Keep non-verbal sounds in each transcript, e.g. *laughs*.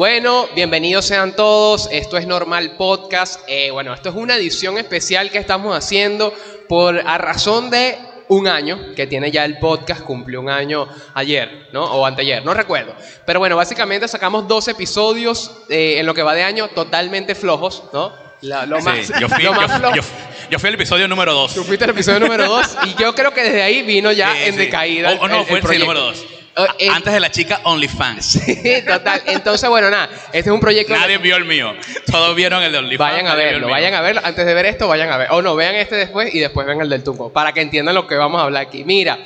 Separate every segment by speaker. Speaker 1: Bueno, bienvenidos sean todos. Esto es Normal Podcast. Eh, bueno, esto es una edición especial que estamos haciendo por a razón de un año que tiene ya el podcast. Cumplió un año ayer, ¿no? O anteayer, no recuerdo. Pero bueno, básicamente sacamos dos episodios eh, en lo que va de año totalmente flojos, ¿no? La- lo
Speaker 2: Sí,
Speaker 1: más-
Speaker 2: yo, fui,
Speaker 1: lo
Speaker 2: yo,
Speaker 1: más flojo.
Speaker 2: yo- yo fui al episodio número 2.
Speaker 1: Tú fuiste al episodio número 2 y yo creo que desde ahí vino ya en decaída.
Speaker 2: O, o no,
Speaker 1: el- el
Speaker 2: fue el, sí,
Speaker 1: proyecto.
Speaker 2: número Ah, 2.
Speaker 1: Ah, eh,
Speaker 2: Antes de la chica OnlyFans.
Speaker 1: Sí, *laughs* total. Entonces, bueno, nada, este es un proyecto...
Speaker 2: Nadie vio el mío. Todos vieron el de OnlyFans.
Speaker 1: Vayan a verlo, vayan a verlo. Antes de ver esto, vayan a ver. O no, vean este después y después vean el del Tunco, para que entiendan lo que vamos a hablar aquí. Mira,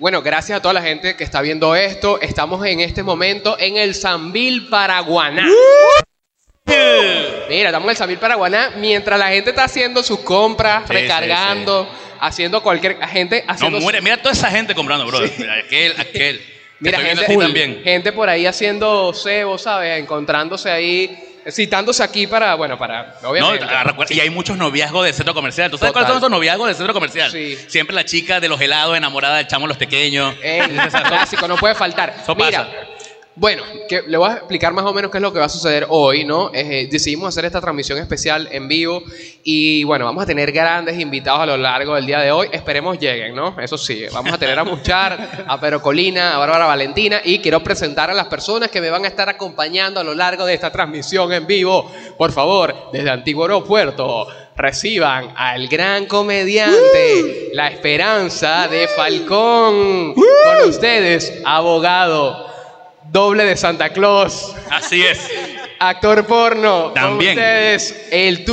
Speaker 1: bueno, gracias a toda la gente que está viendo esto. Estamos en este momento en el Sambil Paraguaná.
Speaker 2: Uh.
Speaker 1: Mira, estamos en el Sambil Paraguaná mientras la gente está haciendo sus compras,
Speaker 2: Sí, sí,
Speaker 1: recargando, haciendo cualquier... Gente
Speaker 2: No
Speaker 1: haciendo...
Speaker 2: muere, mira toda esa gente comprando, brother. Aquel, aquel. Te
Speaker 1: Mira,
Speaker 2: estoy viendo
Speaker 1: gente,
Speaker 2: a ti también.
Speaker 1: gente por ahí haciendo cebo, ¿sabes? Encontrándose ahí, citándose aquí para, bueno, para,
Speaker 2: No,
Speaker 1: obviamente.
Speaker 2: ah, recuerda- y hay muchos noviazgos de centro comercial. ¿Tú sabes
Speaker 1: Total.
Speaker 2: cuáles son esos noviazgos de centro comercial?
Speaker 1: Sí. Eh.
Speaker 2: Siempre la chica de los helados enamorada del chamo de los pequeños. *laughs*
Speaker 1: Ey, clásico, no puede faltar.
Speaker 2: Eso
Speaker 1: Mira,
Speaker 2: pasa.
Speaker 1: bueno, que le voy a explicar más o menos qué es lo que va a suceder hoy, ¿no? Eh, decidimos hacer esta transmisión especial en vivo y bueno, vamos a tener grandes invitados a lo largo del día de hoy. Esperemos lleguen, ¿no? Eso sí, vamos a tener a Muchar, a Pedro Colina, a Bárbara Valentina y quiero presentar a las personas que me van a estar acompañando a lo largo de esta transmisión en vivo. Por favor, desde Antiguo Aeropuerto. Reciban al gran comediante, la esperanza de Falcón, con ustedes, abogado, doble de Santa Claus,
Speaker 2: Así es.
Speaker 1: actor porno,
Speaker 2: También.
Speaker 1: con ustedes, el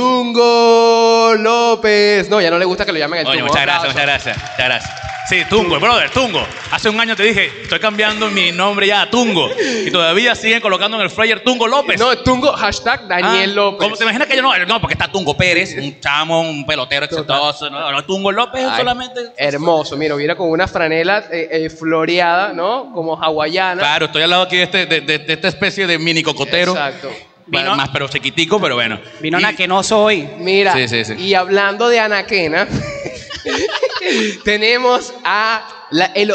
Speaker 1: Tungo López. No, ya no le gusta que lo llamen el
Speaker 2: Oye,
Speaker 1: Tungo.
Speaker 2: muchas gracias,
Speaker 1: Aplausos.
Speaker 2: muchas gracias, muchas gracias. Sí, Tungo, brother, Tungo. Hace un año te dije, estoy cambiando mi nombre ya a Tungo. Y todavía siguen colocando en el flyer Tungo López.
Speaker 1: No, Tungo, hashtag Daniel
Speaker 2: Ah,
Speaker 1: López.
Speaker 2: ¿Cómo te imaginas que yo no? No, porque está Tungo Pérez, un chamo, un pelotero exitoso. No, no, Tungo López es
Speaker 1: Ay,
Speaker 2: solamente.
Speaker 1: Hermoso, mira, viene con una franela eh, eh, floreada, ¿no? Como hawaiana.
Speaker 2: Claro, estoy al lado aquí de, este, de, de- de esta especie de mini cocotero.
Speaker 1: Exacto.
Speaker 2: Vino- Más pero chiquitico, pero bueno.
Speaker 3: Vino
Speaker 2: Y-
Speaker 3: una que no soy.
Speaker 1: Mira,
Speaker 2: Sí, sí, sí.
Speaker 1: y hablando de Anaquena, *laughs* tenemos a la- el,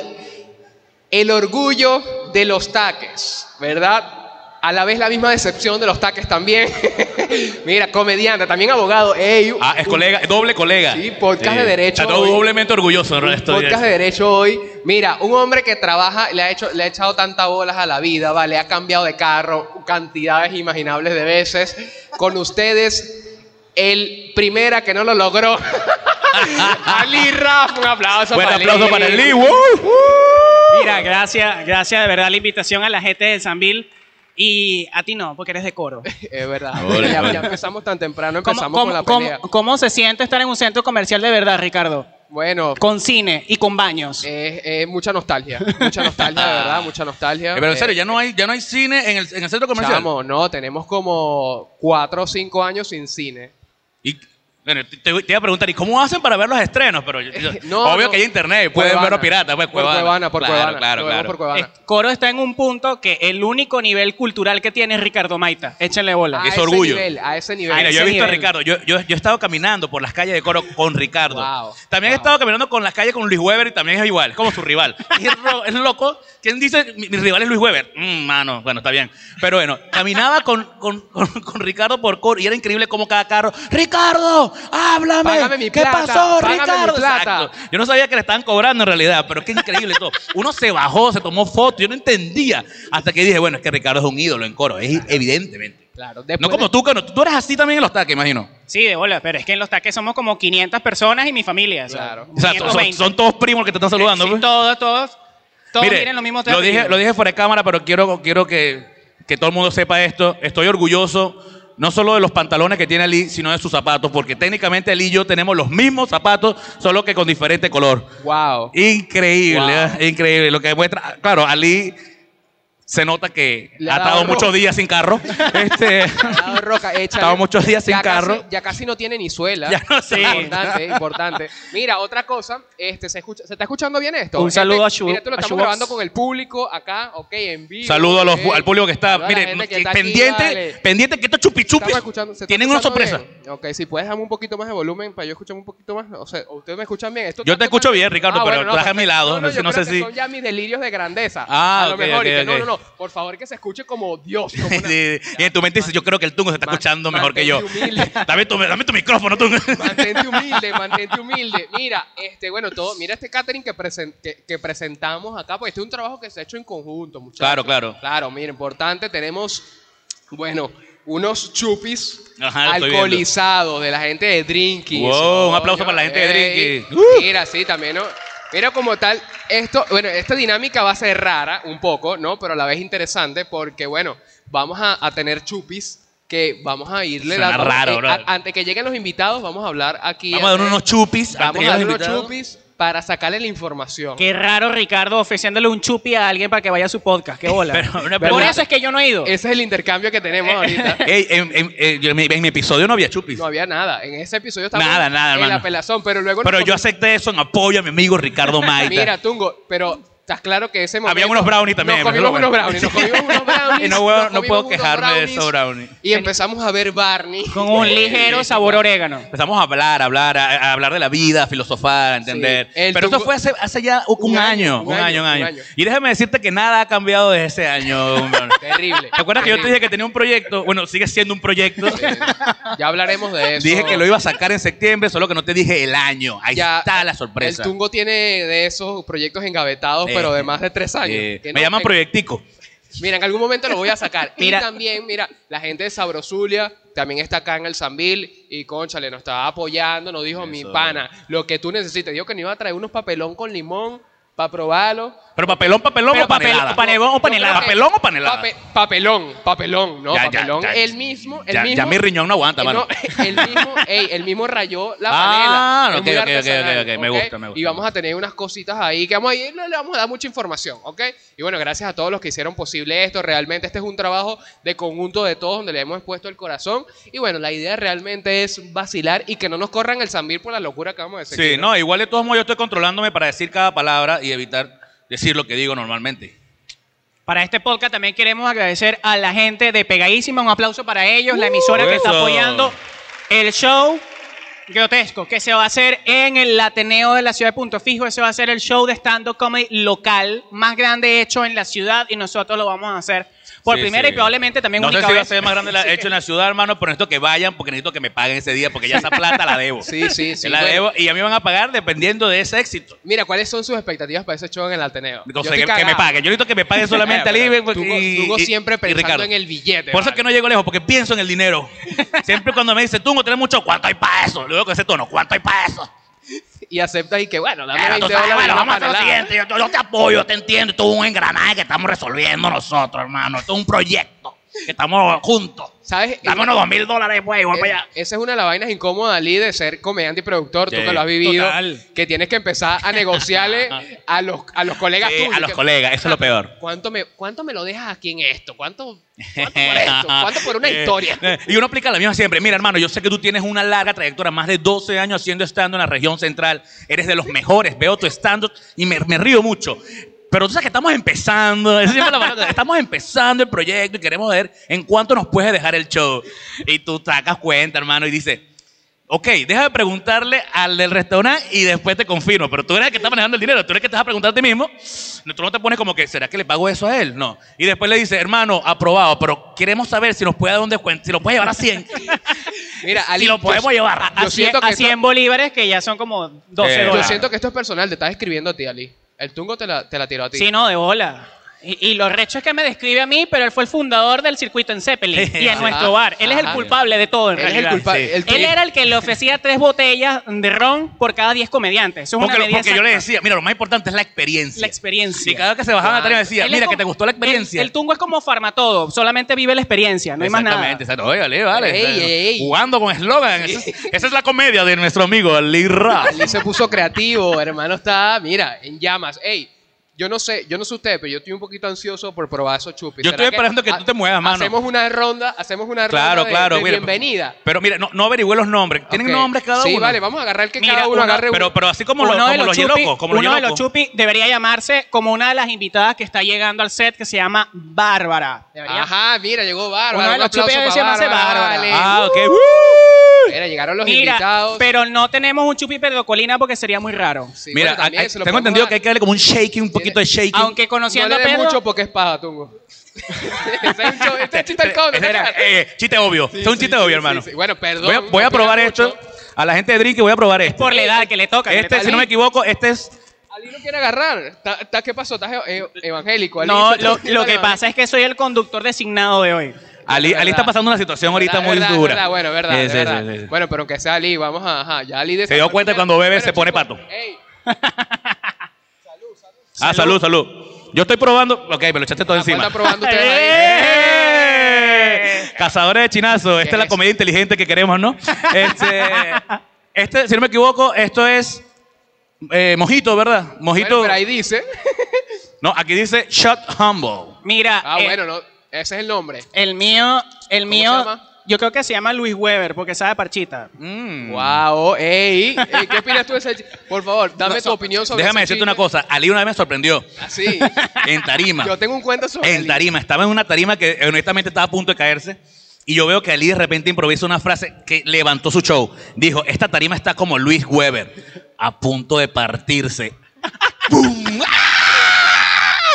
Speaker 1: el orgullo de los taques, ¿verdad? A la vez la misma decepción de los taques también. *laughs* Mira, comediante, también abogado. Ey,
Speaker 2: Ah, es colega, doble colega.
Speaker 1: Sí, podcast de derecho
Speaker 2: Está todo
Speaker 1: hoy.
Speaker 2: doblemente orgulloso. ¿no?
Speaker 1: un
Speaker 2: Estoy-
Speaker 1: podcast de derecho hoy. Mira, un hombre que trabaja, le ha, hecho, le ha echado tantas bolas a la vida, ¿vale? Ha cambiado de carro cantidades imaginables de veces. Con ustedes, el primera que no lo logró. *laughs* Ali Raf, un aplauso
Speaker 2: Buen
Speaker 1: para Uh. Ali.
Speaker 2: aplauso para el Lee. ¡Woo!
Speaker 3: Mira, gracias, gracias de verdad la invitación a la gente de Sanville. Y a ti no, porque eres de coro.
Speaker 1: Es verdad.
Speaker 2: Ole,
Speaker 1: ya,
Speaker 2: ole.
Speaker 1: ya empezamos tan temprano, *laughs*
Speaker 3: ¿Cómo,
Speaker 1: empezamos
Speaker 3: cómo-
Speaker 1: con la
Speaker 3: cómo-
Speaker 1: pelea.
Speaker 3: cómo se siente estar en un centro comercial de verdad, Ricardo?
Speaker 1: Bueno,
Speaker 3: Con cine y con baños.
Speaker 1: es, es mucha nostalgia. Mucha nostalgia, de verdad, mucha nostalgia.
Speaker 2: *laughs* Pero en
Speaker 1: Eh,
Speaker 2: serio, ya no hay, ya no hay cine en el, en el centro comercial.
Speaker 1: chamo, no, tenemos como cuatro o cinco años sin cine.
Speaker 2: Y bueno, te, te iba a preguntar, ¿y cómo hacen para ver los estrenos? Pero yo- *laughs* yo-
Speaker 1: *laughs* No,
Speaker 2: obvio
Speaker 1: no.
Speaker 2: que hay internet, pueden
Speaker 1: Cuevana.
Speaker 2: verlo pirata, pues
Speaker 1: Por
Speaker 2: Cuevana.
Speaker 1: Cuevana, por
Speaker 2: claro,
Speaker 1: Cuevana.
Speaker 2: Claro,
Speaker 1: Lo vemos
Speaker 2: claro.
Speaker 1: por Cuevana.
Speaker 3: Es- Eh, coro está en un punto que el único nivel cultural que tiene es Ricardo Maita. Échenle bola.
Speaker 1: A
Speaker 2: Es
Speaker 1: ese
Speaker 2: orgullo.
Speaker 1: nivel, a ese nivel.
Speaker 2: Mira,
Speaker 3: A
Speaker 2: yo he
Speaker 3: ese
Speaker 2: visto a
Speaker 3: nivel.
Speaker 2: Ricardo, yo, yo, yo he estado caminando por las calles de Coro con Ricardo.
Speaker 1: Wow,
Speaker 2: también he
Speaker 1: wow.
Speaker 2: estado caminando con las calles con Luis Weber y también es igual, es como su rival. *laughs* Y es, ro- es loco, ¿quién dice mi, mi rival es Luis Weber? Mm, mano, bueno, está bien. Pero bueno, caminaba con, con, con, con Ricardo por Coro y era increíble como cada carro, ¡Ricardo, háblame!
Speaker 1: Págame mi
Speaker 2: ¿Qué
Speaker 1: plata,
Speaker 2: pasó,
Speaker 1: págame mi
Speaker 2: Ricardo?
Speaker 1: plata.
Speaker 2: Exacto. Yo no sabía que le estaban cobrando en realidad, pero qué increíble todo. Uno se bajó, se tomó fotos, yo no entendía. Hasta que dije, bueno, es que Ricardo es un ídolo en Coro, es evidentemente.
Speaker 1: Claro,
Speaker 2: No
Speaker 1: después
Speaker 2: como
Speaker 1: de-
Speaker 2: tú, que no- tú eres así también en los taques, imagino.
Speaker 3: Sí, de bola, pero es que en los taques somos como 500 personas y mi familia. o sea,
Speaker 1: Claro.
Speaker 2: O sea, son- son,
Speaker 3: 520.
Speaker 2: son todos primos que te están saludando.
Speaker 3: Sí,
Speaker 2: pues.
Speaker 3: todos, todos. Todos
Speaker 2: Mire,
Speaker 3: tienen los mismos
Speaker 2: lo dije,
Speaker 3: apellidos.
Speaker 2: lo dije fuera de cámara, pero quiero, quiero que, que todo el mundo sepa esto. Estoy orgulloso no solo de los pantalones que tiene Ali, sino de sus zapatos, porque técnicamente Ali y yo tenemos los mismos zapatos, solo que con diferente color.
Speaker 1: Wow.
Speaker 2: Increíble,
Speaker 1: Wow.
Speaker 2: ¿eh? increíble. Lo que demuestra, claro, Ali se nota que
Speaker 1: Le ha
Speaker 2: ha
Speaker 1: dado
Speaker 2: estado
Speaker 1: rojo.
Speaker 2: muchos días sin
Speaker 3: *laughs*
Speaker 2: carro. Este,
Speaker 1: Dado Roca, échale.
Speaker 2: Estaba muchos días sin
Speaker 1: Ya casi-
Speaker 2: carro.
Speaker 1: ya casi no tiene ni suela.
Speaker 2: Ya *laughs* no sé.
Speaker 1: Importante, importante. Mira, otra cosa, este, ¿se, escucha- ¿se está escuchando bien esto?
Speaker 3: Un saludo
Speaker 1: Gente,
Speaker 3: a Shu-
Speaker 1: Mira, esto lo
Speaker 3: a
Speaker 1: estamos
Speaker 3: Shubox.
Speaker 1: grabando con el público acá, ok, en vivo.
Speaker 2: Saludo a los-
Speaker 1: ok.
Speaker 2: al público que está,
Speaker 1: Saludo a la
Speaker 2: mire,
Speaker 1: gente que
Speaker 2: que
Speaker 1: está aquí,
Speaker 2: pendiente,
Speaker 1: vale.
Speaker 2: pendiente que estos chupichupis
Speaker 1: Estamos escuchando- ¿se está
Speaker 2: tienen una
Speaker 1: escuchando
Speaker 2: sorpresa.
Speaker 1: bien? Ok, si puedes darme un poquito más de volumen para yo escuchar un poquito más. O sea, ¿ustedes me escuchan bien? Esto
Speaker 2: Yo
Speaker 1: está
Speaker 2: te escucho
Speaker 1: total-
Speaker 2: bien, Ricardo, pero tú estás a mi
Speaker 1: perfecto.
Speaker 2: lado, no sé-
Speaker 1: yo
Speaker 2: no
Speaker 1: creo
Speaker 2: sé
Speaker 1: que
Speaker 2: si-
Speaker 1: Son ya mis delirios de grandeza.
Speaker 2: Ah,
Speaker 1: a lo
Speaker 2: ok,
Speaker 1: mejor, y
Speaker 2: ok,
Speaker 1: que
Speaker 2: ok.
Speaker 1: no, no, no, pero por favor que se escuche como
Speaker 2: *laughs*
Speaker 1: Dios. Como una-
Speaker 2: *laughs* Sí, sí. Y en tu mente dices, yo creo que el Tungo se está
Speaker 1: Man-
Speaker 2: escuchando mejor que yo.
Speaker 1: mantente humilde.
Speaker 2: *laughs* Dame tu, dame tu micrófono, Tungo.
Speaker 1: *laughs* Mantente humilde, mantente humilde. Mira, este, bueno, todo, mira este catering que, presen- que, que presentamos acá, porque este es un trabajo que se ha hecho en conjunto, muchachos.
Speaker 2: Claro, claro.
Speaker 1: Claro, mira, importante, tenemos, bueno, unos chupis
Speaker 2: Ajá, lo estoy viendo.
Speaker 1: alcoholizados de la gente de Drinkies.
Speaker 2: Wow, un
Speaker 1: Coño,
Speaker 2: aplauso para la gente de
Speaker 1: ey.
Speaker 2: Drinkies. Uh.
Speaker 1: Mira, sí, también, ¿no? Mira como tal, esto, bueno, esta dinámica va a ser rara un poco, ¿no? Pero a la vez interesante porque, bueno, vamos a, a tener chupis que vamos a irle
Speaker 2: Suena raro,
Speaker 1: eh,
Speaker 2: bro.
Speaker 1: a- antes que lleguen los invitados, vamos a hablar aquí.
Speaker 2: *laughs* Vamos a dar
Speaker 1: antes-
Speaker 2: unos chupis. antes
Speaker 1: Vamos
Speaker 2: de
Speaker 1: a dar
Speaker 2: los
Speaker 1: unos
Speaker 2: invitados.
Speaker 1: chupis para sacarle la información.
Speaker 3: Qué raro, Ricardo, ofreciéndole un chupi a alguien para que vaya a su podcast. Qué
Speaker 2: *laughs*
Speaker 3: bola.
Speaker 2: Pero una
Speaker 3: Por
Speaker 2: pregunta.
Speaker 3: eso es que yo no he ido.
Speaker 1: Ese es el intercambio que
Speaker 2: *laughs*
Speaker 1: tenemos ahorita.
Speaker 2: Ey, en, en- en- yo- en mi, en mi episodio no había chupis.
Speaker 1: No había nada. En ese episodio estaba
Speaker 2: Nada, nada,
Speaker 1: en la
Speaker 2: hermano.
Speaker 1: pelazón, pero luego... nos
Speaker 2: pero yo
Speaker 1: comen-
Speaker 2: acepté eso en apoyo a mi
Speaker 1: *laughs*
Speaker 2: amigo Ricardo Maita.
Speaker 1: Mira, Tungo, pero estás claro que ese momento...
Speaker 2: Habían unos brownies también,
Speaker 1: Nos comimos
Speaker 2: pero bueno.
Speaker 1: unos brownies, nos comimos
Speaker 2: *laughs*
Speaker 1: unos brownies.
Speaker 2: Y no puedo-
Speaker 1: nos
Speaker 2: no puedo
Speaker 1: comimos unos
Speaker 2: quejarme de esos brownies.
Speaker 1: Y empezamos a ver Barney.
Speaker 3: Con un ligero sabor orégano.
Speaker 2: Empezamos a hablar, a hablar, a, a hablar de la vida, a filosofar, a entender.
Speaker 1: Sí, el
Speaker 2: Pero
Speaker 1: Tungo-
Speaker 2: eso fue hace, hace ya un,
Speaker 1: Un año,
Speaker 2: año, un año, un año. Y déjame decirte que nada ha cambiado desde
Speaker 1: *laughs*
Speaker 2: ese año. hombre.
Speaker 1: Terrible.
Speaker 2: ¿Te acuerdas que yo te
Speaker 1: terrible.
Speaker 2: dije que tenía un proyecto? Bueno, sigue siendo
Speaker 1: *laughs*
Speaker 2: un proyecto.
Speaker 1: Sí, Eh, Ya hablaremos de eso.
Speaker 2: Dije que lo iba a sacar en septiembre, solo que no te dije el año. Ahí
Speaker 1: Ya,
Speaker 2: está la sorpresa.
Speaker 1: El Tungo tiene de esos proyectos engavetados,
Speaker 2: Eh,
Speaker 1: pero de más de tres años.
Speaker 2: Eh,
Speaker 1: Que
Speaker 2: me
Speaker 1: no,
Speaker 2: llaman
Speaker 1: que-
Speaker 2: proyectico.
Speaker 1: Mira, en algún momento lo voy a
Speaker 2: *laughs*
Speaker 1: sacar.
Speaker 3: Mira.
Speaker 1: Y también, mira, la gente de Sabrosulia también está acá en el Zambil y Conchale nos estaba apoyando, nos dijo mi
Speaker 2: Eso.
Speaker 1: pana, lo que tú necesites. Dijo que nos iba a traer unos papelón con limón para probarlo.
Speaker 2: Pero papelón, papelón
Speaker 3: Pero
Speaker 2: o
Speaker 3: papel-
Speaker 2: panelada.
Speaker 3: o panelón o panelada.
Speaker 2: ¿Papelón o panelada?
Speaker 1: Pape- papelón, papelón, ¿no?
Speaker 2: Ya, ya,
Speaker 1: papelón.
Speaker 2: ya.
Speaker 1: el mismo, el
Speaker 2: Ya-
Speaker 1: mismo.
Speaker 2: ya mi riñón no aguanta,
Speaker 1: eh,
Speaker 2: mano.
Speaker 1: *laughs* el mismo, ey, el mismo rayó la
Speaker 2: Ah,
Speaker 1: panela.
Speaker 2: ok,
Speaker 1: Es muy
Speaker 2: ok, ok,
Speaker 1: artesanal,
Speaker 2: ok, ok, me
Speaker 1: ¿ok?
Speaker 2: gusta, me gusta,
Speaker 1: Y
Speaker 2: me
Speaker 1: vamos
Speaker 2: gusta.
Speaker 1: a tener unas cositas ahí que vamos a ir, le le vamos a dar mucha información, ¿ok? Y bueno, gracias a todos los que hicieron posible esto. Realmente este es un trabajo de conjunto de todos donde le hemos puesto el corazón. Y bueno, la idea realmente es vacilar y que no nos corran el Zambir por la locura que vamos a decir.
Speaker 2: Sí, no, igual de todos modos yo estoy controlándome para decir cada palabra y evitar decir lo que digo normalmente.
Speaker 3: Para este podcast también queremos agradecer a la gente de Pegadísima. Un aplauso para ellos, la emisora que está
Speaker 2: Eso.
Speaker 3: apoyando el show grotesco que se va a hacer en el Ateneo de la ciudad de Punto Fijo. Ese va a ser el show de stand-up comedy local más grande hecho en la ciudad y nosotros lo vamos a hacer por
Speaker 2: Sí,
Speaker 3: primera
Speaker 2: sí.
Speaker 3: y probablemente también
Speaker 2: No sé
Speaker 3: única
Speaker 2: si va a
Speaker 3: vez.
Speaker 2: ser más
Speaker 3: *laughs*
Speaker 2: grande la
Speaker 3: Así
Speaker 2: hecho en la ciudad, hermano, pero necesito que vayan porque necesito que me paguen ese día porque ya esa plata la
Speaker 1: *laughs*
Speaker 2: debo.
Speaker 1: Sí, sí, sí.
Speaker 2: la
Speaker 1: bueno.
Speaker 2: debo y a mí me van a pagar dependiendo de ese éxito.
Speaker 1: Mira, ¿cuáles son sus expectativas para ese show en el Ateneo?
Speaker 2: O
Speaker 1: Yo
Speaker 2: sea, que,
Speaker 1: estoy
Speaker 2: que me
Speaker 1: cagado.
Speaker 2: paguen. Yo necesito que me paguen solamente pues, al
Speaker 1: Pero
Speaker 2: IBE.
Speaker 1: Tugo- Tugo siempre pensando en el billete,
Speaker 2: Por
Speaker 1: vale.
Speaker 2: eso es que no llego lejos, porque pienso en el dinero. Siempre cuando me dicen, Tungo, tienes mucho, ¿cuánto hay para eso? Luego con ese tono, ¿cuánto hay para eso?
Speaker 1: Y acepta y que, bueno, dame
Speaker 2: Pero
Speaker 1: 20
Speaker 2: tú sabes,
Speaker 1: dólares.
Speaker 2: bueno,
Speaker 1: y una
Speaker 2: vamos a hacer lo
Speaker 1: panelada.
Speaker 2: siguiente. Yo, yo- yo te apoyo, te entiendo. Esto es un engranaje que estamos resolviendo nosotros, hermano. Esto es un proyecto que estamos juntos.
Speaker 1: ¿Sabes?
Speaker 2: Dame unos dos mil dólares, pues, y voy para allá.
Speaker 1: Eh, Esa es una de las vainas incómodas, Lee, de ser comediante y productor, tú
Speaker 2: Sí.
Speaker 1: que lo has vivido,
Speaker 3: Total.
Speaker 1: que tienes que empezar a
Speaker 3: *laughs*
Speaker 1: negociarle a los, a los colegas
Speaker 2: Sí,
Speaker 1: tuyos.
Speaker 2: a los
Speaker 1: que,
Speaker 2: colegas, eso es lo peor.
Speaker 1: ¿cuánto me, ¿Cuánto me lo dejas aquí en esto? ¿Cuánto, cuánto por esto? ¿Cuánto por
Speaker 3: *laughs*
Speaker 1: una
Speaker 2: *laughs* Eh,
Speaker 1: historia?
Speaker 2: eh, Y uno aplica la misma siempre. Mira, hermano, yo sé que tú tienes una larga trayectoria, más de 12 años haciendo estando en la región central. Eres de los mejores. Veo tu stand y me, me río mucho. Pero tú sabes que estamos empezando, *laughs* es siempre la palabra, estamos empezando el proyecto y queremos ver en cuánto nos puedes dejar el show. Y tú sacas cuenta, hermano, y dices, ok, deja de preguntarle al del restaurante y después te confirmo, pero tú eres el que está manejando el dinero, tú eres el que te vas a preguntar a ti mismo, No, tú no te pones como que, ¿será que le pago eso a él? No. Y después le dice, hermano, aprobado, pero queremos saber si nos puede dar un descuento, si lo puede llevar a 100,
Speaker 1: Mira, Ali,
Speaker 2: si lo podemos
Speaker 1: yo,
Speaker 2: llevar a...
Speaker 1: yo
Speaker 3: a, cien-
Speaker 1: siento que
Speaker 3: a
Speaker 1: esto-
Speaker 3: 100 bolívares que ya son como 12
Speaker 2: Eh, yo
Speaker 1: yo
Speaker 3: dólares.
Speaker 1: siento que esto es personal, te estás escribiendo a ti, Ali. El tungo te la, te la tiró a ti.
Speaker 3: Sí, no, de bola. Y, y lo recho es que me describe a mí, pero él fue el fundador del circuito en
Speaker 2: *laughs*
Speaker 3: Zeppelin y en
Speaker 2: Ajá,
Speaker 3: nuestro bar. Él es el
Speaker 2: ah,
Speaker 1: ajá.
Speaker 3: culpable de todo, en
Speaker 1: Él es el
Speaker 3: realidad.
Speaker 1: culpable.
Speaker 2: Sí.
Speaker 1: el
Speaker 3: Él
Speaker 1: Tungo-
Speaker 3: era el que le ofrecía tres botellas de ron por cada 10 comediantes. Eso es
Speaker 2: Porque,
Speaker 3: una medida
Speaker 2: porque yo le
Speaker 3: exacta.
Speaker 2: decía, mira, lo más importante es la experiencia.
Speaker 3: la experiencia.
Speaker 2: Y cada vez que se bajaban atrás me decía,
Speaker 3: Él es
Speaker 2: mira, que
Speaker 3: como-
Speaker 2: te gustó la experiencia.
Speaker 3: El, el tungo es como farmatodo, solamente vive la experiencia, no hay más nada.
Speaker 2: Exactamente, exacto. Oye, vale, vale.
Speaker 1: Ey, ey, ey.
Speaker 2: Jugando con eslogan. Esa, es- esa es la comedia de nuestro amigo Lee Ra.
Speaker 1: Ali se puso creativo, hermano, está, mira, en llamas. Ey, yo no sé, yo no sé usted, pero yo estoy un poquito ansioso por probar esos chupis.
Speaker 2: Yo
Speaker 1: ¿Será
Speaker 2: estoy esperando que tú te muevas, mano.
Speaker 1: Hacemos una ronda, hacemos una ronda
Speaker 2: Claro,
Speaker 1: de,
Speaker 2: claro.
Speaker 1: de
Speaker 2: mira.
Speaker 1: bienvenida.
Speaker 2: Pero mira, no, no averigüé los nombres. ¿Tienen
Speaker 1: Ok.
Speaker 2: nombres cada
Speaker 1: sí,
Speaker 2: uno?
Speaker 1: Sí, vale, vamos a agarrar que
Speaker 3: Mira,
Speaker 1: cada uno
Speaker 3: uno-
Speaker 1: agarre
Speaker 2: Pero, pero así como, los-
Speaker 3: uno de
Speaker 2: como
Speaker 3: los
Speaker 2: los
Speaker 3: chupi,
Speaker 2: yelocos. Como los
Speaker 3: uno de los
Speaker 2: yelocos.
Speaker 3: chupi debería llamarse como una de las invitadas que está llegando al set que se llama Bárbara. Debería
Speaker 2: ah.
Speaker 1: Ajá, mira, llegó Bárbara.
Speaker 3: Uno de
Speaker 1: un
Speaker 3: los
Speaker 1: aplauso
Speaker 3: chupis
Speaker 1: para
Speaker 3: se llama Bárbara.
Speaker 1: vale.
Speaker 2: Ah, ok.
Speaker 1: Uh, Mira, mira, llegaron los
Speaker 3: Mira,
Speaker 1: invitados.
Speaker 3: pero no tenemos un chupi colina porque sería muy raro.
Speaker 1: Sí,
Speaker 2: Mira,
Speaker 1: bueno, también
Speaker 2: hay-
Speaker 1: se lo
Speaker 2: tengo
Speaker 1: podemos
Speaker 2: entendido
Speaker 1: dar.
Speaker 2: que hay que darle como un shaking, un poquito de shaking.
Speaker 3: Aunque
Speaker 1: No
Speaker 3: conociendo
Speaker 1: le
Speaker 3: a
Speaker 1: des
Speaker 3: Pedro,
Speaker 1: mucho porque es paja, Tungo. *laughs* Ese es un cho- este es chiste al cobre,
Speaker 2: Espera,
Speaker 1: ¿verdad?
Speaker 2: eh, eh, chiste obvio.
Speaker 1: Sí,
Speaker 2: es un
Speaker 1: sí,
Speaker 2: chiste
Speaker 1: sí,
Speaker 2: obvio,
Speaker 1: sí,
Speaker 2: hermano.
Speaker 1: sí. Bueno, perdón,
Speaker 2: Voy a, voy a
Speaker 1: no quería
Speaker 2: probar
Speaker 1: mucho.
Speaker 2: esto. A la gente de Drink voy a probar esto.
Speaker 3: por la edad que le toca. que le
Speaker 2: Este,
Speaker 3: toca.
Speaker 2: si no me equivoco, este es.
Speaker 1: Ali no quiere agarrar. Ta- ta- ¿Qué pasó? ¿Estás e- e- evangélico? Ali?
Speaker 3: No,
Speaker 1: Eso- *laughs*
Speaker 3: lo, lo que pasa es que soy el conductor designado de hoy.
Speaker 2: Ali, Ali está pasando una situación ahorita
Speaker 1: Verdad,
Speaker 2: muy
Speaker 1: verdad,
Speaker 2: dura.
Speaker 1: verdad, bueno, verdad,
Speaker 2: Sí,
Speaker 1: de
Speaker 2: sí,
Speaker 1: verdad.
Speaker 2: sí, sí, sí.
Speaker 1: Bueno, pero que sea Ali, vamos a... Ajá, ya Ali
Speaker 2: Se dio cuenta cuando bebe, se pone pato.
Speaker 1: Ey,
Speaker 2: Ah, salud, salud. Yo estoy probando. Ok, me lo echaste todo
Speaker 1: ¿cuánto
Speaker 2: encima.
Speaker 1: está Ah,
Speaker 2: *laughs*
Speaker 1: probando ustedes ahí?
Speaker 2: ¡Eh! Cazadores de chinazo. Esta es
Speaker 1: ¿Qué
Speaker 2: la
Speaker 1: es
Speaker 2: comedia inteligente que queremos, ¿no? Este,
Speaker 1: *laughs*
Speaker 2: este, si no me equivoco, esto es eh, mojito, ¿verdad?
Speaker 1: Bueno,
Speaker 2: Mojito.
Speaker 1: pero ahí dice...
Speaker 2: No, aquí dice shut humble.
Speaker 3: Mira,
Speaker 1: Ah,
Speaker 3: eh,
Speaker 1: bueno, no, ese es el nombre.
Speaker 3: el mío, el
Speaker 1: ¿Cómo
Speaker 3: mío,
Speaker 1: se llama?
Speaker 3: yo creo que se llama Luis Weber porque sabe parchita.
Speaker 2: Mm.
Speaker 1: Wow, ey, ey, ¿qué opinas tú de ese chi- Por favor, dame
Speaker 2: No,
Speaker 1: tu
Speaker 2: so-
Speaker 1: opinión sobre
Speaker 2: Déjame
Speaker 1: ese
Speaker 2: decirte una
Speaker 1: chisme.
Speaker 2: cosa. Ali una vez me sorprendió. *laughs*
Speaker 1: Así.
Speaker 2: En tarima.
Speaker 1: Yo tengo un cuento sobre
Speaker 2: en
Speaker 1: Ali.
Speaker 2: tarima. Estaba en una tarima que eh, honestamente estaba a punto de caerse. Y yo veo que Ali de repente improvisa una frase que levantó su show. Dijo, esta tarima está como Luis Weber, a punto de partirse. *laughs* ¡Bum! ¡Ah!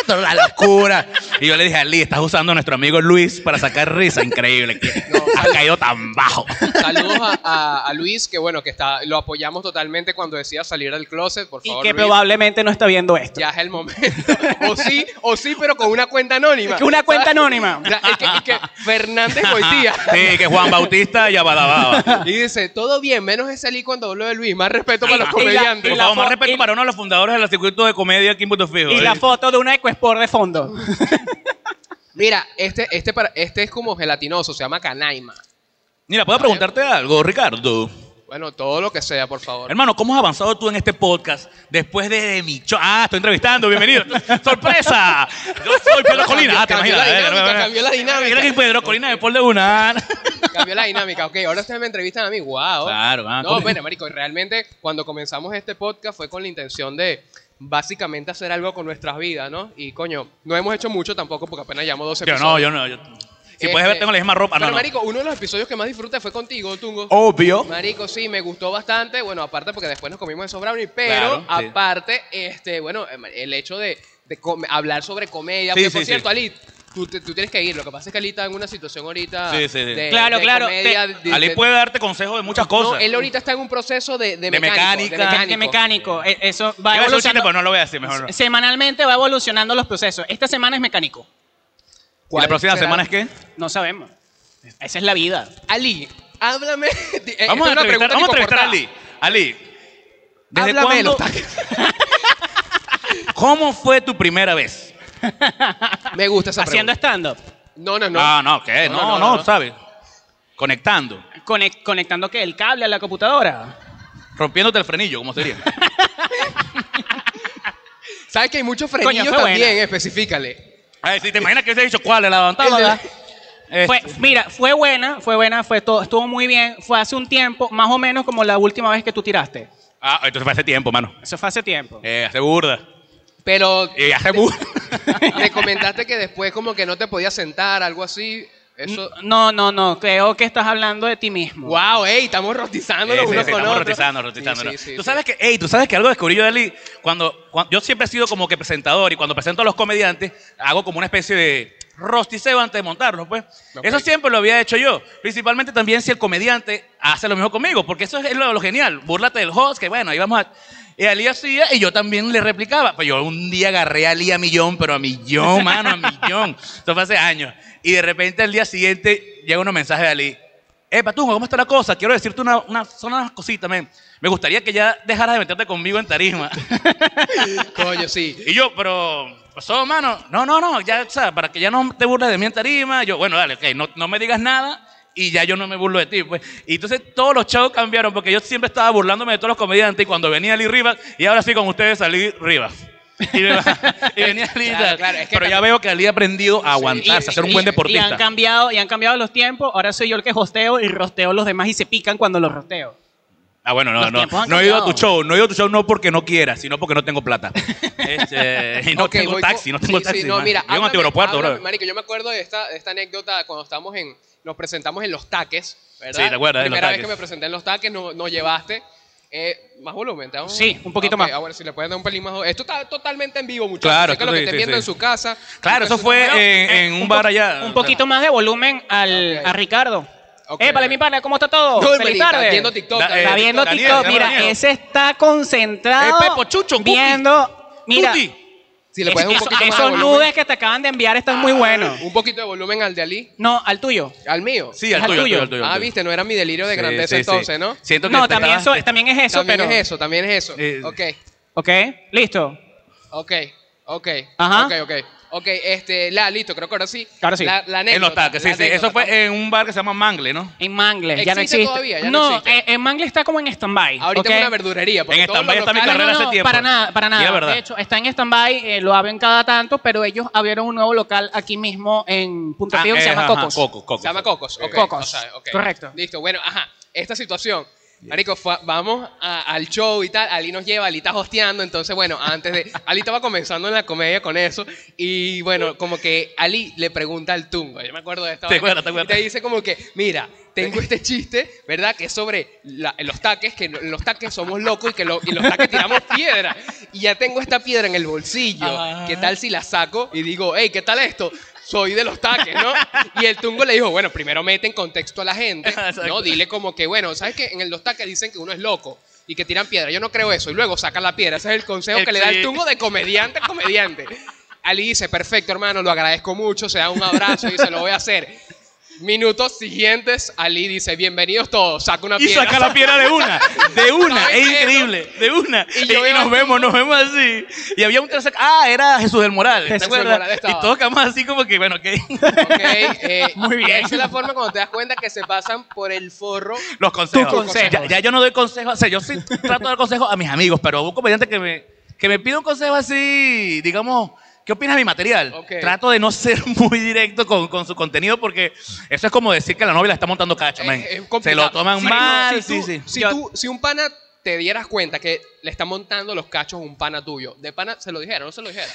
Speaker 2: La locura. Y yo le dije, Ali, estás usando a nuestro amigo Luis para sacar risa. Increíble.
Speaker 3: *laughs*
Speaker 2: que *laughs*
Speaker 1: No,
Speaker 2: has caído tan bajo.
Speaker 1: Saludos a, a- a Luis, que bueno, que está, lo apoyamos totalmente cuando decía salir del closet, por
Speaker 3: Y
Speaker 1: favor.
Speaker 3: que
Speaker 1: Luis,
Speaker 3: probablemente no está viendo esto.
Speaker 1: Ya es el momento. O sí, o sí, pero con una cuenta anónima.
Speaker 3: Que una
Speaker 1: *laughs*
Speaker 3: cuenta
Speaker 1: ¿Sabes?
Speaker 3: anónima.
Speaker 1: Ya, es que, es que Fernández Goitía.
Speaker 2: *laughs* sí, que Juan Bautista ya badababa.
Speaker 3: *laughs*
Speaker 1: Y dice, todo bien, menos ese Ali cuando habló de Luis. Más respeto
Speaker 3: *laughs*
Speaker 1: para los
Speaker 3: Y la-
Speaker 1: comediantes.
Speaker 3: y
Speaker 2: Por
Speaker 3: la
Speaker 2: favor, más
Speaker 3: fo-
Speaker 2: respeto
Speaker 3: y-
Speaker 2: para uno de los fundadores del circuito de comedia aquí en Puerto Fijo. ¿eh?
Speaker 3: Y la foto de una Ecuespor de fondo.
Speaker 1: Mira, este, este, para, este es como gelatinoso, se llama Canaima.
Speaker 2: Mira, ¿puedo preguntarte algo, Ricardo?
Speaker 1: Bueno, todo lo que sea, por favor.
Speaker 2: Hermano, ¿cómo has avanzado tú en este podcast después de, de mi cho- Ah, estoy
Speaker 1: *laughs*
Speaker 2: entrevistando, bienvenido. ¡Sorpresa! Yo soy Pedro Colina. Ah, te
Speaker 1: Cambió la
Speaker 2: imaginas.
Speaker 1: dinámica,
Speaker 2: eh, eh,
Speaker 1: cambió la dinámica.
Speaker 2: Mira que Pedro Colina de Paul
Speaker 1: *laughs*
Speaker 2: de Bunar.
Speaker 1: Cambió la dinámica, ok. Ahora ustedes me entrevistan a mí, wow.
Speaker 2: Claro, ah,
Speaker 1: No,
Speaker 2: ¿cómo?
Speaker 1: bueno, Marico, realmente cuando comenzamos este podcast fue con la intención de básicamente hacer algo con nuestras vidas, ¿no? Y coño, no hemos hecho mucho tampoco porque apenas llevamos 12
Speaker 2: Yo
Speaker 1: episodios.
Speaker 2: no, yo no. yo- Si puedes ver,
Speaker 1: Este,
Speaker 2: tengo la misma ropa.
Speaker 1: Pero,
Speaker 2: No, no.
Speaker 1: Marico, uno de los episodios que más disfruté fue contigo, Tungo.
Speaker 3: Oh. *laughs*
Speaker 2: Obvio.
Speaker 1: Marico, sí, me gustó bastante. Bueno, aparte porque después nos comimos esos brownies, pero
Speaker 2: Claro, sí.
Speaker 1: aparte, este, bueno, el hecho de, de com- hablar sobre comedia.
Speaker 2: Sí,
Speaker 1: porque,
Speaker 2: sí,
Speaker 1: por cierto,
Speaker 2: sí.
Speaker 1: Ali, tú, te- tú tienes que ir. Lo que pasa es que Ali está en una situación ahorita.
Speaker 2: Sí, sí, sí.
Speaker 1: de-
Speaker 3: Claro,
Speaker 1: de
Speaker 3: claro,
Speaker 1: comedia,
Speaker 3: te-
Speaker 1: de-
Speaker 2: Ali
Speaker 1: de-
Speaker 2: puede darte consejos de muchas
Speaker 1: No,
Speaker 2: cosas.
Speaker 1: él ahorita está en un proceso de, de
Speaker 2: De
Speaker 1: mecánico,
Speaker 2: mecánica.
Speaker 3: De mecánico. Eh, Eso va
Speaker 2: Iba a hacer un chiste,
Speaker 3: evolucionando.
Speaker 2: pero no lo voy a decir, mejor no.
Speaker 3: Semanalmente va evolucionando los procesos. Esta semana es mecánico.
Speaker 2: ¿Y la próxima
Speaker 1: será? Eh,
Speaker 2: semana es qué?
Speaker 3: No sabemos. Esa es la vida.
Speaker 1: Ali, háblame. de- eh,
Speaker 2: Vamos a
Speaker 1: esto es una
Speaker 2: entrevistar,
Speaker 1: pregunta
Speaker 2: vamos a entrevistar a Ali.
Speaker 1: tipo
Speaker 2: Ali, ¿desde
Speaker 1: Háblame de
Speaker 2: cuándo?
Speaker 1: los
Speaker 2: ¿Cómo fue tu primera vez?
Speaker 1: portada. *laughs* Me gusta esa
Speaker 3: Haciendo
Speaker 1: pregunta.
Speaker 3: stand-up.
Speaker 1: No, no, no.
Speaker 2: Ah, No, no, ¿qué?
Speaker 1: No, no, no,
Speaker 2: No, no,
Speaker 1: no.
Speaker 2: ¿sabes? Conectando.
Speaker 3: Conec- conectando que el cable a la computadora.
Speaker 2: Rompiéndote el frenillo,
Speaker 1: *laughs*
Speaker 2: ¿cómo sería?
Speaker 1: Sabes que hay muchos
Speaker 3: Coño,
Speaker 1: frenillos
Speaker 3: fue buena.
Speaker 1: también, especifícale.
Speaker 2: A ver, si te imaginas que hubiese dicho cuál, la levantada. Este,
Speaker 3: Fue, mira, fue buena, fue buena, fue todo, estuvo muy bien. Fue hace un tiempo, más o menos como la última vez que tú tiraste.
Speaker 2: Ah, entonces fue hace tiempo, mano.
Speaker 3: Eso fue hace tiempo.
Speaker 2: Eh, hace burda.
Speaker 1: Pero
Speaker 2: *laughs* Eh, hace burda.
Speaker 1: me comentaste que después como que no te podías sentar, algo así. Eso.
Speaker 3: No, no, no. Creo que estás hablando de ti mismo.
Speaker 1: Wow, ey, estamos rotizándonos
Speaker 2: Eh, sí,
Speaker 1: uno
Speaker 2: sí,
Speaker 1: con
Speaker 2: estamos
Speaker 1: otro.
Speaker 2: rotizando, rotizando.
Speaker 1: Sí, sí, sí,
Speaker 2: tú
Speaker 1: sí.
Speaker 2: sabes que, ey, tú sabes que algo descubrí yo de Ali, cuando, cuando- yo siempre he sido como que presentador y cuando presento a los comediantes hago como una especie de rosticeo antes de montarlos, pues.
Speaker 1: Ok.
Speaker 2: Eso siempre lo había hecho yo, principalmente también si el comediante hace lo mismo conmigo, porque eso es lo, lo genial, búrlate del host, que bueno, ahí vamos a... Y Ali hacía, y yo también le replicaba. Pues yo un día agarré a Ali a millón, pero a millón, mano, a
Speaker 1: *laughs*
Speaker 2: millón. Eso fue hace años. Y de repente al día siguiente llega unos mensajes de Ali. Eh, Patungo, ¿cómo está la cosa? Quiero decirte una, una, son unas cositas, men. Me gustaría que ya dejaras de meterte conmigo
Speaker 1: *laughs*
Speaker 2: en tarima.
Speaker 1: Coño, sí.
Speaker 2: y yo, pero, pasó, mano. No, no, no, ya, o sea, para que ya no te burles de mí en tarima. Yo, bueno, dale, ok, no, no me digas nada y ya yo no me burlo de ti. Pues. Y entonces todos los shows cambiaron porque yo siempre estaba burlándome de todos los comediantes y cuando venía Ali Rivas, y ahora sí con ustedes salí Rivas. Y, me- *laughs* y venía Ali.
Speaker 1: Claro, claro, es que
Speaker 2: pero ya
Speaker 1: también-
Speaker 2: veo que Ali ha aprendido a aguantarse,
Speaker 1: y-
Speaker 2: a ser un
Speaker 1: y-
Speaker 2: buen
Speaker 1: y han
Speaker 3: Y han
Speaker 2: deportista.
Speaker 3: cambiado, y han cambiado los tiempos. Ahora soy yo el que hosteo y rosteo a los demás y se pican cuando los rosteo.
Speaker 2: Ah, bueno, no,
Speaker 3: Los
Speaker 2: no.
Speaker 3: tiempos han
Speaker 2: No he ido a
Speaker 3: cambiado.
Speaker 2: tu show. No he ido a tu show no porque no quiera, sino porque no tengo plata. Este, y no
Speaker 1: Ok,
Speaker 2: tengo
Speaker 1: voy
Speaker 2: taxi,
Speaker 1: con-
Speaker 2: no tengo
Speaker 1: sí, sí,
Speaker 2: taxi.
Speaker 1: no,
Speaker 2: man.
Speaker 1: mira,
Speaker 2: Vivo en
Speaker 1: háblame-
Speaker 2: Antiguo aeropuerto,
Speaker 1: háblame,
Speaker 2: bro.
Speaker 1: Marico, yo me acuerdo de esta, de esta anécdota cuando estábamos en, nos presentamos en los taques, ¿verdad?
Speaker 2: Sí, ¿te acuerdas de los
Speaker 1: Primera vez
Speaker 2: taques?
Speaker 1: que me presenté en los taques, no, no llevaste. Eh, más volumen, ¿te damos?
Speaker 3: Sí, un poquito
Speaker 1: Ok,
Speaker 3: más.
Speaker 1: Ah, bueno, si le pueden dar un pelín más. Esto está totalmente en vivo, muchachos.
Speaker 2: Claro,
Speaker 1: Así que lo
Speaker 2: esto
Speaker 1: que
Speaker 2: sí,
Speaker 1: estén
Speaker 2: sí,
Speaker 1: viendo
Speaker 2: sí.
Speaker 1: en su casa.
Speaker 2: Claro, eso fue eh,
Speaker 1: Bueno,
Speaker 2: en, en un bar
Speaker 3: po-
Speaker 2: allá.
Speaker 3: Un poquito más de volumen al,
Speaker 1: Ok.
Speaker 3: a Ricardo.
Speaker 1: Ok.
Speaker 3: Eh, vale, mi pana, ¿cómo está todo?
Speaker 1: No,
Speaker 3: Feliz
Speaker 1: hermanita,
Speaker 3: tarde.
Speaker 1: viendo TikTok.
Speaker 2: Da-
Speaker 1: también.
Speaker 2: eh,
Speaker 3: Está viendo
Speaker 2: Daniel,
Speaker 3: TikTok.
Speaker 2: Daniel,
Speaker 3: Mira,
Speaker 2: Daniel.
Speaker 3: ese está concentrado.
Speaker 2: Eh, Pepo, Chucho, Cupi.
Speaker 3: Viendo. Mira,
Speaker 2: Tuti.
Speaker 1: si le puedes dar un
Speaker 3: eso-
Speaker 1: poquito más de
Speaker 3: esos
Speaker 1: volumen. Ah,
Speaker 3: nudes que te acaban de enviar están muy buenos.
Speaker 1: Un poquito de volumen al de Ali,
Speaker 3: No, al tuyo.
Speaker 1: al mío.
Speaker 2: Sí, al
Speaker 3: Al
Speaker 2: tuyo, al
Speaker 3: tuyo.
Speaker 2: tuyo, al tuyo.
Speaker 1: ah, viste, no era mi delirio de
Speaker 2: Sí,
Speaker 1: grandeza
Speaker 2: sí, sí.
Speaker 1: entonces, ¿no?
Speaker 2: Siento que
Speaker 3: No,
Speaker 2: te
Speaker 3: también,
Speaker 2: estabas-
Speaker 3: eso, también es eso,
Speaker 1: también
Speaker 3: pero.
Speaker 1: es eso, también es eso.
Speaker 2: Eh,
Speaker 1: ok,
Speaker 3: Ok, listo.
Speaker 1: ok, ok.
Speaker 3: Ajá.
Speaker 1: Ok, ok. Ok, este, la, listo, creo que ahora sí.
Speaker 3: Ahora sí.
Speaker 1: La, la
Speaker 2: En los
Speaker 1: anécdota,
Speaker 2: taques, sí,
Speaker 1: la
Speaker 2: sí. Eso
Speaker 1: anécdota.
Speaker 2: fue en un bar que se llama Mangle, ¿no?
Speaker 3: En Mangle, ya no
Speaker 1: ¿Existe
Speaker 3: existe.
Speaker 1: todavía? Ya no
Speaker 3: no,
Speaker 1: existe.
Speaker 3: eh, en Mangle está como en stand-by.
Speaker 1: Ahorita
Speaker 3: ¿ok? Ah,
Speaker 1: es una verdurería. porque
Speaker 2: En
Speaker 1: todos los
Speaker 2: stand-by está mi
Speaker 1: locales-
Speaker 2: carrera. hace tiempo.
Speaker 3: para nada,
Speaker 2: Y
Speaker 3: para
Speaker 2: es
Speaker 3: nada.
Speaker 2: verdad.
Speaker 3: De hecho, está en stand-by, eh, lo abren cada tanto, pero ellos abrieron un nuevo local aquí mismo en Punto Fijo que se
Speaker 2: eh,
Speaker 3: llama
Speaker 2: ajá,
Speaker 3: Cocos.
Speaker 2: Cocos, Cocos.
Speaker 1: Se llama Ah, Cocos.
Speaker 2: Eh,
Speaker 1: ok,
Speaker 3: Cocos.
Speaker 1: o sea, ok.
Speaker 3: Correcto.
Speaker 1: Listo, bueno, ajá. Esta situación. Marico, fa- vamos a- al show y tal. Ali nos lleva, Ali está hosteando. Entonces, bueno, antes
Speaker 3: *laughs*
Speaker 1: de. Ali estaba comenzando en la comedia con eso. Y bueno, como que Ali le pregunta al tungo. Yo me acuerdo de esta.
Speaker 2: Te
Speaker 1: vaina.
Speaker 2: acuerdas, te acuerdas.
Speaker 1: Y te dice como que, mira, tengo
Speaker 2: *laughs*
Speaker 1: este chiste, ¿verdad? Que es sobre la- los taques, que no- los taques somos locos y que lo- y los taques tiramos piedra. Y ya tengo esta piedra en el bolsillo.
Speaker 2: Ajá.
Speaker 1: ¿Qué tal si la saco y digo, hey, ¿qué tal esto? Soy de los taques, ¿no? Y el tungo le dijo, bueno, primero mete en contexto a la gente, ¿no?
Speaker 2: *laughs* Exacto.
Speaker 1: Dile como que, bueno, ¿sabes qué? En el- los taques dicen que uno es loco y que tiran piedra. Yo no creo eso. Y luego saca la piedra. Ese es el consejo que le da el
Speaker 2: Sí.
Speaker 1: tungo de comediante a comediante. Ali dice, perfecto, hermano, lo agradezco mucho, se da un abrazo y dice, lo voy a hacer. Minutos siguientes, Ali dice, bienvenidos todos, saca una
Speaker 2: Y
Speaker 1: piedra.
Speaker 2: saca la piedra de una,
Speaker 1: *laughs*
Speaker 2: de una,
Speaker 1: Ay,
Speaker 2: es
Speaker 1: bueno.
Speaker 2: increíble, de una.
Speaker 1: Y
Speaker 2: Y,
Speaker 1: yo
Speaker 2: y
Speaker 1: veo
Speaker 2: nos
Speaker 1: al
Speaker 2: vemos, nos vemos así. Y había un tercer, ah, era Jesús del Moral, ¿te
Speaker 1: Jesús del
Speaker 2: acuerdas?
Speaker 1: Moral estaba.
Speaker 2: Y todos quedamos así como que,
Speaker 1: *laughs*
Speaker 2: bueno, ok,
Speaker 1: Ok,
Speaker 2: *laughs*
Speaker 1: eh,
Speaker 3: Muy bien.
Speaker 1: Esa es la forma cuando te das cuenta que se pasan por el forro
Speaker 2: los consejos.
Speaker 3: Tus consejos.
Speaker 2: Ya, ya yo no doy consejos, o sea, yo sí trato de dar consejos a mis amigos, pero un comediante que me, que me pide un consejo así, digamos, ¿qué opinas de mi material?
Speaker 1: Ok.
Speaker 2: Trato de no ser *laughs* muy directo con, con su contenido porque eso es como decir que la novia la está montando cacho, man.
Speaker 1: Eh, Es- es
Speaker 2: Se
Speaker 1: complicado.
Speaker 2: lo toman
Speaker 1: Sí,
Speaker 2: mal,
Speaker 1: no, si
Speaker 2: sí,
Speaker 1: tú-
Speaker 2: sí.
Speaker 1: Si,
Speaker 3: Yo-
Speaker 1: tú- si un pana te dieras cuenta que le está montando los cachos a un pana tuyo, de pana se lo dijera, no se lo dijera.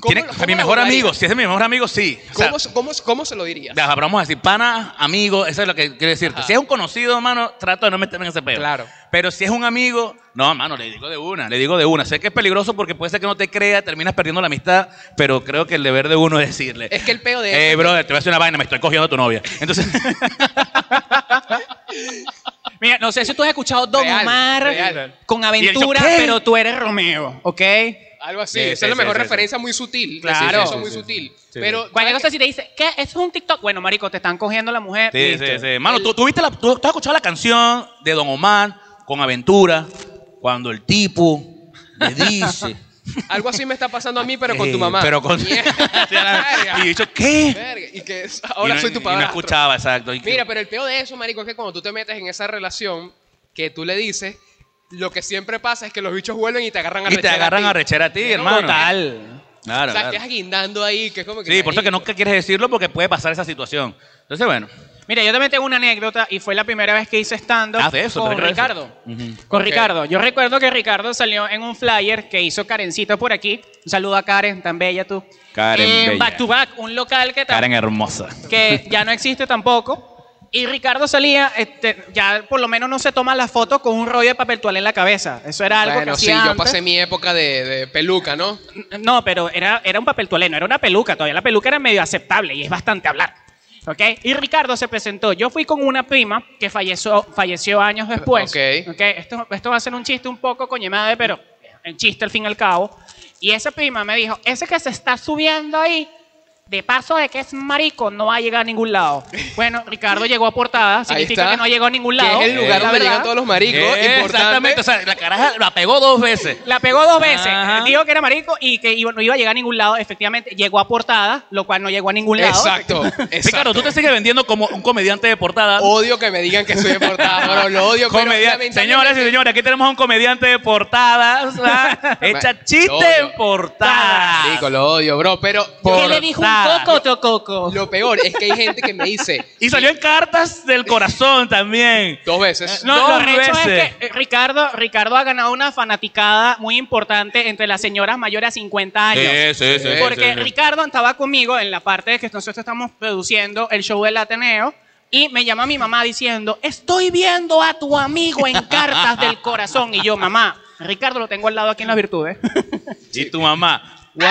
Speaker 1: ¿Cómo-
Speaker 2: Tiene-
Speaker 1: cómo
Speaker 2: mi
Speaker 1: lo
Speaker 2: mejor
Speaker 1: abordarías?
Speaker 2: amigo, si es de mi mejor amigo, sí. O sea,
Speaker 1: ¿Cómo, se- cómo, se- cómo se lo dirías?
Speaker 2: Ya, pero vamos a decir, pana, amigo, eso es lo que quiero decirte.
Speaker 1: Ajá.
Speaker 2: Si es un conocido, hermano, trato de no meterme en ese pedo.
Speaker 1: Claro.
Speaker 2: Pero si es un amigo, no, hermano, le digo de una, le digo de una. Sé que es peligroso porque puede ser que no te crea, terminas perdiendo la amistad, pero creo que el deber de uno es decirle.
Speaker 1: Es que el peo de eso
Speaker 2: Eh,
Speaker 1: es
Speaker 2: brother, te voy a hacer una vaina, me estoy cogiendo a tu novia.
Speaker 1: *laughs*
Speaker 2: Entonces,
Speaker 3: Mira, no sé si tú has escuchado Don
Speaker 1: Real,
Speaker 3: Omar
Speaker 1: real.
Speaker 3: con
Speaker 2: Y
Speaker 3: aventura,
Speaker 2: él dijo, ¿qué?
Speaker 3: pero tú eres Romeo, ¿ok?
Speaker 1: Algo así.
Speaker 2: Sí,
Speaker 1: Esa
Speaker 2: sí,
Speaker 1: es la
Speaker 2: sí,
Speaker 1: mejor
Speaker 2: sí, sí.
Speaker 1: referencia muy sutil.
Speaker 3: Claro.
Speaker 1: Claro. Eso
Speaker 3: Sí,
Speaker 1: muy
Speaker 2: sí,
Speaker 1: sutil.
Speaker 2: sí.
Speaker 1: Pero
Speaker 3: Cualquier cosa si te dice, ¿qué? ¿Es un TikTok? Bueno, marico, te están cogiendo la mujer.
Speaker 2: sí,
Speaker 3: listo.
Speaker 2: sí, sí. Mano, ¿tú, tú viste la- tú- tú has escuchado la canción de Don Omar con Aventura, cuando el tipo le dice.
Speaker 1: algo así me está pasando a mí, *laughs* pero con
Speaker 2: eh,
Speaker 1: tu mamá. *laughs*
Speaker 2: Pero con. *laughs*
Speaker 1: Mierda.
Speaker 2: y dicho, ¿qué?
Speaker 1: Verga, y que es- ahora
Speaker 2: Y no-
Speaker 1: soy tu
Speaker 2: Y no
Speaker 1: padre.
Speaker 2: escuchaba, exacto. Y que-
Speaker 1: Mira, pero el peor de eso, marico, es que cuando tú te metes en esa relación que tú le dices, lo que siempre pasa es que los bichos vuelven y te agarran a
Speaker 2: Y te agarran a rechar a ti, hermano.
Speaker 3: Total.
Speaker 1: O
Speaker 2: Claro,
Speaker 1: sea,
Speaker 2: claro.
Speaker 1: quedas guindando ahí, que es como que...
Speaker 2: Sí, por eso que no
Speaker 1: marico.
Speaker 2: que quieres decirlo porque puede pasar esa situación. Entonces, bueno.
Speaker 3: Mira, yo también tengo una anécdota y fue la primera vez que hice stand-up
Speaker 2: Ah, de eso,
Speaker 3: con
Speaker 2: también creo
Speaker 3: Ricardo.
Speaker 2: eso. Ujú.
Speaker 3: Con
Speaker 1: Ok.
Speaker 3: Ricardo. Yo recuerdo que Ricardo salió en un flyer que hizo Karencita por aquí. Un saludo a Karen, tan bella tú.
Speaker 2: Karen,
Speaker 3: En
Speaker 2: bella.
Speaker 3: Back to Back, un local que, tam-
Speaker 2: Karen hermosa.
Speaker 3: que ya no existe tampoco. Y Ricardo salía, este, ya por lo menos no se toma la foto con un rollo de papel toal en la cabeza. Eso era algo que
Speaker 1: Bueno, sí,
Speaker 3: hacía
Speaker 1: yo
Speaker 3: antes.
Speaker 1: pasé mi época de, de peluca, ¿no?
Speaker 3: No, pero era, era un papel toalé, no era una peluca todavía. La peluca era medio aceptable y es bastante hablar. ¿Ok? Y Ricardo se presentó. Yo fui con una prima que falleció, falleció años después.
Speaker 1: Ok.
Speaker 3: ¿ok? Esto, esto va a ser un chiste un poco coñemade, pero un chiste al fin y al cabo. Y esa prima me dijo, ese que se está subiendo ahí, de paso de que es marico, no va a llegar a ningún lado. Bueno, Ricardo llegó a portada, significa
Speaker 1: está.
Speaker 3: que no llegó a ningún
Speaker 1: Que
Speaker 3: lado.
Speaker 1: es el lugar
Speaker 3: la
Speaker 1: donde
Speaker 3: verdad.
Speaker 1: llegan todos los maricos.
Speaker 2: Eh,
Speaker 1: importante.
Speaker 2: Exactamente. O sea, la caraja la pegó dos veces.
Speaker 3: La pegó dos veces.
Speaker 2: Ajá.
Speaker 3: Dijo que era marico y que iba- no iba a llegar a ningún lado. Efectivamente, llegó a portada, lo cual no llegó a ningún
Speaker 2: *laughs*
Speaker 3: lado.
Speaker 1: Exacto,
Speaker 2: Ricardo,
Speaker 1: exacto.
Speaker 2: tú te sigues vendiendo como un comediante de portada.
Speaker 1: Odio que me digan que soy deportado, no, lo odio. pero
Speaker 2: Comedia-
Speaker 1: lamentablemente-
Speaker 2: Señoras y señores, aquí tenemos a un comediante de portada. o sea, Echa
Speaker 1: Ma-
Speaker 2: chiste
Speaker 1: Odio.
Speaker 2: en portada. ah.
Speaker 1: Marico, lo odio, bro, pero...
Speaker 3: ¿Qué le dijo un
Speaker 2: nada.
Speaker 3: Coco, tococo.
Speaker 1: Lo peor es que hay gente que me dice
Speaker 2: *laughs* Y salió en cartas del corazón también.
Speaker 1: dos veces.
Speaker 3: No,
Speaker 2: Dos
Speaker 3: lo recho es
Speaker 2: veces.
Speaker 3: que eh, Ricardo, Ricardo ha ganado una fanaticada muy importante entre las señoras mayores a 50 años.
Speaker 2: sí,
Speaker 1: sí,
Speaker 3: porque Ricardo andaba conmigo en la parte de que nosotros estamos produciendo el show del Ateneo y me llama mi mamá diciendo, estoy viendo a tu amigo en Cartas del Corazón. Y yo, mamá, Ricardo lo tengo al lado aquí en Las Virtudes. *laughs*
Speaker 2: Y tu mamá.
Speaker 1: Wow.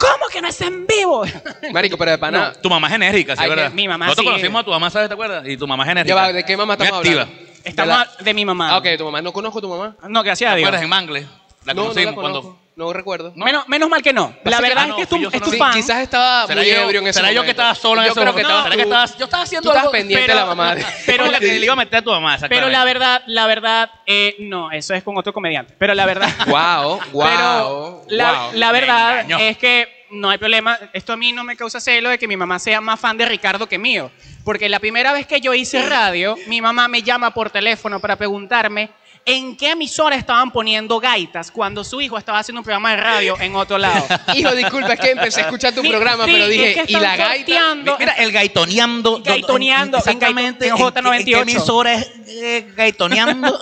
Speaker 3: ¿Cómo que no es en vivo?
Speaker 1: Marico, pero de
Speaker 2: No,
Speaker 1: pana.
Speaker 2: tu mamá es genérica, ¿sí,
Speaker 1: Ay,
Speaker 2: verdad?
Speaker 3: mi mamá
Speaker 2: Nosotros
Speaker 3: sí.
Speaker 2: conocimos a tu mamá, ¿sabes? ¿Te acuerdas? Y tu mamá es genérica.
Speaker 1: Ya va, ¿de qué mamá
Speaker 2: Muy
Speaker 1: estamos
Speaker 2: activa.
Speaker 1: hablando?
Speaker 3: Estamos
Speaker 1: De la-
Speaker 3: a- de mi mamá.
Speaker 1: Ah, ok, tu mamá. No conozco a tu mamá.
Speaker 3: No, gracias a
Speaker 2: ¿Te
Speaker 3: Dios.
Speaker 2: acuerdas en Mangle? La
Speaker 1: no,
Speaker 2: conocimos
Speaker 1: no la
Speaker 2: cuando.
Speaker 1: conozco. No recuerdo.
Speaker 3: Menos, menos mal que no. La
Speaker 2: Pasa que-
Speaker 3: verdad
Speaker 2: ah, no,
Speaker 3: es que es tu,
Speaker 1: pues
Speaker 2: fui yo
Speaker 3: es tu
Speaker 2: solo. Sí,
Speaker 3: fan.
Speaker 1: Quizás estaba
Speaker 2: ¿Será
Speaker 1: muy
Speaker 2: yo,
Speaker 1: ebrio en ese
Speaker 2: será yo que
Speaker 1: momento.
Speaker 2: estaba solo en
Speaker 1: Yo
Speaker 2: ese
Speaker 1: creo que
Speaker 2: momento?
Speaker 1: estabas
Speaker 2: ¿Será que
Speaker 1: tú-
Speaker 2: estabas- yo estaba haciendo
Speaker 1: tú estabas
Speaker 2: algo?
Speaker 1: pendiente
Speaker 2: pero-
Speaker 1: de la mamá.
Speaker 2: *laughs* Pero la que le iba a meter a tu mamá, exactamente.
Speaker 3: Pero la verdad, la verdad, eh, no, eso es con otro comediante. Pero
Speaker 1: *laughs*
Speaker 3: la verdad.
Speaker 1: Wow,
Speaker 3: Pero
Speaker 1: wow.
Speaker 3: la,
Speaker 1: wow.
Speaker 3: la
Speaker 2: me
Speaker 3: verdad
Speaker 2: engañó.
Speaker 3: es que no hay problema. Esto a mí no me causa celo de que mi mamá sea más fan de Ricardo que mío. Porque la primera vez que yo hice radio, mi mamá me llama por teléfono para preguntarme en qué emisora estaban poniendo gaitas cuando su hijo estaba haciendo un programa de radio en otro lado.
Speaker 1: Hijo, disculpa, es que
Speaker 2: *laughs*
Speaker 1: empecé a escuchar *laughs* tu
Speaker 3: Mi-
Speaker 1: programa,
Speaker 3: sí,
Speaker 1: pero dije,
Speaker 3: es que
Speaker 1: ¿y
Speaker 3: están
Speaker 1: la gaita?
Speaker 3: sorteando-
Speaker 2: Mira, el gaitoneando.
Speaker 3: Gaitoneando, en
Speaker 2: Exactamente.
Speaker 3: gaito- en J98.
Speaker 2: ¿En qué emisora es eh,
Speaker 3: *laughs*
Speaker 2: gaitoneando?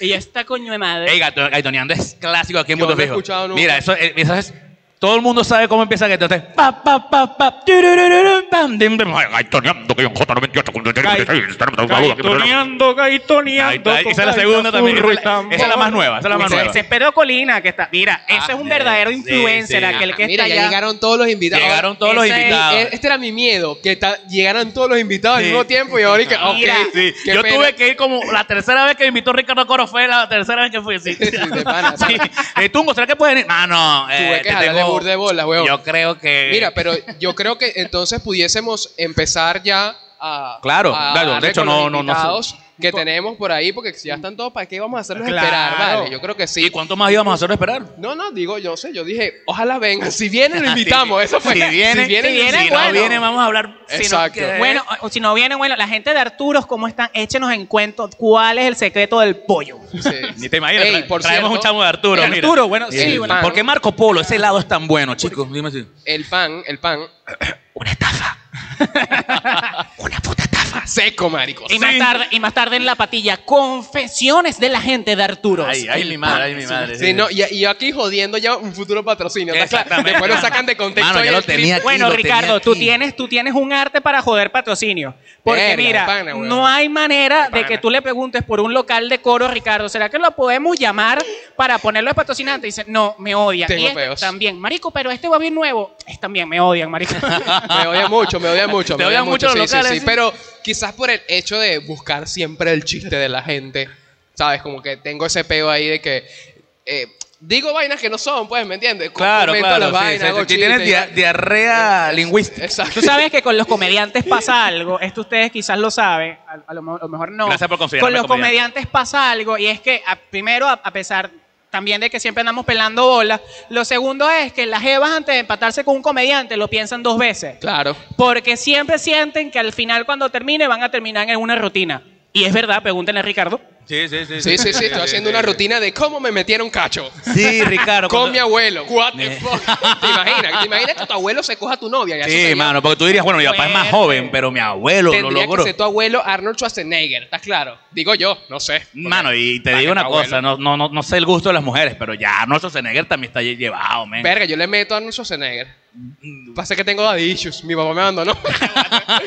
Speaker 3: Y esta coño de
Speaker 2: Ey,
Speaker 3: madre.
Speaker 2: gaito- gaitoneando es clásico aquí en
Speaker 1: Yo
Speaker 2: Puerto
Speaker 1: no he
Speaker 2: Rico.
Speaker 1: escuchado nunca.
Speaker 2: Mira, eso, eh, eso es. Todo el mundo sabe cómo empieza gaitoneando. Pa, pa, pa, pa. turururu, pam, dim, dim. Ay, Gaitoneando, que yo en J98. con-
Speaker 3: Gaitoneando,
Speaker 2: Ahí
Speaker 3: gaitoneando.
Speaker 2: está, Esa es la segunda también. Esa es la- esa es la más nueva. Esa es la más
Speaker 3: Ese-
Speaker 2: nueva.
Speaker 3: ese es Pedro Colina que está. Mira, ese es un
Speaker 2: sí,
Speaker 3: verdadero
Speaker 2: sí,
Speaker 3: influencer,
Speaker 2: sí.
Speaker 3: aquel que
Speaker 1: Ah, Mira,
Speaker 3: está
Speaker 1: ya
Speaker 3: allá.
Speaker 1: llegaron todos los invitados.
Speaker 2: Llegaron todos los
Speaker 3: Ese-
Speaker 2: invitados.
Speaker 1: Eh, Este era mi miedo, que ta- llegaran todos los invitados al
Speaker 2: Sí.
Speaker 1: mismo tiempo y
Speaker 2: *laughs*
Speaker 1: ahorita. ok,
Speaker 3: Mira.
Speaker 2: Ah, Sí,
Speaker 1: qué
Speaker 2: yo
Speaker 1: pena.
Speaker 2: tuve que ir como la tercera vez que me invitó Ricardo Coro fue la tercera vez que fui. Sí,
Speaker 1: Sí, de pana,
Speaker 2: Sí.
Speaker 1: pana.
Speaker 2: Eh, Tungo, ¿será que pueden ir? Ah, no. eh,
Speaker 1: Tuve que
Speaker 2: te
Speaker 1: jalarle
Speaker 2: tengo-
Speaker 1: burda de bola, weón.
Speaker 2: Yo creo que.
Speaker 1: Mira, pero yo creo que entonces pudiésemos empezar ya a.
Speaker 2: Claro,
Speaker 1: a
Speaker 2: claro, de
Speaker 1: darle
Speaker 2: hecho,
Speaker 1: con
Speaker 2: no-
Speaker 1: los
Speaker 2: no- no sé.
Speaker 1: invitados que tenemos por ahí, porque si ya están todos, ¿para qué vamos a hacerlos
Speaker 3: Claro.
Speaker 1: esperar? Vale, yo creo que
Speaker 2: ¿Y
Speaker 1: sí.
Speaker 2: cuánto más íbamos a hacer esperar? Ah,
Speaker 1: No, no, digo, yo sé, yo dije, ojalá vengan. Si vienen,
Speaker 2: *laughs*
Speaker 1: lo invitamos. Eso fue.
Speaker 2: Si viene,
Speaker 1: si vienen,
Speaker 3: si vienen,
Speaker 2: si no
Speaker 3: bueno.
Speaker 2: viene, vamos a hablar. si no
Speaker 1: Exacto.
Speaker 2: quiere.
Speaker 3: Bueno, o- o si no vienen, bueno, la gente de Arturos, ¿cómo están? Échenos en cuento cuál es el secreto del pollo.
Speaker 1: Sí.
Speaker 2: *laughs* Ni te imaginas.
Speaker 1: Ey,
Speaker 2: tra-
Speaker 1: por
Speaker 2: traemos
Speaker 1: cierto,
Speaker 2: un chamo de Arturo.
Speaker 3: de
Speaker 2: mira.
Speaker 3: Arturo, bueno, sí,
Speaker 2: El
Speaker 1: bueno.
Speaker 2: pan. ¿Por qué Marco Polo? Ese helado es tan bueno, chicos. Dime si.
Speaker 1: El pan, el pan.
Speaker 2: Una estafa. Una puta estafa.
Speaker 1: Seco, marico.
Speaker 3: Y más,
Speaker 2: Sí.
Speaker 3: tarde, y más tarde en la patilla, confesiones de la gente de Arturos.
Speaker 2: Ay, ay, mi madre, ay, mi madre.
Speaker 1: Sí, no, y, y yo aquí jodiendo ya un futuro patrocinio. ¿está claro?
Speaker 2: Exactamente,
Speaker 1: Después lo
Speaker 2: mano.
Speaker 1: sacan de contexto.
Speaker 2: Mano,
Speaker 1: ahí
Speaker 2: ya lo
Speaker 1: el clip.
Speaker 2: tenía aquí,
Speaker 3: Bueno,
Speaker 2: lo tenía
Speaker 3: Ricardo, tú
Speaker 2: aquí.
Speaker 3: tienes, tú tienes un arte para joder patrocinio. Porque
Speaker 1: Verga,
Speaker 3: mira,
Speaker 1: de pana, weón.
Speaker 3: no hay manera de que tú le preguntes por un local de coro, Ricardo, ¿será que lo podemos llamar para ponerlo de patrocinante? Y dice, no, me odia.
Speaker 1: Tengo
Speaker 3: y este
Speaker 1: peos.
Speaker 3: también, marico, pero este va bien nuevo. Es también, me odian, marico.
Speaker 1: Me odia mucho, me odia mucho.
Speaker 2: Te
Speaker 1: me
Speaker 2: odian mucho
Speaker 1: sí,
Speaker 2: los
Speaker 1: sí,
Speaker 2: locales,
Speaker 1: sí,
Speaker 2: sí.
Speaker 1: Pero quizás por el hecho de buscar siempre el chiste de la gente, ¿sabes? Como que tengo ese peo ahí de que. eh, digo vainas que no son, pues, ¿me entiendes?
Speaker 2: Claro,
Speaker 1: Comento
Speaker 2: claro.
Speaker 1: las
Speaker 2: sí,
Speaker 1: vainas,
Speaker 2: sí,
Speaker 1: hago
Speaker 2: sí, tienes
Speaker 1: chistes,
Speaker 2: dia-
Speaker 1: ¿no?
Speaker 2: diarrea lingüística.
Speaker 1: Exacto.
Speaker 3: Tú sabes que con los comediantes pasa algo, esto ustedes quizás lo saben, a, a lo, mo- a lo mejor no.
Speaker 2: Gracias por considerarme
Speaker 3: Con los
Speaker 2: comediante.
Speaker 3: comediantes pasa algo y es que a- primero, a, a pesar también de que siempre andamos pelando bolas, lo segundo es que las jevas antes de empatarse con un comediante lo piensan dos veces,
Speaker 1: Claro.
Speaker 3: porque siempre sienten que al final cuando termine van a terminar en una rutina. Y es verdad, pregúntenle a Ricardo.
Speaker 2: Sí, sí, sí.
Speaker 1: Sí, sí, sí, estoy haciendo una rutina de cómo me metieron cacho.
Speaker 2: Sí,
Speaker 1: *laughs*
Speaker 2: Ricardo.
Speaker 1: Con mi
Speaker 2: cuando-
Speaker 1: abuelo. What the fuck? ¿Te imaginas? ¿Te imaginas que tu abuelo se coja a tu novia? Ya eso
Speaker 2: Sí,
Speaker 1: sería-
Speaker 2: mano, porque tú dirías, bueno, mi papá es más
Speaker 3: Fuerte.
Speaker 2: joven, pero mi abuelo lo
Speaker 1: Tendría que
Speaker 2: logró.
Speaker 1: ser tu abuelo Arnold Schwarzenegger, ¿estás claro? Digo yo, no sé.
Speaker 2: Mano, y te
Speaker 1: Para
Speaker 2: digo
Speaker 1: que
Speaker 2: una
Speaker 1: tu
Speaker 2: cosa, no, no, no, no sé el gusto de las mujeres, pero ya Arnold Schwarzenegger también está llevado, men.
Speaker 1: Verga, yo le meto a Arnold Schwarzenegger.
Speaker 2: Mm.
Speaker 1: Pasa que tengo daddy issues. Mi papá me
Speaker 2: *laughs*
Speaker 1: abandonó.
Speaker 2: *laughs*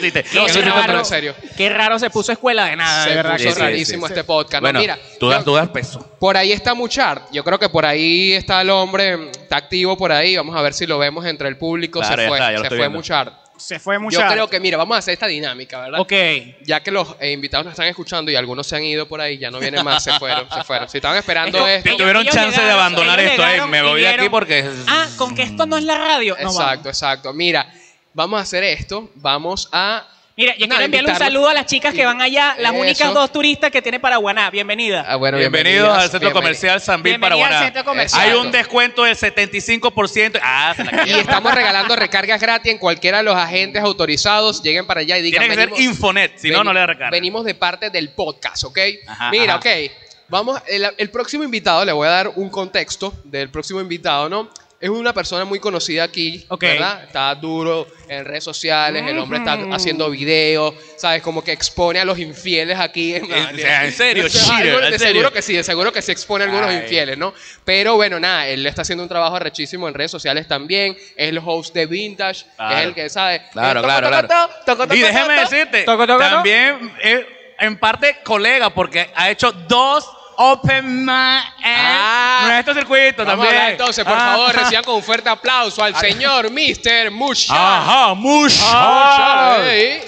Speaker 2: Sí, te-
Speaker 1: *laughs* No,
Speaker 2: que
Speaker 1: sí,
Speaker 2: no te-
Speaker 1: Navarro.
Speaker 2: pero-
Speaker 1: en serio.
Speaker 3: Qué raro se puso escuela de
Speaker 2: Ah,
Speaker 3: nada, de
Speaker 1: Se
Speaker 3: verdad.
Speaker 1: puso
Speaker 2: Sí, sí,
Speaker 1: rarísimo
Speaker 2: sí,
Speaker 1: este podcast.
Speaker 2: Bueno,
Speaker 1: no, mira,
Speaker 2: tú das,
Speaker 1: yo-
Speaker 2: tú das peso.
Speaker 1: por ahí está Muchart. Yo creo que por ahí está el hombre, mm, está activo por ahí. Vamos a ver si lo vemos entre el público.
Speaker 2: Claro,
Speaker 1: se
Speaker 2: ya
Speaker 1: fue,
Speaker 2: está, ya lo
Speaker 1: se
Speaker 2: estoy
Speaker 1: fue
Speaker 2: viendo.
Speaker 1: Muchart.
Speaker 3: Se fue mucho.
Speaker 1: Yo creo que, mira, vamos a hacer esta dinámica, ¿verdad?
Speaker 3: Ok.
Speaker 1: Ya que los eh, invitados nos están escuchando y algunos se han ido por ahí, ya no vienen más, se fueron, se fueron. Si estaban esperando
Speaker 3: Ellos-
Speaker 1: esto.
Speaker 2: Y tuvieron
Speaker 3: ellos
Speaker 2: chance de
Speaker 3: llegaron,
Speaker 2: abandonar
Speaker 3: ellos
Speaker 2: esto, eh,
Speaker 3: llegaron
Speaker 2: me
Speaker 3: y
Speaker 2: voy de aquí
Speaker 3: vieron,
Speaker 2: porque-
Speaker 3: Ah, con que esto no es la radio. No, vamos.
Speaker 1: Exacto, exacto. Mira, vamos a hacer esto. Vamos a.
Speaker 3: Mira, yo
Speaker 1: Nada,
Speaker 3: quiero enviarle un
Speaker 1: invitarlos.
Speaker 3: saludo a las chicas que van allá, las
Speaker 1: Eso.
Speaker 3: únicas dos turistas que tiene Paraguaná. Bienvenida.
Speaker 1: Ah, bueno,
Speaker 2: Bienvenidos
Speaker 1: bienvenidas,
Speaker 2: al centro
Speaker 1: bienvenidas.
Speaker 2: comercial San Bill
Speaker 3: Bienvenida al
Speaker 2: Paraguaná.
Speaker 3: centro comercial.
Speaker 2: Hay un
Speaker 1: Exacto.
Speaker 2: descuento del 75%. Ah, se
Speaker 1: *laughs*
Speaker 2: la
Speaker 1: Y
Speaker 2: cayeron.
Speaker 1: estamos regalando recargas gratis en cualquiera de los agentes autorizados. Lleguen para allá y digan.
Speaker 2: Tiene que ser
Speaker 1: "Venimos-
Speaker 2: Infonet, si no,
Speaker 1: veni-
Speaker 2: no le recarga.
Speaker 1: Venimos de parte del podcast, ¿ok?
Speaker 2: Ajá,
Speaker 1: Mira,
Speaker 2: ajá.
Speaker 1: ok. Vamos, el, el próximo invitado, le voy a dar un contexto del próximo invitado, ¿no? es una persona muy conocida aquí,
Speaker 3: Ok.
Speaker 1: ¿verdad? Está duro en redes sociales, el hombre está
Speaker 2: Mm.
Speaker 1: haciendo videos, ¿sabes? Como que expone a los infieles aquí. *laughs* En,
Speaker 2: Eh, o sea, en serio,
Speaker 1: *laughs* O sea,
Speaker 2: cheater,
Speaker 1: algo-
Speaker 2: en
Speaker 1: de
Speaker 2: serio.
Speaker 1: seguro que sí, de seguro que sí expone a algunos
Speaker 2: Ay.
Speaker 1: infieles, ¿no? Pero bueno, nada, él está haciendo un trabajo arrechísimo en redes sociales también, es el host de Vintage,
Speaker 2: Claro.
Speaker 1: es el que, ¿sabes?
Speaker 2: Claro,
Speaker 1: Eh, toco,
Speaker 2: claro,
Speaker 1: toco,
Speaker 2: claro.
Speaker 1: toco, toco, toco,
Speaker 2: Y déjame
Speaker 1: toco.
Speaker 2: decirte,
Speaker 3: Toco, toco, toco.
Speaker 2: también es en parte colega, porque ha hecho dos Open Mic
Speaker 1: Ah.
Speaker 2: en nuestro circuito
Speaker 1: Vamos a
Speaker 2: también.
Speaker 1: hablar entonces, por
Speaker 2: Ah.
Speaker 1: favor,
Speaker 2: *laughs*
Speaker 1: reciban con un fuerte aplauso al señor Mr. Musha.
Speaker 2: Ajá, mucho.
Speaker 1: Musha, ey.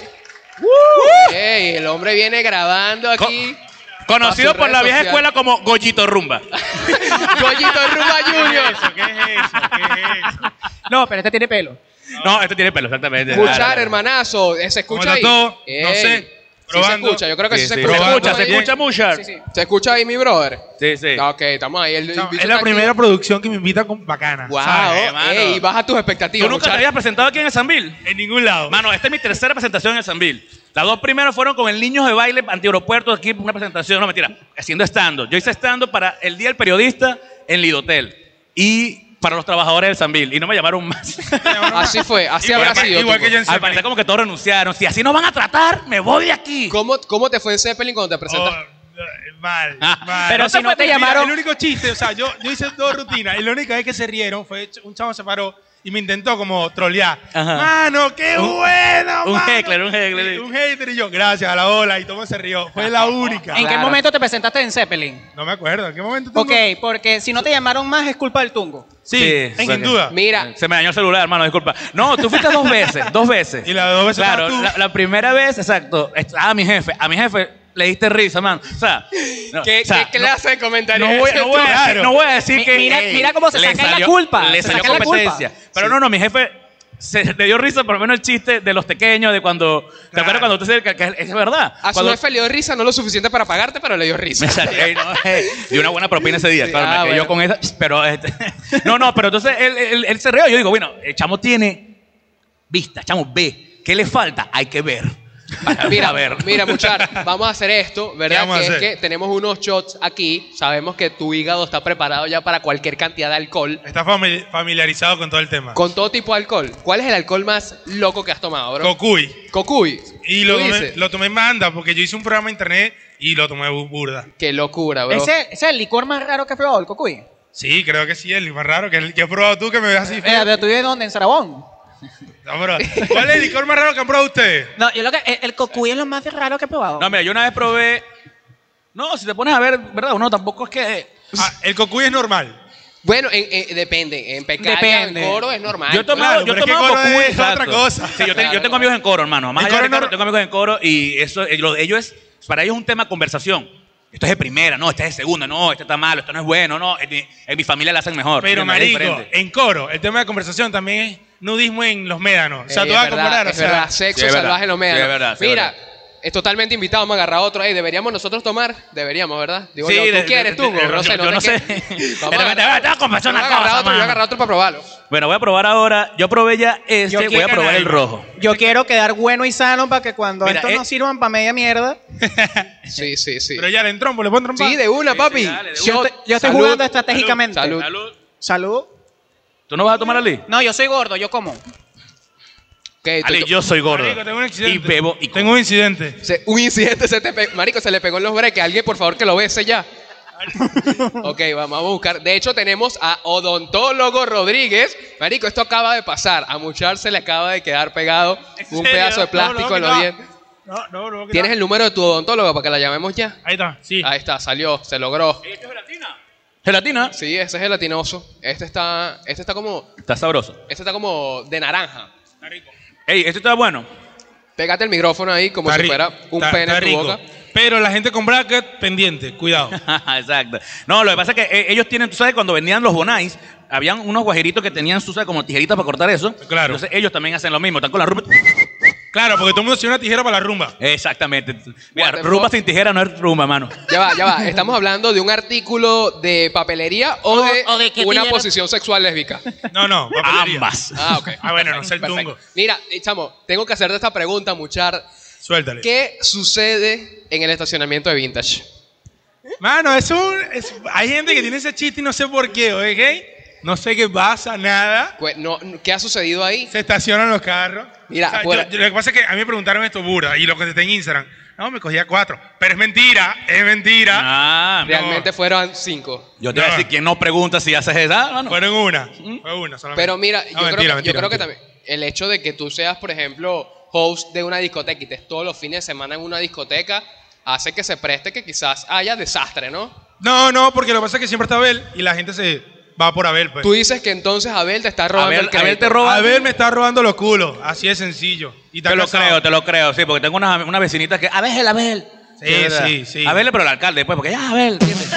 Speaker 1: Ey, el hombre viene grabando
Speaker 2: Co-
Speaker 1: aquí.
Speaker 2: Conocido
Speaker 1: Para sus
Speaker 2: por la
Speaker 1: redes
Speaker 2: vieja
Speaker 1: sociales.
Speaker 2: escuela como Gollito Rumba.
Speaker 1: Gollito Rumba Junior.
Speaker 2: *laughs*
Speaker 4: ¿Qué es eso? ¿Qué es eso?
Speaker 3: No, pero este tiene pelo.
Speaker 2: No, este tiene pelo, exactamente.
Speaker 1: Escuchar,
Speaker 2: Claro.
Speaker 1: hermanazo. Eh, ¿Se escucha
Speaker 4: ¿Cómo
Speaker 1: ahí?
Speaker 4: está todo? No
Speaker 1: Ey.
Speaker 4: sé.
Speaker 1: Sí se
Speaker 4: Probando.
Speaker 1: escucha, yo creo que sí,
Speaker 2: Sí,
Speaker 1: se
Speaker 2: sí,
Speaker 1: escucha.
Speaker 2: Se escucha, se
Speaker 4: Probando.
Speaker 1: ¿Cómo ahí?
Speaker 2: escucha mucho.
Speaker 3: Sí, sí.
Speaker 1: ¿Se escucha ahí, mi brother?
Speaker 2: Sí, sí.
Speaker 1: Ah, Ok, estamos ahí. El, el bicho
Speaker 4: Es
Speaker 1: está
Speaker 4: la
Speaker 1: aquí.
Speaker 4: primera producción que me invita con bacana.
Speaker 1: Wow,
Speaker 4: ¿sabes?
Speaker 2: hermano.
Speaker 1: ey, baja tus
Speaker 2: ¿Tú
Speaker 1: expectativas.
Speaker 2: nunca te
Speaker 1: muchacho.
Speaker 2: habías presentado aquí en el Sanville?
Speaker 4: En ningún lado.
Speaker 2: Mano, esta es mi tercera presentación en el Sanville. Las dos primeras fueron con el Niños de Baile Antiaeropuerto, aquí una presentación, no mentira, haciendo estando. Yo hice estando para el Día del Periodista en Lidotel y para los trabajadores del Sanville. Y no me llamaron
Speaker 4: *laughs*
Speaker 2: más.
Speaker 1: Así fue, así
Speaker 4: Igual
Speaker 1: habrá
Speaker 4: que-
Speaker 1: sido.
Speaker 4: igual
Speaker 1: tipo.
Speaker 4: que yo en-
Speaker 2: Al parecer como que todos renunciaron. Si así nos van a tratar, me voy de aquí.
Speaker 1: ¿Cómo, ¿Cómo te fue en Zeppelin cuando te
Speaker 4: Oh,
Speaker 1: presentaste?
Speaker 4: eh, mal,
Speaker 2: Ah,
Speaker 4: mal.
Speaker 3: pero si
Speaker 4: fue-
Speaker 3: no te
Speaker 4: mira,
Speaker 3: llamaron-
Speaker 4: El único chiste, o sea, yo, yo hice dos rutinas y la única vez que se rieron fue un chavo se paró y me intentó como trolear.
Speaker 2: Ajá.
Speaker 4: Mano, qué
Speaker 2: Un-
Speaker 4: bueno.
Speaker 2: un
Speaker 4: mano.
Speaker 2: heckler, un heckler.
Speaker 4: Y Un hater y yo, gracias a la ola y todo se rió. Fue la única.
Speaker 3: ¿En qué
Speaker 1: Claro.
Speaker 3: momento te presentaste en Zeppelin?
Speaker 4: No me acuerdo, ¿en qué momento tengo-
Speaker 3: Ok, porque si no te llamaron más es culpa del tungo.
Speaker 4: Sí,
Speaker 2: Sí,
Speaker 4: en-
Speaker 2: sí.
Speaker 4: sin duda.
Speaker 1: Mira,
Speaker 2: Se me dañó el celular, hermano, disculpa. No, tú fuiste dos veces, dos veces.
Speaker 4: *laughs* Y las dos veces
Speaker 2: Claro,
Speaker 4: estabas tú.
Speaker 2: la, la primera vez, exacto. A mi jefe, a mi jefe le diste risa, man. O sea, no,
Speaker 1: ¿qué,
Speaker 2: o sea,
Speaker 1: qué
Speaker 2: no-
Speaker 1: clase de comentario
Speaker 2: no
Speaker 1: es este
Speaker 2: voy,
Speaker 1: ese,
Speaker 2: no voy
Speaker 1: tú?
Speaker 3: *laughs*
Speaker 2: a decir,
Speaker 4: Claro.
Speaker 2: no voy a decir
Speaker 3: Mi-
Speaker 2: que.
Speaker 3: mira-
Speaker 2: Ey,
Speaker 3: mira cómo se
Speaker 2: le
Speaker 3: saca la culpa,
Speaker 2: Le
Speaker 3: se
Speaker 2: salió
Speaker 3: saca la
Speaker 2: competencia.
Speaker 3: culpa.
Speaker 2: Pero no, no, mi jefe se le dio risa, por lo menos el chiste de los pequeños, de cuando. ¿Te
Speaker 4: Claro.
Speaker 2: acuerdas cuando usted que, que es verdad?
Speaker 1: A su
Speaker 2: Cuando-
Speaker 1: jefe le dio risa, no lo suficiente para pagarte, pero le dio risa.
Speaker 2: me *laughs* salió
Speaker 4: *laughs*
Speaker 2: ahí, ¿no? Di una buena propina ese día, claro,
Speaker 1: ah,
Speaker 2: me quedé
Speaker 1: bueno.
Speaker 2: yo con esa, pero este, *laughs* no, no, pero entonces él, él- él se rió, yo digo, bueno, el chamo tiene vista, chamo ve, ¿qué le falta? Hay que ver. Para
Speaker 1: Mira,
Speaker 2: ver.
Speaker 1: mira, muchachos, vamos a hacer esto, ¿verdad?
Speaker 4: ¿Qué vamos a
Speaker 1: Que es
Speaker 4: hacer?
Speaker 1: que tenemos unos shots aquí. Sabemos que tu hígado está preparado ya para cualquier cantidad de alcohol.
Speaker 4: Está famili- familiarizado con todo el tema.
Speaker 1: Con todo tipo de alcohol. ¿Cuál es el alcohol más loco que has tomado, bro?
Speaker 4: Cocuy.
Speaker 1: Cocuy.
Speaker 4: Y lo
Speaker 1: ¿Tú
Speaker 4: tomé,
Speaker 1: dices?
Speaker 4: lo tomé en banda porque yo hice un programa en internet y lo tomé bu- burda.
Speaker 1: Qué locura, bro.
Speaker 3: ¿Ese, ese es el licor más raro que he probado, el cocuy.
Speaker 4: Sí, creo que sí, el más raro que, el que has probado tú que me ves así.
Speaker 3: Eh, ¿Pero tú vives dónde? ¿En Sarabón?
Speaker 4: No, pero, ¿Cuál es el licor más raro que han probado ustedes?
Speaker 3: No, yo lo que... El, el cocuy es lo más raro que he probado.
Speaker 2: No, mira, yo una vez probé, no, si te pones a ver, verdad, uno tampoco es que
Speaker 4: Ah, el cocuy es normal.
Speaker 1: Bueno, en- en- depende. En pecaria,
Speaker 3: Depende.
Speaker 1: en coro es normal.
Speaker 2: Yo he tomado,
Speaker 4: Claro,
Speaker 2: yo he
Speaker 4: pero es que
Speaker 2: tomado
Speaker 4: coro
Speaker 2: cocuy,
Speaker 4: es otra
Speaker 2: exacto.
Speaker 4: cosa.
Speaker 2: Sí, yo, te-
Speaker 1: Claro.
Speaker 2: yo tengo amigos en coro, hermano. Más
Speaker 4: El
Speaker 2: allá
Speaker 4: coro
Speaker 2: de coro,
Speaker 4: no-
Speaker 2: tengo amigos en coro y eso, eh, lo de ellos es, para ellos es un tema de conversación. Esto es de primera, no, este es de segunda, no, este está malo, esto no es bueno, no, en mi, en mi familia la hacen mejor.
Speaker 4: Pero,
Speaker 2: ¿entiendes? Es
Speaker 4: marico,
Speaker 2: diferente.
Speaker 4: en coro, el tema de conversación también es nudismo en los médanos. O sea,
Speaker 1: Eh,
Speaker 4: tú vas a
Speaker 1: es verdad,
Speaker 4: comparar, o
Speaker 1: es
Speaker 4: sea,
Speaker 1: verdad, sexo
Speaker 2: Sí, es verdad.
Speaker 1: salvaje lo mea,
Speaker 2: Sí, es
Speaker 1: ¿no?
Speaker 2: verdad, sí, es
Speaker 1: Mira,
Speaker 2: verdad.
Speaker 1: es totalmente invitado, me agarra otro. Ey, deberíamos nosotros tomar, deberíamos, ¿verdad? Digo,
Speaker 2: Sí,
Speaker 1: yo,
Speaker 2: de-
Speaker 1: ¿tú
Speaker 2: de-
Speaker 1: quieres
Speaker 2: de-
Speaker 1: tú?
Speaker 2: de-
Speaker 1: bro? no
Speaker 2: yo-
Speaker 1: sé,
Speaker 2: yo no
Speaker 1: sé.
Speaker 2: sé.
Speaker 1: *laughs* qué-
Speaker 2: De
Speaker 1: Vamos a
Speaker 2: repente,
Speaker 1: agarrar-
Speaker 2: "Ah, tengo que confesar
Speaker 1: yo
Speaker 2: una
Speaker 1: voy a agarrar
Speaker 2: cosa,
Speaker 1: otro, yo voy a
Speaker 2: mano".
Speaker 1: agarrar otro para probarlo.
Speaker 2: Bueno, voy a probar ahora, yo probé ya
Speaker 3: Yo
Speaker 2: este, voy a
Speaker 3: quiero
Speaker 2: probar el
Speaker 4: ganar.
Speaker 2: rojo.
Speaker 3: Yo quiero quedar bueno y sano para que cuando
Speaker 2: Mira,
Speaker 3: estos
Speaker 2: eh-
Speaker 3: no sirvan para media mierda...
Speaker 1: Sí, sí, sí.
Speaker 4: Pero ya le trompo, le pon trompa.
Speaker 1: Sí, de una,
Speaker 2: Sí,
Speaker 1: papi.
Speaker 2: sí, dale, de
Speaker 1: Shot.
Speaker 3: Yo, te- yo estoy
Speaker 1: Salud.
Speaker 3: jugando estratégicamente.
Speaker 1: Salud.
Speaker 3: Salud.
Speaker 2: ¿Tú no vas a tomar Ali?
Speaker 3: No, yo soy gordo, yo como.
Speaker 1: Ok, tú-
Speaker 2: Ali,
Speaker 1: tú-
Speaker 2: yo soy gordo.
Speaker 4: Marico, tengo un accidente.
Speaker 2: y bebo y
Speaker 4: Tengo un incidente.
Speaker 1: se- un incidente se te pe- Marico, se le pegó en los breques. Alguien, por favor, que lo bese
Speaker 2: *laughs*
Speaker 1: ya. ok, vamos a buscar. De hecho, tenemos a Odontólogo Rodríguez. Marico, esto acaba de pasar. A Muchar se le acaba de quedar pegado un
Speaker 4: serio?
Speaker 1: pedazo de
Speaker 4: No,
Speaker 1: plástico
Speaker 4: no,
Speaker 1: en los
Speaker 4: no.
Speaker 1: dientes.
Speaker 4: No, no, no. que
Speaker 1: ¿Tienes
Speaker 4: no.
Speaker 1: el número de tu odontólogo para que la llamemos ya?
Speaker 4: Ahí está, sí.
Speaker 1: Ahí está, salió, se logró.
Speaker 2: ¿Gelatina?
Speaker 1: Sí, ese es gelatinoso. Este está, este está como,
Speaker 2: Está sabroso.
Speaker 1: este está como de naranja.
Speaker 2: Ey, esto está bueno.
Speaker 1: Pégate el micrófono ahí como
Speaker 4: Está
Speaker 1: si
Speaker 4: ri-
Speaker 1: fuera un
Speaker 4: está-
Speaker 1: pene
Speaker 4: está
Speaker 1: en tu
Speaker 4: rico.
Speaker 1: boca.
Speaker 4: Pero la gente con bracket pendiente, cuidado.
Speaker 2: *laughs* Exacto. No, lo que pasa es que eh, ellos tienen, tú sabes, cuando vendían los bonais, habían unos guajeritos que tenían, tú sabes, como tijeritas para cortar eso.
Speaker 4: Claro.
Speaker 2: Entonces ellos también hacen lo mismo, están con la rumba.
Speaker 4: Claro, porque todo el mundo tiene una tijera para la rumba.
Speaker 2: Exactamente. Mira,
Speaker 1: What the
Speaker 2: rumba
Speaker 1: fuck?
Speaker 2: sin tijera no es rumba, mano.
Speaker 1: Ya va, ya va. Estamos hablando de un artículo de papelería o,
Speaker 3: O-
Speaker 1: de,
Speaker 3: o de que
Speaker 1: una
Speaker 3: tijera-
Speaker 1: posición sexual lésbica.
Speaker 4: No, no.
Speaker 1: *laughs*
Speaker 4: papelería.
Speaker 2: Ambas.
Speaker 1: Ah,
Speaker 4: *laughs*
Speaker 1: ok.
Speaker 4: Ah, bueno, no sé el
Speaker 1: Perfecto.
Speaker 4: tungo.
Speaker 1: Mira, eh, chamo, tengo que hacerte esta pregunta, Muchar.
Speaker 4: Suéltale.
Speaker 1: ¿Qué sucede en el estacionamiento de Vintage?
Speaker 4: Mano, es un. es- hay gente que tiene ese chiste y no sé por qué, ¿ok? No sé qué pasa, nada.
Speaker 1: Cu- Pues, no, ¿Qué ha sucedido ahí?
Speaker 4: Se estacionan los carros.
Speaker 1: Mira,
Speaker 4: O sea,
Speaker 1: fuera-
Speaker 4: yo- yo- lo que pasa es que a mí me preguntaron esto, burda, y lo que está en Instagram. No, me cogía cuatro. Pero es mentira, es mentira.
Speaker 2: Ah,
Speaker 1: Realmente fueron cinco.
Speaker 2: yo te voy a
Speaker 4: Ah.
Speaker 2: decir quién no pregunta si haces esa. Ah, no.
Speaker 4: Fueron una. Fue una solamente.
Speaker 1: Pero mira,
Speaker 4: No,
Speaker 1: yo,
Speaker 4: mentira,
Speaker 1: creo, que- yo
Speaker 4: mentira,
Speaker 1: creo que
Speaker 4: mentira.
Speaker 1: también el hecho de que tú seas, por ejemplo, host de una discoteca y estés todos los fines de semana en una discoteca, hace que se preste que quizás haya desastre, ¿no?
Speaker 4: No, no, porque lo que pasa es que siempre está Abel y la gente se va por Abel. Pues.
Speaker 1: Tú dices que entonces Abel te está robando
Speaker 2: Abel-
Speaker 1: el crédito.
Speaker 2: Abel te roba-
Speaker 4: Abel me está robando los culos. Así de sencillo. Y
Speaker 2: Te lo creo, te lo creo, sí, porque tengo unas una vecinitas que. Abel, Abel.
Speaker 4: Sí,
Speaker 2: es verdad.
Speaker 4: sí, sí.
Speaker 2: Abel, pero el alcalde después, porque ya, Abel. ¿entiendes?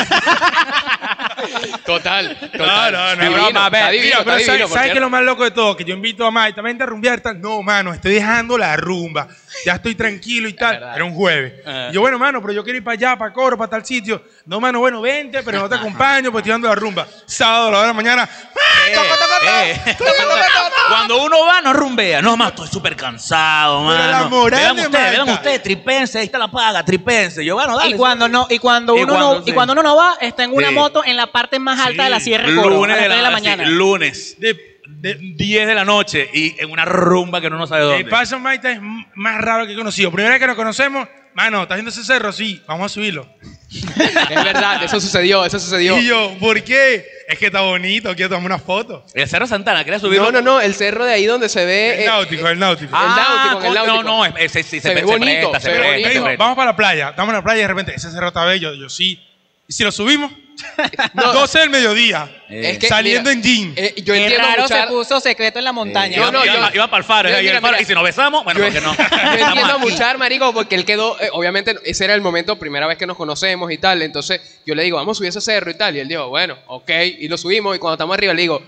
Speaker 1: *laughs* Total, total.
Speaker 4: no, no,
Speaker 1: Divino,
Speaker 2: no,
Speaker 1: está
Speaker 2: broma,
Speaker 1: divino, está
Speaker 2: Abel.
Speaker 4: Mira, pero
Speaker 1: divino,
Speaker 4: ¿sabes,
Speaker 1: porque-
Speaker 4: ¿sabes qué es lo más loco de todo? Que yo invito a Mike también a rumbear tal. No, mano, estoy dejando la rumba. Ya estoy tranquilo y tal.
Speaker 1: verdad. Eh.
Speaker 4: Era un jueves.
Speaker 2: Ah.
Speaker 4: Y yo, bueno, mano, pero yo quiero ir para allá, para Coro, para tal sitio. No, mano, bueno, vente, pero
Speaker 1: *laughs*
Speaker 4: no te acompaño, pues estoy dando la rumba. Sábado a la hora de la mañana. ¡ah!
Speaker 2: Eh,
Speaker 4: Toco, toco, toco.
Speaker 2: eh. Cuando uno va, no rumbea. No, más, estoy súper cansado,
Speaker 4: Pero
Speaker 2: mano.
Speaker 4: la moral
Speaker 2: vean
Speaker 4: de
Speaker 2: ustedes, vean
Speaker 4: Malta.
Speaker 2: ustedes, tripense, ahí está la paga, tripense. Yo, bueno, dale.
Speaker 3: Y cuando no, y cuando
Speaker 2: Y
Speaker 3: uno
Speaker 2: cuando-
Speaker 3: no,
Speaker 2: sí.
Speaker 3: y cuando uno no va, está en una
Speaker 2: Sí.
Speaker 3: moto en la parte más alta de la Sierra de Coro,
Speaker 2: lunes
Speaker 3: a las
Speaker 2: de la,
Speaker 3: tres de la
Speaker 2: sí,
Speaker 3: mañana.
Speaker 2: lunes,
Speaker 4: De- de-
Speaker 2: 10 de la noche y en una rumba que uno no sabe
Speaker 4: El
Speaker 2: dónde.
Speaker 4: paso Maita es m- más raro que he conocido. Primera vez que nos conocemos, mano, ¿estás viendo ese cerro? Sí, vamos a subirlo.
Speaker 1: Es verdad, eso sucedió, eso sucedió.
Speaker 4: *laughs* Y yo, ¿por qué? Es que está bonito, quiero tomar una foto.
Speaker 2: El Cerro Santana, ¿quería subirlo?
Speaker 1: No, no, no, el cerro de ahí donde se ve...
Speaker 4: El
Speaker 1: eh,
Speaker 4: náutico, el náutico.
Speaker 1: Ah, náutico, con el
Speaker 2: coño,
Speaker 1: náutico.
Speaker 2: No, no, es- es- es- sí,
Speaker 1: Se
Speaker 2: se,
Speaker 1: ve
Speaker 2: se
Speaker 1: bonito,
Speaker 2: presta,
Speaker 1: se
Speaker 2: se
Speaker 1: ve
Speaker 2: presta,
Speaker 1: bonito.
Speaker 2: se
Speaker 4: Me dijo,
Speaker 2: presta.
Speaker 4: vamos para la playa, estamos en la playa y de repente, ese cerro está bello. Yo, sí. ¿Y si lo subimos?
Speaker 1: *laughs*
Speaker 4: *laughs*
Speaker 1: No.
Speaker 4: 12 del mediodía.
Speaker 2: Eh.
Speaker 1: eh, es que,
Speaker 4: Saliendo en jean.
Speaker 1: eh, yo
Speaker 3: Qué
Speaker 1: entiendo
Speaker 3: raro se
Speaker 1: muchar-
Speaker 3: puso secreto en la montaña.
Speaker 1: No, no,
Speaker 2: iba,
Speaker 1: yo-
Speaker 2: iba para el faro,
Speaker 1: yo,
Speaker 2: iba para el
Speaker 1: mira,
Speaker 2: faro,
Speaker 1: mira.
Speaker 2: y si nos besamos, bueno,
Speaker 1: yo, Este-
Speaker 2: porque
Speaker 1: *laughs*
Speaker 2: no.
Speaker 1: yo
Speaker 2: Estamos
Speaker 1: entiendo
Speaker 2: aquí.
Speaker 1: muchar, marico, porque él quedó, eh, obviamente, ese era el momento, primera vez que nos conocemos y tal. Entonces, yo le digo, vamos a subir ese cerro y tal. Y él dijo, bueno, ok. Y lo subimos y cuando estamos arriba le digo,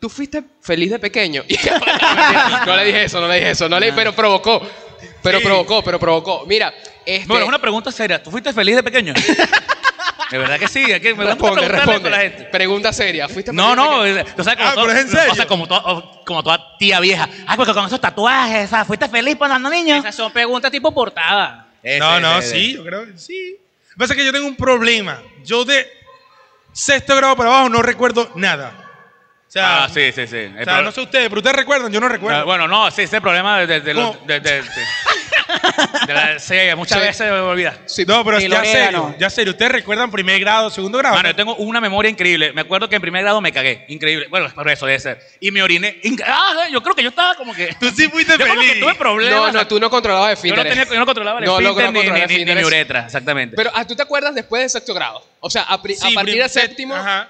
Speaker 1: tú fuiste feliz de pequeño. *laughs* Y- no le dije eso, no le dije eso, no le,
Speaker 2: Ah.
Speaker 1: pero provocó. Pero
Speaker 4: Sí.
Speaker 1: provocó, pero provocó. Mira, este,
Speaker 2: Bueno, es una pregunta seria. ¿Tú fuiste feliz de
Speaker 1: *laughs*
Speaker 2: pequeño? de verdad que sí. Aquí, me gusta
Speaker 1: responde,
Speaker 2: preguntarle
Speaker 1: responde.
Speaker 2: esto a la gente.
Speaker 1: Pregunta seria, fuiste
Speaker 2: No,
Speaker 1: feliz de
Speaker 2: no,
Speaker 1: pequeño?
Speaker 2: eh, o sea, como,
Speaker 4: Ah,
Speaker 2: todo-
Speaker 4: pero es en serio.
Speaker 2: o sea, como, toda- o- como toda tía vieja. Ah, porque con esos tatuajes, ¿sabes? ¿fuiste feliz cuando niño?
Speaker 3: Esas son preguntas tipo
Speaker 2: *laughs*
Speaker 3: portada.
Speaker 1: eh,
Speaker 4: No, no, sí, yo creo que sí. Lo que pasa es que yo tengo un problema. Yo de sexto grado para abajo no recuerdo nada. O sea,
Speaker 2: Ah, sí, sí, sí.
Speaker 4: o
Speaker 2: El
Speaker 4: sea,
Speaker 2: pro-
Speaker 4: no sé ustedes, pero ustedes recuerdan, yo no
Speaker 2: Ah,
Speaker 4: recuerdo.
Speaker 2: Bueno, no, sí, ese problema de, de, de los-
Speaker 4: ¿Cómo?
Speaker 2: de- de- de-
Speaker 1: *laughs*
Speaker 2: de la- sí, muchas
Speaker 1: Sí.
Speaker 2: veces me olvida.
Speaker 1: Sí,
Speaker 4: no, pero
Speaker 3: el
Speaker 4: ya
Speaker 3: orégano.
Speaker 4: serio, ya serio. ¿Ustedes recuerdan primer grado, segundo grado?
Speaker 2: Mano, yo tengo una memoria increíble. Me acuerdo que en primer grado me cagué. Increíble. Bueno, por eso debe ser. Y me oriné. Inc- Ah, yo creo que yo estaba como que.
Speaker 4: Tú sí fuiste
Speaker 2: Yo como que
Speaker 4: feliz.
Speaker 2: tuve problemas.
Speaker 1: no, no, tú no controlabas de
Speaker 2: yo no, tenía, yo no controlaba el
Speaker 1: No
Speaker 2: esfínter
Speaker 1: lograba
Speaker 2: ni- ni,
Speaker 1: controlar el
Speaker 2: ni- ni mi
Speaker 1: esfínter.
Speaker 2: uretra, exactamente.
Speaker 1: Pero, ah, ¿tú te acuerdas después de sexto grado? O sea, a, pri- a
Speaker 4: Sí,
Speaker 1: partir
Speaker 4: prim-
Speaker 1: del séptimo,
Speaker 4: Ajá.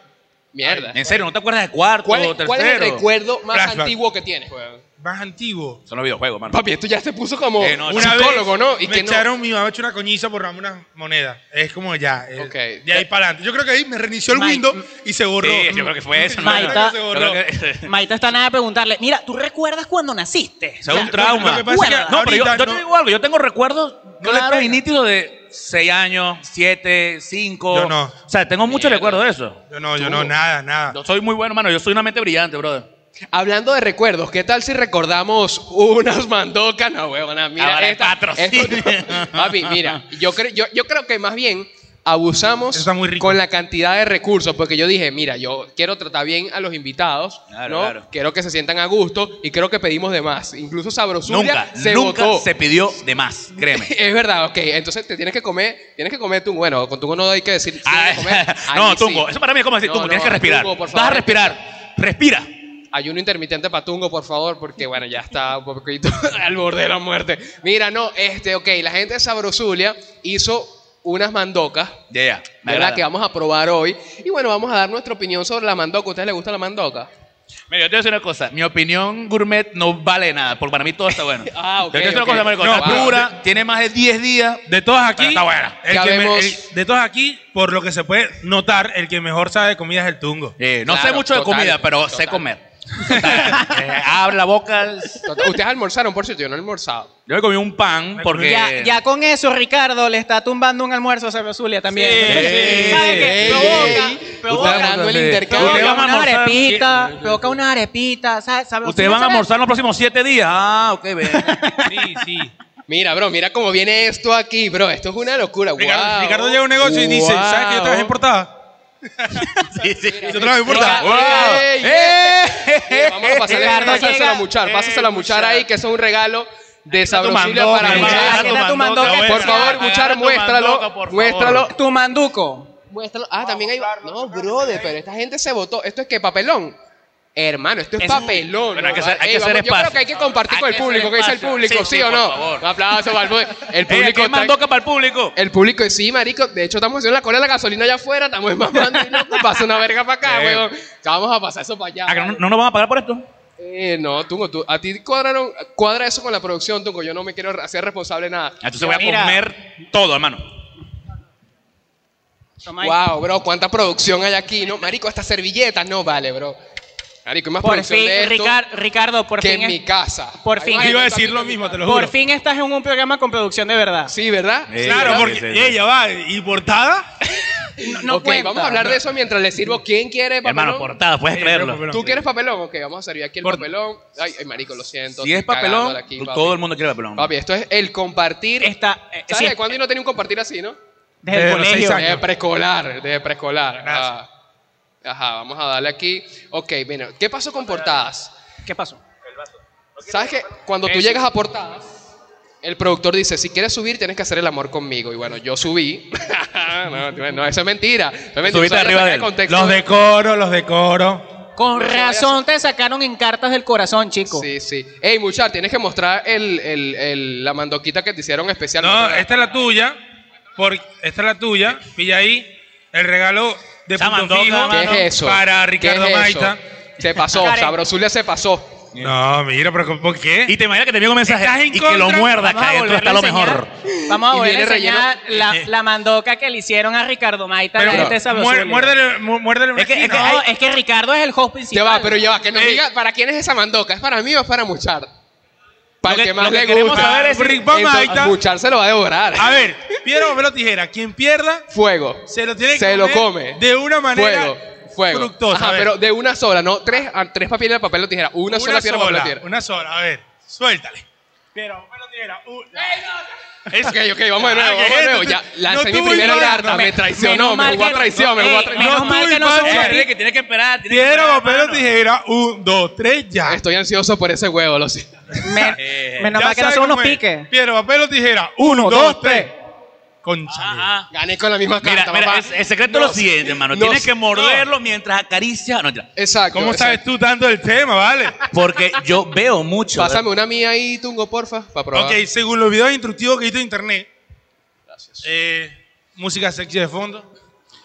Speaker 1: mierda.
Speaker 2: en serio, ¿no te acuerdas de cuarto
Speaker 1: ¿Cuál,
Speaker 2: o
Speaker 1: es-
Speaker 2: tercero?
Speaker 1: cuál es el recuerdo más
Speaker 4: Flashback.
Speaker 1: antiguo que tienes? weón?
Speaker 4: Más antiguo.
Speaker 2: Son los videojuegos, mano.
Speaker 1: Papi, esto ya se puso como
Speaker 2: Eh, no,
Speaker 1: un
Speaker 2: sí.
Speaker 4: Una
Speaker 1: psicólogo,
Speaker 4: vez
Speaker 1: ¿no? Y
Speaker 4: me
Speaker 1: que no.
Speaker 4: echaron, mi mamá echó una coñiza por darme unas monedas. Es como ya. eh,
Speaker 1: Ok.
Speaker 4: De ahí para adelante. Yo creo que ahí me reinició el
Speaker 3: Mike-
Speaker 4: Windows y se borró.
Speaker 2: Sí, yo creo que fue eso.
Speaker 4: Yo
Speaker 2: mano.
Speaker 4: creo que
Speaker 3: Maita-
Speaker 4: se
Speaker 2: Yo
Speaker 4: borró.
Speaker 2: creo que-
Speaker 3: Maita está nada de preguntarle, mira, ¿tú recuerdas cuando naciste?
Speaker 2: O sea, un
Speaker 3: ¿tú
Speaker 2: trauma.
Speaker 4: Lo que pasa es que
Speaker 2: *laughs*
Speaker 3: recuerdas?
Speaker 2: No, pero yo,
Speaker 4: ahorita
Speaker 2: yo
Speaker 4: no-
Speaker 2: te digo algo, yo tengo recuerdos
Speaker 4: No le
Speaker 2: claros y
Speaker 4: pega.
Speaker 2: nítidos de 6 años, 7, 5.
Speaker 4: Yo no. Ah.
Speaker 2: O sea, tengo muchos recuerdos de eso.
Speaker 4: Yo no, yo no, nada, nada.
Speaker 2: Yo soy muy bueno, mano, yo soy una mente brillante, brother.
Speaker 1: Hablando de recuerdos, ¿qué tal si recordamos unas mandocas? No, huevona, mira.
Speaker 2: Ahora
Speaker 1: esta-
Speaker 2: patrocinio.
Speaker 1: esto- *laughs* papi, mira, yo, creo, yo, yo creo que más bien abusamos
Speaker 4: Eso está muy rico.
Speaker 1: con la cantidad de recursos, porque yo dije, mira, yo quiero tratar bien a los invitados,
Speaker 2: Claro,
Speaker 1: ¿no?
Speaker 2: claro.
Speaker 1: Quiero que se sientan a gusto y creo que pedimos de más. Incluso sabrosura
Speaker 2: Nunca,
Speaker 1: se
Speaker 2: nunca
Speaker 1: votó.
Speaker 2: se pidió de más, créeme.
Speaker 1: *laughs* Es verdad, ok. Entonces te tienes que comer, tienes que comer tungo. Bueno, con tungo no hay que decir. tienes que
Speaker 2: Ah,
Speaker 1: *laughs* comer. Ahí
Speaker 2: *laughs* no,
Speaker 1: sí.
Speaker 2: Tungo, eso para mí es como decir,
Speaker 1: No,
Speaker 2: Tungo,
Speaker 1: no,
Speaker 2: tienes que respirar.
Speaker 1: Tungo, por
Speaker 2: Vas a
Speaker 1: favor.
Speaker 2: respirar, respira.
Speaker 1: Ayuno intermitente para tungo, por favor, porque bueno, ya está un poquito *laughs* al borde de la muerte. Mira, no, este, ok, la gente de Sabrosulia hizo unas mandocas,
Speaker 2: Ya, ya. me
Speaker 1: ¿verdad?
Speaker 2: agrada.
Speaker 1: Que vamos a probar hoy. Y bueno, vamos a dar nuestra opinión sobre la mandoca. ¿A ustedes les gusta la
Speaker 2: *laughs*
Speaker 1: mandoca?
Speaker 2: Mira, yo te voy a decir una cosa. Mi opinión gourmet no vale nada, porque para mí todo está bueno.
Speaker 1: *laughs* Ah, ok,
Speaker 2: Yo te voy a decir
Speaker 1: ok.
Speaker 2: una cosa, marico.
Speaker 1: No,
Speaker 2: está
Speaker 1: wow.
Speaker 2: dura, tiene más de 10 días.
Speaker 4: De todos aquí,
Speaker 2: Pero está buena.
Speaker 4: el
Speaker 1: Ya
Speaker 4: que me-
Speaker 1: vemos.
Speaker 4: el- de todos aquí, por lo que se puede notar, el que mejor sabe de comida es el tungo.
Speaker 2: Eh, no sé
Speaker 1: Claro,
Speaker 2: mucho de
Speaker 1: total,
Speaker 2: comida, pero sé
Speaker 1: total.
Speaker 2: comer.
Speaker 1: *laughs*
Speaker 2: Eh, abre la boca.
Speaker 1: Total, Ustedes almorzaron, por cierto, yo no he almorzado.
Speaker 2: Yo me comí un pan porque...
Speaker 3: Ya, ya con eso, Ricardo le está tumbando un almuerzo a Sergio Zulia también.
Speaker 4: Sí.
Speaker 3: Entonces,
Speaker 2: Ey,
Speaker 3: ¿sabe qué?
Speaker 2: ey,
Speaker 3: Provoca,
Speaker 1: ey.
Speaker 3: provoca,
Speaker 1: Ustedes van a-
Speaker 3: provoca
Speaker 1: intercambio.
Speaker 2: Ustedes van a
Speaker 3: una
Speaker 2: almorzar.
Speaker 3: arepita, provoca una arepita, ¿sabe? Sabe-
Speaker 2: Ustedes van a
Speaker 3: ¿sabe?
Speaker 2: almorzar los próximos 7 días. Ah, ok, ven.
Speaker 4: Sí, sí.
Speaker 1: Mira, bro, mira cómo viene esto aquí, bro. Esto es una locura.
Speaker 4: Ricardo,
Speaker 1: Wow.
Speaker 4: Ricardo llega a un negocio y dice, ¿sabes que yo trabajé en
Speaker 1: Wow.
Speaker 4: portada?
Speaker 2: *laughs* Sí, sí.
Speaker 4: Yo no me importa.
Speaker 1: Mira,
Speaker 2: ¡Wow!
Speaker 1: ¡Eh!
Speaker 2: ¡Eh!
Speaker 1: *laughs* Mira, Vamos a
Speaker 2: *laughs*
Speaker 1: pasar
Speaker 3: Ricardo
Speaker 1: pásaselo a
Speaker 3: llega-
Speaker 1: Muchar, pásaselo a Muchar ahí, que eso es un regalo de sabrosilla
Speaker 4: mandó,
Speaker 1: para
Speaker 2: eh.
Speaker 4: mi
Speaker 1: Muchar.
Speaker 4: hermano.
Speaker 1: Por favor, Muchar, muéstralo, muéstralo.
Speaker 3: Tu manduco.
Speaker 1: Muéstralo. Ah, también hay. No, brother, pero esta gente se votó. ¿Esto es qué? ¿Papelón? Hermano, esto es,
Speaker 2: Es-
Speaker 1: papelón.
Speaker 2: Bueno, hay que
Speaker 1: ¿verdad?
Speaker 2: hacer- hay que
Speaker 1: Eh,
Speaker 2: hacer
Speaker 1: vamos- Yo
Speaker 2: espacio.
Speaker 1: creo que hay que compartir
Speaker 2: Hay
Speaker 1: con el
Speaker 2: que hacer
Speaker 1: público. ¿Qué dice el
Speaker 2: espacio.
Speaker 1: público? ¿Sí,
Speaker 2: Sí, sí,
Speaker 1: o
Speaker 2: por
Speaker 1: no?
Speaker 2: favor.
Speaker 1: Un aplauso para el público. El público.
Speaker 2: Público
Speaker 1: está-
Speaker 2: mandoca para el público.
Speaker 1: El público, sí, marico. De hecho, estamos haciendo la cola de la gasolina allá afuera. Estamos mamando y no pasa una verga para acá,
Speaker 2: Sí.
Speaker 1: weón. Vamos a pasar eso para allá.
Speaker 2: Ah, que ¿No, no nos van a pagar por esto?
Speaker 1: Eh, no, Tungo, tú, a ti cuadraron, cuadra eso con la producción, Tungo. Yo no me quiero hacer responsable de nada.
Speaker 2: Entonces voy a
Speaker 3: Mira.
Speaker 2: comer todo, hermano.
Speaker 3: Toma ahí.
Speaker 1: Wow, bro, cuánta producción hay aquí, ¿no? Marico, estas servilletas no vale, bro. Marico, hay más
Speaker 3: Por
Speaker 1: producción
Speaker 3: fin,
Speaker 1: de esto
Speaker 3: Ricar- Ricardo, por
Speaker 1: que
Speaker 3: fin.
Speaker 1: en
Speaker 3: es-
Speaker 1: mi casa.
Speaker 3: por
Speaker 1: Hay
Speaker 3: fin.
Speaker 1: más
Speaker 4: Yo iba a
Speaker 1: gente
Speaker 4: decir
Speaker 1: aquí
Speaker 4: lo
Speaker 1: que en
Speaker 4: mismo,
Speaker 1: mi
Speaker 4: te
Speaker 1: casa.
Speaker 4: lo
Speaker 3: Por
Speaker 4: juro.
Speaker 3: fin estás en un programa con producción de verdad.
Speaker 1: Sí, ¿verdad?
Speaker 2: Eh,
Speaker 4: Claro,
Speaker 2: Sí,
Speaker 4: porque
Speaker 2: sí, sí.
Speaker 4: ella va y portada.
Speaker 3: No, no
Speaker 1: ok,
Speaker 3: cuenta.
Speaker 1: vamos a hablar de eso mientras le sirvo. ¿Quién quiere papelón?
Speaker 2: Hermano, portada, puedes
Speaker 4: Sí,
Speaker 2: creerlo.
Speaker 4: pero-
Speaker 1: ¿Tú quieres papelón? Ok, vamos a servir aquí el
Speaker 2: Por-
Speaker 1: papelón. Ay, ay, marico, lo siento.
Speaker 2: Si es
Speaker 1: estoy
Speaker 2: papelón,
Speaker 1: cagándola aquí, papi.
Speaker 2: todo el mundo quiere papelón.
Speaker 1: Papi, esto es el compartir.
Speaker 3: Está, eh,
Speaker 1: ¿Sabes
Speaker 3: sí,
Speaker 1: de cuándo yo no tenía un compartir así, no?
Speaker 2: Este
Speaker 3: desde el
Speaker 4: Desde los seis
Speaker 3: colegio.
Speaker 4: años.
Speaker 1: De preescolar, de preescolar.
Speaker 4: Gracias.
Speaker 1: Ah. Ajá, vamos a darle aquí. Ok, bueno, ¿qué pasó con portadas?
Speaker 3: ¿Qué pasó?
Speaker 1: ¿Sabes que cuando tú
Speaker 3: Eso.
Speaker 1: llegas a portadas, el productor dice, si quieres subir, tienes que hacer el amor conmigo. Y bueno, yo subí. *laughs* no, no, no, eso es mentira. Eso es mentira.
Speaker 2: Subiste
Speaker 1: O sea, ya
Speaker 2: arriba
Speaker 1: saqué
Speaker 2: de él.
Speaker 1: contexto.
Speaker 4: Los decoros, los decoros.
Speaker 3: Con
Speaker 1: No, vaya a
Speaker 3: razón te sacaron en cartas del corazón, chico.
Speaker 1: Sí, sí. Ey, Muchar, tienes que mostrar el, el- el- la mandoquita que te hicieron especial.
Speaker 4: No, esta es la tuya. Por, esta es la tuya. Pilla ahí el regalo de
Speaker 2: Esa
Speaker 4: punto
Speaker 2: mandoca,
Speaker 4: fijo
Speaker 1: ¿Qué
Speaker 2: mano,
Speaker 1: es eso?
Speaker 4: para
Speaker 1: ¿Qué
Speaker 4: Ricardo
Speaker 1: es eso?
Speaker 4: Maita.
Speaker 1: Se pasó,
Speaker 3: Karen.
Speaker 1: Sabrosulia se pasó.
Speaker 4: No, mira, pero ¿por qué?
Speaker 2: Y te imaginas que te envío un
Speaker 4: ¿Estás
Speaker 2: mensaje
Speaker 4: en
Speaker 2: y que lo
Speaker 4: contra?
Speaker 2: muerda,
Speaker 3: Vamos a
Speaker 2: que esto
Speaker 3: volverle
Speaker 2: está lo
Speaker 3: a enseñar-
Speaker 2: mejor.
Speaker 3: Vamos a
Speaker 1: Y
Speaker 3: volver a
Speaker 1: viene relleno.
Speaker 3: enseñar la, la mandoca que le hicieron a Ricardo Maita.
Speaker 4: Pero,
Speaker 3: la gente sabe
Speaker 4: muer-
Speaker 3: su
Speaker 4: muérdele, mu- muérdele una
Speaker 3: Es que, es, que,
Speaker 4: esquina.
Speaker 3: no, es que Ricardo es el host
Speaker 1: Ya
Speaker 3: principal.
Speaker 1: va, pero ya va, que nos
Speaker 4: Ey.
Speaker 1: diga para quién es esa mandoca, ¿es para mí o es para Muchar? Para
Speaker 2: Lo
Speaker 1: el
Speaker 2: que-
Speaker 1: que más
Speaker 2: lo que
Speaker 1: le
Speaker 2: queremos
Speaker 1: gusta.
Speaker 2: saber es si-
Speaker 4: Rick Van
Speaker 1: Entonces,
Speaker 4: Maita- Ah,
Speaker 1: Muchar se lo va a devorar.
Speaker 4: A ver, piedra, papel o tijera. Quien pierda,
Speaker 1: Fuego.
Speaker 4: se lo tiene que
Speaker 1: Se lo come.
Speaker 4: de una manera
Speaker 1: Fuego. Fuego.
Speaker 4: fructosa.
Speaker 1: Ajá,
Speaker 4: A ver,
Speaker 1: pero de una sola, no tres, ah, tres papeles de papel o tijera. Una, sola piedra, papel o tijera.
Speaker 4: Una sola, a ver, suéltale. Piedra, papel o tijera. uh,
Speaker 1: Ok, ok, vamos de nuevo,
Speaker 4: Ah,
Speaker 1: vamos de
Speaker 4: ¿qué?
Speaker 1: nuevo. Ya
Speaker 4: No
Speaker 1: lancé mi
Speaker 4: tuvo
Speaker 1: primera
Speaker 4: idea,
Speaker 1: carta,
Speaker 4: no
Speaker 1: me
Speaker 4: me-
Speaker 1: traicionó,
Speaker 3: menos
Speaker 1: me
Speaker 3: mal
Speaker 1: jugó a
Speaker 3: que-
Speaker 1: traición, me
Speaker 3: Ey,
Speaker 1: jugó a
Speaker 3: menos
Speaker 1: traición.
Speaker 4: No,
Speaker 3: mal
Speaker 4: tú
Speaker 3: que
Speaker 4: y
Speaker 3: no somos
Speaker 4: Pablo.
Speaker 3: aquí.
Speaker 2: que tienes que esperar. tienes que
Speaker 4: Piedra,
Speaker 2: esperar,
Speaker 4: papel o
Speaker 2: hermano.
Speaker 4: tijera. Un, dos, tres, ya.
Speaker 1: Estoy ansioso por ese huevo, lo siento.
Speaker 3: Men-
Speaker 2: *laughs* Eh,
Speaker 3: menos
Speaker 4: Ya
Speaker 3: mal que no
Speaker 4: sabe
Speaker 3: son unos
Speaker 4: cómo es.
Speaker 3: piques.
Speaker 4: Piedra, papel o tijera. Uno, dos, tres. Concha.
Speaker 2: Ajá.
Speaker 1: Gané con la misma
Speaker 2: Mira,
Speaker 1: carta,
Speaker 2: mira,
Speaker 1: papá.
Speaker 2: es- el secreto es lo
Speaker 1: Nos-
Speaker 2: siguiente, hermano.
Speaker 1: nos-
Speaker 2: Tienes que morderlo mientras acaricia. No, mentira.
Speaker 1: Exacto.
Speaker 4: ¿Cómo
Speaker 1: exacto.
Speaker 4: sabes tú tanto del tema, vale?
Speaker 2: porque yo veo mucho. de-
Speaker 1: Pásame una mía ahí, Tungo, porfa, para probar.
Speaker 4: ok, según los videos instructivos que he visto en internet. eh, música sexy de fondo.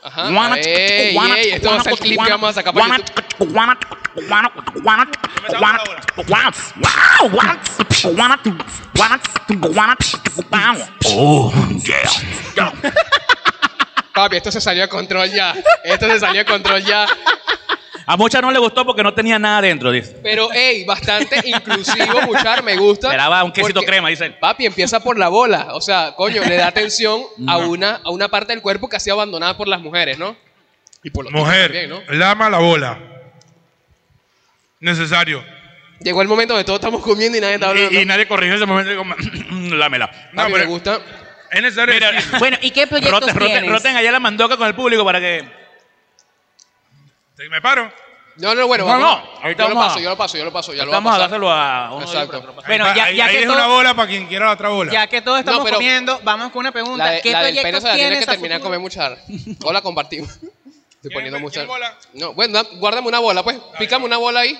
Speaker 1: Ajá. Ah, Ey, ey, esto va a ser el clip que vamos a sacar para YouTube.
Speaker 2: Oh, yeah.
Speaker 1: Papi, esto se salió de control ya. Esto se salió de control ya.
Speaker 2: A muchas no le gustó porque no tenía nada dentro, dice.
Speaker 1: Pero, hey, bastante inclusivo, Muchar, me gusta.
Speaker 2: Esperaba un quesito
Speaker 1: Porque-
Speaker 2: crema, dice él.
Speaker 1: Papi, empieza por la bola. O sea, coño, le da atención a una, a una parte del cuerpo que ha sido abandonada por las mujeres, ¿no? Y por los hombres
Speaker 4: Mujer,
Speaker 1: también, ¿no?
Speaker 4: lama la bola. Necesario.
Speaker 1: Llegó el momento donde todos estamos comiendo y nadie está hablando.
Speaker 2: Y, y nadie corrigió ese momento. y como, Lámela.
Speaker 1: Papi,
Speaker 4: No,
Speaker 1: me
Speaker 4: pero-
Speaker 1: gusta.
Speaker 4: Es necesario.
Speaker 2: Mira,
Speaker 4: decir-
Speaker 3: Bueno,
Speaker 2: *laughs*
Speaker 3: ¿y qué proyectos
Speaker 2: roten, roten,
Speaker 3: tienes?
Speaker 2: roten allá la mandoca con el público para que.
Speaker 4: *laughs* Sí, me paro.
Speaker 1: No, no, bueno,
Speaker 2: No,
Speaker 1: vamos.
Speaker 2: no, ahorita
Speaker 1: yo lo
Speaker 2: vamos a-
Speaker 1: paso, yo lo paso, yo lo paso, ya lo
Speaker 2: Vamos a
Speaker 1: voy a pasar.
Speaker 2: dárselo a uno.
Speaker 1: Exacto.
Speaker 3: Bueno,
Speaker 4: ahí,
Speaker 3: ya-
Speaker 4: ahí-
Speaker 3: ya
Speaker 4: ahí
Speaker 3: que
Speaker 4: es
Speaker 3: todo-
Speaker 4: una bola para quien quiera la otra bola.
Speaker 3: Ya que todos estamos
Speaker 1: No, pero-
Speaker 3: comiendo, vamos con una pregunta.
Speaker 1: La, de,
Speaker 3: ¿Qué
Speaker 1: la del pene
Speaker 3: proyectos
Speaker 1: se la tiene
Speaker 3: tienes
Speaker 1: que
Speaker 3: a
Speaker 1: terminar de
Speaker 3: futuro?
Speaker 1: comer muchar. O la
Speaker 2: *laughs*
Speaker 1: compartimos. Estoy poniendo
Speaker 4: ¿Quién-
Speaker 1: mucha.
Speaker 4: quién bola?
Speaker 1: No, bueno, da- guárdame una bola, pues. Pícame una bola ahí.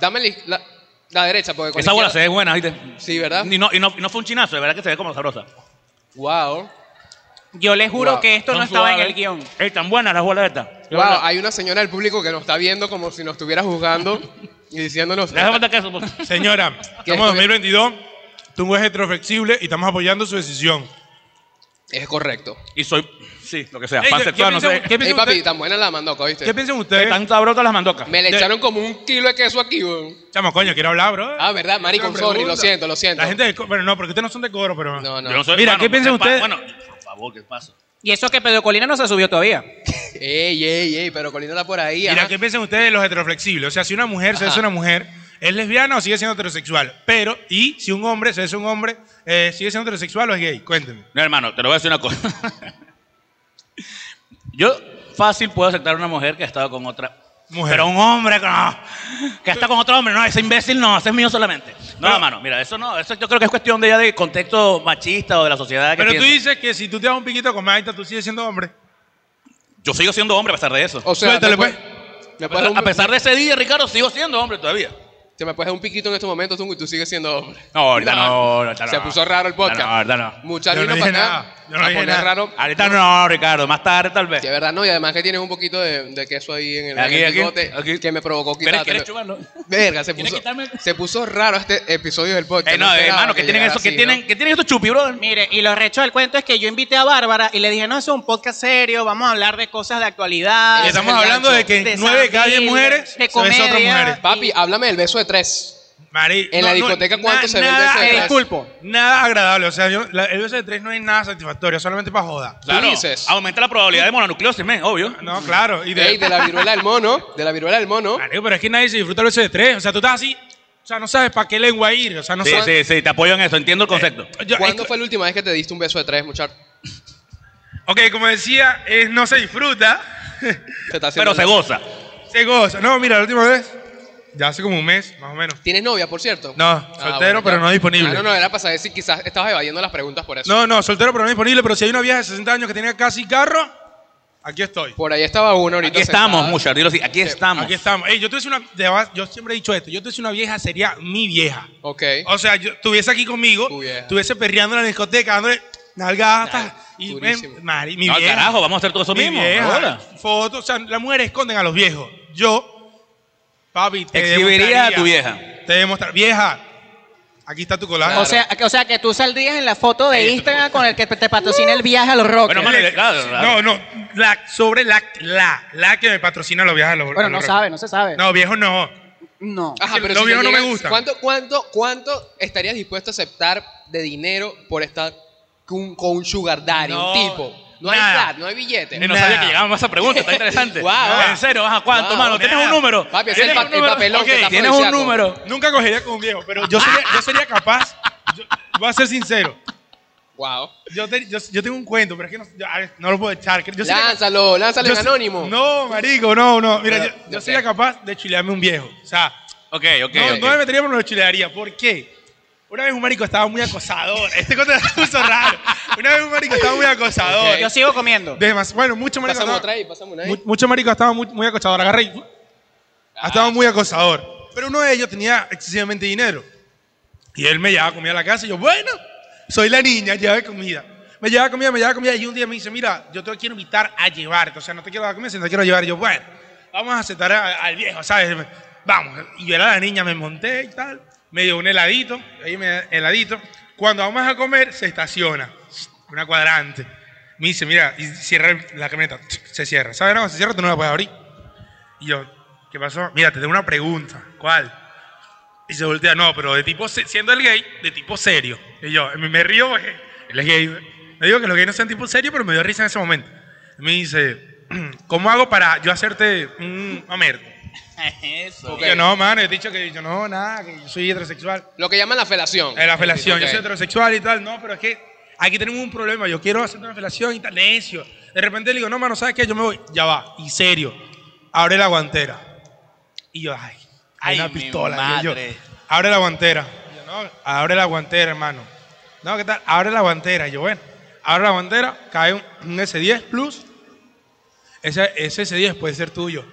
Speaker 1: Dame la, la- la derecha, porque con
Speaker 2: Esa
Speaker 1: la
Speaker 2: bola se
Speaker 1: izquierda-
Speaker 2: ve buena, ¿viste?
Speaker 1: Sí, ¿verdad?
Speaker 2: Y no, y, no, y no fue un chinazo, de verdad que se ve como sabrosa.
Speaker 1: Wow.
Speaker 3: Yo les juro
Speaker 1: Wow.
Speaker 3: que esto no
Speaker 2: Son
Speaker 3: estaba en
Speaker 2: suaves.
Speaker 3: el guión.
Speaker 2: Ey, tan buenas las bolas estas. De
Speaker 1: Wow,
Speaker 2: verdad.
Speaker 1: hay una señora del público que nos está viendo como si nos estuviera juzgando y diciéndonos.
Speaker 2: Le hace falta queso. pues.
Speaker 3: *laughs*
Speaker 4: Señora,
Speaker 1: ¿Qué?
Speaker 4: estamos en 2022. Tungo es heteroflexible y estamos apoyando su decisión.
Speaker 1: Es correcto.
Speaker 2: Y soy. Sí, lo que sea.
Speaker 4: Ey,
Speaker 2: Pan
Speaker 4: ¿qué-
Speaker 2: sexual,
Speaker 4: qué
Speaker 2: no sé. Eh,
Speaker 4: piensa- qué
Speaker 1: Ey,
Speaker 4: piensa
Speaker 1: papi,
Speaker 4: usted?
Speaker 1: tan buena la mandoca, ¿viste?
Speaker 4: ¿Qué piensan ustedes?
Speaker 2: Están sabrotas las mandocas.
Speaker 1: Me le
Speaker 4: de-
Speaker 1: echaron como un kilo de queso aquí, weón.
Speaker 4: Chamo, coño, quiero hablar, bro.
Speaker 1: Ah, ¿verdad, marico?
Speaker 4: Una
Speaker 1: Sorry,
Speaker 4: pregunta.
Speaker 1: lo siento, lo siento.
Speaker 4: La gente de... co- Bueno, no, porque ustedes no son de coro, pero...
Speaker 1: No, no.
Speaker 2: Ah, Yo no soy-
Speaker 4: Mira,
Speaker 2: bueno,
Speaker 4: ¿qué piensan
Speaker 2: es pa-
Speaker 4: ustedes?
Speaker 2: Bueno, por favor, ¿qué pasa?
Speaker 3: Y eso que Pedro Colina no se subió todavía.
Speaker 1: Ey, ey, ey, pero Colina está por ahí.
Speaker 4: Mira,
Speaker 1: ajá.
Speaker 4: ¿qué piensan ustedes de los heteroflexibles? O sea, si una mujer se
Speaker 1: Ajá.
Speaker 4: hace una mujer, ¿es lesbiana o sigue siendo heterosexual? Pero, y si un hombre se hace un hombre, eh, ¿sigue siendo heterosexual o es gay? Cuéntenme.
Speaker 2: No, hermano, te lo voy a decir una cosa. *laughs* Yo fácil puedo aceptar a una mujer que ha estado con otra.
Speaker 4: Mujer.
Speaker 2: Pero un hombre no, que está con otro hombre, no, ese imbécil no, ese es mío solamente. No,
Speaker 4: Pero-
Speaker 2: mano, mira, eso no, eso yo creo que es cuestión de ya de contexto machista o de la sociedad que
Speaker 4: Pero tú
Speaker 2: piensa.
Speaker 4: dices que si tú te das un piquito con Maita, tú sigues siendo hombre.
Speaker 2: Yo sigo siendo hombre a pesar de eso.
Speaker 1: O sea,
Speaker 4: Suéltale, pues.
Speaker 1: me puedes- me
Speaker 2: a,
Speaker 1: puedes dar
Speaker 2: pesar,
Speaker 1: un-
Speaker 2: a pesar de ese día, Ricardo, sigo siendo hombre todavía.
Speaker 1: Se me puedes dar un piquito en estos momentos tú, y tú sigues siendo hombre.
Speaker 2: No, ahorita no, ahorita no.
Speaker 1: Se puso raro el podcast.
Speaker 2: No, no, ahorita no.
Speaker 1: Muchas
Speaker 4: Yo no
Speaker 1: vino
Speaker 4: dije
Speaker 1: para
Speaker 4: nada.
Speaker 1: acá.
Speaker 4: Yo no
Speaker 1: a
Speaker 4: dije
Speaker 1: poner
Speaker 4: nada.
Speaker 1: raro.
Speaker 2: Ahorita no, Ricardo, más tarde tal vez.
Speaker 1: De verdad no, y además que tienes un poquito de, de queso ahí en el,
Speaker 2: Aquí,
Speaker 1: en el
Speaker 2: aquí,
Speaker 1: bigote
Speaker 2: aquí.
Speaker 1: que me provocó
Speaker 2: ¿Quieres,
Speaker 1: quitarte.
Speaker 2: quieres chuparlo?
Speaker 1: Verga, se
Speaker 2: ¿Quieres
Speaker 1: puso,
Speaker 2: quitarme?
Speaker 1: se puso raro este episodio del podcast.
Speaker 2: Eh, no,
Speaker 1: esperaba
Speaker 2: hermano, ¿qué tienen
Speaker 1: llegara
Speaker 2: eso? ¿Qué
Speaker 1: así,
Speaker 2: tienen,
Speaker 1: ¿no?
Speaker 2: ¿qué tienen estos chupi, brother?
Speaker 3: Mire, y lo recho del cuento es que yo invité a Bárbara y le dije, no, eso es un podcast serio, vamos a hablar de cosas de actualidad.
Speaker 1: Ese es
Speaker 4: Estamos
Speaker 1: el
Speaker 4: hablando
Speaker 1: gancho.
Speaker 4: de que
Speaker 3: De
Speaker 4: nueve de cada diez
Speaker 3: San Bill,
Speaker 4: mujeres
Speaker 3: de
Speaker 4: se besa a otras
Speaker 3: comedia.
Speaker 4: mujeres.
Speaker 1: Papi, háblame del beso de tres.
Speaker 4: Mari,
Speaker 1: En la discoteca, ¿cuánto se vende
Speaker 4: nada-
Speaker 1: ese
Speaker 4: eh,
Speaker 1: beso?
Speaker 4: disculpo. Nada agradable. O sea, yo, la- el beso de tres no es nada satisfactorio, solamente para joda.
Speaker 1: dices?
Speaker 2: Aumenta la probabilidad de mononucleosis, men, obvio.
Speaker 4: No, claro. Y de,
Speaker 1: Ey, de
Speaker 4: *laughs*
Speaker 1: la viruela del mono, de la viruela del mono.
Speaker 4: Marico, pero es que nadie se disfruta el beso de tres. O sea, tú estás así. O sea, no sabes para qué lengua ir. O sea, no
Speaker 2: sí,
Speaker 4: sabes.
Speaker 2: sí, sí, te apoyo en eso, entiendo el concepto.
Speaker 4: Yo-
Speaker 1: ¿Cuándo
Speaker 4: es-
Speaker 1: fue la última vez que te diste un beso de tres, muchacho?
Speaker 4: Ok, como decía, es no se disfruta,
Speaker 1: Se está haciendo
Speaker 2: Pero se
Speaker 1: la-
Speaker 2: goza.
Speaker 4: se goza. No, mira, la última vez, ya hace como un mes, más o menos.
Speaker 1: ¿Tienes novia, por cierto?
Speaker 4: No, soltero, pero no disponible.
Speaker 1: Ah, no, no, era para saber si quizás estabas evadiendo las preguntas por eso.
Speaker 4: No, no, soltero, pero no disponible. Pero si hay una vieja de 60 años que tenía casi carro, aquí estoy.
Speaker 1: Por ahí estaba uno ahorita.
Speaker 2: Aquí estamos,
Speaker 1: sentada.
Speaker 2: muchachos, dilo así, aquí estamos.
Speaker 4: Aquí estamos. Ey, yo te voy a decir una. de verdad, Yo siempre he dicho esto. Yo te voy a decir una vieja sería mi vieja.
Speaker 1: Ok.
Speaker 4: O sea, yo estuviese aquí conmigo,
Speaker 1: Tu vieja.
Speaker 4: estuviese perreando en la discoteca, dándole nalgadas. tas, y
Speaker 1: durísimo.
Speaker 4: ven, mari- mi
Speaker 2: no,
Speaker 4: vieja.
Speaker 2: carajo, vamos a hacer todo eso
Speaker 4: mi
Speaker 2: mismo.
Speaker 4: vieja.
Speaker 2: ahora.
Speaker 4: Fotos. O sea, las mujeres esconden a los viejos. Yo, papi, te
Speaker 2: Exhibiría a
Speaker 4: demostraría-
Speaker 2: tu vieja.
Speaker 4: Te demostrar. Vieja, aquí está tu colar.
Speaker 3: O sea, que- o sea, que tú saldrías en la foto de Instagram con el que te patrocina el viaje a los Rockets.
Speaker 2: Bueno,
Speaker 3: Bueno,
Speaker 2: mano, claro, claro.
Speaker 4: no, no, la, sobre la, la, la que me patrocina los viajes a los
Speaker 3: no sabe, no se sabe.
Speaker 4: No, viejo no.
Speaker 3: No.
Speaker 1: Ajá, pero
Speaker 4: Lo
Speaker 1: si
Speaker 4: viejo
Speaker 1: te
Speaker 4: no me
Speaker 1: llegan-
Speaker 4: gusta.
Speaker 1: ¿Cuánto, cuánto, cuánto estarías dispuesto a aceptar de dinero por estar con, con un sugar daddy,
Speaker 4: No,
Speaker 1: un tipo? No hay
Speaker 4: nada.
Speaker 1: flat, no hay billete.
Speaker 2: Y Eh, no
Speaker 4: Nada.
Speaker 2: sabía que llegábamos a esa pregunta, está interesante.
Speaker 1: Guau.
Speaker 2: en serio, baja cuánto,
Speaker 1: Guau.
Speaker 2: mano. Tienes un
Speaker 4: Nada.
Speaker 2: número.
Speaker 1: Papi, ese es el,
Speaker 2: ¿Tienes
Speaker 1: pa-
Speaker 2: un
Speaker 1: el
Speaker 2: número?
Speaker 1: papelón
Speaker 2: Ok,
Speaker 1: que está
Speaker 2: Tienes
Speaker 1: por el
Speaker 2: un
Speaker 1: saco.
Speaker 2: número.
Speaker 4: Nunca cogería con un viejo, pero yo sería, yo sería capaz. yo- voy a ser sincero.
Speaker 1: Wow.
Speaker 4: Yo, te- yo- yo tengo un cuento, pero es que no, yo- a ver, no lo puedo echar. Yo sería-
Speaker 1: Lánzalo, lánzalo
Speaker 4: yo
Speaker 1: en
Speaker 4: se-
Speaker 1: anónimo.
Speaker 4: No, marico, no, no. Mira,
Speaker 1: Pero-
Speaker 4: yo,
Speaker 1: ok.
Speaker 4: yo sería capaz de chilearme un viejo. O sea,
Speaker 2: Ok, ok,
Speaker 4: no,
Speaker 2: ok.
Speaker 4: no me metería, pero me lo chilearía. ¿Por qué? Una vez un marico estaba muy acosador. Este cuento es puso raro. Una vez un marico estaba muy acosador.
Speaker 1: Ok.
Speaker 3: Yo sigo comiendo.
Speaker 4: Demas- bueno, mucho marico
Speaker 1: Pasamos
Speaker 4: estaba-
Speaker 1: otra ¿eh? ahí, pasamos una ahí.
Speaker 4: Mu- Mucho marico estaba muy, muy acosador. Agarré y...
Speaker 1: Ah.
Speaker 4: ha Estaba muy acosador. Pero uno de ellos tenía excesivamente dinero. Y él me llevaba comida a la casa. Y yo, bueno, soy la niña, llévame comida. Me llevaba comida, me llevaba comida. Y un día me dice, mira, yo te quiero invitar a llevarte. O sea, no te quiero dar comida, sino te quiero llevar. Y yo, bueno, vamos a aceptar a- al viejo, ¿sabes? Me- Vamos. Y yo era la niña, me monté y tal. Me dio un heladito. Ahí me heladito. Cuando vamos a comer, se estaciona. Una cuadrante. Me dice, mira, y cierra la camioneta. Se cierra. ¿Sabes? No, se cierra, tú no la puedes abrir. Y yo, ¿qué pasó? Mira, te tengo una pregunta. ¿Cuál? Y se voltea, no, pero de tipo, se- siendo el gay, de tipo serio. Y yo, me, me río, porque él es gay. No digo que los gays no sean tipo serio, pero me dio risa en ese momento. Me dice, *clears throat* ¿cómo hago para yo hacerte un mamerto?
Speaker 2: Eso.
Speaker 1: Ok.
Speaker 4: Y Yo, no, mano, yo te he dicho que yo no, nada, que yo soy heterosexual.
Speaker 1: Lo que llaman la felación.
Speaker 4: Eh, la felación,
Speaker 1: Ok.
Speaker 4: yo soy heterosexual y tal, no, pero es que aquí tenemos un problema, yo quiero hacer una felación y tal, necio. De repente le digo, no, mano, ¿sabes qué? Yo me voy, ya va, y serio, abre la guantera. Y yo, ay,
Speaker 2: Ay,
Speaker 4: hay una
Speaker 2: mi
Speaker 4: pistola. Y yo,
Speaker 2: madre.
Speaker 4: abre la guantera. Y yo, no, abre la guantera, hermano. No, ¿qué tal? Abre la guantera. Y yo, bueno, abre la guantera, cae un, un S10 Plus. Ese, ese S10 puede
Speaker 2: *laughs*
Speaker 4: ser tuyo.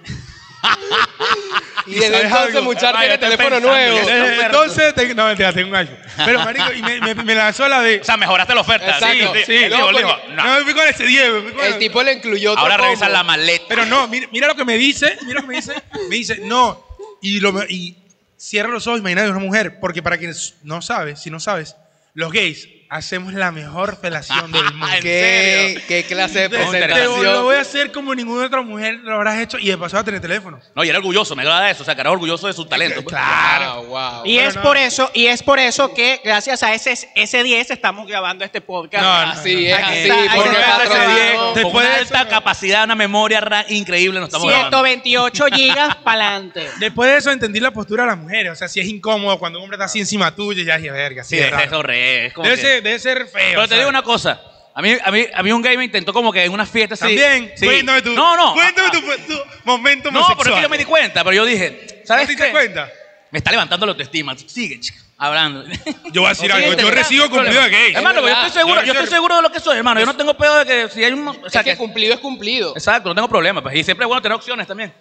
Speaker 1: Y desde
Speaker 4: ¿Sabes
Speaker 1: entonces,
Speaker 4: algo?
Speaker 1: muchacho,
Speaker 2: Ay,
Speaker 1: tiene
Speaker 2: estoy
Speaker 1: teléfono
Speaker 2: pensando,
Speaker 1: nuevo.
Speaker 2: ya sé.
Speaker 4: Eh, *laughs* Entonces, te- no, mentira, tengo un iPhone. Pero, marico, y me, me- me lanzó la de...
Speaker 2: O sea, mejoraste la oferta.
Speaker 1: Exacto.
Speaker 2: Sí, sí.
Speaker 1: Sí,
Speaker 2: el tipo
Speaker 1: loco.
Speaker 2: dijo, no.
Speaker 4: No, me fui con ese 10, me fui con
Speaker 1: El
Speaker 4: el-
Speaker 1: tipo le incluyó otro
Speaker 2: Ahora revisa
Speaker 1: combo.
Speaker 2: la maleta.
Speaker 4: Pero no, mira, mira lo que me dice, mira lo que me dice. Me dice, no, y, lo, y cierra los ojos, imagina que es una mujer, porque para quienes no sabes, si no sabes, los gays hacemos la mejor felación
Speaker 2: *laughs*
Speaker 4: del mundo.
Speaker 2: ¿En
Speaker 1: ¿Qué,
Speaker 2: serio?
Speaker 1: qué clase de
Speaker 4: Te- Te
Speaker 1: presentación.
Speaker 4: lo voy a hacer como ninguna otra mujer lo habrás hecho y de paso va a tener teléfono.
Speaker 2: No, y era orgulloso, me agrada eso. O sea, que era orgulloso de su talento. pues.
Speaker 1: Claro. Wow,
Speaker 3: Y
Speaker 4: Bueno,
Speaker 3: es
Speaker 4: no.
Speaker 3: por eso, y es por eso que gracias a ese, ese 10 estamos grabando este podcast.
Speaker 4: No, no.
Speaker 1: Así es,
Speaker 3: Aquí
Speaker 1: así,
Speaker 3: está, ahí
Speaker 1: porque
Speaker 3: está,
Speaker 1: patrón,
Speaker 3: ese diez.
Speaker 1: no.
Speaker 2: Con
Speaker 4: Te- Después
Speaker 2: una
Speaker 4: de eso,
Speaker 2: alta
Speaker 4: no.
Speaker 2: capacidad, una memoria ra- increíble, nos estamos grabando.
Speaker 1: *laughs*
Speaker 3: 128 gigas para adelante.
Speaker 4: Después de eso entendí la postura de las mujeres, o sea, si es incómodo cuando un hombre está así encima tuyo, ya es verga, sí,
Speaker 2: Sí,
Speaker 4: es
Speaker 2: es,
Speaker 4: raro.
Speaker 2: es horrible, es como
Speaker 4: Debe
Speaker 2: que-
Speaker 4: ser, debe ser feo.
Speaker 2: Pero te
Speaker 4: ¿sabes?
Speaker 2: digo una cosa. A mí, a, mí, a mí un gay me intentó como que en una fiesta así.
Speaker 4: También.
Speaker 2: Sí.
Speaker 4: Cuéntame tu,
Speaker 2: No, no.
Speaker 4: Cuéntame tu, tu momento
Speaker 2: No,
Speaker 4: homosexual.
Speaker 2: pero es que yo me di cuenta, pero yo dije,
Speaker 4: ¿No
Speaker 2: ¿sabes
Speaker 4: te
Speaker 2: qué?
Speaker 4: diste cuenta?
Speaker 2: Me está levantando la autoestima. Tú Sigue, chica, hablando.
Speaker 4: Yo voy a decir
Speaker 2: No, sigue
Speaker 4: algo. Yo
Speaker 2: intentando,
Speaker 4: recibo
Speaker 2: no hay
Speaker 4: cumplido de
Speaker 2: problema.
Speaker 4: gay.
Speaker 2: Hermano, yo estoy seguro, yo
Speaker 4: Yo-
Speaker 2: estoy seguro de lo que soy, hermano. Yo no tengo pedo de que si hay un... O sea,
Speaker 1: que
Speaker 2: que,
Speaker 1: cumplido es cumplido.
Speaker 2: exacto, no tengo problema. pues. Y siempre es bueno tener opciones también.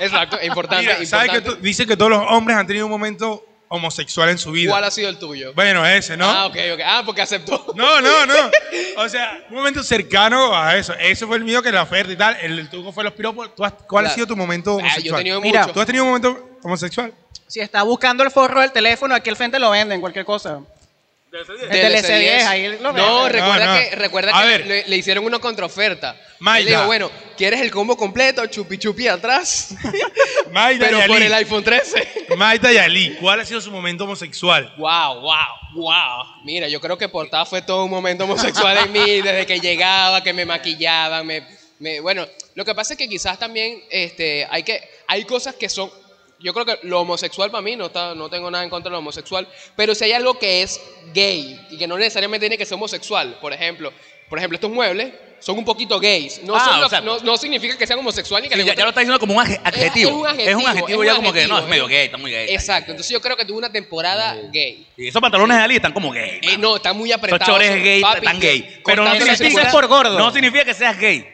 Speaker 1: Exacto, es importante.
Speaker 4: Mira, ¿sabes que
Speaker 1: importante.
Speaker 4: tú- dice que todos los hombres han tenido un momento homosexual en su vida?
Speaker 1: ¿Cuál ha sido el tuyo?
Speaker 4: Bueno, ese, ¿no?
Speaker 1: Ah, ok, ok. Ah, porque aceptó. *laughs*
Speaker 4: No, no, no. O sea, un momento cercano a eso. Ese fue el mío que la oferta y tal. El, el tuyo fue los piropos. ¿Tú has- ¿Cuál
Speaker 1: Claro.
Speaker 4: ha sido tu momento
Speaker 1: Ah, yo he
Speaker 4: homosexual?
Speaker 1: tenido
Speaker 3: Mira,
Speaker 1: mucho.
Speaker 4: ¿Tú has tenido un momento homosexual?
Speaker 3: Si está buscando el forro del teléfono, aquí al frente lo venden, cualquier cosa. Este
Speaker 1: Del
Speaker 3: El TLC10,
Speaker 1: S10.
Speaker 3: ahí lo
Speaker 1: no,
Speaker 3: venden.
Speaker 1: recuerda
Speaker 4: No, no.
Speaker 1: que, recuerda
Speaker 4: A
Speaker 1: que
Speaker 4: ver.
Speaker 1: Le, le hicieron una contraoferta.
Speaker 4: Mayra.
Speaker 1: Él Le dijo, bueno, ¿quieres el combo completo? Chupi chupi atrás.
Speaker 4: Mayra
Speaker 1: *laughs* Pero
Speaker 4: y
Speaker 1: por
Speaker 4: Ali.
Speaker 1: el iPhone 13.
Speaker 4: Maita y Ali, ¿cuál ha sido su momento homosexual?
Speaker 1: Wow, wow, wow. Mira, yo creo que Portada fue todo un momento homosexual en
Speaker 2: *laughs*
Speaker 1: mí, desde que llegaba, que me maquillaban, me, me- bueno, lo que pasa es que quizás también este hay que hay cosas que son yo creo que lo homosexual para mí no está no tengo nada en contra de lo homosexual, pero si hay algo que es gay y que no necesariamente tiene que ser homosexual, por ejemplo, por ejemplo, estos muebles son un poquito gays. No,
Speaker 2: Ah,
Speaker 1: son
Speaker 2: o
Speaker 1: lo-
Speaker 2: sea-
Speaker 1: no, no significa que sean homosexuales ni *laughs* que
Speaker 2: Sí,
Speaker 1: les
Speaker 2: ya,
Speaker 1: guste-
Speaker 2: ya lo está diciendo como un adje- adjetivo. Es un adjetivo,
Speaker 1: es
Speaker 2: ya
Speaker 1: un
Speaker 2: como que no, es
Speaker 1: adjetivo,
Speaker 2: medio
Speaker 1: es-
Speaker 2: gay, está muy gay.
Speaker 1: Exacto, entonces yo creo que tuve una temporada gay.
Speaker 2: Y esos pantalones de Ali están como gay.
Speaker 1: Eh,
Speaker 2: mano.
Speaker 1: no, está muy apretado.
Speaker 2: Esos chores gay,
Speaker 1: Papi,
Speaker 2: tan gay.
Speaker 1: cortando
Speaker 2: Pero no
Speaker 1: la
Speaker 3: Cortándose
Speaker 2: significa,
Speaker 1: cintura.
Speaker 3: por gordo.
Speaker 2: no significa que seas gay.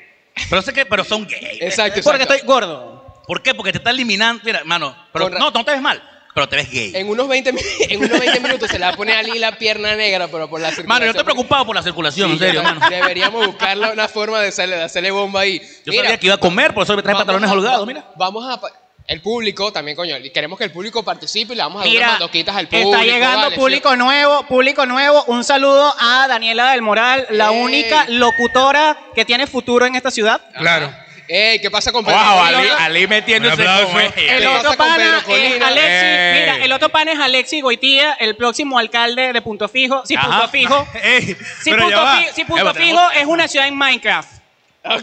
Speaker 2: Pero sé que, pero son gay. pues.
Speaker 1: Exacto,
Speaker 3: Porque
Speaker 1: exacto.
Speaker 3: estoy gordo.
Speaker 2: ¿Por qué? Porque te está eliminando. Mira, hermano, pero,
Speaker 1: Con ra-
Speaker 2: no, no te ves mal, pero te ves gay.
Speaker 1: En unos 20, mi- *laughs* en unos 20 minutos se la pone a Lila pierna negra, pero por la circulación.
Speaker 2: Mano, yo estoy preocupado por la circulación, en serio, mano.
Speaker 1: Deberíamos buscarle una forma de hacerle, de hacerle bomba ahí.
Speaker 2: Yo sabía que iba a comer, por eso me traje
Speaker 1: vamos
Speaker 2: pantalones
Speaker 1: a-
Speaker 2: holgados, mira.
Speaker 1: Vamos a... pa- El público también, coño. y Queremos que el público participe y le vamos a dar unas
Speaker 3: Mira,
Speaker 1: mandoquitas al público.
Speaker 3: está llegando
Speaker 1: vale,
Speaker 3: público nuevo, público nuevo. Un saludo a Daniela del Moral, la
Speaker 1: Ey.
Speaker 3: única locutora que tiene futuro en esta ciudad.
Speaker 1: sí.
Speaker 4: Claro.
Speaker 1: Ey, ¿qué pasa con
Speaker 2: Wow,
Speaker 1: Pedro
Speaker 2: Ali,
Speaker 1: Colina?
Speaker 2: Ali metiéndose
Speaker 4: Un aplauso.
Speaker 2: como es.
Speaker 1: ¿Qué
Speaker 3: El
Speaker 1: pasa
Speaker 3: otro
Speaker 1: con
Speaker 3: pana
Speaker 1: Pedro
Speaker 3: es
Speaker 1: Colina?
Speaker 3: Alexis,
Speaker 2: Ey.
Speaker 3: mira, el otro pana es Alexis Goitía, el próximo alcalde de Punto Fijo. Si
Speaker 2: Ajá.
Speaker 3: Punto
Speaker 2: *laughs*
Speaker 3: Fijo,
Speaker 4: Ey,
Speaker 3: si
Speaker 4: pero ya
Speaker 3: Punto,
Speaker 4: va.
Speaker 3: Fi- si Punto
Speaker 2: Eh, pero
Speaker 3: Fijo
Speaker 2: tenemos-
Speaker 3: es una ciudad en Minecraft.
Speaker 1: Ok.
Speaker 2: Ah,
Speaker 3: ¿ok?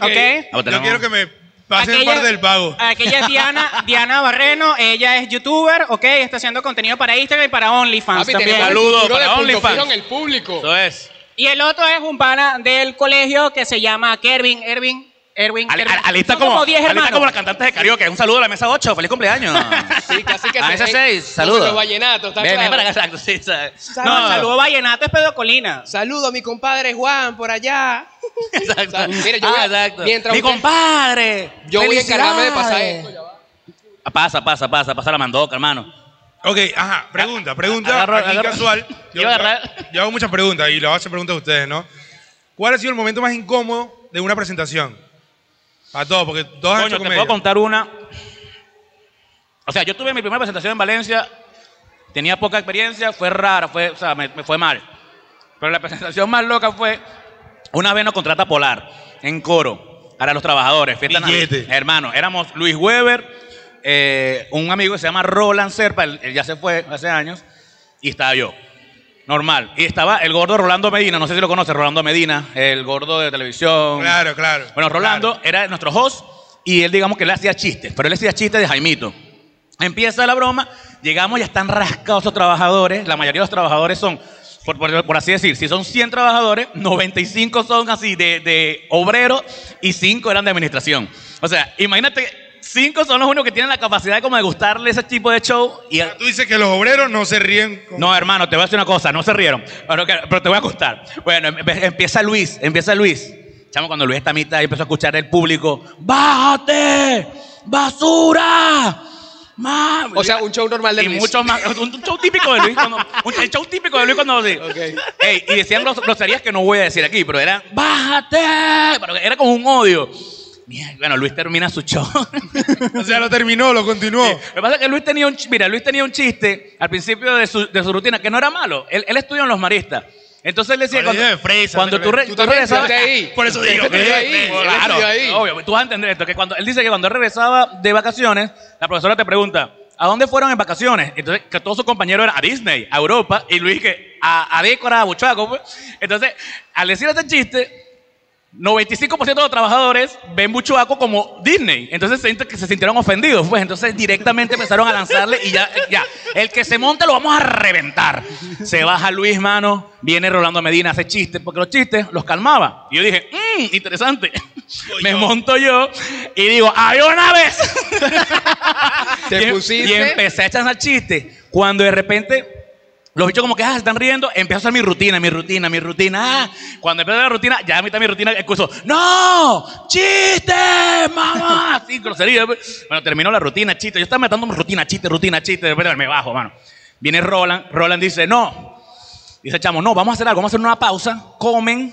Speaker 4: Yo
Speaker 2: tenemos-
Speaker 4: quiero que me pasen
Speaker 3: Aquella-
Speaker 4: parte del pago.
Speaker 2: Ah,
Speaker 3: Aquella
Speaker 2: *laughs*
Speaker 3: es Diana, Diana Barreno, ella es youtuber, ok, está haciendo contenido para Instagram y para OnlyFans
Speaker 1: Papi,
Speaker 3: también.
Speaker 1: tenemos el
Speaker 2: Saludos
Speaker 1: futuro de
Speaker 2: para
Speaker 1: Punto
Speaker 2: OnlyFans.
Speaker 1: Fijo en el público.
Speaker 2: Eso es.
Speaker 3: Y el otro es un pana del colegio que se llama Kervin, Ervin, Erwin,
Speaker 2: Ali,
Speaker 3: Ervin.
Speaker 2: Ali- Ali está
Speaker 3: Son
Speaker 2: como,
Speaker 3: diez
Speaker 2: Ali está
Speaker 3: hermanos.
Speaker 2: como la cantante de karaoke. Un saludo a la mesa 8. Feliz cumpleaños.
Speaker 1: *laughs* Sí, casi que
Speaker 2: A
Speaker 1: se
Speaker 2: mesa
Speaker 1: ven-
Speaker 2: 6.
Speaker 1: como
Speaker 2: Saludos.
Speaker 1: los vallenatos, está
Speaker 2: Ven, ven
Speaker 1: claro.
Speaker 2: para acá, exacto. Sí, sa-
Speaker 3: No, saludo vallenato es Pedro Colina.
Speaker 1: Saludo a mi compadre Juan por allá.
Speaker 2: Exacto.
Speaker 1: Sa- mira, yo voy a-
Speaker 2: Ah, exacto.
Speaker 1: mientras
Speaker 2: Mi
Speaker 1: usted-
Speaker 2: compadre.
Speaker 1: Yo voy a encargarme de pasar
Speaker 2: felicidades.
Speaker 1: esto. ya va.
Speaker 2: Ah, Pasa, pasa, pasa. Pasa la mandoca, hermano.
Speaker 4: Ok, ajá, pregunta, pregunta
Speaker 2: Ah, Agarro-
Speaker 4: aquí
Speaker 2: agarro- *laughs*
Speaker 4: casual. Yo,
Speaker 2: Iba a agarrar.
Speaker 4: yo hago muchas preguntas y las voy a hacer preguntas a ustedes, ¿no? ¿Cuál ha sido el momento más incómodo de una presentación? Para todos, porque todos han
Speaker 2: Coño,
Speaker 4: hecho
Speaker 2: te puedo
Speaker 4: comedia.
Speaker 2: contar una. O sea, yo tuve mi primera presentación en Valencia, tenía poca experiencia, fue rara, fue, o sea, me, me fue mal. Pero la *laughs* presentación más loca fue, una vez nos contrata Polar, en coro, para los trabajadores, fiesta
Speaker 4: Billete.
Speaker 2: navideña. Hermano, éramos Luis Weber, eh, un amigo que se llama Roland Serpa, él, él ya se fue hace años, y estaba yo. Normal. Y estaba el gordo Rolando Medina, no sé si lo conoces, Rolando Medina, el gordo de televisión.
Speaker 4: Claro, claro.
Speaker 2: Bueno, Rolando era nuestro host y él, digamos que le hacía chistes, pero él hacía chistes de Jaimito. Empieza la broma, llegamos, ya están rascados los trabajadores, la mayoría de los trabajadores son, por, por- por así decir, si son 100 trabajadores, 95 son así de, de obreros y 5 eran de administración. O sea, imagínate, 5 son los únicos que tienen la capacidad como de gustarle ese tipo de show y
Speaker 4: Claro. Tú dices que los obreros no se ríen. con-
Speaker 2: no, hermano, te voy a decir una cosa, no se rieron, pero, que- pero te voy a contar. Bueno, em- em- empieza Luis, empieza Luis. Chamo, cuando Luis está a mitad y empezó a escuchar el público, ¡bájate! ¡Basura! ¡Mam!
Speaker 1: O sea, un show normal de
Speaker 2: y
Speaker 1: Luis.
Speaker 2: mucho más, un un show típico de Luis cuando, un, el show típico de Luis cuando sí.
Speaker 1: Ok.
Speaker 2: Ey, y decían gros- groserías que no voy a decir aquí, pero eran bájate, pero era como un odio. Mierda, bueno, Luis termina su show.
Speaker 4: *laughs*
Speaker 2: *laughs*
Speaker 4: O sea, lo terminó, lo continuó.
Speaker 2: Sí. Lo que pasa es que Luis tenía un, ch- mira, Luis tenía un chiste al principio de su, de su rutina que no era malo. Él, él estudió en los maristas. Entonces él decía,
Speaker 4: Ahora
Speaker 2: cuando,
Speaker 4: vive de fresa,
Speaker 2: cuando
Speaker 4: pero
Speaker 2: tú, re-
Speaker 1: Tú
Speaker 2: tú
Speaker 1: también
Speaker 2: regresabas...
Speaker 1: estuviste ahí.
Speaker 2: Por eso digo,
Speaker 1: Tú estuviste ahí, él
Speaker 2: claro,
Speaker 1: estudió ahí.
Speaker 2: obvio, pues tú vas a entender esto, que cuando, él dice que cuando él regresaba de vacaciones, la profesora te pregunta, ¿a dónde fueron en vacaciones? Entonces, que todos sus compañeros eran a Disney, a Europa, y Luis que a, a Décora, a Buchaco. pues. Entonces, al decir este chiste, 95% de los trabajadores ven Buchuaco como Disney. Entonces se, siente- se sintieron ofendidos. Pues entonces directamente empezaron a lanzarle y ya, ya. El que se monte lo vamos a reventar. Se baja Luis Mano, viene Rolando Medina, hace chistes, porque los chistes los calmaba. Y yo dije, mmm, interesante. Me monto yo y digo, había una vez.
Speaker 1: Te
Speaker 2: y, em-
Speaker 1: pusiste.
Speaker 2: y empecé a echar chistes. Cuando de repente los bichos como que ah, se están riendo, empiezo a hacer mi rutina, mi rutina, mi rutina. Ah, cuando empiezo la rutina, ya a mitad de mi rutina escucho, ¡No! ¡Chiste, mamá! *laughs* Así, grosería. pues. Bueno, terminó la rutina, chiste. Yo estaba matando rutina, chiste, rutina, chiste. De repente me bajo, mano. Viene Roland, Roland dice, no. Dice, chamo, no, vamos a hacer algo, vamos a hacer una pausa, comen,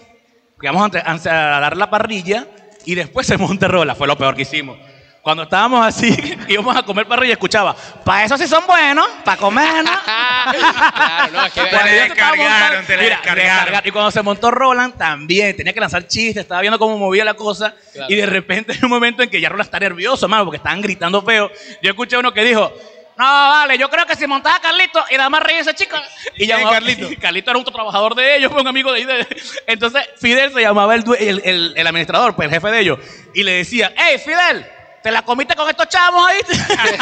Speaker 2: que vamos a, entre- a- a dar la parrilla y después se monta Roland. Fue lo peor que hicimos. Cuando estábamos así, *laughs* íbamos a comer parrilla, escuchaba, para eso sí son buenos, para comer, ¿no?
Speaker 1: claro, no, es que.
Speaker 4: Te la descargaron, te la
Speaker 2: Mira,
Speaker 4: descargaron.
Speaker 2: descargar- Y cuando se montó Roland también tenía que lanzar chistes, estaba viendo cómo movía la cosa.
Speaker 1: Claro.
Speaker 2: Y de repente *laughs* hay un momento en que ya Roland está nervioso, hermano, porque estaban gritando feo. Yo escuché a uno que dijo. No, vale, yo creo que si montaba Carlito y nada más reír ese chico. Y
Speaker 4: quién es
Speaker 2: llamaba
Speaker 4: Carlito?
Speaker 2: *laughs* Carlito era un trabajador de ellos, fue un amigo de ellos. Entonces Fidel se llamaba el, due- el, el- el administrador, pues el jefe de ellos. Y le decía, hey Fidel, ¿te la comiste con estos chavos
Speaker 4: *laughs*
Speaker 2: ahí?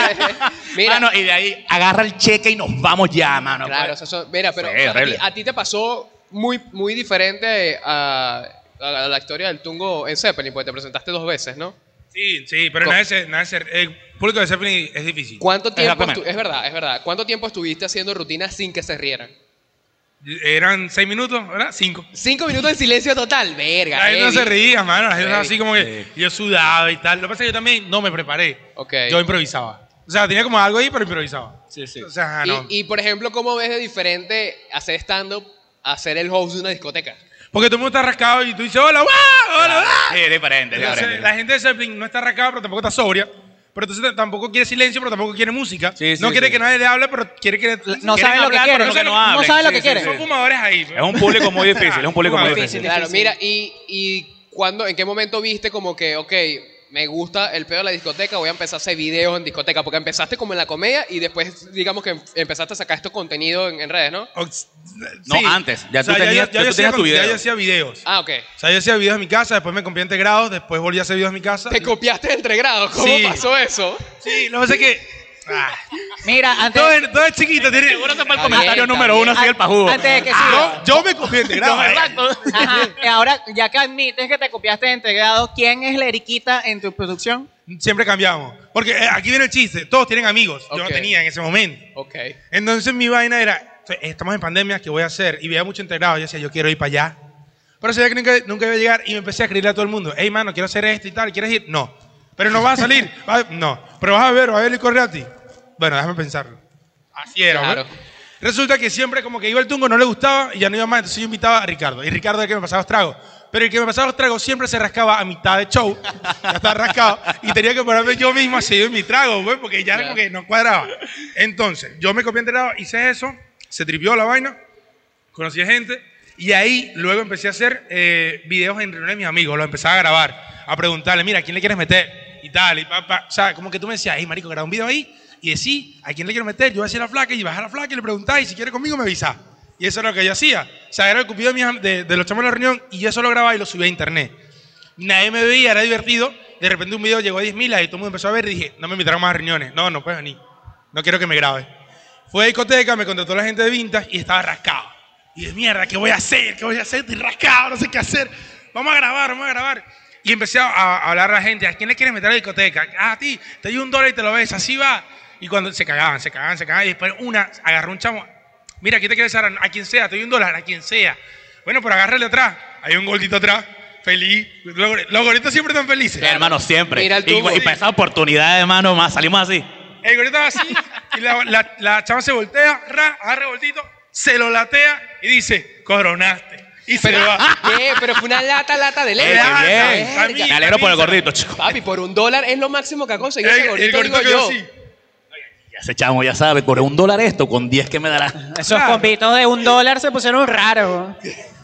Speaker 2: *laughs*
Speaker 1: Mira.
Speaker 2: Mano, y de ahí agarra el cheque y nos vamos ya, mano.
Speaker 1: Claro,
Speaker 2: pues.
Speaker 1: eso son- mira, pero
Speaker 2: Fue
Speaker 1: a ti,
Speaker 2: horrible.
Speaker 1: a ti te pasó muy, muy diferente a, a la- a la historia del Tungo en Zeppelin, porque te presentaste dos veces, ¿no?
Speaker 4: Sí, sí, pero
Speaker 1: ¿Cómo?
Speaker 4: nada de ser, nada de ser. El eh, público de Zeppelin es difícil.
Speaker 1: ¿Cuánto tiempo
Speaker 2: Exactamente.
Speaker 1: estu- es verdad, es verdad. ¿Cuánto tiempo estuviste haciendo rutinas sin que se rieran?
Speaker 4: Eran seis minutos, ¿verdad? Cinco.
Speaker 1: Cinco minutos de silencio total, verga.
Speaker 4: La gente no
Speaker 1: heavy.
Speaker 4: se reía, mano. La gente estaba
Speaker 1: Heavy.
Speaker 4: así como que yo sudaba y tal. Lo que pasa es que yo también no me preparé.
Speaker 1: Ok.
Speaker 4: Yo improvisaba. O sea, tenía como algo ahí, pero improvisaba.
Speaker 2: Sí, sí.
Speaker 4: O sea,
Speaker 1: Y-
Speaker 4: no.
Speaker 1: y, por ejemplo, ¿cómo ves de diferente hacer stand-up a ser el host de una discoteca?
Speaker 4: Porque todo el mundo está rascado y tú dices, hola, guau, hola, guau.
Speaker 2: Sí, es diferente, es
Speaker 4: Entonces,
Speaker 2: diferente.
Speaker 4: la gente de Zeppelin no está rascada, pero tampoco está sobria. Pero entonces t- tampoco quiere silencio, pero tampoco quiere música.
Speaker 2: Sí, sí,
Speaker 4: no quiere
Speaker 2: sí.
Speaker 4: que nadie le hable, pero quiere que...
Speaker 3: No
Speaker 2: Quieren
Speaker 3: sabe lo que
Speaker 2: hablar,
Speaker 3: quiere.
Speaker 2: pero no saben lo que-
Speaker 3: No
Speaker 2: hablen.
Speaker 3: sabe lo
Speaker 2: Sí,
Speaker 3: que
Speaker 2: sí,
Speaker 3: quiere.
Speaker 4: Son fumadores ahí. pues.
Speaker 2: Es un público muy difícil, es un público muy
Speaker 4: Difícil,
Speaker 2: difícil.
Speaker 1: Claro,
Speaker 3: difícil.
Speaker 1: mira, y, y cuando, ¿en qué momento viste como que, ok, me gusta el pedo de la discoteca, voy a empezar a hacer videos en discoteca? Porque empezaste como en la comedia y después, digamos que em- empezaste a sacar esto contenido en, en redes, ¿no?
Speaker 4: O-
Speaker 2: No,
Speaker 4: sí.
Speaker 2: antes, ya tú
Speaker 4: yo-
Speaker 2: tenías-
Speaker 4: yo
Speaker 2: ya tú
Speaker 4: hacía
Speaker 2: tenías tu
Speaker 4: con-
Speaker 2: video.
Speaker 4: Ya yo hacía videos.
Speaker 1: Ah, ok.
Speaker 4: O sea, yo hacía videos en mi casa, después me copié grados, después volví a hacer videos en mi casa.
Speaker 1: Te copiaste entre grados, ¿cómo
Speaker 4: Sí.
Speaker 1: pasó eso?
Speaker 4: Sí, lo que pasa es que... Ah,
Speaker 3: Mira, antes,
Speaker 4: todo, es- todo es chiquito. Tiene,
Speaker 2: Seguro que para el
Speaker 1: Está
Speaker 2: comentario
Speaker 1: bien,
Speaker 2: número
Speaker 1: está
Speaker 2: uno sigue el pajudo. Ah,
Speaker 3: antes de que siga.
Speaker 4: yo, yo me copié
Speaker 2: *laughs*
Speaker 4: integrado.
Speaker 2: No, exacto.
Speaker 3: Ajá, y *laughs* Ahora, ya que admites que te copiaste de integrado, ¿quién es la Eriquita en tu producción?
Speaker 4: Siempre cambiamos. Porque eh, aquí viene el chiste. Todos tienen amigos. Yo
Speaker 1: Ok.
Speaker 4: no tenía en ese momento.
Speaker 1: Ok.
Speaker 4: Entonces mi vaina era, estamos en pandemia, ¿qué voy a hacer? Y veía mucho integrado, yo decía, yo quiero ir para allá. Pero sabía que nunca, nunca iba a llegar y me empecé a escribirle a todo el mundo, hey mano, quiero hacer esto y tal, ¿quieres ir? No. Pero no va a salir, *laughs* Va- no. Pero vas a ver, vas a ver el correo a ti. Bueno, déjame pensarlo. Así era,
Speaker 1: Claro.
Speaker 4: ¿no? Resulta que siempre como que iba el tungo, no le gustaba y ya no iba más, entonces yo invitaba a Ricardo. Y Ricardo era el que me pasaba los tragos. Pero el que me pasaba los tragos siempre se rascaba a mitad de show, ya estaba rascado, y tenía que ponerme yo mismo a seguir mi trago, güey, porque ya era como que no cuadraba. Entonces, yo me copié enterado, hice eso, se tripió la vaina, conocí a gente, y ahí luego empecé a hacer eh, videos en reuniones de mis amigos, los empezaba a grabar, a preguntarle, mira, ¿a quién le quieres meter? Y tal, y pa, pa. O sea, como que tú me decías, hey, marico, graba un video ahí, y decís, ¿a quién le quiero meter? Yo voy a decir a la flaca, y vas a la flaca y le preguntás, y si quiere conmigo me avisás. Y eso era lo que yo hacía. O sea, era el cupido de, mis am- de, de los chamos de la reunión, y yo eso lo grababa y lo subía a internet. Nadie me veía, era divertido. De repente un video llegó a 10.000 y todo el mundo empezó a ver y dije, no me invitaron más a reuniones. No, no puedes venir. No quiero que me grabe. Fue a discoteca, me contrató la gente de Vintage y estaba rascado. Y de mierda, ¿qué voy a hacer? ¿Qué voy a hacer? Estoy rascado, no sé qué hacer. Vamos a grabar, vamos a grabar. Y empecé a, a hablar a la gente, ¿a quién le quieres meter a la discoteca? Ah, a ti, te doy un dólar y te lo ves, así va. Y cuando se cagaban, se cagaban, se cagaban. Y después una agarró un chamo, mira, aquí te quieres besar? A quien sea, te doy un dólar, a quien sea. Bueno, pero agárrale atrás. Hay un gordito atrás, feliz. Los, los gorditos siempre están felices.
Speaker 2: Sí, hermano, siempre.
Speaker 1: Mira el
Speaker 2: y,
Speaker 1: tubo.
Speaker 2: y para esa oportunidad, hermano, más salimos así.
Speaker 4: El gorrito va así y la, la, la chava se voltea, ra, agarra el boltito, se lo latea y dice, coronaste. Y se
Speaker 1: Pero, ah,
Speaker 4: va.
Speaker 1: ¿qué? Pero fue una lata, lata de
Speaker 2: Ey,
Speaker 1: leche.
Speaker 2: qué
Speaker 4: Ah,
Speaker 2: bien.
Speaker 4: a mí,
Speaker 2: Me alegro por el
Speaker 4: a mí,
Speaker 2: gordito, chico.
Speaker 1: Papi, por un dólar es lo máximo que ha
Speaker 4: El,
Speaker 1: conseguido ese
Speaker 4: el gordito
Speaker 1: digo
Speaker 4: quedó
Speaker 1: yo.
Speaker 4: así.
Speaker 2: Ya ese chamo ya sabe, cobré un dólar esto, con 10 que me dará.
Speaker 3: Esos
Speaker 4: Claro.
Speaker 3: compitos de un dólar se pusieron raros.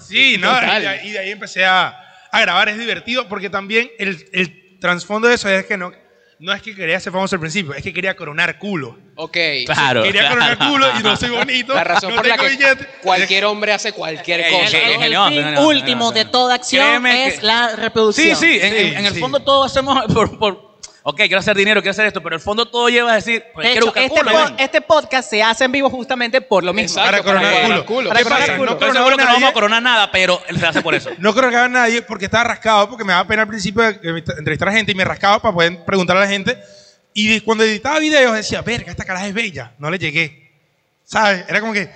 Speaker 4: Sí, ¿no?
Speaker 1: Total.
Speaker 4: Y de, ahí- y de ahí empecé a, a grabar. Es divertido porque también el, el trasfondo de eso es que no, no es que quería ser famoso al principio, es que quería coronar culo.
Speaker 1: Ok.
Speaker 2: Claro.
Speaker 4: quería
Speaker 2: claro.
Speaker 4: coronar culo y no
Speaker 1: *laughs*
Speaker 4: soy bonito.
Speaker 1: La razón
Speaker 4: no
Speaker 1: por la
Speaker 4: tengo
Speaker 1: que
Speaker 4: billete.
Speaker 1: cualquier hombre hace cualquier
Speaker 2: Eh,
Speaker 1: cosa.
Speaker 2: eh,
Speaker 1: ¿no?
Speaker 2: eh,
Speaker 5: El
Speaker 2: genial,
Speaker 5: fin
Speaker 2: genial,
Speaker 5: último
Speaker 2: genial.
Speaker 5: de toda acción
Speaker 2: Créeme
Speaker 5: es
Speaker 2: que-
Speaker 5: la
Speaker 2: Sí,
Speaker 5: reproducción.
Speaker 2: sí, en, en-
Speaker 4: Sí,
Speaker 2: en el
Speaker 4: sí.
Speaker 2: fondo todo hacemos por, por- Ok, quiero hacer dinero, quiero hacer esto, pero el fondo todo lleva a decir, "Pues
Speaker 5: De hecho,
Speaker 2: quiero buscar
Speaker 5: este,
Speaker 2: culo, ¿eh?
Speaker 5: po-
Speaker 2: ven.
Speaker 5: este podcast se hace en vivo justamente por lo mismo.
Speaker 1: Exacto,
Speaker 4: Para coronar
Speaker 1: para
Speaker 4: culo.
Speaker 1: culo.
Speaker 5: Para
Speaker 4: ¿Qué
Speaker 5: coronar
Speaker 4: pasa?
Speaker 5: culo.
Speaker 4: No
Speaker 2: Estoy
Speaker 4: coronaba
Speaker 2: este seguro que no vamos
Speaker 4: nadie.
Speaker 2: a coronar nada, pero se hace por eso.
Speaker 4: No coronaba a nadie porque estaba rascado, porque me daba pena al principio de que me t- entrevistar a gente y me rascaba para poder preguntar a la gente. Y de- cuando editaba videos decía, verga, esta caraja es bella. No le llegué. ¿Sabes? Era como que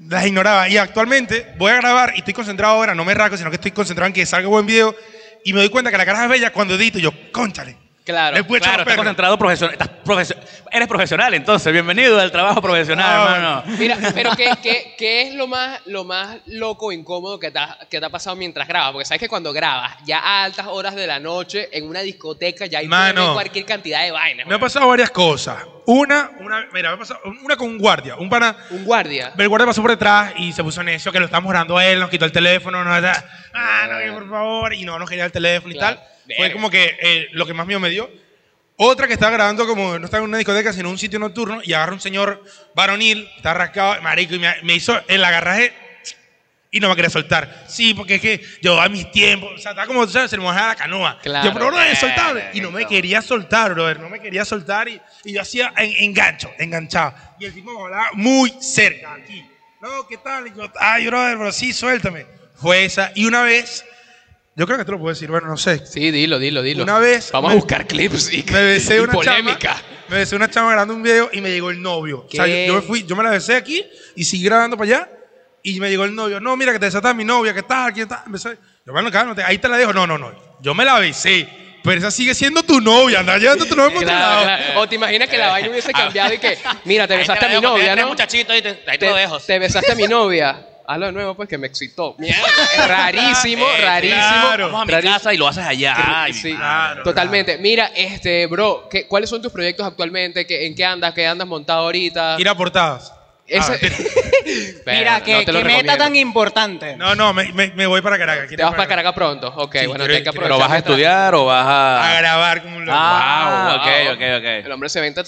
Speaker 4: las ignoraba. Y actualmente voy a grabar y estoy concentrado ahora, no me rasco, sino que estoy concentrado en que salga buen video. Y me doy cuenta que la caraja es bella cuando edito. Y yo, conchale.
Speaker 1: Claro.
Speaker 4: Después
Speaker 2: claro, estás concentrado profesional. Estás profesio- eres profesional, entonces. Bienvenido al trabajo profesional,
Speaker 4: Ah,
Speaker 2: hermano.
Speaker 1: Mira, pero ¿qué, qué, qué es lo más, lo más loco o incómodo que te, ha, que te ha pasado mientras grabas? Porque sabes que cuando grabas, ya a altas horas de la noche, en una discoteca, ya hay
Speaker 4: Mano.
Speaker 1: pueden ver cualquier cantidad de vainas.
Speaker 4: Me ha pasado varias cosas. Una, una, mira, me ha pasado una con un guardia. Un pana,
Speaker 1: Un guardia.
Speaker 4: el guardia pasó por detrás y se puso necio que lo estábamos orando a él, nos quitó el teléfono, nos ah, no, que por favor, y no nos quería el teléfono y
Speaker 1: Claro.
Speaker 4: tal. Fue
Speaker 1: Verga.
Speaker 4: como que eh, lo que más miedo me dio. Otra que estaba grabando como, no estaba en una discoteca, sino en un sitio nocturno, y agarra un señor varonil, está rascado, marico, y me, me hizo el agarraje y no me quería soltar. Sí, porque es que yo a mis tiempos, o sea, está como, ¿sabes? Se le mojaba la canoa.
Speaker 1: Claro,
Speaker 4: yo, pero no,
Speaker 1: claro,
Speaker 4: soltame. Y no me
Speaker 1: claro.
Speaker 4: quería soltar, brother, no me quería soltar y, y yo hacía en- engancho, enganchado. Y el tipo me hablaba muy cerca, aquí. No, ¿qué tal? Y yo, ay, brother, pero sí, suéltame. Fue esa. Y una vez, yo creo que te lo puedo decir, bueno, no sé.
Speaker 1: Sí, dilo, dilo, dilo.
Speaker 4: Una vez-
Speaker 1: Vamos a
Speaker 4: me-
Speaker 1: buscar clips y,
Speaker 4: Me besé
Speaker 1: y
Speaker 4: una
Speaker 1: polémica.
Speaker 4: chama. Me besé una chama grabando un video y me llegó el novio. O sea,
Speaker 1: ¿Qué?
Speaker 4: yo, yo me fui, yo me la besé aquí y seguí grabando para allá y me llegó el novio. No, mira que te desatas mi novia, que tal, que tal. Empezó, yo, bueno, cálmate, ahí te la dejo. No, no, no. Yo me la besé. Pero esa sigue siendo tu novia, anda llevando tu novia por otro
Speaker 1: Claro,
Speaker 4: lado.
Speaker 1: claro. O te imaginas que la vaina hubiese
Speaker 4: Ah.
Speaker 1: cambiado y que, mira, te
Speaker 2: Ahí
Speaker 1: besaste a mi
Speaker 2: dejo, porque
Speaker 1: novia,
Speaker 2: eres
Speaker 1: ¿no?
Speaker 2: muchachito y te, ahí te,
Speaker 1: Te,
Speaker 2: lo dejo.
Speaker 1: te besaste a mi novia. Hazlo de nuevo, pues, que me excitó.
Speaker 2: *laughs*
Speaker 1: rarísimo,
Speaker 2: Eh,
Speaker 1: rarísimo.
Speaker 4: claro.
Speaker 2: Vamos a mi
Speaker 1: rarísimo.
Speaker 2: casa y lo haces allá.
Speaker 1: Cre-
Speaker 2: Ay,
Speaker 1: sí,
Speaker 2: mi madre.
Speaker 4: claro,
Speaker 1: totalmente. Mira, este, bro, ¿qué- ¿cuáles son tus proyectos actualmente? ¿Qué- ¿En qué andas? ¿Qué andas montado ahorita?
Speaker 4: Ir a portadas.
Speaker 1: Ese- *laughs*
Speaker 4: Ah, mentira.
Speaker 1: Pero
Speaker 3: Mira,
Speaker 1: no
Speaker 3: que,
Speaker 1: te lo
Speaker 3: que meta
Speaker 1: recomiendo.
Speaker 3: tan importante.
Speaker 4: no, no, me, me- me voy para Caracas.
Speaker 1: Te vas para Caracas pronto. Ok,
Speaker 4: Sí,
Speaker 1: bueno,
Speaker 4: quiero-
Speaker 1: tengo que
Speaker 4: quiero-
Speaker 1: aprovechar.
Speaker 4: ¿Pero
Speaker 2: ¿Pero vas a
Speaker 1: mientras-
Speaker 2: estudiar o vas
Speaker 4: A
Speaker 2: a.?
Speaker 4: grabar como un loco.
Speaker 2: Ah,
Speaker 1: Wow.
Speaker 2: ok, ok,
Speaker 1: El
Speaker 2: ok.
Speaker 1: hombre se va a inter-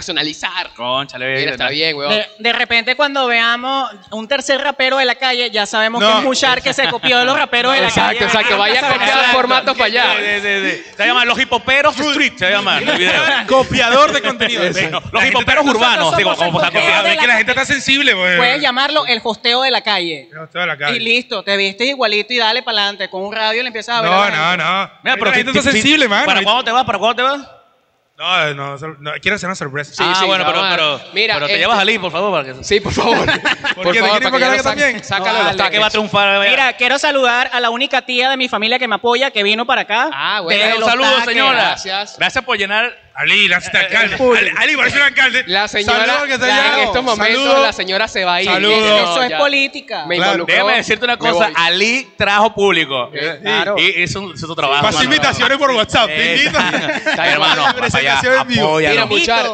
Speaker 1: internacionalizar.
Speaker 2: Conchale,
Speaker 1: Mira, está bien, weón.
Speaker 3: De, de repente cuando veamos un tercer rapero de la calle, ya sabemos
Speaker 4: No.
Speaker 3: que es Mushar que se copió de los raperos de la
Speaker 1: Ah, Exacto,
Speaker 3: calle.
Speaker 1: exacto. Vaya a copiar el formato para allá.
Speaker 2: Sí, sí, sí. Se va a llamar Los Hipoperos Street, se va a llamar el video.
Speaker 4: Copiador de contenido.
Speaker 2: Sí, no,
Speaker 4: La
Speaker 2: Los
Speaker 4: gente
Speaker 2: Hipoperos
Speaker 4: está-
Speaker 2: Urbanos,
Speaker 3: nosotros
Speaker 2: digo,
Speaker 3: somos
Speaker 2: como está
Speaker 3: hipoperos
Speaker 2: copiado.
Speaker 4: Ah, Es que la gente está sensible, pues.
Speaker 3: Puedes llamarlo el hosteo de la calle.
Speaker 4: No, estoy a la calle.
Speaker 3: Y listo, te vistes igualito y dale para adelante. Con un radio le empiezas a ver.
Speaker 4: No, no, no.
Speaker 2: Mira, pero
Speaker 4: la gente está sensible, mano.
Speaker 2: ¿Para cuándo te vas? ¿Para cuándo te vas?
Speaker 4: No, no, solo- no, quiero hacer una sorpresa.
Speaker 1: Sí,
Speaker 2: ah,
Speaker 1: sí,
Speaker 2: bueno, pero,
Speaker 1: vamos a-
Speaker 2: pero,
Speaker 1: Mira,
Speaker 2: pero te
Speaker 1: este-
Speaker 2: llevas a Lee, por favor, para que...
Speaker 1: Sí, por
Speaker 2: *laughs*
Speaker 1: favor. por
Speaker 4: te
Speaker 1: favor,
Speaker 4: quieren
Speaker 1: para que ya
Speaker 4: pagar
Speaker 1: lo
Speaker 4: también?
Speaker 1: saquen. Sácalo de los
Speaker 2: Dale, que va a
Speaker 1: taques.
Speaker 2: triunfar. vaya.
Speaker 3: Mira, quiero saludar a la única tía de mi familia que me apoya, que vino para acá.
Speaker 1: Ah, bueno,
Speaker 3: De
Speaker 2: un
Speaker 3: los
Speaker 2: saludo,
Speaker 3: taques.
Speaker 2: señora.
Speaker 1: gracias.
Speaker 2: Gracias por llenar.
Speaker 4: Ali, lánzate
Speaker 1: Eh,
Speaker 4: alcalde.
Speaker 3: público.
Speaker 4: Ali, Ali, parece un alcalde.
Speaker 1: La señora,
Speaker 4: Saludos, que está
Speaker 1: la-
Speaker 4: allá.
Speaker 1: en estos momentos,
Speaker 4: Saludos.
Speaker 1: la señora se va a ir.
Speaker 4: Saludos.
Speaker 1: Dice, no,
Speaker 3: Eso es
Speaker 1: ya.
Speaker 3: política.
Speaker 1: Me
Speaker 4: Claro.
Speaker 1: involucró.
Speaker 2: Déjame decirte una
Speaker 1: me
Speaker 2: cosa.
Speaker 1: voy.
Speaker 2: Ali trajo público. Eh,
Speaker 1: claro.
Speaker 2: Y es un- es su trabajo.
Speaker 4: Pasa
Speaker 2: hermano.
Speaker 4: invitaciones por WhatsApp. Te
Speaker 2: Eh,
Speaker 4: invitan.
Speaker 2: *laughs*
Speaker 1: *laughs*
Speaker 2: está bien, hermano, vas allá,
Speaker 4: Presentación en vivo.
Speaker 2: apóyalo.
Speaker 1: Mira,
Speaker 3: no.
Speaker 1: Muchar,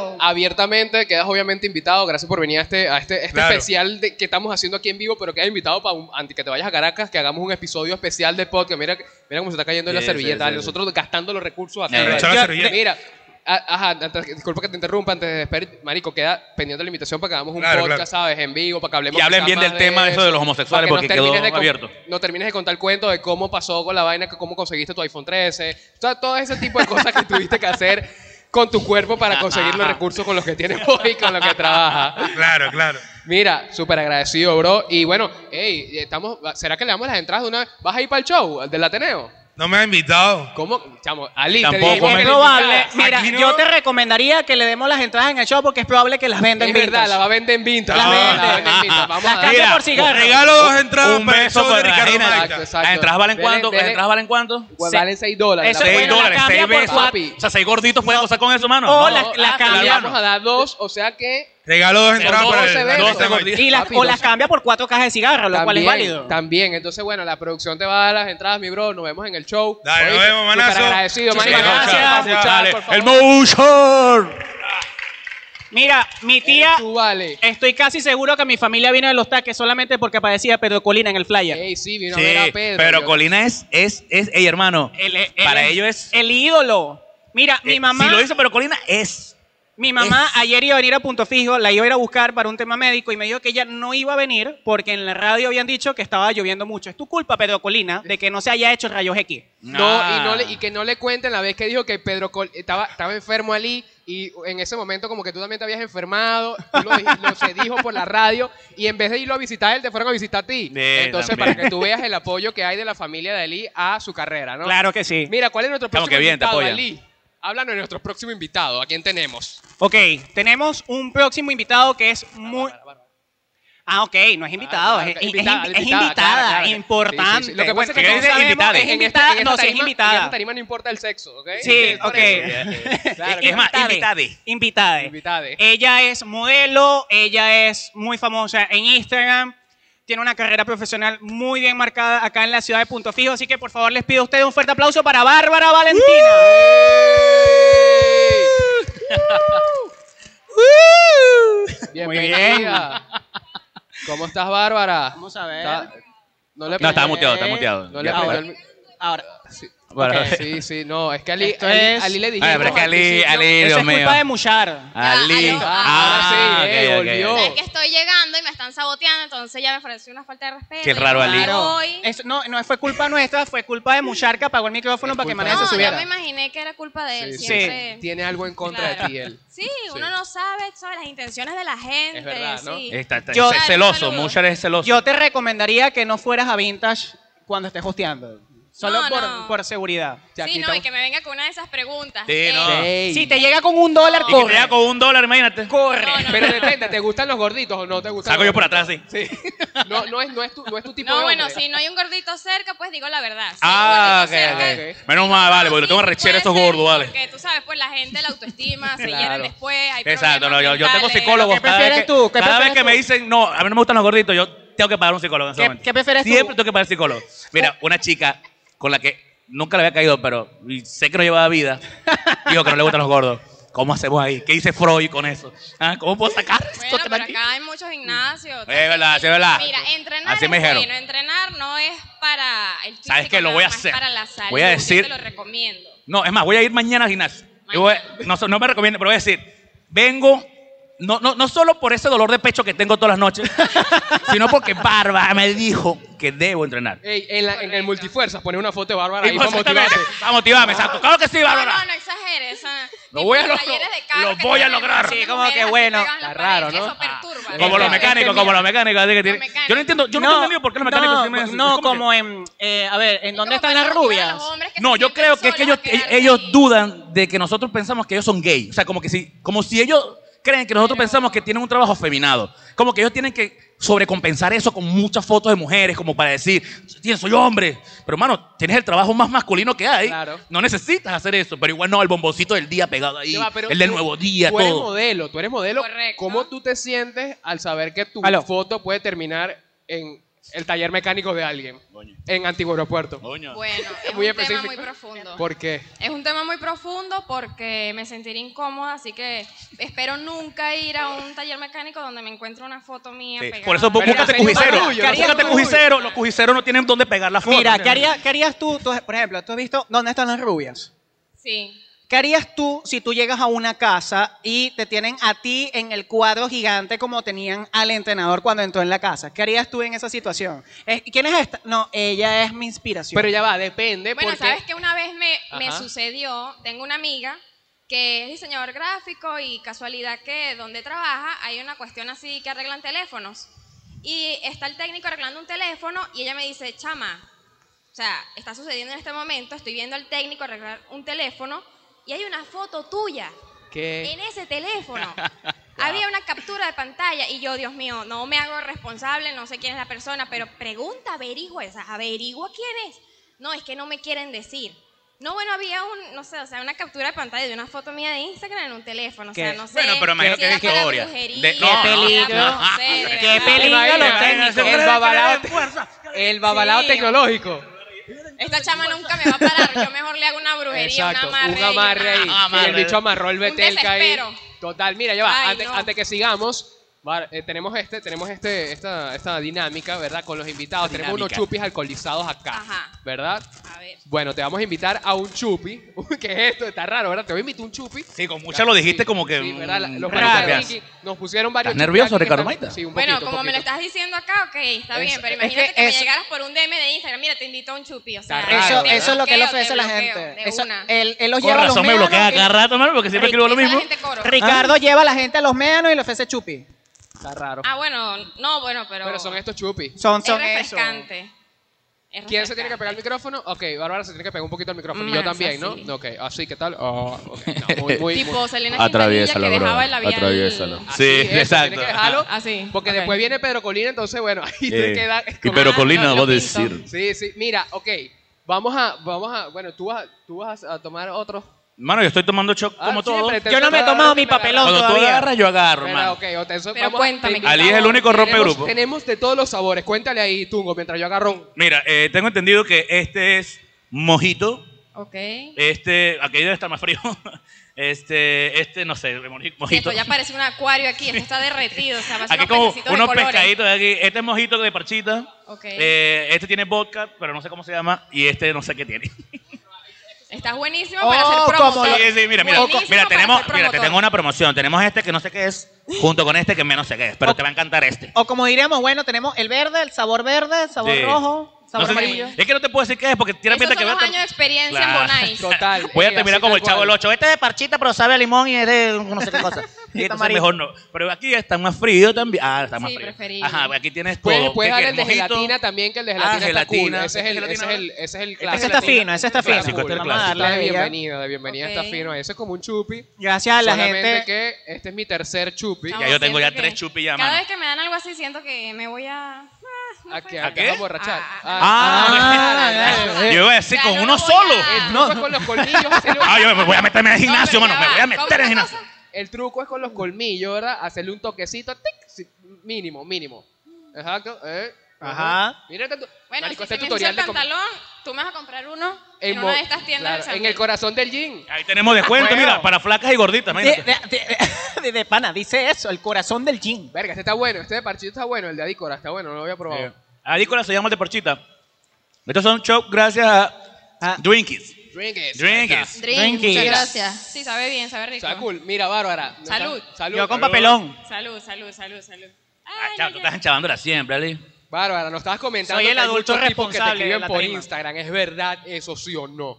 Speaker 1: abiertamente quedas obviamente invitado. Gracias por venir a este, a este, este
Speaker 4: Claro.
Speaker 1: especial de- que estamos haciendo aquí en vivo, pero quedas invitado para un- antes que te vayas a Caracas, que hagamos un episodio especial del podcast. Mira, mira cómo se está cayendo la
Speaker 2: Sí,
Speaker 1: servilleta.
Speaker 2: sí, sí,
Speaker 1: nosotros gastando los recursos a
Speaker 2: Eh,
Speaker 1: través-
Speaker 4: echó la
Speaker 1: Yo-
Speaker 4: servilleta.
Speaker 1: Mira. a- Ajá, antes- disculpa que te interrumpa, antes de despedir, Marico, queda pendiente la invitación para que hagamos un
Speaker 4: Claro,
Speaker 1: podcast, ¿sabes? En vivo, para que hablemos
Speaker 2: Y hablen
Speaker 1: quizás
Speaker 2: bien del
Speaker 1: más
Speaker 2: tema, eso de los homosexuales,
Speaker 1: para que
Speaker 2: porque
Speaker 1: nos
Speaker 2: quedó
Speaker 1: termines de con-
Speaker 2: abierto.
Speaker 1: No termines de contar el cuento de cómo pasó con la vaina, que cómo conseguiste tu iPhone 13, o sea, todo ese tipo de cosas que tuviste que hacer con tu cuerpo para conseguir los recursos con los que tienes *laughs* hoy, con los que trabajas.
Speaker 4: Claro, claro.
Speaker 1: Mira, súper agradecido, bro. Y bueno, hey, estamos, ¿será que le damos las entradas de una vez? ¿Vas a ir para el show del Ateneo?
Speaker 4: No me ha invitado.
Speaker 1: ¿Cómo? Chamo, Ali, te
Speaker 2: Tampoco,
Speaker 1: dijimos
Speaker 3: Es
Speaker 1: que
Speaker 2: men.
Speaker 1: te
Speaker 3: probable.
Speaker 1: invitaba.
Speaker 3: Mira,
Speaker 4: Aquí no-
Speaker 3: yo te recomendaría que le demos las entradas en el show porque es probable que las vendan
Speaker 1: Es verdad, la va a vender en Vintage.
Speaker 3: La
Speaker 1: Ah,
Speaker 3: vende.
Speaker 1: la vende en Vintage. Vamos
Speaker 3: Las
Speaker 1: a
Speaker 3: cambia
Speaker 1: darle.
Speaker 2: Mira,
Speaker 3: por cigarro.
Speaker 4: Regalo dos entradas
Speaker 2: Un
Speaker 4: para el
Speaker 2: beso
Speaker 4: show de
Speaker 2: para-
Speaker 4: Ricardo
Speaker 2: imagínate.
Speaker 4: Magda.
Speaker 1: Exacto.
Speaker 2: ¿Las entradas valen
Speaker 1: Dele-
Speaker 2: cuánto? ¿Las
Speaker 1: dele-
Speaker 2: entradas valen cuánto?
Speaker 1: Pues Valen 6 dólares. la
Speaker 3: Eso fue
Speaker 2: Seis
Speaker 1: vaina.
Speaker 3: la
Speaker 2: dólares,
Speaker 3: cambia
Speaker 2: seis
Speaker 3: por
Speaker 2: veces.
Speaker 1: cuatro.
Speaker 2: O sea, seis gorditos pueden gozar con eso, mano. No,
Speaker 3: O la-
Speaker 1: No,
Speaker 3: la
Speaker 1: ah,
Speaker 3: cambiamos.
Speaker 1: le vamos a dar dos, o sea que
Speaker 4: Regalo dos entradas
Speaker 2: Son
Speaker 4: para
Speaker 2: doce
Speaker 4: el
Speaker 2: veces,
Speaker 4: para el
Speaker 2: doce
Speaker 4: tema.
Speaker 2: gorditas.
Speaker 3: Y las,
Speaker 1: Papi,
Speaker 3: o
Speaker 1: no
Speaker 3: las
Speaker 1: sé.
Speaker 3: cambia por cuatro cajas de cigarro, lo cual es
Speaker 1: También,
Speaker 3: válido.
Speaker 1: También, entonces bueno, la producción te va a dar las entradas, mi bro. Nos vemos en el show.
Speaker 4: Dale, nos
Speaker 1: Oíste,
Speaker 4: vemos, manazo.
Speaker 1: súper agradecido,
Speaker 4: Muchas
Speaker 1: manito.
Speaker 3: gracias.
Speaker 1: Vamos,
Speaker 2: Gracias.
Speaker 1: muchachos,
Speaker 2: Dale,
Speaker 1: por favor.
Speaker 2: El motion.
Speaker 3: Mira, mi tía,
Speaker 1: Tú vale.
Speaker 3: estoy casi seguro que mi familia vino de los taques solamente porque padecía Colina en el flyer.
Speaker 1: Ey, sí, vino
Speaker 2: Sí,
Speaker 1: a ver a Pedro.
Speaker 2: pero
Speaker 1: yo-
Speaker 2: Colina es, es, es, ey, hermano,
Speaker 3: Él es- él
Speaker 2: para
Speaker 3: es
Speaker 2: ellos es
Speaker 3: El ídolo. Mira, mi
Speaker 2: Eh,
Speaker 3: mamá,
Speaker 2: Si lo hizo, pero Corina es.
Speaker 3: mi mamá
Speaker 1: Eh.
Speaker 3: ayer iba a venir a Punto Fijo, la iba a ir a buscar para un tema médico y me dijo que ella no iba a venir porque en la radio habían dicho que estaba lloviendo mucho. Es tu culpa, Pedro Colina, de que no se haya hecho rayos X.
Speaker 1: No, y,
Speaker 2: Ah.
Speaker 1: no le- y que no le cuenten la vez que dijo que Pedro Col- estaba, estaba enfermo allí y en ese momento como que tú también te habías enfermado, tú lo, dij- lo- se dijo por la radio y en vez de irlo a visitar él, te fueron a visitar a ti.
Speaker 2: Bien,
Speaker 1: Entonces,
Speaker 2: también.
Speaker 1: para que tú veas el apoyo que hay de la familia de Ali a su carrera, ¿no?
Speaker 3: Claro que sí.
Speaker 1: Mira, ¿cuál es nuestro
Speaker 2: Chamo,
Speaker 1: próximo
Speaker 2: qué bien, te
Speaker 1: invitado,
Speaker 2: apoyan.
Speaker 1: Ali? Háblanos de nuestro próximo invitado, ¿a quién tenemos?
Speaker 3: Ok, tenemos un próximo invitado que es muy... Ah, ok, no es invitado,
Speaker 1: Claro,
Speaker 3: es,
Speaker 1: claro,
Speaker 3: es- es
Speaker 1: invitada,
Speaker 3: invitada,
Speaker 1: invitada, claro, claro.
Speaker 3: importante.
Speaker 1: Sí, sí, sí. Lo que
Speaker 3: Bueno,
Speaker 1: pasa es que
Speaker 2: ¿qué
Speaker 1: no
Speaker 2: es de
Speaker 1: sabemos,
Speaker 2: invitada?
Speaker 1: es
Speaker 3: Es
Speaker 1: invitada,
Speaker 3: invitada, no, sí, es
Speaker 1: En
Speaker 3: invitada.
Speaker 1: esta tarima no importa el sexo, ¿ok?
Speaker 3: Sí,
Speaker 1: Por eso.
Speaker 3: ok.
Speaker 1: Claro,
Speaker 2: Es más,
Speaker 3: Eh, Invitade.
Speaker 2: invitade.
Speaker 3: Invitade.
Speaker 1: Invitade.
Speaker 3: Ella es modelo, ella es muy famosa en Instagram, tiene una carrera profesional muy bien marcada acá en la ciudad de Punto Fijo, así que por favor les pido a ustedes un fuerte aplauso para Bárbara Valentina.
Speaker 1: Bienvenida. ¿Cómo estás, Bárbara?
Speaker 5: Vamos a ver.
Speaker 1: Está- No, le
Speaker 2: *laughs* No, estaba
Speaker 1: prendió-
Speaker 2: muteado, estaba muteado.
Speaker 1: Eh, No le
Speaker 2: Ya,
Speaker 1: prendió
Speaker 2: ahora.
Speaker 1: el mi-
Speaker 5: Ahora,
Speaker 2: Bueno,
Speaker 1: Ok, Sí, sí, no, es que Ali,
Speaker 5: Esto
Speaker 1: Ali-
Speaker 5: es-
Speaker 1: Ali le dijimos.
Speaker 2: Ay, pero es que
Speaker 1: al
Speaker 2: Ali,
Speaker 1: principio-
Speaker 2: Ali,
Speaker 3: Eso
Speaker 2: Dios
Speaker 3: es
Speaker 2: mío.
Speaker 3: culpa de Muchar.
Speaker 2: Ali.
Speaker 6: Ya,
Speaker 1: Ah, sí, eh,
Speaker 2: ok, ok.
Speaker 1: volvió.
Speaker 6: Es que estoy llegando y me están saboteando, entonces ya me pareció una falta de respeto.
Speaker 2: Qué raro, Ali.
Speaker 6: Hoy.
Speaker 3: Eso no, no fue culpa nuestra, fue culpa de Muchar que apagó el micrófono para que
Speaker 1: culpa
Speaker 3: Manuel
Speaker 1: de
Speaker 3: se
Speaker 6: No, yo
Speaker 1: subiera.
Speaker 6: me imaginé que era culpa de él.
Speaker 1: Sí, sí.
Speaker 6: siempre.
Speaker 1: Tiene algo en contra de
Speaker 6: Claro.
Speaker 1: ti, él.
Speaker 6: Sí, uno no sabe, sabe las intenciones de la gente.
Speaker 1: Es verdad, ¿no?
Speaker 6: sí.
Speaker 2: Está, está-
Speaker 3: Yo-
Speaker 2: es celoso,
Speaker 6: Saludos.
Speaker 2: Muchas es celoso.
Speaker 3: Yo te recomendaría que no fueras a Vintage cuando estés hosteando. Solo
Speaker 6: No,
Speaker 3: por,
Speaker 6: no.
Speaker 3: por seguridad.
Speaker 1: Ya, aquí
Speaker 6: Sí, no,
Speaker 1: estamos-
Speaker 6: y que me venga con una de esas preguntas.
Speaker 2: Sí,
Speaker 6: Eh,
Speaker 2: no.
Speaker 1: Ey.
Speaker 3: Si te llega con un dólar,
Speaker 2: y que te
Speaker 3: corre.
Speaker 2: da con un dólar, imagínate.
Speaker 3: Corre.
Speaker 6: No, no,
Speaker 1: Pero
Speaker 6: no.
Speaker 1: detente, ¿te gustan los gorditos o no te gustan?
Speaker 2: Saco
Speaker 1: los
Speaker 2: yo por
Speaker 1: gorditos?
Speaker 2: atrás, sí.
Speaker 1: No, no es, no es tu, no es tu tipo de
Speaker 6: No,
Speaker 1: hombre.
Speaker 6: bueno, si no hay un gordito cerca, pues digo la verdad. Si hay un
Speaker 2: Ah, ok,
Speaker 6: gordito cerca,
Speaker 2: ok. Menos mal, vale, porque lo tengo a rechera estos gordos, vale.
Speaker 6: Porque tú sabes, pues la gente, la autoestima, se
Speaker 1: Claro.
Speaker 6: hieren después. hay
Speaker 2: Exacto, no,
Speaker 6: problemas
Speaker 2: yo, yo tengo
Speaker 6: mentales.
Speaker 2: psicólogos.
Speaker 3: ¿Qué
Speaker 2: cada
Speaker 3: prefieres
Speaker 2: vez que-
Speaker 3: tú? ¿Qué
Speaker 2: cada vez
Speaker 3: prefieres
Speaker 2: que me
Speaker 3: tú?
Speaker 2: dicen, no, a mí no me gustan los gorditos, yo tengo que pagar un psicólogo en ese
Speaker 3: ¿Qué-
Speaker 2: momento.
Speaker 3: qué prefieres tú? Oh.
Speaker 2: Siempre tengo que pagar psicólogo. Mira, una chica con la que nunca le había caído, pero y sé que no llevaba
Speaker 3: *laughs*
Speaker 2: vida, dijo que no le gustan los gordos. ¿Cómo hacemos ahí? ¿Qué dice Freud con eso? ¿Ah, ¿Cómo puedo sacar esto
Speaker 6: Bueno,
Speaker 2: que
Speaker 6: pero
Speaker 2: está aquí?
Speaker 6: acá hay muchos gimnasios.
Speaker 2: Es verdad, es verdad.
Speaker 6: Mira, entrenar
Speaker 2: Así
Speaker 6: es
Speaker 2: me dijeron.
Speaker 6: bueno, entrenar no es para el físico,
Speaker 2: ¿Sabes qué? Lo
Speaker 6: nada
Speaker 2: voy a
Speaker 6: más,
Speaker 2: hacer.
Speaker 6: para la salud.
Speaker 2: Voy a decir-
Speaker 6: Yo te lo recomiendo.
Speaker 2: No, es más, voy a ir mañana al gimnasio. Y voy- no, so- no me recomiendo, pero voy a decir, vengo, no, no, no solo por ese dolor de pecho que tengo todas las
Speaker 3: *laughs*
Speaker 2: noches, sino porque Barba me dijo que debo entrenar.
Speaker 1: Ey, en, la- en el multifuerzas pone una foto de Bárbara ahí para
Speaker 2: Exactamente.
Speaker 1: motivarte.
Speaker 2: Vamos a motivarme, exacto. Claro que sí,
Speaker 6: No, no,
Speaker 2: Bárbara.
Speaker 6: no exageres. o sea,
Speaker 2: Lo
Speaker 6: tipo
Speaker 2: voy a
Speaker 6: los
Speaker 2: lograr.
Speaker 6: talleres de carro
Speaker 2: Lo
Speaker 6: que
Speaker 2: voy a
Speaker 6: tienen
Speaker 2: lograr.
Speaker 6: mujeres
Speaker 3: Sí, como que
Speaker 6: así
Speaker 3: bueno.
Speaker 6: pegadas en la
Speaker 1: Está
Speaker 6: pared,
Speaker 1: raro, ¿no?
Speaker 6: Eso perturba.
Speaker 2: Como los
Speaker 1: Este
Speaker 2: mecánicos,
Speaker 1: mía.
Speaker 2: como los mecánicos. así que tienen-
Speaker 6: mecánicos.
Speaker 2: Yo no entiendo, yo no, he entendido por qué los mecánicos siempre
Speaker 3: no,
Speaker 2: hacen-
Speaker 3: no,
Speaker 2: ¿cómo que-
Speaker 3: como en, eh, a ver, ¿en dónde
Speaker 6: Es como
Speaker 3: están
Speaker 6: para
Speaker 3: las
Speaker 6: motivar a
Speaker 3: rubias?
Speaker 6: los hombres que
Speaker 2: No,
Speaker 6: se
Speaker 2: yo
Speaker 6: sienten
Speaker 2: creo que es que ellos,
Speaker 6: solos a
Speaker 2: ellos,
Speaker 6: quedarse
Speaker 2: ellos
Speaker 6: ahí.
Speaker 2: dudan de que nosotros pensamos que ellos son gay. O sea, como que si, como si ellos creen que nosotros pensamos que tienen un trabajo afeminado. Como que ellos tienen que sobrecompensar eso con muchas fotos de mujeres, como para decir, "Tien, soy hombre. Pero hermano, tienes el trabajo más masculino que hay.
Speaker 1: Claro.
Speaker 2: No necesitas hacer eso. Pero igual no, el bomboncito del día pegado ahí.
Speaker 1: Ya va, pero
Speaker 2: el del
Speaker 1: tú-
Speaker 2: nuevo día,
Speaker 1: Tú eres
Speaker 2: todo.
Speaker 1: modelo, tú eres modelo.
Speaker 6: Correcto.
Speaker 1: ¿Cómo tú te sientes al saber que tu
Speaker 3: Aló.
Speaker 1: foto puede terminar en el taller mecánico de alguien? En Antiguo Aeropuerto.
Speaker 6: Bueno, es
Speaker 1: Muy
Speaker 6: un tema
Speaker 1: específico.
Speaker 6: muy profundo.
Speaker 1: ¿Por qué?
Speaker 6: Es un tema muy profundo porque me sentiré incómoda, así que espero nunca ir a un taller mecánico donde me encuentro una foto mía
Speaker 2: Sí.
Speaker 6: pegada.
Speaker 2: Por eso bú-
Speaker 1: Pero
Speaker 2: búscate
Speaker 1: hacen un
Speaker 2: cujicero.
Speaker 1: barullo,
Speaker 3: hacen
Speaker 2: Búscate
Speaker 3: un
Speaker 2: cujicero. Los cujiceros no tienen dónde pegar la foto.
Speaker 3: Mira, ¿qué harías, qué harías tú, tú, por ejemplo, tú has visto dónde están las rubias?
Speaker 6: Sí.
Speaker 3: ¿Qué harías tú si tú llegas a una casa y te tienen a ti en el cuadro gigante como tenían al entrenador cuando entró en la casa? ¿Qué harías tú en esa situación? Eh, ¿Quién es esta? No, ella es mi inspiración.
Speaker 1: Pero ya va, depende.
Speaker 6: Bueno,
Speaker 1: porque...
Speaker 6: sabes que una vez me, me
Speaker 1: Ajá.
Speaker 6: sucedió, tengo una amiga que es diseñador gráfico y casualidad que donde trabaja hay una cuestión así que arreglan teléfonos. Y está el técnico arreglando un teléfono y ella me dice, chama, o sea, está sucediendo en este momento, estoy viendo al técnico arreglar un teléfono y hay una foto tuya
Speaker 2: Eh.
Speaker 1: ¿Qué?
Speaker 6: en
Speaker 2: *laughs*
Speaker 6: ese teléfono. Había una captura de pantalla y yo, Dios mío, no me hago responsable, no sé quién es la persona, pero pregunta, averigua esa, averigua quién es. No, es que no me quieren decir. No, bueno, había un, no sé, o sea, una captura de pantalla de una foto mía de Instagram en un teléfono, o sea,
Speaker 3: Qué-
Speaker 6: no sé.
Speaker 2: Bueno, pero imagino
Speaker 6: si
Speaker 2: que es
Speaker 6: era para
Speaker 2: historia.
Speaker 6: brujería,
Speaker 2: De- no,
Speaker 6: era
Speaker 3: Qué
Speaker 6: para-
Speaker 3: peligro.
Speaker 6: no sé, de
Speaker 3: Qué
Speaker 6: verdad.
Speaker 3: peligro
Speaker 1: Ahí va,
Speaker 3: los
Speaker 1: ahí va,
Speaker 3: técnicos.
Speaker 1: El babalao, el babalao
Speaker 6: Sí.
Speaker 1: tecnológico.
Speaker 6: Esta chama nunca me va a parar, yo mejor le hago una brujería,
Speaker 1: Exacto,
Speaker 6: un amarre.
Speaker 1: un
Speaker 6: y una-
Speaker 1: amarre ahí.
Speaker 2: Ah, amarre.
Speaker 1: Y el bicho amarró el
Speaker 6: Un
Speaker 1: Betelka ahí.
Speaker 6: desespero.
Speaker 1: Total, mira, ya va.
Speaker 6: Ay,
Speaker 1: antes,
Speaker 6: no.
Speaker 1: antes que sigamos, va, eh, tenemos este, tenemos este, esta, esta dinámica, ¿verdad? Con los invitados. Tenemos unos
Speaker 2: Dinámica.
Speaker 1: chupis alcoholizados acá.
Speaker 6: Ajá.
Speaker 1: ¿Verdad?
Speaker 6: A ver.
Speaker 1: Bueno, te vamos a invitar a un chupi. *laughs* Uy, ¿Qué es esto? Está raro, ¿verdad? Te voy a invitar a un chupi.
Speaker 2: Sí, con mucha lo dijiste
Speaker 1: Sí,
Speaker 2: como que.
Speaker 1: sí, ¿verdad? La-
Speaker 2: mm,
Speaker 1: Los
Speaker 2: raro.
Speaker 1: marinos de Ricky nos pusieron varios.
Speaker 2: ¿Estás nervioso,
Speaker 1: chupitos aquí que
Speaker 2: Ricardo
Speaker 1: están-
Speaker 2: Maita?
Speaker 1: Sí, un
Speaker 6: bueno,
Speaker 1: poquito,
Speaker 6: como me lo
Speaker 1: poquito.
Speaker 6: estás diciendo acá, ok, está bien, pero
Speaker 5: es que
Speaker 6: imagínate que, me
Speaker 5: eso-
Speaker 6: llegaras por un DM de Instagram, mira, te invitó a un chupi, o sea,
Speaker 1: Está
Speaker 5: Eso,
Speaker 1: raro,
Speaker 6: te
Speaker 5: eso es lo que le
Speaker 6: bloqueo,
Speaker 5: ofrece
Speaker 6: te
Speaker 5: la
Speaker 6: bloqueo,
Speaker 5: gente.
Speaker 6: De
Speaker 5: Eso-
Speaker 6: una.
Speaker 5: él, él los
Speaker 2: Con
Speaker 5: lleva a los
Speaker 2: razón me
Speaker 5: médanos
Speaker 3: eh,
Speaker 2: bloquea
Speaker 5: y-
Speaker 2: cada rato, ¿Ah? mano, porque siempre
Speaker 6: eh, Ricky,
Speaker 2: escribo lo
Speaker 6: esa es la
Speaker 2: mismo.
Speaker 6: gente coro.
Speaker 5: Ricardo lleva a la gente a los médanos y le ofrece chupi. Está raro.
Speaker 6: Ah, bueno, no, bueno, pero,
Speaker 1: Pero son estos chupis.
Speaker 5: Son,
Speaker 6: es
Speaker 5: son eso.
Speaker 6: refrescante. Es
Speaker 1: ¿Quién se tiene que
Speaker 6: refrescante.
Speaker 1: pegar el micrófono? Ok, Bárbara se tiene que pegar un poquito el micrófono. Y
Speaker 6: Más
Speaker 1: yo también, ¿no?
Speaker 6: así.
Speaker 1: Ok, así, ¿qué tal? Oh, ok,
Speaker 2: *laughs*
Speaker 1: no, muy, muy,
Speaker 6: Tipo
Speaker 1: muy-
Speaker 6: Selena Quintanilla que
Speaker 7: Atraviésalo, bro.
Speaker 6: dejaba el labial.
Speaker 7: Atraviésalo.
Speaker 1: Así
Speaker 2: Sí,
Speaker 1: eso, tiene
Speaker 2: exacto.
Speaker 1: que dejarlo,
Speaker 6: Así,
Speaker 1: Porque
Speaker 6: ok.
Speaker 1: después viene Pedro Colina, entonces, bueno, ahí te
Speaker 7: Eh,
Speaker 1: queda.
Speaker 7: y
Speaker 6: pero Colina,
Speaker 7: pero Colina
Speaker 6: vos
Speaker 7: va a
Speaker 6: decir.
Speaker 7: decir.
Speaker 1: Sí, sí, mira, ok. Vamos a, vamos a, bueno, tú vas, a- tú vas a tomar otro.
Speaker 2: Ah. Mano, yo estoy tomando shock como
Speaker 1: Ah, sí,
Speaker 2: todo.
Speaker 1: pero te-
Speaker 5: Yo no me he tomado mi papelón
Speaker 2: Cuando tú
Speaker 5: todavía.
Speaker 2: agarras, yo agarro,
Speaker 1: Pero,
Speaker 2: mano.
Speaker 1: ok, o te- eso-
Speaker 6: Pero
Speaker 1: vamos a-
Speaker 6: cuéntame,
Speaker 1: te
Speaker 6: ¿qué
Speaker 1: invitamos.
Speaker 2: Ali es el único rompe
Speaker 1: Tenemos-
Speaker 2: grupo.
Speaker 1: Tenemos de todos los sabores. Cuéntale ahí, Tungo, mientras yo agarro.
Speaker 2: Mira, eh, tengo entendido que este es mojito.
Speaker 6: Ok.
Speaker 2: Este, aquí debe estar más frío. *laughs* Este, este, no sé, moni- mojito.
Speaker 6: Esto ya parece un acuario aquí, esto está derretido, o sea, parece
Speaker 2: Aquí
Speaker 6: unos
Speaker 2: como
Speaker 6: pececitos de
Speaker 2: unos
Speaker 6: colores.
Speaker 2: pescaditos de aquí. Este es mojito de parchita.
Speaker 6: Ok.
Speaker 2: Eh, este tiene vodka, pero no sé cómo se llama. Y este no sé qué
Speaker 6: *laughs*
Speaker 2: tiene.
Speaker 6: Estás buenísimo
Speaker 5: Oh,
Speaker 6: para ser
Speaker 5: como
Speaker 6: promotor.
Speaker 5: lo-
Speaker 2: Sí, sí, mira, mira.
Speaker 6: Buenísimo
Speaker 2: Mira, tenemos,
Speaker 6: para ser
Speaker 2: mira, te
Speaker 6: promotor.
Speaker 2: tengo una promoción. Tenemos este que no sé qué es, junto con este que menos sé qué es, pero te va a encantar este.
Speaker 5: O como diríamos, bueno, tenemos el verde, el sabor verde, el sabor
Speaker 2: Sí.
Speaker 5: rojo, el sabor
Speaker 2: No sé si-
Speaker 5: amarillo.
Speaker 2: es que no te puedo decir qué es porque tiene pinta
Speaker 6: Esos
Speaker 2: este que
Speaker 6: son
Speaker 2: va a
Speaker 6: los
Speaker 2: ter-
Speaker 6: años de experiencia
Speaker 2: Claro. *laughs*
Speaker 6: en Bonais.
Speaker 1: Total.
Speaker 2: Voy a
Speaker 1: eh,
Speaker 2: terminar
Speaker 1: así
Speaker 2: como el
Speaker 1: tal
Speaker 2: chavo
Speaker 1: cual.
Speaker 2: del 8. Este es de parchita, pero sabe a limón y es de no sé qué
Speaker 6: *laughs*
Speaker 2: cosa. y entonces
Speaker 5: amarillo.
Speaker 2: mejor no. Pero aquí está más frío también. Ah, está más
Speaker 6: Sí,
Speaker 2: frío.
Speaker 6: preferible.
Speaker 2: Ajá, pues aquí tienes todo.
Speaker 1: Puedes, puedes
Speaker 2: ¿Qué
Speaker 1: dar el
Speaker 2: quieres?
Speaker 1: de
Speaker 2: Mojito.
Speaker 1: gelatina también, que el de
Speaker 2: Ah,
Speaker 1: gelatina está cool.
Speaker 2: gelatina.
Speaker 1: Ese es el,
Speaker 2: ¿Gelatina
Speaker 1: ese es
Speaker 2: ahora?
Speaker 1: el, ese es el
Speaker 2: Ese
Speaker 1: clásico.
Speaker 5: está fino, ese está fino.
Speaker 1: cool.
Speaker 2: Este es el
Speaker 1: Vamos a
Speaker 5: clásico.
Speaker 1: darle de
Speaker 5: Ahí ya.
Speaker 1: bienvenido, de bienvenida
Speaker 6: Ok.
Speaker 1: está fino. Ese es como un chupi.
Speaker 5: Gracias a la
Speaker 1: solamente
Speaker 5: gente.
Speaker 1: que este es mi tercer chupi.
Speaker 6: No,
Speaker 2: Ya yo tengo ya
Speaker 6: siento que
Speaker 2: tres chupis ya,
Speaker 6: Cada
Speaker 2: mano.
Speaker 6: vez que me dan algo así, siento que me voy a... ah, no
Speaker 1: ¿A
Speaker 6: fue.
Speaker 1: qué?
Speaker 2: ¿A
Speaker 1: ¿A
Speaker 2: qué?
Speaker 1: qué? ¿Borrachar?
Speaker 6: Ah,
Speaker 2: Ah, *laughs*
Speaker 5: Ah,
Speaker 2: Yo iba a decir
Speaker 6: Ya
Speaker 2: con
Speaker 6: no
Speaker 2: uno
Speaker 6: lo voy
Speaker 2: solo.
Speaker 6: a-
Speaker 1: no. Con los colmillos, hacerle
Speaker 2: *laughs*
Speaker 1: un-
Speaker 2: Ah, yo me voy a meterme en el gimnasio,
Speaker 6: No,
Speaker 2: mano. Me
Speaker 6: pero
Speaker 2: voy
Speaker 6: ya
Speaker 2: a
Speaker 6: va.
Speaker 2: meter en el
Speaker 6: ¿Cómo
Speaker 2: gimnasio.
Speaker 6: cosa?
Speaker 1: El truco es con los colmillos, ¿verdad? Hacerle un toquecito, tic, sí, mínimo, mínimo. Exacto, eh.
Speaker 5: Ajá.
Speaker 1: Mírate tú.
Speaker 6: Bueno,
Speaker 1: Marico,
Speaker 6: si
Speaker 1: este
Speaker 6: se me hincha
Speaker 1: tutorial
Speaker 6: el
Speaker 1: de cómo-
Speaker 6: pantalón, tú me vas a comprar uno en,
Speaker 1: mo-
Speaker 6: una de estas tiendas
Speaker 1: claro,
Speaker 6: de San
Speaker 1: en el
Speaker 6: Luis.
Speaker 1: corazón del jean.
Speaker 2: Ahí tenemos descuento, mira, para flacas y gorditas.
Speaker 5: de,
Speaker 2: imagínate.
Speaker 5: de- *laughs* de- de pana, dice eso, el corazón del jean.
Speaker 1: Verga, este está bueno, este de parchito está bueno, el de Adícora está bueno, no lo había probado.
Speaker 2: Adícola se llama el de parchita. Estos son shows gracias a
Speaker 5: Ah.
Speaker 2: Drinkies.
Speaker 1: Drink it. Ahí
Speaker 2: Drinkies.
Speaker 1: está.
Speaker 6: Drink,
Speaker 5: Drink
Speaker 6: muchas
Speaker 5: it.
Speaker 6: gracias. Sí, sabe bien, sabe rico.
Speaker 1: Está cool. Mira, Bárbara.
Speaker 6: Salud.
Speaker 1: Salud.
Speaker 5: Yo con papelón.
Speaker 6: Salud, salud, salud, salud.
Speaker 2: Ah,
Speaker 6: Ay,
Speaker 2: chao,
Speaker 6: ya,
Speaker 2: tú
Speaker 6: ya.
Speaker 2: estás enchabándola siempre, Ali.
Speaker 1: Bárbara, nos estabas comentando
Speaker 5: Soy el
Speaker 1: que hay
Speaker 5: adulto
Speaker 1: muchos tipos
Speaker 5: responsable
Speaker 1: que te
Speaker 5: de
Speaker 1: escriben
Speaker 5: la
Speaker 1: por
Speaker 5: tarima.
Speaker 1: Instagram. ¿Es verdad eso sí o no?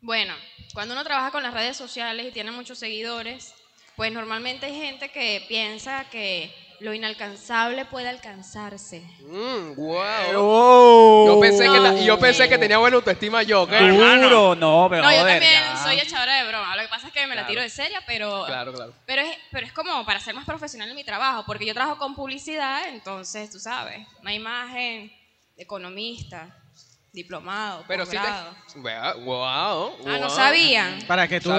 Speaker 6: Bueno, cuando uno trabaja con las redes sociales y tiene muchos seguidores, pues normalmente hay gente que piensa que lo inalcanzable puede alcanzarse.
Speaker 1: Mm, wow. Yo pensé, que
Speaker 6: Oh.
Speaker 1: la- yo pensé que tenía buena autoestima yo, ¿ok?
Speaker 2: Claro.
Speaker 5: Duro, no, pero
Speaker 6: No, yo
Speaker 5: joder,
Speaker 6: también
Speaker 5: ya.
Speaker 6: soy echadora de broma. Lo que pasa es que me la
Speaker 1: Claro.
Speaker 6: tiro de seria, pero,
Speaker 1: Claro, claro.
Speaker 6: pero, es, pero es como para ser más profesional en mi trabajo, porque yo trabajo con publicidad, entonces tú sabes, una imagen, economista, diplomado,
Speaker 1: Pero sí
Speaker 6: posgrado.
Speaker 1: te... Wow, wow.
Speaker 6: Ah, no sabían.
Speaker 5: Para que tú
Speaker 1: Sabía,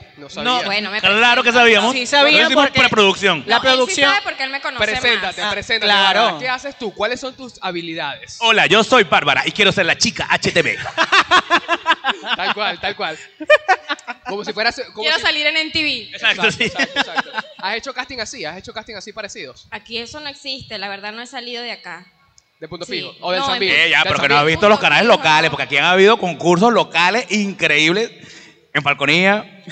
Speaker 5: veas.
Speaker 1: no sabía.
Speaker 6: bueno, me
Speaker 2: Claro que
Speaker 6: presento,
Speaker 2: sabíamos.
Speaker 5: Sí, sabíamos
Speaker 2: Lo hicimos
Speaker 5: porque-
Speaker 2: para producción.
Speaker 5: La
Speaker 6: No, él sí
Speaker 5: producción-
Speaker 6: sabe porque él me conoce
Speaker 1: Preséntate,
Speaker 6: más.
Speaker 5: Ah,
Speaker 1: preséntate.
Speaker 5: claro. Oh.
Speaker 1: Bárbara. ¿Qué haces tú? ¿Cuáles son tus habilidades?
Speaker 2: Hola, yo soy Bárbara y quiero ser la chica HTV.
Speaker 1: Tal cual, tal cual. Como si fueras... como
Speaker 6: Quiero
Speaker 1: si-
Speaker 6: salir en MTV.
Speaker 2: Exacto, *laughs* sí.
Speaker 1: exacto, exacto. ¿Has hecho casting así? ¿Has hecho casting así parecidos?
Speaker 6: Aquí eso no existe, la verdad no he salido de acá.
Speaker 1: ¿De Punto
Speaker 6: Sí.
Speaker 1: Fijo? ¿O del
Speaker 6: No,
Speaker 1: San Vivo?
Speaker 2: Eh, ya,
Speaker 1: ¿Del
Speaker 2: pero que
Speaker 1: San
Speaker 2: no has
Speaker 1: Vivo?
Speaker 2: visto los canales locales, porque aquí han habido concursos locales increíbles en Falconía.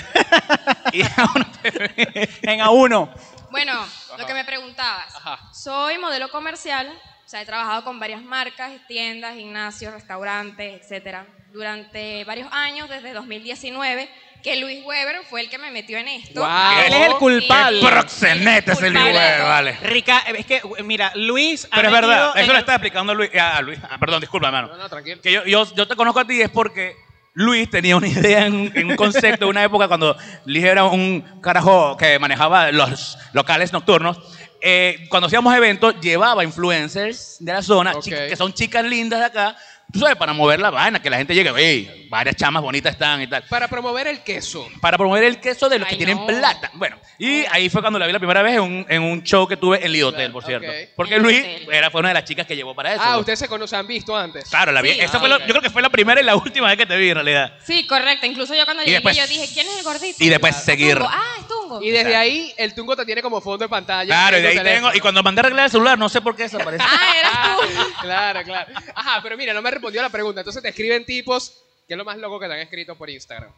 Speaker 2: Y *laughs* ahora te-
Speaker 5: En a uno.
Speaker 6: Bueno, lo que me preguntabas.
Speaker 1: Ajá.
Speaker 6: Soy modelo comercial, o sea, he trabajado con varias marcas, tiendas, gimnasios, restaurantes, etcétera, durante varios años, desde 2019, que Luis Weber fue el que me metió en esto.
Speaker 1: Guau.
Speaker 5: Él es el culpable.
Speaker 6: Sí,
Speaker 2: Proxeneta es el
Speaker 6: culpable de
Speaker 2: lugar,
Speaker 6: todo.
Speaker 2: vale.
Speaker 5: Rica, es que, mira, Luis. ha
Speaker 2: Pero es verdad,
Speaker 5: metido en
Speaker 2: eso lo
Speaker 5: el-
Speaker 2: está explicando Luis. Ah, Luis. Ah, perdón, disculpa, hermano.
Speaker 1: No, no, tranquilo.
Speaker 2: Que yo, yo, yo te conozco a ti es porque Luis tenía una idea en, un- en un concepto de una época cuando Luis era un carajo que manejaba los locales nocturnos. Eh, cuando hacíamos eventos, llevaba influencers de la zona,
Speaker 1: Ok.
Speaker 2: chicas que son chicas lindas de acá, tú sabes, para mover la vaina, que la gente llegue, "Ey, varias chamas bonitas están y tal.
Speaker 1: Para promover el queso.
Speaker 2: Para promover el queso de los que
Speaker 6: Ay,
Speaker 2: tienen
Speaker 6: no.
Speaker 2: plata. Bueno, y ahí fue cuando la vi la primera vez en un, en un show que tuve en Lidotel, por
Speaker 1: Ok.
Speaker 2: cierto. Porque
Speaker 6: En
Speaker 2: Luis
Speaker 6: Lidotel.
Speaker 2: era, fue una de las chicas que llevó para eso.
Speaker 1: Ah, ustedes se conocen, han visto antes.
Speaker 2: Claro, la vi.
Speaker 6: Sí,
Speaker 2: Esa
Speaker 6: ah,
Speaker 2: fue la-
Speaker 1: ok.
Speaker 2: yo creo que fue la primera y la *laughs* última vez que te vi en realidad.
Speaker 6: Sí, correcto. Incluso yo cuando
Speaker 2: Y
Speaker 6: llegué
Speaker 2: después-
Speaker 6: yo dije, ¿quién es el gordito?
Speaker 2: Y después
Speaker 6: Claro.
Speaker 2: seguir.
Speaker 6: Tungo. Ah, es Tungo. tungo.
Speaker 1: Y desde ahí el tungo te tiene como fondo de pantalla.
Speaker 2: Claro, y
Speaker 1: en tu
Speaker 2: de ahí
Speaker 1: teléfono.
Speaker 2: tengo. Y cuando mandé a arreglar el celular, no sé por qué
Speaker 6: *laughs*
Speaker 2: desapareció.
Speaker 6: Ah, eres tú.
Speaker 1: *laughs* Claro, claro. Ajá, pero mira, no me respondió la pregunta. Entonces te escriben tipos, ¿qué es lo más loco que te han escrito por Instagram?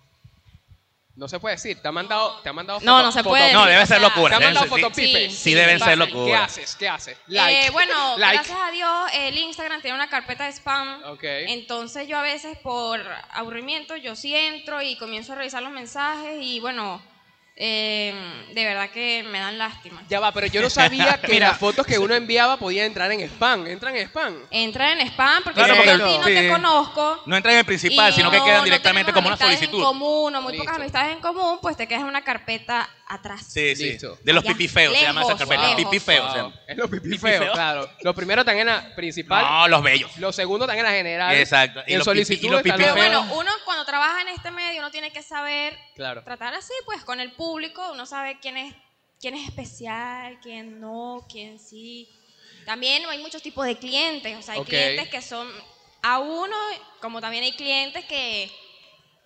Speaker 1: No se puede decir. Te han mandado, te han mandado
Speaker 6: No,
Speaker 1: foto-
Speaker 6: no se
Speaker 1: foto-
Speaker 6: puede.
Speaker 2: No, debe
Speaker 6: o
Speaker 2: ser
Speaker 6: sea,
Speaker 1: Te
Speaker 2: locura. ¿eh?
Speaker 1: han mandado
Speaker 2: Sí,
Speaker 1: fotopipes.
Speaker 6: sí,
Speaker 2: sí, deben ser
Speaker 6: pasa.
Speaker 1: ¿Qué
Speaker 2: locura.
Speaker 1: haces? ¿Qué haces?
Speaker 6: Eh,
Speaker 1: Like. *laughs*
Speaker 6: bueno,
Speaker 1: Like.
Speaker 6: gracias a Dios, el Instagram tiene una carpeta de spam.
Speaker 1: Ok.
Speaker 6: Entonces yo a veces por aburrimiento, yo sí entro y comienzo a revisar los mensajes y bueno, eh, de verdad que me dan lástima.
Speaker 1: Ya va, pero yo no
Speaker 2: *laughs*
Speaker 1: sabía que
Speaker 3: Mira.
Speaker 1: las fotos que uno enviaba podían entrar en spam. Entran en spam.
Speaker 6: Entra en spam porque
Speaker 2: Claro,
Speaker 6: si yo
Speaker 2: porque-
Speaker 6: a ti no te
Speaker 2: sí.
Speaker 6: conozco.
Speaker 2: No entra en el principal,
Speaker 6: y
Speaker 2: sino que
Speaker 6: no-
Speaker 2: quedan
Speaker 6: no
Speaker 2: directamente
Speaker 6: tenemos
Speaker 2: como una
Speaker 6: amistades
Speaker 2: solicitud.
Speaker 6: En común o muy pocas
Speaker 1: Listo.
Speaker 6: amistades en común, pues te quedas en una carpeta atrás.
Speaker 2: Sí, sí.
Speaker 1: Listo.
Speaker 2: De los
Speaker 6: Allá,
Speaker 2: pipifeos se llama esa
Speaker 6: lejos,
Speaker 2: carpeta.
Speaker 6: lejos.
Speaker 2: Pipifeos se
Speaker 1: Wow.
Speaker 2: llama.
Speaker 1: Es lo pipí
Speaker 2: Pipí
Speaker 1: feo,
Speaker 2: feo.
Speaker 1: claro. Lo primero están en la principal.
Speaker 2: No, los bellos.
Speaker 1: Lo segundo están en la general.
Speaker 2: Exacto. Y
Speaker 1: Y en
Speaker 2: los pipí- y
Speaker 1: solicitud.
Speaker 2: los
Speaker 1: están
Speaker 2: pipí
Speaker 6: Pero
Speaker 1: los-
Speaker 2: feos.
Speaker 6: bueno, uno cuando trabaja en este medio, uno tiene que saber
Speaker 1: Claro.
Speaker 6: tratar así, pues con el público, uno sabe quién es, quién es especial, quién no, quién sí. También hay muchos tipos de clientes, o sea, hay
Speaker 1: Ok.
Speaker 6: clientes que son a uno, como también hay clientes que,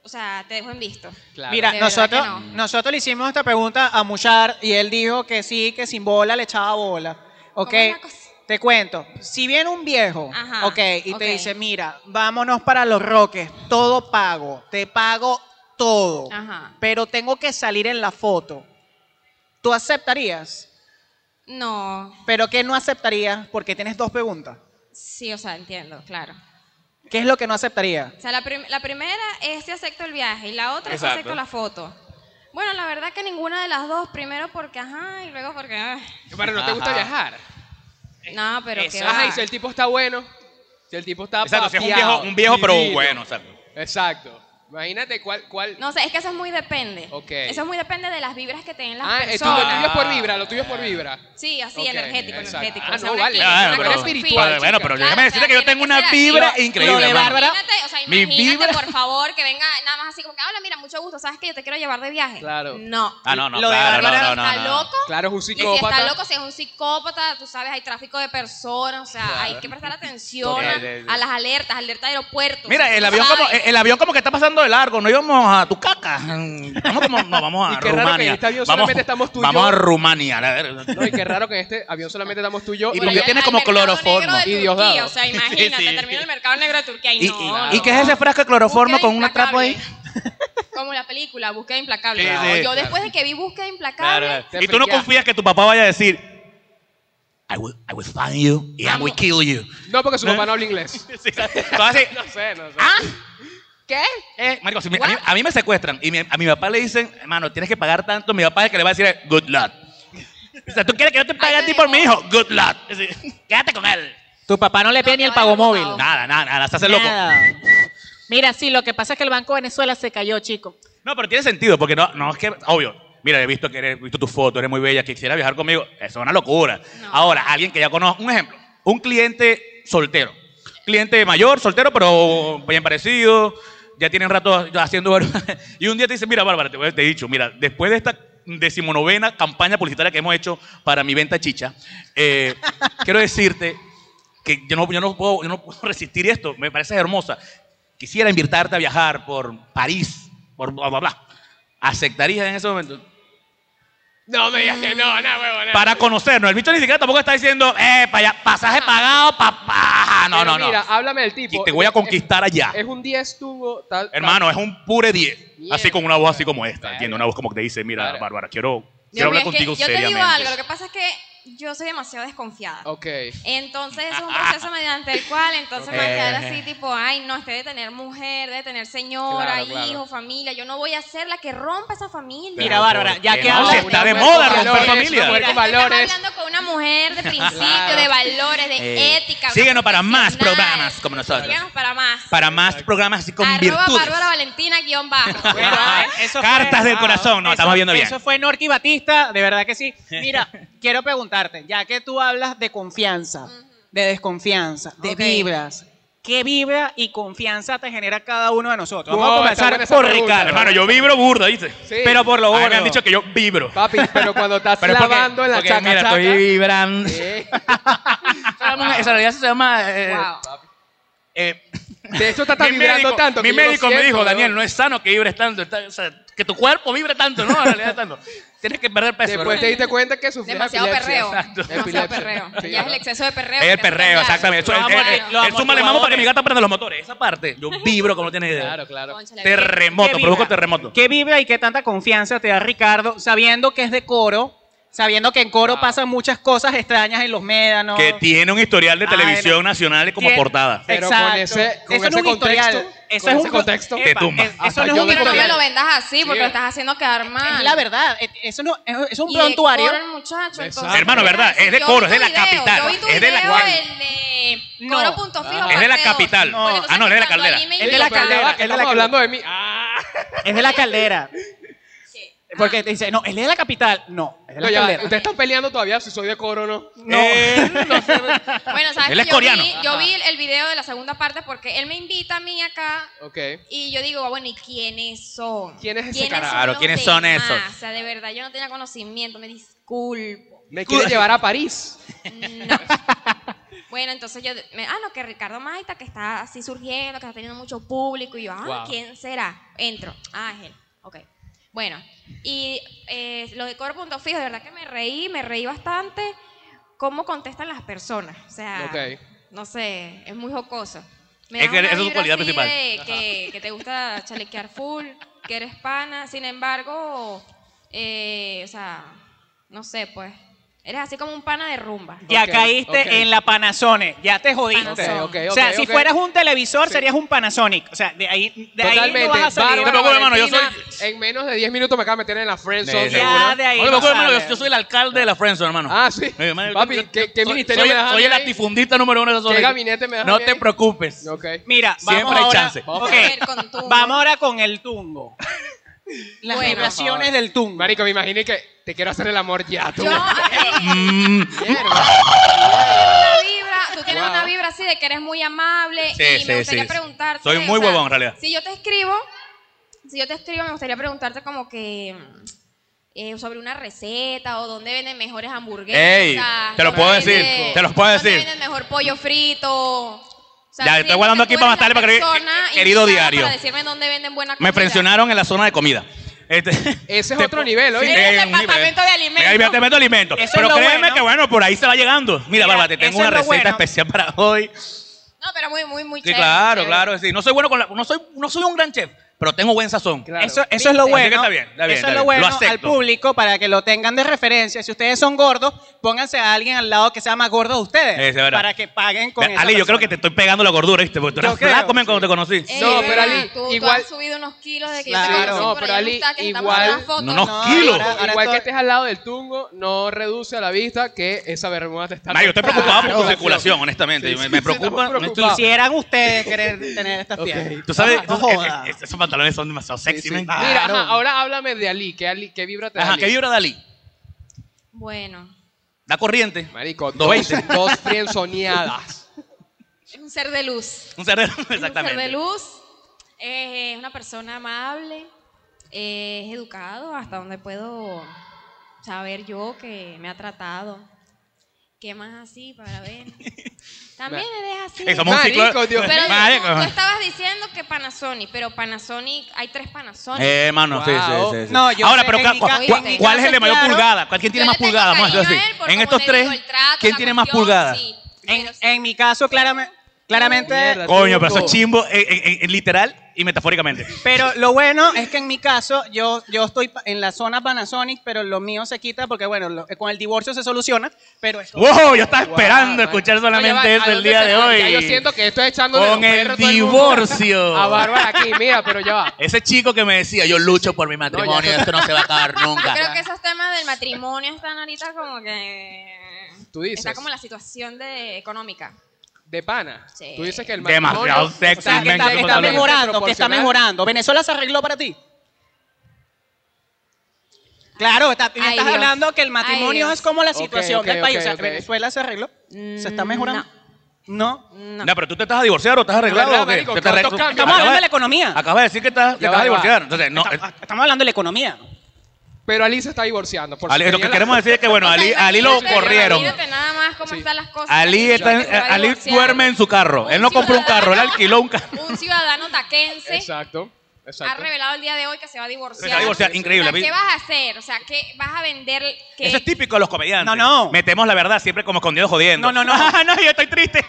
Speaker 6: o sea, te dejo en visto.
Speaker 1: Claro.
Speaker 3: Mira,
Speaker 6: De verdad
Speaker 3: nosotros,
Speaker 6: que no.
Speaker 3: nosotros le hicimos esta pregunta a Muchar y él dijo que sí, que sin bola le echaba bola. ¿Ok?
Speaker 6: ¿Cómo es la cosa?
Speaker 3: Te cuento. Si viene un viejo,
Speaker 6: Ajá,
Speaker 3: ok, y
Speaker 6: ok.
Speaker 3: te dice, mira, vámonos para los roques, todo pago, te pago todo,
Speaker 6: Ajá.
Speaker 3: pero tengo que salir en la foto. ¿Tú aceptarías?
Speaker 6: No,
Speaker 3: ¿Pero qué no aceptarías? Porque tienes dos preguntas.
Speaker 6: sí, o sea, entiendo, claro.
Speaker 3: ¿Qué es lo que no aceptaría?
Speaker 6: O sea, la, prim- la primera es si acepto el viaje y la otra es si
Speaker 2: Exacto.
Speaker 6: acepto la foto. Bueno, la verdad que ninguna de las dos, primero porque ajá y luego porque... ah.
Speaker 1: Pero no te gusta
Speaker 2: Ajá.
Speaker 1: viajar.
Speaker 6: No, pero que
Speaker 1: Ajá, y si el tipo está bueno, si el tipo está
Speaker 2: Exacto, si es un
Speaker 1: papeado,
Speaker 2: viejo, un viejo pero
Speaker 1: divino.
Speaker 2: bueno, exacto.
Speaker 1: Exacto. Imagínate cuál... cuál...
Speaker 6: No sé, es que eso es muy depende.
Speaker 1: Ok.
Speaker 6: Eso es muy depende de las vibras que tengan las
Speaker 1: ah, eh, tú, lo
Speaker 6: personas.
Speaker 1: tuyo es por vibra, lo tuyo es por vibra.
Speaker 6: Sí, así,
Speaker 1: Ok,
Speaker 6: energético,
Speaker 1: exacto.
Speaker 6: energético.
Speaker 1: Ah,
Speaker 6: O sea,
Speaker 1: no,
Speaker 6: una
Speaker 1: vale.
Speaker 6: quibra,
Speaker 1: Ah,
Speaker 6: una
Speaker 1: pero-
Speaker 6: cosa
Speaker 1: pero-
Speaker 6: espiritual,
Speaker 1: pero-
Speaker 2: bueno,
Speaker 6: chica.
Speaker 2: pero
Speaker 6: Claro,
Speaker 2: déjame
Speaker 6: o
Speaker 2: decirte
Speaker 6: sea,
Speaker 2: que yo
Speaker 6: tiene
Speaker 2: tengo una
Speaker 6: ser así.
Speaker 2: vibra
Speaker 6: Lo-
Speaker 2: increíble,
Speaker 6: lo de
Speaker 2: hermano.
Speaker 6: Bárbara- Imagínate, o sea,
Speaker 2: Mi
Speaker 6: imagínate,
Speaker 2: vibra-
Speaker 6: por favor, que venga nada más así como que, hola, mira, mucho gusto, ¿sabes que yo te quiero llevar de viaje?
Speaker 1: Claro.
Speaker 6: No.
Speaker 2: Ah, no, no,
Speaker 3: Lo de
Speaker 2: claro, no,
Speaker 3: Bárbara
Speaker 2: no, no,
Speaker 6: ¿Está
Speaker 2: no.
Speaker 6: loco?
Speaker 1: Claro, es un
Speaker 6: Y si está
Speaker 1: psicópata.
Speaker 6: loco, si es un psicópata, tú sabes, hay tráfico de personas, o sea, hay que prestar atención
Speaker 2: Total.
Speaker 6: a, a las alertas, alerta de aeropuertos.
Speaker 2: Mira, el
Speaker 6: Tú
Speaker 2: avión, como, eh,
Speaker 6: sabes.
Speaker 2: el avión como que está pasando de largo, no íbamos a tu caca. Vamos como, no,
Speaker 1: *laughs*
Speaker 2: vamos
Speaker 1: Y
Speaker 2: a
Speaker 1: qué raro que en
Speaker 2: Rumania.
Speaker 1: este avión
Speaker 2: vamos,
Speaker 1: solamente estamos tú y
Speaker 2: vamos
Speaker 1: yo.
Speaker 2: a Rumania. la verdad.
Speaker 1: No, y qué raro que en este avión solamente estamos tú y yo. Y
Speaker 2: Y
Speaker 6: Por
Speaker 2: porque
Speaker 6: allá
Speaker 2: tiene
Speaker 6: al
Speaker 2: como
Speaker 6: mercado
Speaker 2: cloroformo.
Speaker 6: negro de
Speaker 1: Y Dios
Speaker 6: Turquía,
Speaker 1: dado.
Speaker 6: O sea, imagínate,
Speaker 2: Sí, sí.
Speaker 6: termina el mercado negro de Turquía y,
Speaker 2: Y,
Speaker 6: no.
Speaker 2: y-
Speaker 6: no,
Speaker 2: ¿y qué es ese frasco de cloroformo
Speaker 6: Búsqueda
Speaker 2: con un trapo ahí?
Speaker 6: implacable. Como la película, Búsqueda Implacable.
Speaker 2: Sí,
Speaker 6: No,
Speaker 2: sí,
Speaker 6: yo
Speaker 2: claro.
Speaker 6: después de que vi Búsqueda Implacable,
Speaker 1: Te
Speaker 2: Y tú no
Speaker 1: friqueaste.
Speaker 2: confías que tu papá vaya a decir, I will, I will find you and I will
Speaker 1: *laughs*
Speaker 2: kill you.
Speaker 1: No, porque su papá no habla inglés.
Speaker 2: *laughs* Sí, todo así.
Speaker 1: *laughs* No sé, no sé.
Speaker 2: ¿Ah?
Speaker 6: ¿qué?
Speaker 2: Eh, marico, si me- a, mí, a mí me secuestran y mi- a mi papá le dicen, hermano, tienes que pagar tanto. Mi papá es el que le va a decir, good
Speaker 1: *laughs*
Speaker 2: luck. O sea, ¿tú quieres que yo te pague
Speaker 6: Ahí
Speaker 2: a
Speaker 6: te
Speaker 2: ti por
Speaker 6: digo.
Speaker 2: mi hijo? Good luck. Es decir, Quédate con él.
Speaker 3: Tu papá no le
Speaker 6: No,
Speaker 3: pide ni
Speaker 6: que
Speaker 3: el
Speaker 6: vaya
Speaker 3: pago
Speaker 6: por
Speaker 3: móvil.
Speaker 6: favor.
Speaker 2: Nada, nada, nada, se hace loco.
Speaker 3: Nada. Mira, sí, lo que pasa es que el Banco de Venezuela se cayó, chico.
Speaker 2: No, pero tiene sentido, porque no, no es que, obvio, mira, he visto que eres, he visto tu foto, eres muy bella, quisiera viajar conmigo. Eso es una locura.
Speaker 6: No.
Speaker 2: Ahora, alguien que ya conozco, un ejemplo, un cliente soltero. Cliente mayor, soltero, pero bien parecido, ya tienen rato haciendo... *laughs* y un día te dice, mira, Bárbara, te, voy- te he dicho, mira, después de esta decimonovena campaña publicitaria que hemos hecho para mi venta chicha, eh, quiero decirte que yo no, yo, no puedo, yo no puedo *laughs* resistir esto, me parece hermosa. Quisiera invitarte a viajar por París, por bla, bla, bla. ¿Aceptarías en ese momento?
Speaker 1: No me digas que
Speaker 2: Mm.
Speaker 1: no, no, huevo, no.
Speaker 2: Para conocernos. El bicho ni siquiera tampoco está diciendo, eh, pa' allá, pasaje pagado, papá. No,
Speaker 1: Pero
Speaker 2: no, no.
Speaker 1: Mira, háblame del tipo.
Speaker 2: Y te voy a conquistar allá.
Speaker 1: Es un 10 tubo. Tal,
Speaker 2: Hermano, es un pure 10.
Speaker 1: Mierda.
Speaker 2: Así con una voz así como esta.
Speaker 1: Verga.
Speaker 2: Entiendo, una voz como que te dice, mira,
Speaker 1: Claro.
Speaker 2: Bárbara, quiero,
Speaker 6: Dios mío,
Speaker 2: quiero hablar
Speaker 6: es que
Speaker 2: contigo
Speaker 6: yo te
Speaker 2: seriamente.
Speaker 6: digo algo, lo que pasa es que yo soy demasiado desconfiada.
Speaker 1: Ok.
Speaker 6: Entonces es un proceso mediante el cual entonces me van a quedar
Speaker 2: Eh.
Speaker 6: así tipo, ay, no, este debe tener mujer, debe tener señora,
Speaker 1: Claro, claro.
Speaker 6: hijo, familia, yo no voy a ser la que rompa esa familia.
Speaker 3: Mira, Bárbara, ya
Speaker 2: ¿por
Speaker 3: que
Speaker 2: qué no?
Speaker 3: hablas-
Speaker 2: Si está de
Speaker 6: pues,
Speaker 1: Una
Speaker 2: moda
Speaker 1: mujer con
Speaker 2: romper
Speaker 1: valores, una mujer
Speaker 2: familia.
Speaker 1: con
Speaker 6: Estamos
Speaker 1: valores.
Speaker 6: hablando con una mujer de principio,
Speaker 1: Claro.
Speaker 6: de valores, de
Speaker 2: Eh,
Speaker 6: ética.
Speaker 2: síguenos
Speaker 6: una
Speaker 2: para más
Speaker 6: profesional.
Speaker 2: programas como nosotros.
Speaker 6: Síguenos para más.
Speaker 2: Para más programas así con
Speaker 6: pues. Arroba
Speaker 2: virtudes.
Speaker 6: Bárbara Valentina
Speaker 2: *laughs*
Speaker 6: guión bajo.
Speaker 3: Bueno,
Speaker 2: Ah,
Speaker 3: eso
Speaker 2: cartas del
Speaker 3: ah,
Speaker 2: corazón. No,
Speaker 3: eso-
Speaker 2: estamos viendo bien.
Speaker 3: Eso fue Norky Batista, de verdad que sí.
Speaker 2: *laughs*
Speaker 3: Mira, quiero preguntarte, ya que tú hablas de confianza, de desconfianza, de
Speaker 6: Ok.
Speaker 3: vibras, ¿qué vibra y confianza te genera cada uno de nosotros?
Speaker 1: Wow,
Speaker 3: Vamos a
Speaker 1: está buena
Speaker 3: comenzar
Speaker 1: esa
Speaker 3: por
Speaker 1: pregunta.
Speaker 3: Ricardo.
Speaker 2: Hermano, yo vibro burdo, dice.
Speaker 1: Sí.
Speaker 2: Pero por
Speaker 6: Ah,
Speaker 2: lo
Speaker 3: A mí me
Speaker 2: gordo. Me
Speaker 3: han
Speaker 2: han
Speaker 3: dicho
Speaker 2: dicho que yo vibro.
Speaker 1: Papi, pero cuando estás
Speaker 2: *laughs* Pero es porque-
Speaker 1: lavando en la
Speaker 2: porque,
Speaker 1: chaca,
Speaker 2: mira,
Speaker 1: chaca,
Speaker 2: estoy vibrando.
Speaker 1: eh,
Speaker 2: Esa realidad se llama... eh,
Speaker 6: Wow.
Speaker 2: eh,
Speaker 1: De hecho, está tan vibrando tanto.
Speaker 2: mi
Speaker 1: que yo lo
Speaker 2: médico me
Speaker 1: siento,
Speaker 2: dijo,
Speaker 1: weón.
Speaker 2: Daniel, no es sano que vibres tanto. está- o sea, que tu cuerpo vibre tanto, ¿no? En realidad tanto. Tienes que perder peso.
Speaker 1: Después te
Speaker 2: ¿verdad?
Speaker 1: diste cuenta que sufrías
Speaker 6: Demasiado
Speaker 1: epilepsia.
Speaker 6: perreo.
Speaker 2: exacto.
Speaker 6: Demasiado
Speaker 1: Epilepsia.
Speaker 6: perreo.
Speaker 1: Sí,
Speaker 6: Ya es el
Speaker 1: claro.
Speaker 6: exceso de perreo.
Speaker 2: Es el
Speaker 6: que está
Speaker 2: perreo,
Speaker 6: claro.
Speaker 2: exactamente. Eso,
Speaker 3: Los
Speaker 2: el, el,
Speaker 6: eh,
Speaker 3: amorti-
Speaker 2: el-
Speaker 3: los
Speaker 2: el súmale mambo para que
Speaker 3: amortiguadores.
Speaker 2: mi gata prenda los motores. Esa parte. Yo vibro como no tienes idea.
Speaker 1: Claro, claro.
Speaker 6: Cónchale,
Speaker 2: Terremoto,
Speaker 3: ¿Qué
Speaker 2: provoco
Speaker 3: vibra?
Speaker 2: terremoto.
Speaker 3: ¿Qué vibra y qué tanta confianza te da Ricardo sabiendo que es de coro? Sabiendo que en coro pasan muchas cosas extrañas en los médanos.
Speaker 2: Que tiene un historial de
Speaker 3: Ay, no.
Speaker 2: televisión nacional como
Speaker 3: Tiene-
Speaker 2: portada.
Speaker 1: Pero con
Speaker 3: Exacto.
Speaker 1: ese- con
Speaker 3: Eso
Speaker 1: ese
Speaker 3: no es un
Speaker 1: contexto,
Speaker 3: historial. Eso
Speaker 1: con
Speaker 3: es
Speaker 1: ese
Speaker 3: un
Speaker 1: contexto,
Speaker 2: Te tumba.
Speaker 3: es-
Speaker 1: Hasta
Speaker 3: Eso no es
Speaker 1: yo
Speaker 3: un
Speaker 1: me
Speaker 6: Pero no me
Speaker 3: historial.
Speaker 6: lo vendas así porque
Speaker 1: Sí.
Speaker 6: lo estás haciendo quedar mal.
Speaker 5: Es la verdad. e- Eso no, es es un
Speaker 6: Ah. Y de
Speaker 5: prontuario.
Speaker 6: coro el muchacho,
Speaker 1: Exacto.
Speaker 6: entonces,
Speaker 2: Hermano, ¿verdad? Es de
Speaker 6: yo
Speaker 2: coro, es
Speaker 6: vi
Speaker 2: de
Speaker 6: tu
Speaker 2: la
Speaker 6: video,
Speaker 2: capital,
Speaker 6: Yo vi tu
Speaker 2: es de la
Speaker 6: video,
Speaker 2: capital.
Speaker 6: el de
Speaker 3: No.
Speaker 6: coro punto fijo,
Speaker 2: Es de la
Speaker 6: parte dos.
Speaker 2: capital.
Speaker 6: Porque tú
Speaker 2: Ah, no, es
Speaker 6: sabes
Speaker 2: de la
Speaker 6: que cuando
Speaker 2: caldera.
Speaker 6: a mí me
Speaker 3: Es de la
Speaker 6: invitan-
Speaker 3: caldera. es de la
Speaker 1: Estamos
Speaker 3: que-
Speaker 1: hablando de mí. Ah.
Speaker 3: Es de la caldera. Porque te dice, no, él es de la capital. No, es de la
Speaker 1: No, ya,
Speaker 3: caldera.
Speaker 1: ustedes están peleando todavía si soy de coro o no. Eh,
Speaker 3: No.
Speaker 2: Eh,
Speaker 6: Ah. Bueno, ¿sabes
Speaker 2: Él
Speaker 6: que
Speaker 2: es
Speaker 6: yo
Speaker 2: coreano.
Speaker 6: Vi, yo vi el video de la segunda parte porque él me invita a mí acá
Speaker 1: Ok.
Speaker 6: y yo digo, ah, bueno, ¿y quiénes son?
Speaker 1: ¿Quién es ese
Speaker 6: son
Speaker 1: carajo?
Speaker 2: Claro,
Speaker 6: los
Speaker 2: ¿quiénes son
Speaker 6: demás?
Speaker 2: esos?
Speaker 6: O sea, de verdad, yo no tenía conocimiento,
Speaker 2: *laughs*
Speaker 6: me disculpo.
Speaker 1: Me quiere llevar a París.
Speaker 6: No. bueno, entonces yo, me- ah, no, que Ricardo Maita, que está así surgiendo, que está teniendo mucho público, y yo, ah,
Speaker 1: Wow.
Speaker 6: ¿quién será? Entro, ah, es él, ok. Bueno, y eh, lo de Coro Punto Fijo, de verdad que me reí, me reí bastante cómo contestan las personas, o
Speaker 3: Ah.
Speaker 6: sea,
Speaker 1: Ok.
Speaker 6: no sé, es muy jocoso. Me
Speaker 2: Es
Speaker 6: da
Speaker 2: que
Speaker 6: una
Speaker 2: esa es su
Speaker 6: vibra
Speaker 2: cualidad
Speaker 6: así
Speaker 2: principal.
Speaker 6: de Que, que te gusta chalequear full, que eres pana, sin embargo, eh, o sea, no sé, pues, eres así como un pana de rumba.
Speaker 3: Ya
Speaker 1: Ok,
Speaker 3: caíste
Speaker 1: ok.
Speaker 3: en la Panasonic. Ya te jodiste.
Speaker 1: Ok,
Speaker 6: Panasonic.
Speaker 1: ok,
Speaker 3: o sea,
Speaker 1: ok,
Speaker 3: si
Speaker 1: ok.
Speaker 3: fueras un televisor, serías un Panasonic. O sea, de ahí, de ahí
Speaker 1: Totalmente.
Speaker 3: no vas a salir.
Speaker 1: Bárbara
Speaker 2: Tampoco, hermano, yo
Speaker 1: Valentina, En menos de 10 minutos me acaba de meter en la friend zone,
Speaker 2: Sí,
Speaker 1: seguro.
Speaker 3: ya de ahí
Speaker 2: Oye,
Speaker 3: no
Speaker 2: me acuerdo, hermano,
Speaker 3: sale.
Speaker 2: yo, yo soy el alcalde de la Friendzone, hermano.
Speaker 1: Ah, sí.
Speaker 2: Mi hermano, yo-
Speaker 1: Papi,
Speaker 2: yo-
Speaker 1: ¿qué- qué
Speaker 2: soy-
Speaker 1: ministerio
Speaker 2: soy,
Speaker 1: me das a
Speaker 2: soy
Speaker 1: mí
Speaker 2: el
Speaker 1: ahí?
Speaker 2: latifundista número uno de esa zona.
Speaker 1: ¿Qué gabinete me das a
Speaker 2: No
Speaker 1: mí
Speaker 2: te
Speaker 1: ahí?
Speaker 2: preocupes.
Speaker 1: Ok.
Speaker 3: Mira,
Speaker 2: Siempre
Speaker 3: vamos
Speaker 2: hay
Speaker 3: ahora,
Speaker 2: chance.
Speaker 3: ok,
Speaker 6: Ver, con tungo.
Speaker 3: vamos ahora con el tungo. Las
Speaker 6: Bueno.
Speaker 3: vibraciones del tungo.
Speaker 1: Marico, me imaginé que te quiero hacer el amor ya, tú.
Speaker 6: Yo, eh,
Speaker 2: Mm,
Speaker 1: Mierda.
Speaker 6: una vibra, tú tienes
Speaker 1: Wow.
Speaker 6: una vibra así de que eres muy amable
Speaker 2: Sí,
Speaker 6: y me
Speaker 2: sí,
Speaker 6: gustaría
Speaker 2: sí.
Speaker 6: preguntarte.
Speaker 2: Soy muy
Speaker 6: o sea,
Speaker 2: huevón, en realidad.
Speaker 6: Si yo te escribo, si yo te escribo, me gustaría preguntarte como que eh, sobre una receta o dónde venden mejores hamburguesas.
Speaker 2: Ey, te lo
Speaker 6: dónde
Speaker 2: puedo decir,
Speaker 6: venden-
Speaker 2: te los puedo
Speaker 6: dónde
Speaker 2: decir.
Speaker 6: venden mejor pollo frito. O sea,
Speaker 2: Ya, estoy
Speaker 6: siento
Speaker 2: guardando aquí
Speaker 6: que tú
Speaker 2: para más
Speaker 6: eres
Speaker 2: tarde
Speaker 6: la
Speaker 2: para que-
Speaker 6: persona
Speaker 2: querido
Speaker 6: indicada
Speaker 2: diario.
Speaker 6: Para decirme dónde venden buena comida.
Speaker 2: Me presionaron en la zona de comida. Este- *laughs*
Speaker 1: Ese es
Speaker 2: te-
Speaker 1: otro nivel, oye.
Speaker 2: Sí,
Speaker 6: Eres el
Speaker 2: un nivel.
Speaker 6: departamento de alimentos.
Speaker 2: El departamento de alimentos.
Speaker 3: Eso es
Speaker 2: Pero
Speaker 3: lo
Speaker 2: créeme
Speaker 3: bueno.
Speaker 2: que bueno, por ahí se va llegando. Mira,
Speaker 3: Mira,
Speaker 2: Bárbara, te
Speaker 3: eso
Speaker 2: tengo
Speaker 3: es
Speaker 2: una
Speaker 3: lo
Speaker 2: receta
Speaker 3: bueno.
Speaker 2: especial para hoy.
Speaker 6: No, pero muy, muy, muy
Speaker 2: Sí,
Speaker 6: chévere,
Speaker 2: claro,
Speaker 6: chévere.
Speaker 2: claro. Sí. No soy bueno con la, no soy, no soy un gran chef, pero tengo buen sazón.
Speaker 1: Claro.
Speaker 3: Eso, eso es lo
Speaker 2: Así que
Speaker 3: bueno.
Speaker 2: está bien, está bien,
Speaker 3: eso
Speaker 2: está
Speaker 3: es lo
Speaker 2: bien. Lo
Speaker 3: bueno
Speaker 2: acepto.
Speaker 3: al público para que lo tengan de referencia. Si ustedes son gordos, pónganse a alguien al lado que sea más gordo de
Speaker 2: Sí,
Speaker 3: ustedes.
Speaker 2: es verdad.
Speaker 3: para que paguen con
Speaker 2: Ve,
Speaker 3: esa
Speaker 2: Ale, yo creo que te
Speaker 3: persona. Eh,
Speaker 2: estoy pegando la gordura, ¿viste? Porque tú
Speaker 3: Yo
Speaker 2: eras
Speaker 3: creo,
Speaker 2: flaco men, cuando te conocí.
Speaker 6: Ey,
Speaker 1: No,
Speaker 6: ¿verdad?
Speaker 1: pero Ali,
Speaker 6: Tú- tú
Speaker 1: igual-
Speaker 6: has subido unos kilos de que
Speaker 3: Claro.
Speaker 6: yo te conocí
Speaker 1: No,
Speaker 6: por
Speaker 1: pero
Speaker 6: allá en
Speaker 1: Ali,
Speaker 6: Ustaque, que estamos
Speaker 1: igual-
Speaker 6: en las fotos.
Speaker 2: No, no.
Speaker 3: No,
Speaker 2: kilos.
Speaker 3: ahora- ahora
Speaker 1: Igual que
Speaker 3: todo-
Speaker 1: estés al lado del tungo, no reduce a la vista que esa bermuda te está...
Speaker 2: Mario, yo estoy preocupado por tu
Speaker 1: Claro.
Speaker 2: circulación, honestamente.
Speaker 1: Sí,
Speaker 2: me,
Speaker 1: sí,
Speaker 2: me
Speaker 1: sí,
Speaker 2: preocupa.
Speaker 1: estamos
Speaker 2: me estoy-
Speaker 1: preocupados.
Speaker 3: Quisieran ustedes querer tener estas
Speaker 1: Ok.
Speaker 3: piernas.
Speaker 2: Tú sabes,
Speaker 3: Ajá,
Speaker 2: tú-
Speaker 3: no
Speaker 2: es-
Speaker 3: joda.
Speaker 2: es- esos pantalones son demasiado sexy, men.
Speaker 1: Mira,
Speaker 3: Claro.
Speaker 1: ajá, ahora háblame de Ali. ¿Qué, Ali, qué vibra te da
Speaker 2: Ajá,
Speaker 1: Ali?
Speaker 2: ¿qué vibra Dalí?
Speaker 6: Bueno,
Speaker 2: Da corriente.
Speaker 1: Marico, dos,
Speaker 2: 220.
Speaker 1: dos frienzoneadas.
Speaker 6: es un ser
Speaker 2: *laughs*
Speaker 6: de luz.
Speaker 2: Un cerdo,
Speaker 6: Es un ser de
Speaker 2: exactamente.
Speaker 6: luz, eh, es una persona amable, eh, es educado hasta donde puedo saber yo que me ha tratado. ¿Qué más así
Speaker 2: *laughs*
Speaker 6: para ver? También eres así.
Speaker 2: Eh, somos un ciclo.
Speaker 1: Marico, Dios
Speaker 6: Pero digo,
Speaker 2: *laughs* Marico.
Speaker 6: tú, tú estabas diciendo que Panasonic, pero Panasonic, hay tres Panasonic.
Speaker 2: Eh, mano, sí,
Speaker 1: Wow.
Speaker 2: sí, sí, sí.
Speaker 3: No, yo
Speaker 2: Ahora,
Speaker 3: sé,
Speaker 2: pero
Speaker 3: en
Speaker 2: ca-
Speaker 3: mi
Speaker 2: cua-
Speaker 3: ca-
Speaker 2: cua-
Speaker 6: en mi
Speaker 2: ¿cuál es el
Speaker 3: caso,
Speaker 2: de mayor
Speaker 3: claro.
Speaker 2: pulgada? ¿Cuál- ¿Quién tiene
Speaker 6: Yo
Speaker 2: más
Speaker 6: le tengo
Speaker 2: pulgada? Vamos a decirlo
Speaker 6: cariño a
Speaker 2: así.
Speaker 6: él por
Speaker 2: En
Speaker 6: cómo
Speaker 2: estos
Speaker 6: te
Speaker 2: tres,
Speaker 6: digo, el trato,
Speaker 2: ¿quién
Speaker 6: la
Speaker 2: tiene más
Speaker 6: cuestión,
Speaker 2: pulgada?
Speaker 6: sí,
Speaker 3: En,
Speaker 6: pero sí.
Speaker 3: en mi caso, claramente, claramente
Speaker 1: Mierda.
Speaker 2: Coño, pero eso
Speaker 1: Tungo.
Speaker 2: es chimbo, eh, eh, eh, literal y metafóricamente.
Speaker 3: Pero lo bueno es que en mi caso, yo, yo estoy pa- en la zona Panasonic, pero lo mío se quita porque, bueno, lo- con el divorcio se soluciona, pero esto-
Speaker 2: Wow, yo estaba esperando
Speaker 1: Wow,
Speaker 2: escuchar
Speaker 1: man. Oye,
Speaker 2: solamente
Speaker 1: va,
Speaker 2: eso
Speaker 1: ¿a
Speaker 2: el
Speaker 1: dónde
Speaker 2: día
Speaker 1: se
Speaker 2: de
Speaker 1: fue?
Speaker 2: hoy.
Speaker 1: Ya yo siento que estoy echando
Speaker 2: Con el divorcio.
Speaker 1: A Bárbara aquí, mira, pero ya va.
Speaker 2: Ese chico que me decía, yo lucho por mi matrimonio, esto no se va a acabar
Speaker 6: Yo
Speaker 2: nunca.
Speaker 6: creo que esos temas del matrimonio están ahorita como que. eh,
Speaker 1: Tú dices.
Speaker 6: Está como la situación de económica.
Speaker 1: De pana.
Speaker 6: Sí.
Speaker 1: Tú dices que el matrimonio...
Speaker 2: Demasiado sexy.
Speaker 3: O sea, que
Speaker 2: men,
Speaker 3: está,
Speaker 2: qué
Speaker 3: que está
Speaker 2: cosa loca.
Speaker 3: mejorando, que está mejorando. ¿Venezuela se arregló para ti? Claro, está-
Speaker 6: Ay,
Speaker 3: estás
Speaker 6: Dios.
Speaker 3: hablando que el
Speaker 6: Ay,
Speaker 3: matrimonio
Speaker 6: Dios.
Speaker 3: es como la
Speaker 1: Ok,
Speaker 3: situación
Speaker 1: ok,
Speaker 3: del país.
Speaker 1: ok,
Speaker 3: o sea,
Speaker 1: ok.
Speaker 3: Venezuela se arregló, se está
Speaker 6: Mm,
Speaker 3: mejorando. No.
Speaker 6: No.
Speaker 2: No. pero tú te estás a divorciar o estás arreglado.
Speaker 1: ¿Verdad,
Speaker 2: o qué?
Speaker 1: marico?
Speaker 2: Te estás
Speaker 1: ¿Cuántos
Speaker 2: arreglado.
Speaker 1: cambios?
Speaker 3: Estamos
Speaker 2: Acabas-
Speaker 3: hablando de la economía.
Speaker 2: Acabas de decir que estás, te
Speaker 1: Ya
Speaker 2: acabas
Speaker 1: va,
Speaker 2: de
Speaker 1: ya va.
Speaker 2: divorciar. Entonces, no,
Speaker 3: Estamos- Estamos hablando de la economía.
Speaker 1: Pero Ali se está divorciando. por si
Speaker 2: Ali- lo que
Speaker 1: tenía la-
Speaker 2: queremos decir es que, bueno,
Speaker 6: O sea,
Speaker 2: Ali, Ali lo
Speaker 6: imagínate,
Speaker 2: corrieron.
Speaker 6: Imagínate nada más cómo están las cosas.
Speaker 2: Ali,
Speaker 6: Imagínate
Speaker 2: está en-
Speaker 6: que se va a
Speaker 2: Ali
Speaker 6: divorciar.
Speaker 2: duerme en su carro. Él no compró un carro, él alquiló un carro.
Speaker 6: Un ciudadano taquense
Speaker 1: Exacto. Exacto.
Speaker 6: ha revelado el día de hoy que se va a divorciar.
Speaker 2: Se va a divorciar, increíble.
Speaker 6: O sea, ¿Qué vas a hacer? O sea, ¿qué vas a vender? ¿Qué?
Speaker 2: Eso es típico de los comediantes.
Speaker 3: No, no.
Speaker 2: Metemos la verdad siempre como escondido jodiendo.
Speaker 3: No, no, no. Ah, no, yo estoy triste.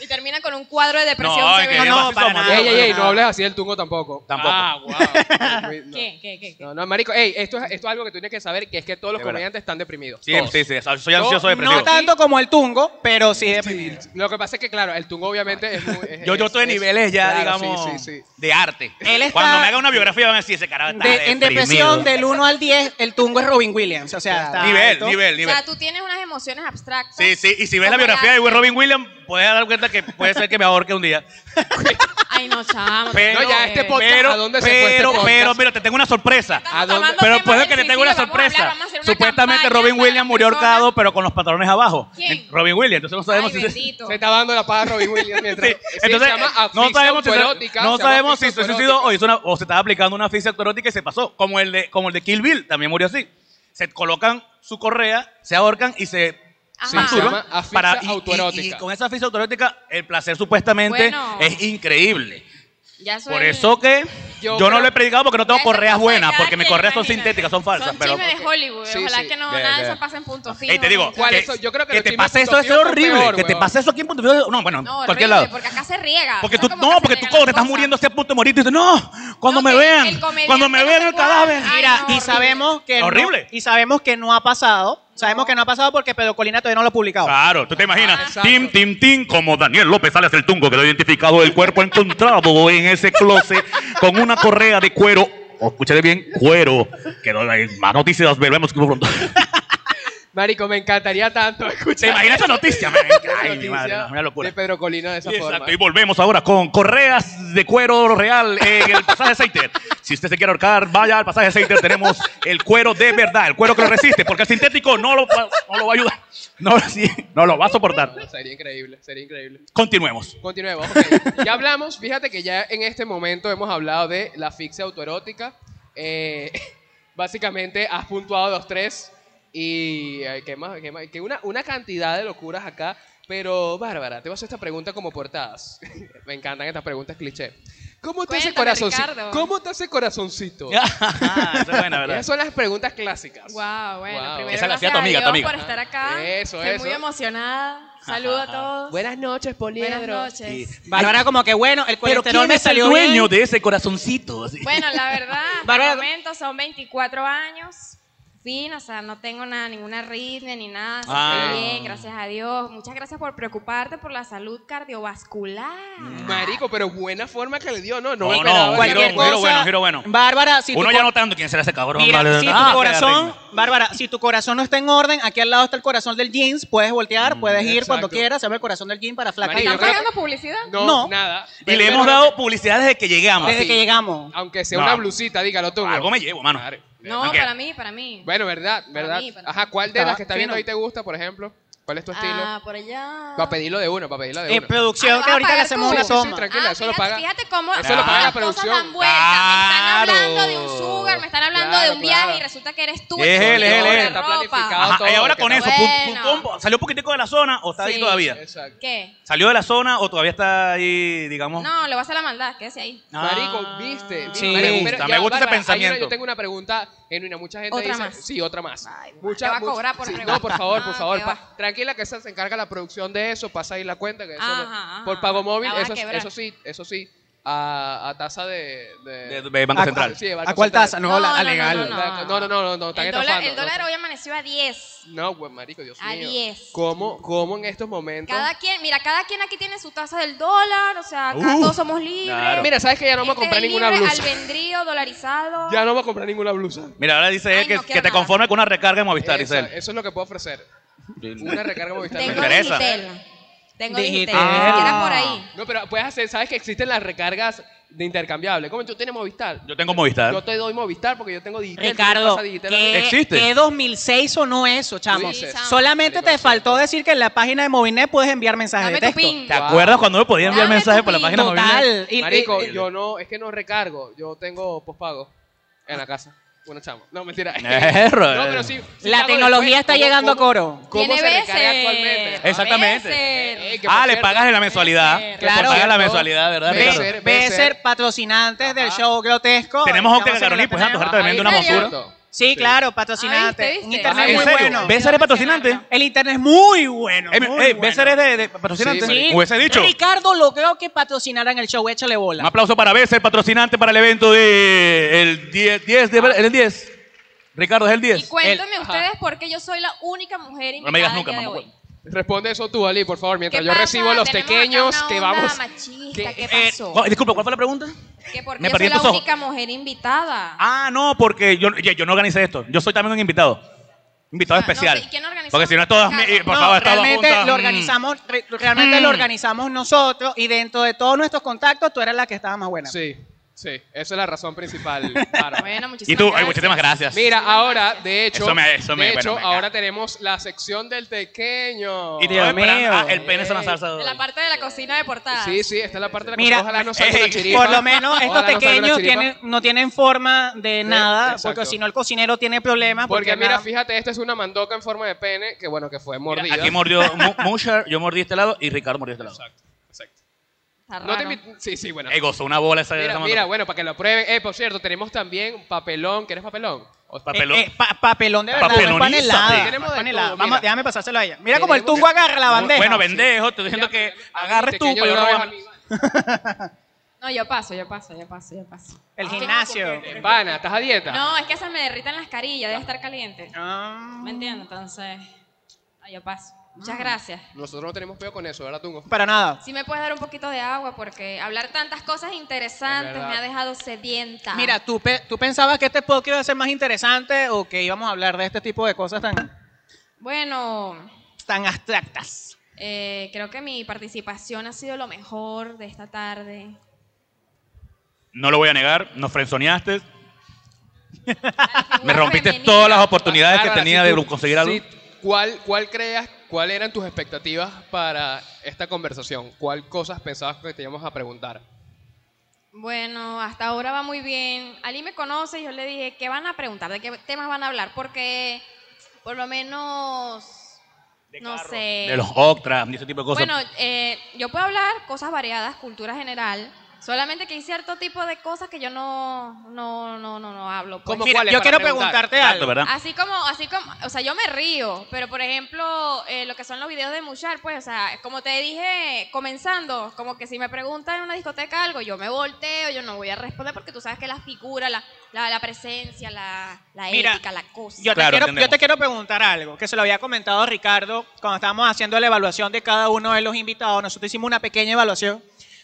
Speaker 6: Y termina con un cuadro de depresión
Speaker 2: No, es que
Speaker 6: severa.
Speaker 3: no,
Speaker 2: además
Speaker 3: para
Speaker 2: somos-
Speaker 3: nada.
Speaker 1: Ey, ey, ey, no hables así del tungo tampoco.
Speaker 2: Ah, Tampoco.
Speaker 1: Ah,
Speaker 2: *laughs*
Speaker 1: wow. Muy- no.
Speaker 6: ¿Qué? ¿Qué? ¿Qué? qué?
Speaker 1: No, no, marico, ey, esto es, esto es algo que tú tienes que saber, que es que todos los
Speaker 2: Es verdad.
Speaker 1: comediantes están deprimidos.
Speaker 2: Sí,
Speaker 1: todos.
Speaker 2: sí, sí, soy ansioso
Speaker 1: No,
Speaker 2: depresivo.
Speaker 3: No tanto como el tungo, pero sí deprimido.
Speaker 1: Lo que pasa es que, claro, el tungo obviamente es muy... es-
Speaker 2: yo, yo
Speaker 1: es-
Speaker 2: estoy en
Speaker 1: es-
Speaker 2: niveles ya,
Speaker 1: claro,
Speaker 2: digamos,
Speaker 1: Sí, sí, sí.
Speaker 2: de arte.
Speaker 3: Él está-
Speaker 2: Cuando me haga una biografía van a decir, ese carajo está
Speaker 3: De- en depresión del 1 al 10, el tungo es Robin Williams. O sea, está
Speaker 2: Nivel,
Speaker 3: alto.
Speaker 2: nivel,
Speaker 6: O
Speaker 2: nivel.
Speaker 6: sea, tú tienes unas emociones abstractas.
Speaker 2: Sí, sí, y si ves la
Speaker 6: Como
Speaker 2: biografía de Robin Williams, puedes dar cuenta que puede ser que me ahorque un
Speaker 6: *laughs*
Speaker 2: día.
Speaker 6: Ay, no, chamo.
Speaker 2: Pero,
Speaker 1: No, ya este podcast,
Speaker 2: pero,
Speaker 1: ¿a dónde se fue este
Speaker 2: pero,
Speaker 1: podcast?
Speaker 2: pero, mira, te tengo una sorpresa.
Speaker 1: ¿A dónde?
Speaker 6: Tomando
Speaker 2: Ah, Pero
Speaker 6: tiempo
Speaker 2: puede
Speaker 6: del
Speaker 2: que te tengo
Speaker 6: suicidio,
Speaker 2: una
Speaker 6: vamos a hablar,
Speaker 2: sorpresa.
Speaker 6: vamos a hacer una
Speaker 2: Supuestamente
Speaker 6: campaña
Speaker 2: Robin
Speaker 6: para
Speaker 2: Williams
Speaker 6: las
Speaker 2: murió
Speaker 6: personas.
Speaker 2: ahorcado, pero con los pantalones abajo.
Speaker 6: ¿Quién?
Speaker 2: En- Robin Williams, entonces no sabemos
Speaker 6: Ay,
Speaker 2: si... se-
Speaker 6: bendito.
Speaker 1: Se está dando la paja a Robin Williams mientras...
Speaker 2: Sí,
Speaker 1: sí,
Speaker 2: entonces,
Speaker 1: se llama
Speaker 2: eh, no
Speaker 1: asfixia
Speaker 2: sabemos si se,
Speaker 1: autoerótica,
Speaker 2: no
Speaker 1: se llama
Speaker 2: sabemos si
Speaker 1: asfixia
Speaker 2: se suicidó
Speaker 1: autoerótica.
Speaker 2: o, hizo una- o se estaba aplicando una asfixia autoerótica y se pasó, como el de, como el de Kill Bill, también murió así. Se colocan su correa, se ahorcan y se
Speaker 6: Ajá.
Speaker 2: masturban
Speaker 1: se llama asfixia
Speaker 2: para y- y-
Speaker 1: autoerótica.
Speaker 2: Y, con esa asfixia autoerótica el placer supuestamente
Speaker 6: Bueno.
Speaker 2: es increíble.
Speaker 6: Ya eso
Speaker 2: Por
Speaker 6: es-
Speaker 2: eso que yo,
Speaker 1: Yo
Speaker 2: no
Speaker 1: creo-
Speaker 2: lo he predicado porque no
Speaker 6: ya
Speaker 2: tengo
Speaker 6: eso es
Speaker 2: correas
Speaker 6: cosa de
Speaker 2: buenas,
Speaker 6: cada
Speaker 2: porque mis
Speaker 6: quien,
Speaker 2: correas son
Speaker 6: imagínate.
Speaker 2: sintéticas, son falsas.
Speaker 6: Son
Speaker 2: pero
Speaker 6: chismes de Hollywood.
Speaker 1: Sí,
Speaker 6: Ojalá
Speaker 1: sí.
Speaker 6: que no,
Speaker 2: Ya,
Speaker 6: nada de
Speaker 2: ya.
Speaker 6: eso pase en punto fijo.
Speaker 2: Ey, te digo,
Speaker 1: ¿Cuál
Speaker 2: que,
Speaker 1: es eso? Yo creo que los
Speaker 2: te
Speaker 1: chismes
Speaker 2: pase eso es
Speaker 1: punto fijo son
Speaker 2: horrible.
Speaker 1: peor,
Speaker 2: que te
Speaker 1: weón.
Speaker 2: pase eso aquí en punto fijo, no, bueno,
Speaker 6: No,
Speaker 2: en
Speaker 6: horrible,
Speaker 2: cualquier lado.
Speaker 6: porque acá se riega.
Speaker 2: Porque
Speaker 6: Eso
Speaker 2: tú,
Speaker 6: es como
Speaker 2: no,
Speaker 6: acá se
Speaker 2: porque tú
Speaker 6: riegan
Speaker 2: como
Speaker 6: las
Speaker 2: te estás
Speaker 6: cosas.
Speaker 2: muriendo este punto de morir, tú dices, no, cuando
Speaker 6: No,
Speaker 2: me
Speaker 6: que
Speaker 2: vean,
Speaker 6: el comediante
Speaker 2: cuando me
Speaker 6: no
Speaker 2: vean
Speaker 6: se
Speaker 2: el
Speaker 6: puede-
Speaker 2: cadáver.
Speaker 6: Ay,
Speaker 3: Mira,
Speaker 6: no,
Speaker 3: y
Speaker 6: horrible.
Speaker 3: sabemos que
Speaker 2: Horrible.
Speaker 3: No, y sabemos que no ha pasado. Sabemos que no ha pasado porque Pedro Colina todavía no lo ha publicado.
Speaker 2: Claro, tú te
Speaker 6: Ah,
Speaker 2: imaginas.
Speaker 1: exacto.
Speaker 2: Tim, tim, tim, como Daniel López Sales el Tungo, quedó identificado el cuerpo encontrado en ese closet con una correa de cuero. O, Escúchale bien, cuero. Quedó ahí. Más noticias, veremos pronto.
Speaker 1: Marico, me encantaría tanto *laughs*
Speaker 2: ¿Te
Speaker 1: escuchar
Speaker 2: imaginas esa noticia? man?
Speaker 1: esa
Speaker 2: *laughs* Ay, mi madre,
Speaker 1: noticia
Speaker 2: no, una locura.
Speaker 1: de Pedro Colina de esa forma.
Speaker 2: Exacto, y volvemos ahora con correas de cuero real en el pasaje Seiter. Si usted se quiere ahorcar, vaya al pasaje Seiter. Tenemos el cuero de verdad, el cuero que lo resiste, porque el sintético no lo, va- no lo va a ayudar. No, sí, no lo va a soportar.
Speaker 1: Sería increíble, sería increíble.
Speaker 2: Continuemos.
Speaker 1: Continuemos. ok. Ya hablamos, fíjate que ya en este momento hemos hablado de la asfixia autoerótica. Eh, *laughs* básicamente has puntuado los tres y eh, ¿qué más? ¿Qué más? Que una, una cantidad de locuras acá. Pero, Bárbara, te voy a hacer esta pregunta como portadas. *laughs* Me encantan estas preguntas cliché. ¿Cómo te hace
Speaker 6: Cuéntame,
Speaker 1: corazoncito?
Speaker 6: Ricardo.
Speaker 1: ¿Cómo te hace corazoncito?
Speaker 2: Ah, *laughs* esa es buena, ¿verdad?
Speaker 1: Esas son las preguntas clásicas.
Speaker 6: Wow, bueno,
Speaker 1: Guau.
Speaker 6: primero
Speaker 2: Esa la hacía
Speaker 6: gracias
Speaker 2: tu
Speaker 6: a
Speaker 2: amiga, tu
Speaker 6: Dios
Speaker 2: amiga.
Speaker 6: por estar acá.
Speaker 1: Eso,
Speaker 6: Estoy
Speaker 1: eso.
Speaker 6: muy emocionada. Saludo a todos.
Speaker 1: Buenas noches, Poliedro.
Speaker 6: Buenas noches.
Speaker 3: Bárbara como que bueno, el
Speaker 2: Pero
Speaker 3: colesterol
Speaker 2: ¿quién
Speaker 3: me
Speaker 2: es el
Speaker 3: salió
Speaker 2: dueño
Speaker 3: bien.
Speaker 2: de ese corazoncito? Así.
Speaker 6: Bueno, la verdad, hasta
Speaker 3: Bárbara-
Speaker 6: el momento son 24 años. Fin, o sea, no tengo nada, ninguna arritmia ni nada.
Speaker 2: Ah.
Speaker 6: Estoy bien, gracias a Dios. Muchas gracias por preocuparte por la salud cardiovascular.
Speaker 1: Mm. Marico, pero buena forma que le dio, ¿no?
Speaker 2: No,
Speaker 1: No,
Speaker 2: no,
Speaker 1: esperaba.
Speaker 3: Cualquier
Speaker 2: Giro, giro
Speaker 3: cosa,
Speaker 2: bueno, giro bueno.
Speaker 3: Bárbara, si tu
Speaker 2: Uno
Speaker 3: cor-
Speaker 2: ya notando quién será ese cabrón.
Speaker 3: Mira,
Speaker 2: vale.
Speaker 3: si
Speaker 2: Ah,
Speaker 3: tu
Speaker 2: qué
Speaker 3: corazón,
Speaker 2: arreglo.
Speaker 3: Bárbara, si tu corazón no está en orden, aquí al lado está el corazón del jeans, puedes voltear,
Speaker 2: Mm,
Speaker 3: puedes ir
Speaker 1: exacto.
Speaker 3: cuando quieras, se abre el corazón del jean para flaca.
Speaker 1: Marico,
Speaker 6: ¿Están
Speaker 1: yo creo que-
Speaker 6: pagando publicidad?
Speaker 1: No,
Speaker 3: No.
Speaker 1: nada.
Speaker 2: Y
Speaker 1: Pero-
Speaker 2: le hemos
Speaker 1: pero-
Speaker 2: dado publicidad desde que Ah, llegamos.
Speaker 3: Desde
Speaker 1: sí.
Speaker 3: que llegamos.
Speaker 1: Aunque sea
Speaker 2: No.
Speaker 1: una blusita, dígalo tú.
Speaker 2: Algo me llevo, mano.
Speaker 1: Madre.
Speaker 6: No,
Speaker 2: Aunque-
Speaker 6: para mí, para mí.
Speaker 1: Bueno, verdad, verdad.
Speaker 6: mí, para mí.
Speaker 1: Ajá, ¿cuál de
Speaker 3: Está
Speaker 1: las que estás viendo
Speaker 3: fino.
Speaker 1: ahí te gusta, por ejemplo? ¿Cuál es tu estilo?
Speaker 6: Ah, por allá.
Speaker 1: Para pedirlo de uno, para pedirlo de
Speaker 3: En
Speaker 1: uno.
Speaker 6: Ah,
Speaker 3: producción, que
Speaker 6: ¿lo vas a
Speaker 3: ahorita le
Speaker 6: pagar
Speaker 3: hacemos
Speaker 6: tú?
Speaker 3: una
Speaker 6: Sí, sí,
Speaker 3: toma.
Speaker 1: Tranquila, eso lo
Speaker 6: Ah, fíjate,
Speaker 1: paga.
Speaker 6: Fíjate cómo
Speaker 1: Eso lo paga la
Speaker 6: las cosas
Speaker 1: producción.
Speaker 6: tan vueltas. Me están hablando de un
Speaker 2: Claro.
Speaker 6: sugar, me están hablando de
Speaker 1: Claro,
Speaker 6: un viaje y
Speaker 1: claro.
Speaker 6: resulta que eres tú
Speaker 2: Es
Speaker 6: que
Speaker 2: él, es él,
Speaker 6: compra
Speaker 2: él.
Speaker 1: Está
Speaker 6: ropa.
Speaker 1: planificado.
Speaker 2: Ajá, y ahora
Speaker 1: que
Speaker 2: con
Speaker 1: está
Speaker 2: eso,
Speaker 6: bueno.
Speaker 2: pun- pun- pum, ¿salió un poquitico de la zona o está ahí
Speaker 6: Sí.
Speaker 2: todavía?
Speaker 1: Exacto.
Speaker 6: ¿Qué?
Speaker 2: ¿Salió de la zona o todavía está ahí, digamos?
Speaker 6: No, le vas a la maldad, quédese ahí.
Speaker 2: Ah.
Speaker 1: Marico, viste.
Speaker 3: Sí.
Speaker 1: Marico, ya,
Speaker 2: gusta, me
Speaker 3: Me
Speaker 2: gusta ese
Speaker 1: Bárbara, hay una-
Speaker 2: pensamiento.
Speaker 1: yo tengo una pregunta genuina. Mucha gente
Speaker 6: Otra
Speaker 1: dice.
Speaker 6: más.
Speaker 1: Sí, otra más.
Speaker 6: Ay,
Speaker 1: Mucha-
Speaker 6: te va a
Speaker 1: mucha-
Speaker 6: cobrar por
Speaker 1: sí,
Speaker 6: preguntar.
Speaker 1: No, por favor, por
Speaker 6: Ah,
Speaker 1: favor.
Speaker 6: qué
Speaker 1: pa-
Speaker 6: va.
Speaker 1: tranquila, que esa se encarga la producción de eso. Pasa ahí la cuenta. Que eso no-
Speaker 6: Ajá, ajá,
Speaker 1: por pago móvil,
Speaker 6: la vas a
Speaker 1: eso,
Speaker 6: quebrar.
Speaker 1: eso sí, eso sí. A, a tasa de.
Speaker 2: De, de Banco
Speaker 3: Ah,
Speaker 2: Central.
Speaker 1: sí, de Banco
Speaker 3: ¿A cuál
Speaker 1: Central.
Speaker 3: tasa? No, la- la legal.
Speaker 1: No, no, no, no, no, están
Speaker 6: el dólar,
Speaker 1: estafando,
Speaker 6: el dólar
Speaker 1: no.
Speaker 6: hoy amaneció a 10.
Speaker 1: No, güey, marico, Dios
Speaker 6: A
Speaker 1: mío.
Speaker 6: 10.
Speaker 1: ¿Cómo, ¿Cómo en estos momentos?
Speaker 6: Cada quien, mira, cada quien aquí tiene su tasa del dólar, o sea, acá
Speaker 2: Uh,
Speaker 6: todos somos libres.
Speaker 2: claro.
Speaker 1: Mira, ¿sabes que ya no vamos a
Speaker 6: Este
Speaker 1: comprar
Speaker 6: es
Speaker 1: ninguna
Speaker 6: libre,
Speaker 1: blusa?
Speaker 6: albendrío, dolarizado.
Speaker 1: Ya no vamos a comprar ninguna blusa.
Speaker 2: Mira, ahora dice
Speaker 6: Ay,
Speaker 2: él que,
Speaker 6: no
Speaker 2: que
Speaker 6: quiero
Speaker 2: te
Speaker 6: nada.
Speaker 2: conforme con una recarga en Movistar,
Speaker 1: Eso,
Speaker 2: dice él.
Speaker 1: eso es lo que puedo ofrecer. Una
Speaker 3: *laughs*
Speaker 1: recarga Movistar.
Speaker 6: Tengo
Speaker 2: Me interesa.
Speaker 6: digital. Tengo digital.
Speaker 3: Digital.
Speaker 6: Cualquiera por ahí.
Speaker 1: No, pero puedes hacer, ¿sabes que existen las recargas de intercambiable? ¿Cómo tú tienes Movistar?
Speaker 2: Yo tengo Movistar.
Speaker 1: Yo te doy Movistar porque yo tengo digital. tú me
Speaker 3: Ricardo,
Speaker 1: pasas digital a mí.
Speaker 3: ¿qué,
Speaker 2: Existe.
Speaker 3: qué 2006 o no eso, chamo?
Speaker 1: Sí,
Speaker 6: chamo.
Speaker 3: Solamente te faltó decir que en la página de Movinet puedes enviar
Speaker 1: Ah.
Speaker 3: mensajes de
Speaker 6: Dame tu
Speaker 3: texto.
Speaker 6: pin.
Speaker 2: ¿Te acuerdas cuando me podía enviar
Speaker 6: Dame
Speaker 2: mensajes
Speaker 6: tu
Speaker 2: por la
Speaker 6: pin.
Speaker 2: página móvil?
Speaker 3: Total. Y- y-
Speaker 1: Marico,
Speaker 2: y-
Speaker 1: yo no, es que no recargo. Yo tengo pospago en la casa. Una chama. No, mentira.
Speaker 2: *laughs* Error.
Speaker 1: no, pero sí. sí
Speaker 3: La
Speaker 1: pago
Speaker 3: tecnología está llegando a coro.
Speaker 1: ¿Cómo
Speaker 6: Tiene
Speaker 1: se recarga
Speaker 6: veces.
Speaker 1: actualmente?
Speaker 2: Exactamente.
Speaker 1: Ey, que
Speaker 2: Ah,
Speaker 1: por
Speaker 2: le
Speaker 1: cierto,
Speaker 2: pagas la mensualidad.
Speaker 3: Claro.
Speaker 2: Le pagas la mensualidad, ¿verdad,
Speaker 1: Ve-
Speaker 2: Ricardo?
Speaker 1: ve-
Speaker 3: Ve ser patrocinantes del show grotesco.
Speaker 2: Tenemos Octavia
Speaker 3: Estamos en
Speaker 2: Carolí,
Speaker 3: la
Speaker 2: pues,
Speaker 3: tenemos.
Speaker 2: antojarte de- Tremendo, una
Speaker 6: ¿En serio?
Speaker 2: mosura.
Speaker 3: Sí, claro,
Speaker 6: Ah,
Speaker 3: patrocinante.
Speaker 6: ¿viste,
Speaker 3: Un
Speaker 6: viste?
Speaker 3: internet
Speaker 2: Ah, ¿en
Speaker 3: muy
Speaker 2: serio?
Speaker 3: bueno.
Speaker 2: ¿Ves ser patrocinante?
Speaker 3: El internet es muy bueno.
Speaker 2: Eh,
Speaker 3: muy
Speaker 2: eh,
Speaker 3: bueno.
Speaker 2: Bécer es de, de patrocinante.
Speaker 1: Sí,
Speaker 2: Hubiese dicho.
Speaker 3: Ricardo logró que patrocinaran el show, échale
Speaker 2: Un
Speaker 3: bola.
Speaker 2: aplauso para Bécer, patrocinante para el evento de el 10, 10 de, el 10. Ricardo, es el
Speaker 6: Y
Speaker 2: 10.
Speaker 6: cuéntenme ustedes por qué yo soy la única mujer invitada
Speaker 2: No me digas
Speaker 6: el
Speaker 2: nunca,
Speaker 6: día de
Speaker 2: mamá.
Speaker 6: hoy.
Speaker 1: Responde eso tú, Ali, por favor, mientras
Speaker 6: ¿Qué
Speaker 1: yo
Speaker 6: pasa?
Speaker 1: recibo los
Speaker 6: Tenemos
Speaker 1: pequeños
Speaker 6: acá una
Speaker 1: que
Speaker 6: onda
Speaker 1: vamos.
Speaker 6: Machista, ¿Qué,
Speaker 2: Eh,
Speaker 6: pasó?
Speaker 2: oh, disculpa, ¿cuál fue la pregunta?
Speaker 6: que porque
Speaker 2: me
Speaker 6: yo
Speaker 2: perdí
Speaker 6: soy
Speaker 2: en
Speaker 6: la
Speaker 2: tus ojos.
Speaker 6: única mujer invitada.
Speaker 2: Ah, no, porque yo, oye, yo no organicé esto. Yo soy también un invitado. Invitado
Speaker 6: Ah, no
Speaker 2: especial.
Speaker 6: sé, ¿y quién organizó?
Speaker 2: Porque si no, todas. mi- por
Speaker 3: No,
Speaker 2: favor, todas
Speaker 3: realmente
Speaker 2: juntas.
Speaker 3: lo
Speaker 2: Mm.
Speaker 3: organizamos, re- realmente
Speaker 2: Mm.
Speaker 3: lo organizamos nosotros y dentro de todos nuestros contactos tú eras la que estaba más buena.
Speaker 1: Sí, sí. Esa es la razón
Speaker 6: *laughs*
Speaker 1: principal. Para.
Speaker 6: Bueno, muchísimas
Speaker 2: Mm. Y tú, ay,
Speaker 6: gracias.
Speaker 2: muchísimas gracias.
Speaker 1: Mira, ahora, de hecho,
Speaker 2: Eso me- eso me-
Speaker 1: de
Speaker 2: bueno,
Speaker 1: hecho
Speaker 2: me-
Speaker 1: ahora tenemos la sección del pequeño.
Speaker 2: Y te llevo
Speaker 3: Dios
Speaker 2: esperando-
Speaker 3: mío.
Speaker 2: ah, el pene es una salsa.
Speaker 6: De la parte de la cocina de portada.
Speaker 1: Sí, sí, esta es la parte de la
Speaker 3: Mira,
Speaker 1: cosa. Ojalá no salga
Speaker 2: ey,
Speaker 1: una chiripa.
Speaker 3: Por lo menos estos
Speaker 1: Ojalá no salga una
Speaker 3: pequeños
Speaker 1: chiripa.
Speaker 3: tienen, no tienen forma de nada,
Speaker 1: exacto.
Speaker 3: porque si no el cocinero tiene problemas.
Speaker 1: Porque, mira,
Speaker 3: nada-
Speaker 1: fíjate, esta es una mandoca en forma de pene, que bueno, que fue
Speaker 2: Mira,
Speaker 1: mordida.
Speaker 2: Aquí mordió Mu- Musher, yo mordí este lado y Ricardo mordió este lado.
Speaker 1: Exacto, exacto.
Speaker 6: Está
Speaker 1: No te
Speaker 6: raro.
Speaker 1: invit- Sí, sí, bueno.
Speaker 2: Eh, gozó una bola esa.
Speaker 1: Mira,
Speaker 2: esa
Speaker 1: mira,
Speaker 2: mano.
Speaker 1: bueno, para que lo prueben. Eh, por cierto, tenemos también papelón. ¿Quieres papelón? O-
Speaker 2: Papelón.
Speaker 3: Eh, eh, pa- papelón de verdad, no es
Speaker 2: Papelonízate.
Speaker 3: panelada,
Speaker 1: Tenemos
Speaker 3: no es
Speaker 1: de
Speaker 3: panelada.
Speaker 1: todo,
Speaker 3: Vamos,
Speaker 1: mira.
Speaker 3: déjame pasárselo a ella. Mira como el
Speaker 1: Tenemos-
Speaker 3: tungo agarra la bandeja.
Speaker 2: Bueno, vendejo, te estoy diciendo que agarres tú.
Speaker 1: Pequeño de
Speaker 2: pero
Speaker 1: una
Speaker 2: no
Speaker 1: vez
Speaker 2: vas-
Speaker 1: a mí.
Speaker 6: No, yo paso, yo paso, yo paso, yo paso.
Speaker 3: El gimnasio.
Speaker 1: Pana, ¿estás a dieta?
Speaker 6: No, es que se me derritan las carillas, debe estar caliente.
Speaker 3: Ah,
Speaker 6: ¿Me entiendes? Entonces, no, yo paso.
Speaker 1: Ah.
Speaker 6: Muchas gracias.
Speaker 1: Nosotros no tenemos peo con eso, ¿verdad, Tungo?
Speaker 3: Para nada.
Speaker 6: Si me puedes dar un poquito de agua porque hablar tantas cosas interesantes
Speaker 1: Es verdad.
Speaker 6: me ha dejado sedienta.
Speaker 3: Mira, ¿tú, pe- ¿tú pensabas que este podcast iba a ser más interesante o que íbamos a hablar de este tipo de cosas tan,
Speaker 6: Bueno,
Speaker 3: tan abstractas?
Speaker 6: eh, creo que mi participación ha sido lo mejor de esta tarde.
Speaker 2: No lo voy a negar, nos frenzoneaste. Me rompiste
Speaker 6: femenina.
Speaker 2: todas las oportunidades que
Speaker 1: Bárbara,
Speaker 2: tenía
Speaker 1: si
Speaker 2: de
Speaker 1: tú-
Speaker 2: conseguir algo.
Speaker 1: si- ¿cuál, ¿Cuál creas, cuáles eran tus expectativas para esta conversación? ¿Cuál cosas pensabas que te íbamos a preguntar?
Speaker 6: Bueno, hasta ahora va muy bien. Ali me conoce y yo le dije, ¿qué van a preguntar? ¿De qué temas van a hablar? Porque por lo menos, no sé.
Speaker 2: De los Octras y ese tipo de cosas.
Speaker 6: Bueno, eh, yo puedo hablar cosas variadas, cultura general. Solamente que hay cierto tipo de cosas que yo no, no, no, no, no hablo. pues.
Speaker 1: ¿Cómo
Speaker 3: Mira,
Speaker 1: cuáles
Speaker 3: yo
Speaker 1: para
Speaker 3: quiero
Speaker 1: preguntar?
Speaker 3: preguntarte
Speaker 2: Exacto,
Speaker 3: algo.
Speaker 2: ¿verdad?
Speaker 6: Así como, así como, o sea, yo me río, pero por ejemplo, eh, lo que son los videos de Muchar, pues, o sea, como te dije, comenzando, como que si me preguntan en una discoteca algo, yo me volteo, yo no voy a responder porque tú sabes que la figura, la, la, la presencia, la, la
Speaker 3: Mira,
Speaker 6: ética, la cosa.
Speaker 3: Yo,
Speaker 2: Claro,
Speaker 3: te quiero,
Speaker 2: entendemos.
Speaker 3: yo te quiero preguntar algo, que se lo había comentado Ricardo cuando estábamos haciendo la evaluación de cada uno de los invitados. Nosotros hicimos una pequeña evaluación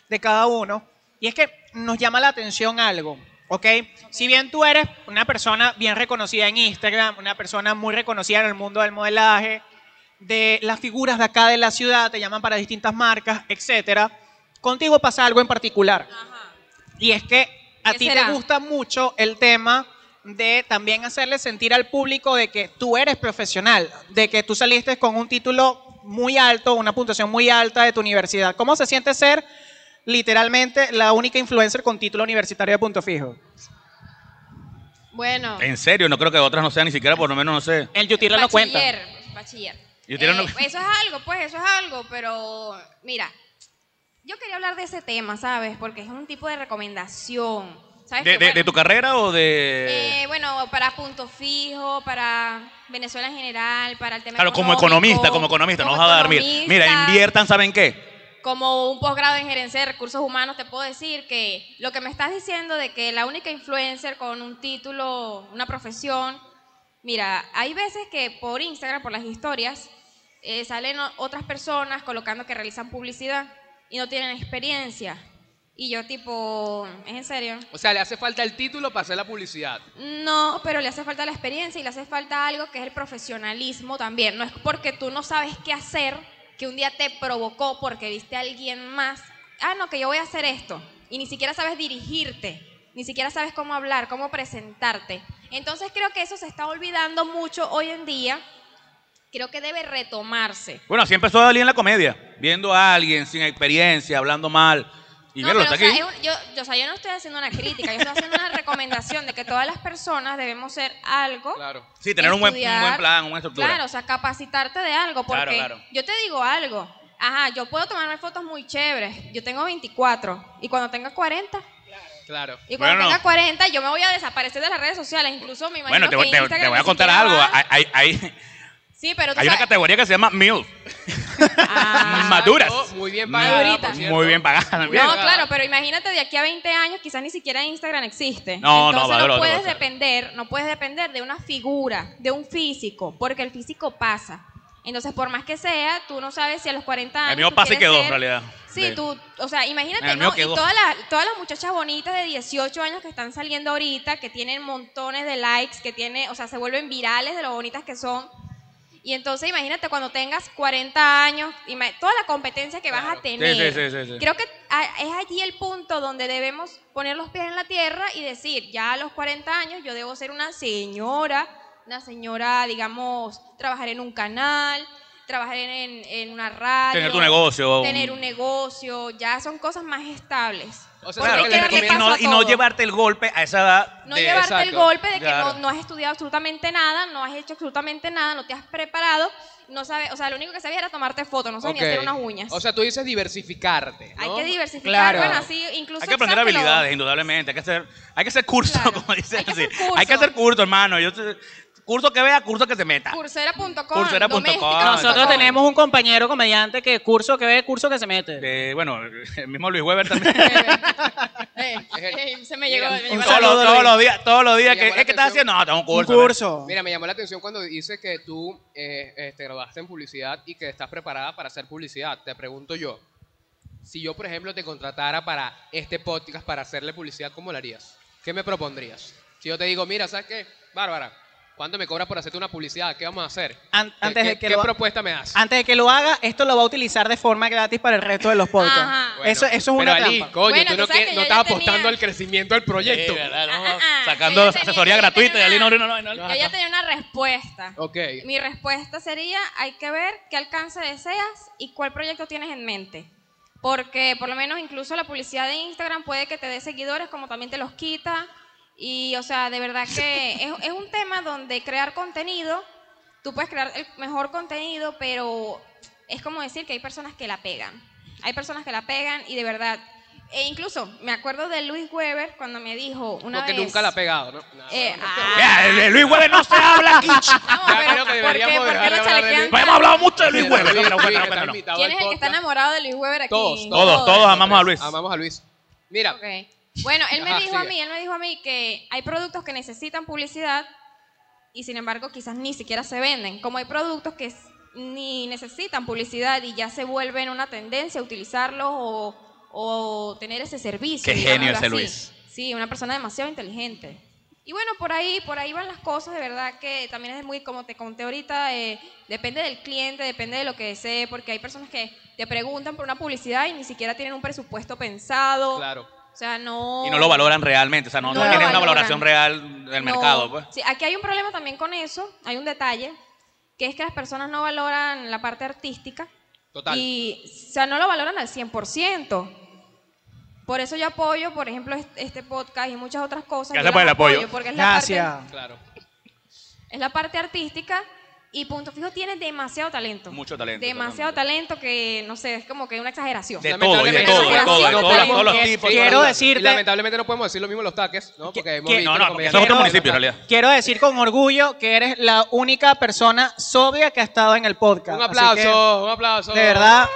Speaker 3: de cada uno. Y es que nos llama la atención algo, ¿ok? Si bien tú eres una persona bien reconocida en Instagram, una persona muy reconocida en el mundo del modelaje, de las figuras de acá de la ciudad, te llaman para distintas marcas, etcétera. Contigo pasa algo en particular.
Speaker 6: Ajá.
Speaker 3: Y es que a
Speaker 6: ¿Qué
Speaker 3: ti
Speaker 6: será?
Speaker 3: te gusta mucho el tema de también hacerle sentir al público de que tú eres profesional, de que tú saliste con un título muy alto, una puntuación muy alta de tu universidad. ¿Cómo se siente ser literalmente la única influencer con título universitario de punto fijo?
Speaker 6: Bueno,
Speaker 2: En serio, no creo que otras no sean ni siquiera, por lo menos no sé.
Speaker 3: El Yutira no cuenta.
Speaker 6: bachiller, bachiller.
Speaker 2: Yutira no-
Speaker 6: Eh, Eso es algo, pues, eso es algo, pero mira, yo quería hablar de ese tema, ¿sabes? Porque es un tipo de recomendación. ¿Sabes
Speaker 2: ¿De,
Speaker 6: que,
Speaker 2: de-
Speaker 6: bueno,
Speaker 2: de tu carrera o de.?
Speaker 6: Eh, bueno, para punto fijo, para Venezuela en general, para el tema
Speaker 2: claro, como economista, como economista, no
Speaker 6: como
Speaker 2: vas a dar. Mira,
Speaker 6: economista,
Speaker 2: mira, inviertan, ¿saben qué?
Speaker 6: Como un posgrado en gerencia de recursos humanos, te puedo decir que lo que me estás diciendo de que la única influencer con un título, una profesión, mira, hay veces que por Instagram, por las historias, eh, salen o- otras personas colocando que realizan publicidad y no tienen experiencia. Y yo tipo, ¿es en serio?
Speaker 1: O sea, le hace falta el título para hacer la publicidad.
Speaker 6: No, pero le hace falta la experiencia y le hace falta algo que es el profesionalismo también. No es porque tú no sabes qué hacer, que un día te provocó porque viste a alguien más. Ah, no, que yo voy a hacer esto. Y ni siquiera sabes dirigirte, ni siquiera sabes cómo hablar, cómo presentarte. Entonces creo que eso se está olvidando mucho hoy en día. Creo que debe retomarse.
Speaker 2: Bueno, así empezó Dalí en la comedia. Viendo a alguien sin experiencia, hablando mal. Y
Speaker 6: no,
Speaker 2: míralo, está
Speaker 6: pero, o sea,
Speaker 2: aquí.
Speaker 6: es un- yo, yo- o sea, yo no estoy haciendo una crítica, yo estoy haciendo una *laughs* recomendación de que todas las personas debemos ser algo.
Speaker 1: Claro.
Speaker 2: Sí, tener un buen, un
Speaker 6: estudiar.
Speaker 2: buen plan, una estructura.
Speaker 6: Claro, o sea, capacitarte de algo, porque
Speaker 2: Claro, claro.
Speaker 6: yo te digo algo. Ajá, yo puedo tomarme fotos muy chéveres. Yo tengo 24 y cuando tenga 40
Speaker 1: Claro.
Speaker 6: y cuando
Speaker 2: Bueno.
Speaker 6: tenga 40 yo me voy a desaparecer de las redes sociales, incluso me imagino
Speaker 2: bueno, te,
Speaker 6: que
Speaker 2: voy- te-
Speaker 6: Instagram
Speaker 2: te voy a
Speaker 6: ni
Speaker 2: contar
Speaker 6: siquiera
Speaker 2: algo.
Speaker 6: va.
Speaker 2: Hay, hay- hay-
Speaker 6: sí, pero tú
Speaker 2: hay una
Speaker 6: sabes-
Speaker 2: categoría que se llama MILF. *laughs*
Speaker 6: Ah.
Speaker 2: Maduras.
Speaker 1: Exacto, Muy bien pagada, por
Speaker 6: Maduritas.
Speaker 1: cierto.
Speaker 2: Muy bien pagada. bien.
Speaker 6: No, claro, pero imagínate de aquí a 20 años quizás ni siquiera Instagram existe.
Speaker 2: No, no,
Speaker 6: Entonces
Speaker 2: Maduro,
Speaker 6: no
Speaker 2: no
Speaker 6: puedes
Speaker 2: va a ser.
Speaker 6: depender, no puedes depender de una figura, de un físico, porque el físico pasa. Entonces, por más que sea, tú no sabes si a los 40 años
Speaker 2: mío
Speaker 6: tú
Speaker 2: pasa y
Speaker 6: quieres
Speaker 2: quedó, en
Speaker 6: ser-
Speaker 2: realidad.
Speaker 6: Sí,
Speaker 2: Sí.
Speaker 6: tú, o sea, imagínate,
Speaker 2: El mío
Speaker 6: ¿no? Y
Speaker 2: quedó.
Speaker 6: todas las, todas las muchachas bonitas de 18 años que están saliendo ahorita, que tienen montones de likes, que tienen, o sea, se vuelven virales de lo bonitas que son. Y entonces imagínate cuando tengas 40 años, ima- toda la competencia que vas a tener.
Speaker 2: sí, sí, sí, sí.
Speaker 6: Creo que a- es allí el punto donde debemos poner los pies en la tierra y decir, ya a los 40 años yo debo ser una señora, una señora, digamos, trabajar en un canal, trabajar en, en- en una radio.
Speaker 2: Tener tu negocio, un-
Speaker 6: Tener un negocio, ya son cosas más estables.
Speaker 1: O sea,
Speaker 6: Porque
Speaker 1: claro,
Speaker 6: hay
Speaker 2: y,
Speaker 6: que
Speaker 1: les
Speaker 6: darle
Speaker 2: y
Speaker 1: recomiendo-
Speaker 6: paso
Speaker 2: no,
Speaker 6: a
Speaker 2: y no
Speaker 6: todo.
Speaker 2: llevarte el golpe a esa edad.
Speaker 6: No
Speaker 2: de-
Speaker 6: llevarte el
Speaker 1: exacto,
Speaker 6: golpe de que
Speaker 2: claro.
Speaker 6: no, no has estudiado absolutamente nada, no has hecho absolutamente nada, no te has preparado, no sabes, o sea, lo único que sabías era tomarte fotos, no sabes
Speaker 1: Ok.
Speaker 6: ni hacer unas uñas.
Speaker 1: O sea, tú dices diversificarte.
Speaker 6: hay
Speaker 1: ¿no?
Speaker 6: que diversificar,
Speaker 1: Claro.
Speaker 6: bueno, así incluso
Speaker 2: Hay que aprender
Speaker 6: exacto, lo-
Speaker 2: habilidades, indudablemente. Hay que hacer, hay que hacer curso,
Speaker 6: Claro.
Speaker 2: *laughs* como dicen
Speaker 6: Hay que
Speaker 2: así.
Speaker 6: hacer curso.
Speaker 2: Hay que hacer curso, hermano. Yo te- curso que vea, curso que se meta.
Speaker 6: Coursera.com.
Speaker 2: Coursera punto com.
Speaker 6: doméstica punto
Speaker 3: Nosotros
Speaker 6: com.
Speaker 3: tenemos un compañero comediante que curso que ve, curso que se mete.
Speaker 2: Eh, bueno, *laughs* el mismo Luis Weber también.
Speaker 6: *laughs* Eh, eh, se me llegó. me llegó
Speaker 2: *laughs* todos,
Speaker 6: la-
Speaker 2: los, todos los días, todos los
Speaker 1: Me
Speaker 2: días. que,
Speaker 1: llamó la
Speaker 2: ¿eh, ¿Qué estás
Speaker 1: atención.
Speaker 2: haciendo? No, tengo un
Speaker 3: Un
Speaker 2: curso.
Speaker 3: curso.
Speaker 1: Mira, me llamó la atención cuando dices que tú eh, eh, te graduaste en publicidad y que estás preparada para hacer publicidad. Te pregunto yo, si yo, por ejemplo, te contratara para este podcast, para hacerle publicidad, ¿cómo lo harías? ¿Qué me propondrías? Si yo te digo, mira, ¿sabes qué? Bárbara, ¿cuánto me cobras por hacerte una publicidad? ¿Qué vamos a hacer?
Speaker 3: An-
Speaker 1: ¿Qué-
Speaker 3: antes de
Speaker 1: qué-
Speaker 3: que
Speaker 1: ¿Qué
Speaker 3: lo-
Speaker 1: propuesta me das?
Speaker 3: Antes de que lo haga, esto lo va a utilizar de forma gratis para el resto de los podcasts.
Speaker 6: Ajá.
Speaker 1: Bueno,
Speaker 3: eso, eso es una
Speaker 1: pero Ali,
Speaker 3: trampa.
Speaker 1: coño,
Speaker 6: Bueno,
Speaker 1: tú no,
Speaker 6: tú sabes
Speaker 1: quieres- no
Speaker 6: que yo
Speaker 1: estás
Speaker 6: ya tenía-
Speaker 1: apostando al crecimiento del proyecto.
Speaker 2: Sí, ¿verdad? No,
Speaker 6: Ah, ah, ah.
Speaker 2: Sacando
Speaker 6: Yo ya tenía-
Speaker 2: asesoría
Speaker 6: yo ya
Speaker 2: gratuita. y
Speaker 6: tenía
Speaker 2: Ali, no,
Speaker 6: una-
Speaker 2: no, no, no.
Speaker 6: Yo ya tenía una respuesta.
Speaker 1: Ok.
Speaker 6: Mi respuesta sería, hay que ver qué alcance deseas y cuál proyecto tienes en mente. Porque por lo menos incluso la publicidad de Instagram puede que te dé seguidores como también te los quita. Y o sea, de verdad
Speaker 1: *laughs*
Speaker 6: que es, es un tema donde crear contenido, tú puedes crear el mejor contenido, pero es como decir que hay personas que la pegan. Hay personas que la pegan y de verdad, e incluso me acuerdo de Luis Weber cuando me dijo una
Speaker 1: Porque
Speaker 6: vez...
Speaker 1: nunca la ha pegado, ¿no? No,
Speaker 6: eh,
Speaker 2: Ya,
Speaker 6: ah,
Speaker 2: el- el Luis Weber no se habla aquí. chico.
Speaker 6: no,
Speaker 1: Ya
Speaker 6: pero
Speaker 1: creo que
Speaker 6: ¿por qué?
Speaker 1: deberíamos
Speaker 6: ¿Por qué
Speaker 1: dejar de
Speaker 6: lo
Speaker 1: hablar de
Speaker 6: chalequean
Speaker 1: Luis.
Speaker 2: Pues Hemos
Speaker 6: tanto?
Speaker 2: hablado mucho de Luis
Speaker 1: Sí,
Speaker 2: Weber.
Speaker 1: Luis,
Speaker 2: No, no,
Speaker 1: Luis,
Speaker 2: no,
Speaker 1: que está
Speaker 2: no, no.
Speaker 1: invitado
Speaker 6: ¿Quién
Speaker 1: al
Speaker 6: es el que está
Speaker 1: podcast.
Speaker 6: enamorado de Luis Weber aquí?
Speaker 1: Todos,
Speaker 2: Todos, todos amamos a Luis.
Speaker 1: Amamos a Luis. Mira,
Speaker 6: Ok. Bueno, él me
Speaker 1: Ajá,
Speaker 6: dijo a
Speaker 1: sigue.
Speaker 6: mí, él me dijo a mí que hay productos que necesitan publicidad y sin embargo quizás ni siquiera se venden. Como hay productos que s- ni necesitan publicidad y ya se vuelven una tendencia a utilizarlos o, o tener ese servicio.
Speaker 2: Qué
Speaker 6: digámoslo
Speaker 2: genio ese
Speaker 6: así.
Speaker 2: Luis.
Speaker 6: Sí, una persona demasiado inteligente. Y bueno, por ahí, por ahí van las cosas, de verdad que también es muy, como te conté ahorita, eh, depende del cliente, depende de lo que desee, porque hay personas que te preguntan por una publicidad y ni siquiera tienen un presupuesto pensado.
Speaker 1: claro.
Speaker 6: O sea, no.
Speaker 2: Y no lo valoran realmente. O sea, no, no
Speaker 6: No lo
Speaker 2: tienen una
Speaker 6: valoran.
Speaker 2: valoración real del
Speaker 6: no.
Speaker 2: mercado. Pues.
Speaker 6: Sí, aquí hay un problema también con eso. Hay un detalle que es que las personas no valoran la parte artística.
Speaker 1: Total.
Speaker 6: Y, o sea, no lo valoran al 100%. Por eso yo apoyo, por ejemplo, est- este podcast y muchas otras cosas.
Speaker 2: Gracias
Speaker 6: Yo
Speaker 2: por
Speaker 6: las
Speaker 2: el apoyo.
Speaker 6: Porque es la,
Speaker 3: Gracias.
Speaker 6: parte,
Speaker 1: Claro.
Speaker 6: es la parte artística y Punto Fijo tiene demasiado talento.
Speaker 2: Mucho talento,
Speaker 6: Demasiado talento que, no sé, es como que una exageración.
Speaker 2: De todo, y de todo, de todo, de
Speaker 6: Lamentablemente,
Speaker 2: todo, de todos los
Speaker 3: que-
Speaker 2: tipos.
Speaker 3: quiero
Speaker 2: todos los-
Speaker 3: decirte-
Speaker 1: Y lamentablemente no podemos decir lo mismo de los taques, ¿no? Porque hemos
Speaker 3: que-
Speaker 1: visto
Speaker 2: No,
Speaker 1: los
Speaker 2: no, porque eso es
Speaker 1: comediantes
Speaker 2: otro
Speaker 1: que-
Speaker 2: municipio en realidad.
Speaker 3: Quiero decir con orgullo que eres la única persona sobria que ha estado en el podcast.
Speaker 1: Un
Speaker 3: Así que,
Speaker 1: aplauso, un aplauso.
Speaker 3: de verdad,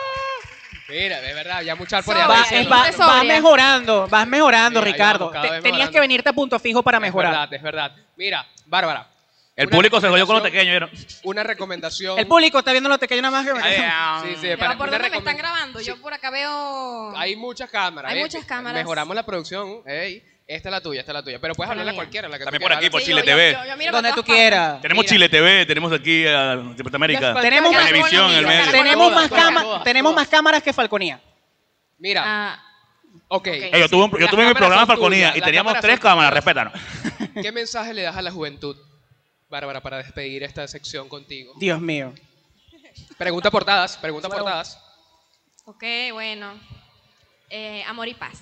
Speaker 1: Mira, de verdad, ya muchar por
Speaker 6: Sobra,
Speaker 1: allá.
Speaker 3: va-
Speaker 6: sí,
Speaker 1: diciendo,
Speaker 3: es- va-
Speaker 6: siempre
Speaker 1: ¿no?
Speaker 6: sobria.
Speaker 3: vas mejorando, vas mejorando,
Speaker 1: Sí, ahí
Speaker 3: Ricardo.
Speaker 1: vamos, cada
Speaker 3: Te-
Speaker 1: vez
Speaker 3: tenías
Speaker 1: mejorando.
Speaker 3: que venirte a punto fijo para
Speaker 1: Es
Speaker 3: mejorar.
Speaker 1: verdad, es verdad. Mira, Bárbara.
Speaker 2: El
Speaker 1: una
Speaker 2: público se jodió con los
Speaker 1: recomendación-
Speaker 2: pequeños.
Speaker 1: Una recomendación.
Speaker 3: El público está viendo lo que hay una más que
Speaker 1: Sí, sí,
Speaker 6: Ya va,
Speaker 1: para-
Speaker 6: ¿Por
Speaker 1: una
Speaker 6: dónde me están
Speaker 1: recomen-
Speaker 6: grabando? Yo por acá veo...
Speaker 1: Hay muchas cámaras.
Speaker 6: Hay
Speaker 1: ¿eh?
Speaker 6: muchas cámaras.
Speaker 1: Mejoramos la producción. ey. Esta es la tuya, esta es la tuya. Pero puedes
Speaker 6: Esta es la
Speaker 1: hablarle a
Speaker 6: mía.
Speaker 1: cualquiera. La que
Speaker 2: También
Speaker 1: tú
Speaker 2: por
Speaker 1: quieras.
Speaker 2: aquí, por
Speaker 6: Sí,
Speaker 2: Chile
Speaker 6: yo-
Speaker 2: TV.
Speaker 6: yo- yo
Speaker 3: Donde
Speaker 6: miro
Speaker 3: tú
Speaker 6: para todas partes.
Speaker 3: quieras.
Speaker 2: Tenemos Chile TV, tenemos aquí a América,
Speaker 1: Ya
Speaker 3: Tenemos más-
Speaker 2: Televisión, el
Speaker 6: Tenemos-
Speaker 2: medio.
Speaker 3: Tenemos
Speaker 1: Todas,
Speaker 3: más,
Speaker 1: todas,
Speaker 3: cama-
Speaker 1: todas,
Speaker 3: tenemos
Speaker 1: todas.
Speaker 3: más cámaras que Falconía.
Speaker 1: Mira,
Speaker 6: Ah,
Speaker 1: ok.
Speaker 2: Eh, yo tuve, un- yo
Speaker 1: Las
Speaker 2: tuve mi
Speaker 1: cámaras
Speaker 2: programa
Speaker 1: son
Speaker 2: Falconía
Speaker 1: tuyas,
Speaker 2: y
Speaker 1: las
Speaker 2: teníamos
Speaker 1: cámaras
Speaker 2: tres
Speaker 1: son
Speaker 2: cámaras, respétanos.
Speaker 1: ¿Qué mensaje le das a la juventud, Bárbara, para despedir esta sección contigo?
Speaker 3: Dios mío.
Speaker 1: Pregunta portadas, pregunta portadas.
Speaker 6: ok, bueno. eh, Amor y Paz.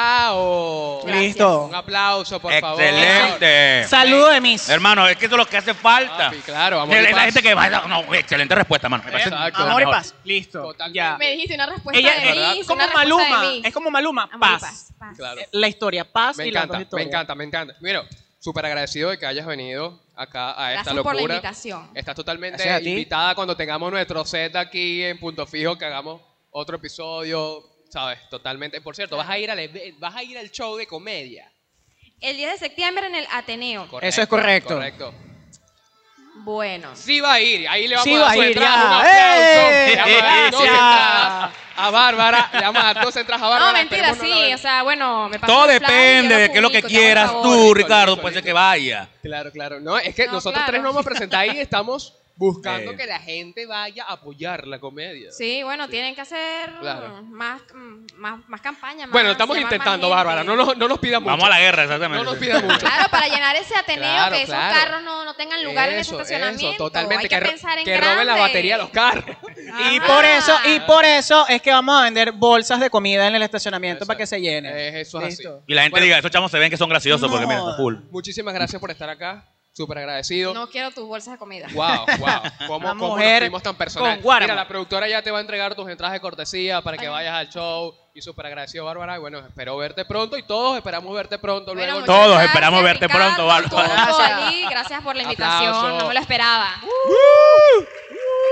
Speaker 1: ¡Guau!
Speaker 6: Gracias.
Speaker 5: Listo.
Speaker 1: Un aplauso, por favor.
Speaker 2: Excelente.
Speaker 3: Saludo de mis.
Speaker 2: Hermano, es que eso es lo que hace falta.
Speaker 1: Papi, claro, amor
Speaker 2: Es
Speaker 1: y
Speaker 2: la
Speaker 1: paz.
Speaker 2: gente que baila. No, excelente respuesta, hermano. Me parece
Speaker 1: Exacto.
Speaker 3: Amor y
Speaker 2: mejor.
Speaker 3: paz. Listo.
Speaker 1: Totalmente.
Speaker 3: Ya.
Speaker 6: Me dijiste una respuesta
Speaker 3: Ella
Speaker 6: de mí,
Speaker 3: es
Speaker 6: hice
Speaker 3: como
Speaker 6: una respuesta de
Speaker 3: Maluma.
Speaker 6: mí.
Speaker 3: Es como Maluma.
Speaker 6: Amor y
Speaker 3: Paz.
Speaker 6: Paz, paz.
Speaker 1: Claro.
Speaker 5: La historia, paz
Speaker 1: Me
Speaker 5: y la
Speaker 1: encanta, me encanta, me encanta. Mira, súper agradecido de que hayas venido acá a esta
Speaker 6: Gracias por
Speaker 1: locura.
Speaker 6: la invitación.
Speaker 1: Estás totalmente
Speaker 3: Gracias a ti.
Speaker 1: invitada cuando tengamos nuestro set aquí en Punto Fijo, que hagamos otro episodio, ¿sabes? Totalmente. Por cierto, vas a ir al, eve- vas a ir al show de comedia.
Speaker 6: El 10 de septiembre en el Ateneo.
Speaker 1: Correcto,
Speaker 3: es correcto.
Speaker 1: Correcto.
Speaker 6: Bueno.
Speaker 1: Sí va a ir, ahí le vamos
Speaker 3: Sí
Speaker 1: a
Speaker 3: va
Speaker 1: dar
Speaker 3: a
Speaker 1: su
Speaker 3: ir,
Speaker 1: entrada,
Speaker 3: ya.
Speaker 1: un aplauso.
Speaker 3: ¡Eh!
Speaker 1: Le vamos a dar dos
Speaker 3: Gracias.
Speaker 1: entradas a Bárbara, le vamos a dar dos entradas a Bárbara.
Speaker 6: No, mentira,
Speaker 1: esperemos no la
Speaker 6: sí.
Speaker 1: ven-
Speaker 6: O sea, bueno, me pasó
Speaker 2: Todo
Speaker 6: el flyer,
Speaker 2: depende
Speaker 6: yo
Speaker 2: de qué es lo que
Speaker 6: publico, te hago
Speaker 2: quieras
Speaker 6: favor.
Speaker 2: tú,
Speaker 1: Listo,
Speaker 2: Ricardo.
Speaker 1: listo,
Speaker 2: Puede ser
Speaker 1: listo.
Speaker 2: que vaya.
Speaker 1: Claro, claro. No, es que
Speaker 6: No,
Speaker 1: nosotros
Speaker 6: claro.
Speaker 1: tres nos vamos a presentar ahí y estamos buscando
Speaker 2: Eh.
Speaker 1: que la gente vaya a apoyar la comedia.
Speaker 6: Sí, bueno, tienen que hacer
Speaker 1: Claro.
Speaker 6: más, mm, más, más campaña. Más,
Speaker 1: Bueno, lo estamos
Speaker 6: llevar más
Speaker 1: intentando,
Speaker 6: gente.
Speaker 1: Bárbara. No nos, no nos pida mucho.
Speaker 2: Vamos a la guerra, exactamente.
Speaker 1: No nos pida mucho.
Speaker 6: Claro, para llenar ese Ateneo,
Speaker 1: Claro,
Speaker 6: que esos
Speaker 1: claro.
Speaker 6: carros no, no tengan lugar en
Speaker 1: Eso,
Speaker 6: ese estacionamiento.
Speaker 1: Eso, totalmente.
Speaker 6: Hay que,
Speaker 1: ro-
Speaker 6: pensar en
Speaker 1: que roben la
Speaker 6: grande.
Speaker 1: batería a los carros. *laughs*
Speaker 6: Ajá.
Speaker 5: Por eso,
Speaker 6: Ah,
Speaker 5: y por eso es que vamos a vender bolsas de comida en el estacionamiento para que se
Speaker 1: Eh,
Speaker 5: llene.
Speaker 1: Eso es así.
Speaker 5: Listo.
Speaker 2: Y la gente
Speaker 1: Bueno.
Speaker 2: diga, esos chamos se ven que son graciosos porque
Speaker 5: No.
Speaker 2: mira, está full.
Speaker 1: Muchísimas gracias por estar acá. Súper agradecido.
Speaker 6: No quiero tus bolsas de comida.
Speaker 1: Wow,
Speaker 6: *laughs*
Speaker 1: wow. ¿Cómo,
Speaker 5: Una
Speaker 1: cómo
Speaker 5: mujer
Speaker 1: nos fuimos tan personal?
Speaker 5: con guáramo.
Speaker 1: Mira, la productora ya te va a entregar tus entradas de cortesía para que
Speaker 6: Ay.
Speaker 1: vayas al show. Y súper agradecido, Bárbara. Y bueno, espero verte pronto y todos esperamos verte pronto.
Speaker 6: Bueno,
Speaker 1: Luego,
Speaker 6: muchas
Speaker 2: Todos esperamos verte
Speaker 6: Ricardo,
Speaker 2: pronto, Bárbara.
Speaker 6: Turco,
Speaker 1: Gracias.
Speaker 6: Ali, gracias por la invitación.
Speaker 1: Aplauso.
Speaker 6: No me lo esperaba.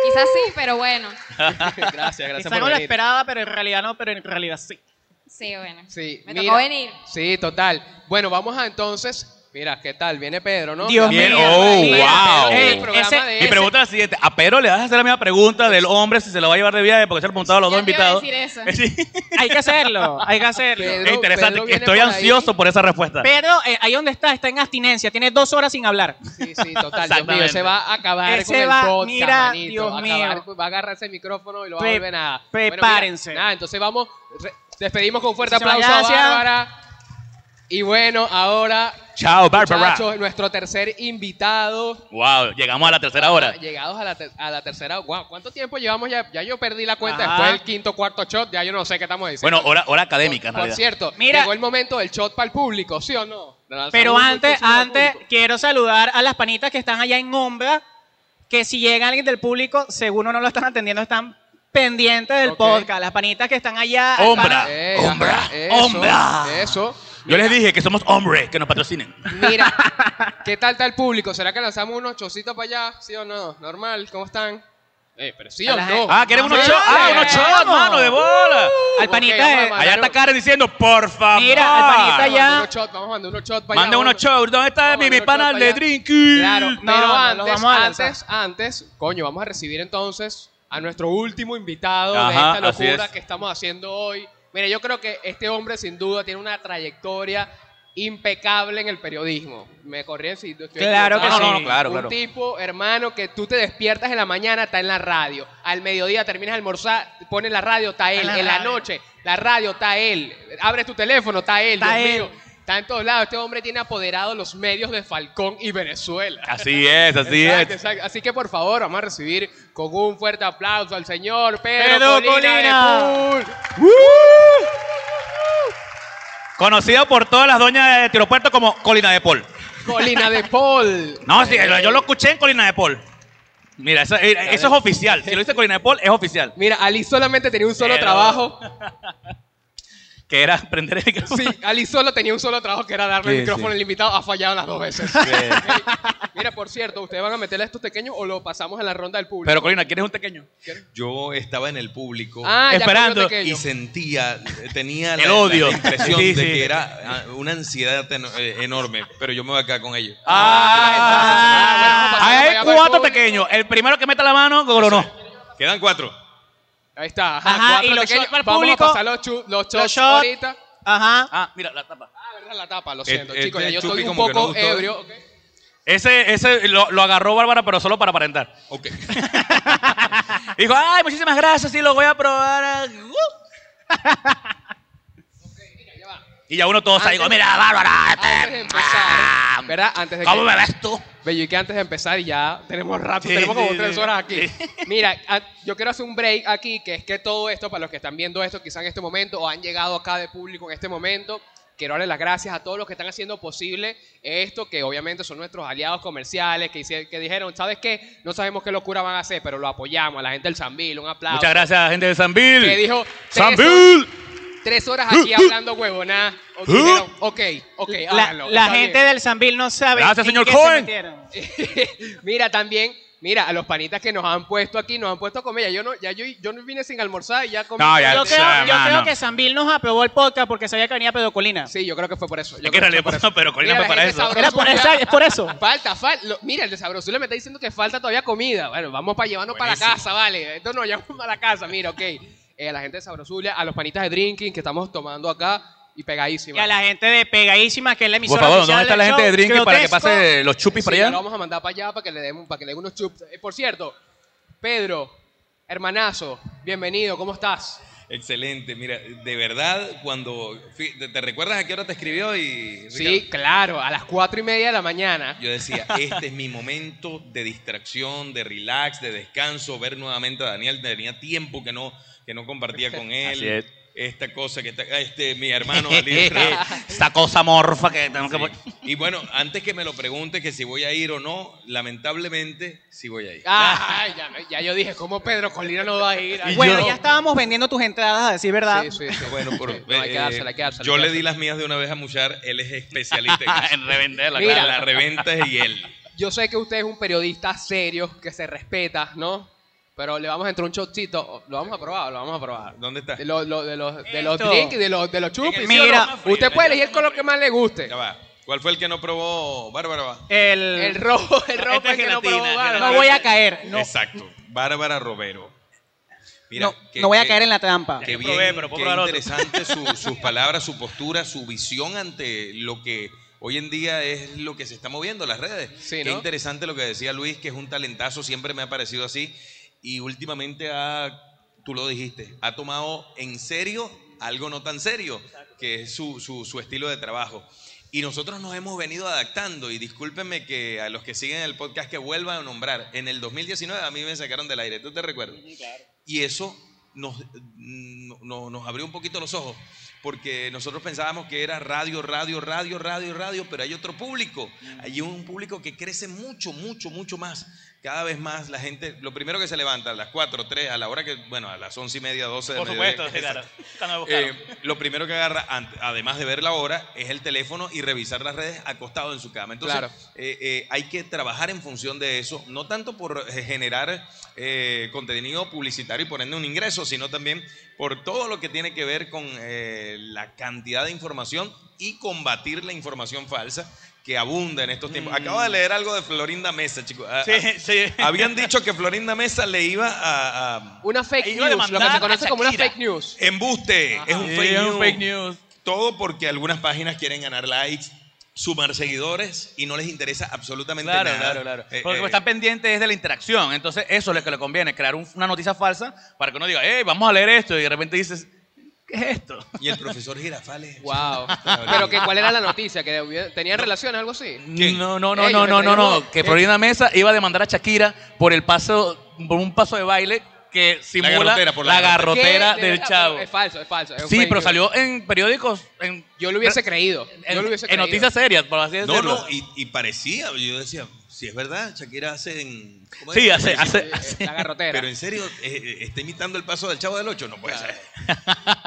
Speaker 6: Quizás sí, pero bueno.
Speaker 1: *laughs* gracias, gracias
Speaker 5: Quizá
Speaker 1: por
Speaker 5: no lo
Speaker 1: venir.
Speaker 5: esperaba, pero en realidad no, pero en realidad sí.
Speaker 6: Sí, bueno.
Speaker 1: Sí,
Speaker 6: me
Speaker 1: mira.
Speaker 6: tocó venir.
Speaker 1: Sí, total. Bueno, vamos a entonces. Mira, ¿qué tal? Viene Pedro, ¿no?
Speaker 5: Dios
Speaker 2: Bien,
Speaker 5: mío.
Speaker 2: oh,
Speaker 5: Mira, Pedro,
Speaker 2: wow.
Speaker 1: Ey,
Speaker 5: el
Speaker 1: el
Speaker 5: programa
Speaker 1: ese-
Speaker 5: de
Speaker 1: mi
Speaker 2: Mi
Speaker 5: ese-
Speaker 2: pregunta es la siguiente. A Pedro le vas a hacer la misma pregunta del hombre si se lo va a llevar de viaje porque se le preguntado a los
Speaker 6: Ya
Speaker 2: dos
Speaker 6: te iba a
Speaker 2: invitados.
Speaker 6: decir
Speaker 2: *laughs*
Speaker 6: eso.
Speaker 2: Sí.
Speaker 5: Hay que hacerlo, hay que hacerlo.
Speaker 1: *laughs* Pedro,
Speaker 2: Es interesante.
Speaker 1: Pedro viene
Speaker 2: Estoy
Speaker 1: por ahí.
Speaker 2: ansioso por esa respuesta.
Speaker 5: Pero eh, ahí donde está, está en abstinencia, tiene dos horas sin hablar.
Speaker 1: Sí, sí, total. Dios mío,
Speaker 2: Exactamente.
Speaker 1: se va a acabar
Speaker 5: Ese
Speaker 1: con el
Speaker 5: va-
Speaker 1: podcast,
Speaker 5: mira,
Speaker 1: manito,
Speaker 5: Dios
Speaker 1: va a acabar
Speaker 5: mío.
Speaker 1: con- va a agarrar ese micrófono y lo va a
Speaker 5: Pre-
Speaker 1: volver a...
Speaker 5: prepárense.
Speaker 1: Bueno, mira, nada, entonces vamos, re- despedimos con fuerte
Speaker 5: Muchísimas
Speaker 1: aplauso
Speaker 5: gracias.
Speaker 1: a Bárbara. Y bueno, ahora,
Speaker 2: Chao, Bárbara.
Speaker 1: muchachos, nuestro tercer invitado.
Speaker 2: Wow, llegamos a la tercera hora.
Speaker 1: Llegados a la, ter- a la tercera, wow, ¿cuánto tiempo llevamos ya? Ya yo perdí la cuenta
Speaker 5: Ajá.
Speaker 1: después del quinto, cuarto shot, ya yo no sé qué estamos diciendo.
Speaker 2: Bueno, hora, hora académica, en
Speaker 1: Por
Speaker 2: realidad.
Speaker 1: cierto,
Speaker 5: Mira-
Speaker 1: llegó el momento del shot para el público, ¿sí o no? Lanzamos
Speaker 5: Pero
Speaker 1: un
Speaker 5: antes,
Speaker 1: shotcito al
Speaker 5: antes,
Speaker 1: público.
Speaker 5: quiero saludar a las panitas que están allá en Ombra, que si llega alguien del público, seguro no lo están atendiendo, están pendientes del
Speaker 1: Ok.
Speaker 5: podcast. Las panitas que están allá. al
Speaker 2: Ombra.
Speaker 5: pan-
Speaker 1: Eh, ajá,
Speaker 2: Hombra,
Speaker 1: eso,
Speaker 2: hombra.
Speaker 1: Eso.
Speaker 2: Yo les dije que somos hombres, que nos patrocinen.
Speaker 1: Mira, ¿qué tal está el público? ¿Será que lanzamos unos chocitos para allá? ¿Sí o no? ¿Normal? ¿Cómo están? Eh, pero sí o
Speaker 5: la
Speaker 1: no.
Speaker 5: gente-
Speaker 2: Ah, queremos unos
Speaker 1: Sí,
Speaker 2: shots. Ah, unos shots,
Speaker 5: vamos.
Speaker 2: mano, de bola.
Speaker 5: Al panita
Speaker 1: ok, vamos a
Speaker 5: de-
Speaker 1: mandar
Speaker 2: Allá está Karen diciendo, por favor.
Speaker 5: Mira, al panita
Speaker 1: Vamos a mandar
Speaker 5: ya.
Speaker 1: unos shots, vamos a mandar unos shots para allá.
Speaker 2: Manda unos
Speaker 1: vamos.
Speaker 2: shows. ¿Dónde está
Speaker 1: Vamos a
Speaker 2: mi, mi
Speaker 1: mandar unos
Speaker 2: pana
Speaker 1: shots para
Speaker 2: le
Speaker 1: allá.
Speaker 2: drinky?
Speaker 1: Claro,
Speaker 5: No,
Speaker 1: pero
Speaker 5: no,
Speaker 1: antes,
Speaker 5: los vamos a
Speaker 1: antes, antes, coño, vamos a recibir entonces a nuestro último invitado
Speaker 2: Ajá,
Speaker 1: de esta
Speaker 2: así
Speaker 1: locura
Speaker 2: es.
Speaker 1: que estamos haciendo hoy. Mira, yo creo que este hombre sin duda tiene una trayectoria impecable en el periodismo. Me corrí si estoy
Speaker 5: Claro
Speaker 1: equivocado.
Speaker 5: que No, no, sí.
Speaker 2: no, claro,
Speaker 1: Un
Speaker 2: claro.
Speaker 1: tipo, hermano, que tú te despiertas en la mañana, está en la radio. Al mediodía terminas de almorzar, pones la radio, está él.
Speaker 5: En la
Speaker 1: en la
Speaker 5: radio.
Speaker 1: noche, la radio, está él. Abres tu teléfono, está él.
Speaker 5: Está
Speaker 1: Dios
Speaker 5: él.
Speaker 1: mío. Está en todos lados. Este hombre tiene apoderado los medios de Falcón y Venezuela.
Speaker 2: Así es, así
Speaker 1: Exacto,
Speaker 2: es.
Speaker 1: exacto. Así que por favor, vamos a recibir con un fuerte aplauso al señor Pedro,
Speaker 5: Pedro
Speaker 1: Colina. de Pool.
Speaker 2: Conocido por todas las doñas de Tiropuerto como Colina de Paul.
Speaker 1: Colina de Paul.
Speaker 2: No, sí,
Speaker 1: Eh,
Speaker 2: yo lo escuché en Colina de Paul. Mira, eso, eh, eso es oficial. Si lo dice Colina de Paul, es oficial.
Speaker 1: Mira, Ali solamente tenía un solo
Speaker 2: Pero-
Speaker 1: trabajo.
Speaker 2: Que era prender el micrófono.
Speaker 1: Sí, Ali solo tenía un solo trabajo que era darle el
Speaker 2: Sí,
Speaker 1: micrófono
Speaker 2: sí.
Speaker 1: al invitado. Ha fallado las dos veces. Ok. Mira, por cierto, ¿ustedes van a meterle a estos pequeños o lo pasamos en la ronda del público?
Speaker 2: *laughs* Pero Colina, ¿quieres un pequeño?
Speaker 7: Yo estaba en el público
Speaker 1: ah, ya
Speaker 2: esperando.
Speaker 1: comió pequeño.
Speaker 7: y sentía,
Speaker 2: *laughs*
Speaker 7: tenía
Speaker 2: El odio.
Speaker 7: impresión
Speaker 2: Sí,
Speaker 7: de
Speaker 2: sí.
Speaker 7: que era ah, una ansiedad en- eh, enorme, pero yo me voy a quedar con ellos. Ah,
Speaker 1: Ah, entonces, ah, bueno, vamos
Speaker 2: Ah, hay
Speaker 1: a llevar
Speaker 2: cuatro
Speaker 1: público.
Speaker 2: pequeños. El primero que meta la mano, coronó.
Speaker 7: Quedan cuatro.
Speaker 1: Ahí está. Ajá,
Speaker 5: Ajá,
Speaker 1: cuatro
Speaker 5: y los
Speaker 1: pequeños.
Speaker 5: shots para el
Speaker 1: Vamos
Speaker 5: público.
Speaker 1: a pasar los, chu- los shots
Speaker 5: shots.
Speaker 1: ahorita.
Speaker 5: Ajá.
Speaker 2: Ah, mira, la tapa.
Speaker 1: Ah, verdad, la tapa, lo
Speaker 7: Este-
Speaker 1: siento, chicos.
Speaker 7: este
Speaker 1: ya yo estoy
Speaker 7: chupi
Speaker 1: un
Speaker 7: como que no
Speaker 1: poco
Speaker 7: gustó.
Speaker 1: ebrio. ok.
Speaker 2: Ese, ese lo, lo agarró Bárbara, pero solo para aparentar.
Speaker 7: Ok. *laughs*
Speaker 2: Dijo, ay, muchísimas gracias, sí, lo voy a
Speaker 1: *laughs*
Speaker 2: probar. Uh. Y ya uno todo sale,
Speaker 1: Antes-
Speaker 2: digo, mira, Bárbara.
Speaker 1: Antes de
Speaker 2: eh,
Speaker 1: empezar,
Speaker 2: Instagram.
Speaker 1: ¿Verdad? Antes de
Speaker 2: ¿Cómo
Speaker 1: que-
Speaker 2: me ves tú?
Speaker 1: Bello, y que antes de empezar ya tenemos rato,
Speaker 2: Sí,
Speaker 1: tenemos como
Speaker 2: sí,
Speaker 1: tres
Speaker 2: sí.
Speaker 1: horas aquí. Mira, a- yo quiero hacer un break aquí, que es que todo esto, para los que están viendo esto quizá en este momento o han llegado acá de público en este momento, quiero darle las gracias a todos los que están haciendo posible esto, que obviamente son nuestros aliados comerciales, que, hici- que dijeron, ¿sabes qué? No sabemos qué locura van a hacer, pero lo apoyamos, a la gente del Sambil, un aplauso.
Speaker 2: Muchas gracias, gente de San
Speaker 1: Que
Speaker 2: Bill.
Speaker 1: dijo,
Speaker 2: San
Speaker 1: "Tres
Speaker 2: Bill.
Speaker 1: tres
Speaker 2: *laughs*
Speaker 1: horas aquí hablando huevonada. Dijeron, ok, ok,
Speaker 5: La,
Speaker 1: háganlo,
Speaker 5: la
Speaker 1: está bien".
Speaker 5: gente del Sambil no sabe
Speaker 2: Gracias,
Speaker 5: en
Speaker 2: señor
Speaker 5: qué
Speaker 2: Cohen.
Speaker 5: se metieron.
Speaker 1: mira, también, mira, a los panitas que nos han puesto aquí, nos han puesto comida. Yo no, ya yo, yo no vine sin almorzar y ya comí.
Speaker 2: No, ya,
Speaker 5: Yo
Speaker 2: sí,
Speaker 5: creo, yo
Speaker 2: mano.
Speaker 5: creo que Sambil nos aprobó el podcast porque sabía que venía Pedro Colina.
Speaker 1: Sí, yo creo que fue por eso. Yo
Speaker 2: Es que en
Speaker 1: creo
Speaker 2: realidad,
Speaker 1: fue
Speaker 2: pues, no, *laughs* pero Corina
Speaker 1: Mira, la
Speaker 2: fue para
Speaker 1: gente
Speaker 2: eso.
Speaker 5: Era por,
Speaker 1: sabrosura-
Speaker 5: esa- es por
Speaker 2: *laughs*
Speaker 5: eso.
Speaker 1: Falta, falta. lo- mira, el de Sabrosura me está diciendo que falta todavía comida. Bueno, vamos para llevarnos para la
Speaker 2: Buenísimo.
Speaker 1: casa, vale. Esto no, llevamos para la casa. Mira, ok. Eh, a la gente de Sabrosulia, a los panitas de drinking que estamos tomando acá y
Speaker 5: Y
Speaker 1: pegadísima.
Speaker 5: a la gente de Pegadísima, que es la
Speaker 2: Por
Speaker 5: emisora
Speaker 2: favor,
Speaker 5: oficial
Speaker 2: ¿dónde está
Speaker 5: del
Speaker 2: la gente de
Speaker 5: show?
Speaker 2: Drinking para que
Speaker 5: Grotesco.
Speaker 2: pase los chupis
Speaker 1: Sí,
Speaker 2: para
Speaker 1: Lo
Speaker 2: allá?
Speaker 1: vamos a mandar para allá para que le den, para que le den unos chups. Eh, por cierto, Pedro, hermanazo, bienvenido, ¿cómo estás?
Speaker 7: Excelente, mira, de verdad, cuando. fui- ¿Te, te recuerdas a qué hora te escribió? y
Speaker 1: Sí, claro, a las cuatro y media de la mañana.
Speaker 7: Yo decía, este es mi momento de distracción, de relax, de descanso, ver nuevamente a Daniel. Tenía tiempo que no, que no compartía con él.
Speaker 2: Así es.
Speaker 7: Esta cosa que está, este,
Speaker 1: *laughs*
Speaker 7: mi hermano. Dalí.
Speaker 2: Eh, Esta cosa morfa que tenemos que... *laughs*
Speaker 7: Sí. Y bueno, antes que me lo pregunte que si voy a ir o no, lamentablemente sí voy a
Speaker 1: Ah. Ay,
Speaker 7: ir.
Speaker 1: ya, ya yo dije, ¿cómo Pedro Colina no va a ir? Ay,
Speaker 5: Bueno,
Speaker 1: no.
Speaker 5: ya estábamos vendiendo tus entradas, a decir verdad.
Speaker 1: Sí, *laughs* sí, sí.
Speaker 7: Bueno, por-
Speaker 1: No, hay que
Speaker 7: eh,
Speaker 1: dársela, hay que dársela,
Speaker 7: yo
Speaker 1: hay que
Speaker 7: le di
Speaker 1: dársela.
Speaker 7: las mías de una vez a Muchar, él es especialista
Speaker 1: *laughs*
Speaker 7: en eso.
Speaker 2: Ah, En revenderla,
Speaker 1: Mira.
Speaker 7: la,
Speaker 2: claro.
Speaker 7: la reventa es y él.
Speaker 1: Yo sé que usted es un periodista serio, que se respeta, ¿no? Pero le vamos a entrar un shotcito. Lo vamos a probar, lo vamos a probar.
Speaker 7: ¿Dónde está?
Speaker 1: De, lo- lo- de los, de los
Speaker 5: Esto.
Speaker 1: drinks y de los, de los chupis.
Speaker 7: En
Speaker 1: ¿sí o
Speaker 5: Mira.
Speaker 1: no?
Speaker 7: frío,
Speaker 1: usted
Speaker 7: venga,
Speaker 1: puede elegir el color que más le guste.
Speaker 7: Ya va. ¿Cuál fue el que no probó Bárbara? va?
Speaker 5: El,
Speaker 1: El rojo, el rojo
Speaker 2: Esta
Speaker 1: es
Speaker 2: es
Speaker 1: que no
Speaker 2: gelatina,
Speaker 1: probó Bárbara.
Speaker 5: no voy a caer. No,
Speaker 7: Exacto, Bárbara Robero.
Speaker 5: no, no voy a caer en la
Speaker 3: Ah.
Speaker 5: trampa.
Speaker 7: Qué
Speaker 2: yo
Speaker 7: bien,
Speaker 2: probé, pero puedo
Speaker 7: qué
Speaker 2: probar otro.
Speaker 7: interesante
Speaker 2: *laughs*
Speaker 7: su- sus palabras, su postura, su visión ante lo que hoy en día es lo que se está moviendo las redes.
Speaker 1: Sí,
Speaker 7: Qué
Speaker 1: ¿no?
Speaker 7: interesante lo que decía Luis, que es un talentazo, siempre me ha parecido así. Y últimamente ha, tú lo dijiste, ha tomado en serio algo no tan serio, que es su, su- su estilo de trabajo. Y nosotros nos hemos venido adaptando, y discúlpenme que a los que siguen el podcast que vuelvan a nombrar, en el 2019 a mí me sacaron del aire, ¿tú te recuerdas? Y eso nos, mm, no- nos abrió un poquito los ojos, porque nosotros pensábamos que era radio, radio, radio, radio, radio, pero hay otro público. Hay un público que crece mucho, mucho, mucho más. Cada vez más la gente, lo primero que se levanta a las 4, 3, a la hora que, bueno, a las 11 y media, 12 de
Speaker 2: Por
Speaker 7: mediodía,
Speaker 2: supuesto, sí,
Speaker 7: exacto.
Speaker 2: claro. Esta no me buscaron.
Speaker 7: Eh, lo primero que agarra, ant- además de ver la hora, es el teléfono y revisar las redes acostado en su cama. Entonces,
Speaker 1: Claro.
Speaker 7: eh, eh, hay que trabajar en función de eso, no tanto por eh, generar eh, contenido publicitario y ponerle un ingreso, sino también por todo lo que tiene que ver con eh, la cantidad de información y combatir la información falsa que abunda en estos tiempos. Acabo de leer algo de Florinda Mesa, chicos. Ah, ah,
Speaker 2: Mm. Sí, sí.
Speaker 7: Habían dicho que Florinda Mesa le iba a... a-
Speaker 1: Una fake
Speaker 2: Iba a
Speaker 1: news, lo que
Speaker 2: demandar
Speaker 1: se
Speaker 2: a
Speaker 1: conoce como una
Speaker 2: Shakira.
Speaker 1: fake news.
Speaker 7: Embuste, es un fake
Speaker 2: es
Speaker 7: news.
Speaker 2: un fake news.
Speaker 7: Todo porque algunas páginas quieren ganar likes, sumar seguidores y no les interesa absolutamente
Speaker 2: Claro,
Speaker 7: nada.
Speaker 2: claro, claro.
Speaker 7: Eh,
Speaker 2: Porque
Speaker 7: eh,
Speaker 2: están pendientes es de la interacción. Entonces, eso es lo que le conviene, crear un- una noticia falsa para que uno diga, hey, vamos a leer esto. Y de repente dices, ¿qué es esto?
Speaker 7: *laughs* Y el profesor
Speaker 2: *laughs*
Speaker 7: Girafales.
Speaker 1: Wow. Pero que cuál era la noticia, que hubiera- tenían relaciones o algo así.
Speaker 7: ¿Quién?
Speaker 2: No, no, no,
Speaker 1: Ellos,
Speaker 2: no, no, no,
Speaker 1: tenemos-
Speaker 2: no. Que
Speaker 1: eh.
Speaker 2: Florinda Mesa iba a demandar a Shakira por el paso, por un paso de baile que simula la
Speaker 7: garrotera,
Speaker 2: garrotera,
Speaker 7: por la garrotera.
Speaker 1: ¿Qué? Eh, De
Speaker 2: del
Speaker 1: verdad,
Speaker 2: chavo.
Speaker 1: pero Es falso, es falso. es un
Speaker 2: Sí,
Speaker 1: fake
Speaker 2: pero
Speaker 1: news.
Speaker 2: salió en periódicos, en,
Speaker 1: eh, Yo lo hubiese creído. Yo
Speaker 2: en-
Speaker 1: lo hubiese
Speaker 2: en
Speaker 1: creído.
Speaker 2: noticias serias, por así
Speaker 7: No,
Speaker 2: decirlo.
Speaker 7: no, y, y parecía, yo decía, si es verdad, Shakira hace en... ¿cómo
Speaker 2: *laughs*
Speaker 7: es?
Speaker 2: sí, hace, hace,
Speaker 1: Eh,
Speaker 2: hace-
Speaker 1: eh, La garrotera.
Speaker 7: Pero en serio, eh, eh, ¿está imitando el paso del Chavo del 8? No puede ser.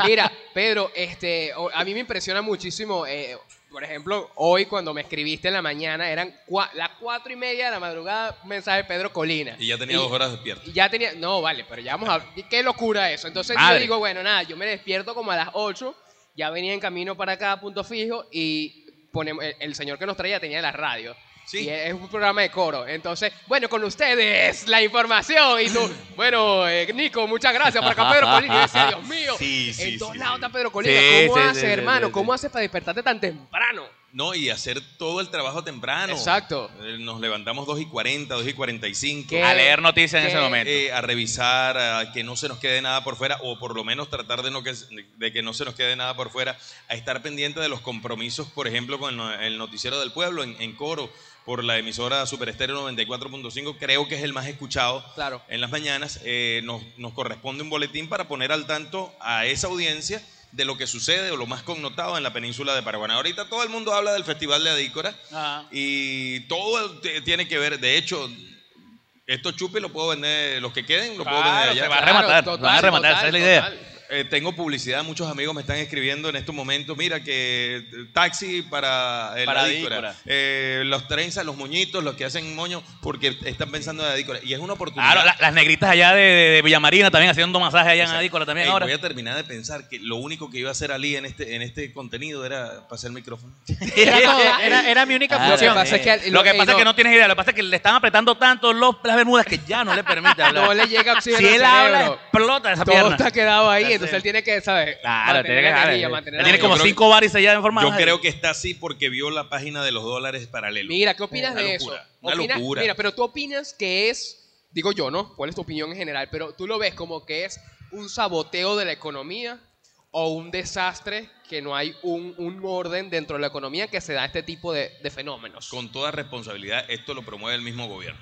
Speaker 1: Mira, Pedro, este, o- a mí me impresiona muchísimo. eh, por ejemplo, hoy cuando me escribiste en la mañana, eran cua- las cuatro y media de la madrugada, un mensaje de Pedro Colina.
Speaker 7: Y ya tenía dos horas despierto.
Speaker 1: Y ya tenía, no, vale, pero ya vamos a qué locura eso. Entonces
Speaker 2: Madre.
Speaker 1: yo digo, bueno, nada, yo me despierto como a las 8, ya venía en camino para acá, punto fijo, y ponemos, el, el señor que nos traía tenía la radio.
Speaker 7: Sí.
Speaker 1: Y es un programa de coro. Entonces, bueno, con ustedes la información. Y tú, bueno, eh, Nico, muchas gracias
Speaker 2: *laughs*
Speaker 1: por acá, Pedro Colina. Y yo decía, Dios mío,
Speaker 7: Sí, sí,
Speaker 1: en todos
Speaker 7: sí,
Speaker 1: lados
Speaker 7: sí.
Speaker 1: está Pedro Colina.
Speaker 2: Sí,
Speaker 1: ¿Cómo
Speaker 2: sí,
Speaker 1: haces,
Speaker 2: sí, sí,
Speaker 1: hermano?
Speaker 2: sí,
Speaker 1: ¿Cómo
Speaker 2: sí.
Speaker 1: haces para despertarte tan temprano?
Speaker 7: No, y hacer todo el trabajo temprano.
Speaker 1: Exacto.
Speaker 7: Eh, Nos levantamos 2 y 40, 2 y 45.
Speaker 1: ¿Qué?
Speaker 2: A leer noticias en
Speaker 1: ¿Qué?
Speaker 2: ese momento.
Speaker 7: Eh, a revisar, a que no se nos quede nada por fuera, o por lo menos tratar de, no que, de que no se nos quede nada por fuera, a estar pendiente de los compromisos, por ejemplo, con el no- el Noticiero del Pueblo en, en coro, por la emisora Superestéreo 94.5, creo que es el más escuchado
Speaker 1: Claro.
Speaker 7: en las mañanas, eh, nos, nos corresponde un boletín para poner al tanto a esa audiencia de lo que sucede o lo más connotado en la península de Paraguaná. Ahorita todo el mundo habla del Festival de Adícora
Speaker 3: *laughs* Ah.
Speaker 7: y todo te- tiene que ver, de hecho, estos chupes los puedo vender, los que queden los puedo vender
Speaker 2: Claro,
Speaker 7: allá.
Speaker 2: se va a rematar, van a rematar, esa es la idea.
Speaker 7: Eh, tengo publicidad, muchos amigos me están escribiendo en estos momentos, mira que eh, taxi para el
Speaker 2: Para
Speaker 7: adícora.
Speaker 2: adícora.
Speaker 7: Eh, los trenzas, los moñitos, los que hacen moño, porque están pensando en adícora. Y es una oportunidad.
Speaker 2: Claro, la- las negritas allá de, de- de Villamarina también haciendo masaje allá en
Speaker 7: Exacto.
Speaker 2: Adícola también
Speaker 7: Ey,
Speaker 2: ahora.
Speaker 7: Voy a terminar de pensar que lo único que iba a hacer Ali en este, en este contenido era pasar
Speaker 2: *laughs*
Speaker 7: el micrófono.
Speaker 3: Era, todo, era- era mi única
Speaker 2: Ah,
Speaker 1: Lo que
Speaker 3: función.
Speaker 1: pasa es que,
Speaker 2: Lo que pasa es que no
Speaker 1: no,
Speaker 2: tienes idea, lo que pasa es que le están apretando tanto los, las bermudas que ya no
Speaker 1: *laughs*
Speaker 2: le permite hablar.
Speaker 1: no le llega oxígeno
Speaker 2: si
Speaker 1: al
Speaker 2: él habla,
Speaker 1: cerebro.
Speaker 2: explota esa
Speaker 1: Todo
Speaker 2: pierna.
Speaker 1: está quedado ahí,
Speaker 2: Ya
Speaker 1: entonces
Speaker 2: sé.
Speaker 1: él tiene que, ¿sabes?
Speaker 2: Claro, tiene
Speaker 1: Mantener
Speaker 2: que
Speaker 1: la energía,
Speaker 2: Él
Speaker 1: mantener la
Speaker 2: Tiene
Speaker 1: energía.
Speaker 2: como
Speaker 7: Yo creo
Speaker 2: cinco bares allá en forma
Speaker 7: Yo creo que está así porque vio la página de los dólares paralelos.
Speaker 1: Mira, ¿qué opinas
Speaker 7: Una
Speaker 1: de
Speaker 7: locura,
Speaker 1: eso?
Speaker 7: una
Speaker 1: ¿Opinas-
Speaker 7: locura.
Speaker 1: Mira, pero tú opinas que es, digo yo, ¿no? ¿Cuál es tu opinión en general? Pero tú lo ves como que es un saboteo de la economía o un desastre que no hay un, un orden dentro de la economía que se da este tipo de, de fenómenos.
Speaker 7: Con toda responsabilidad, esto lo promueve el mismo gobierno.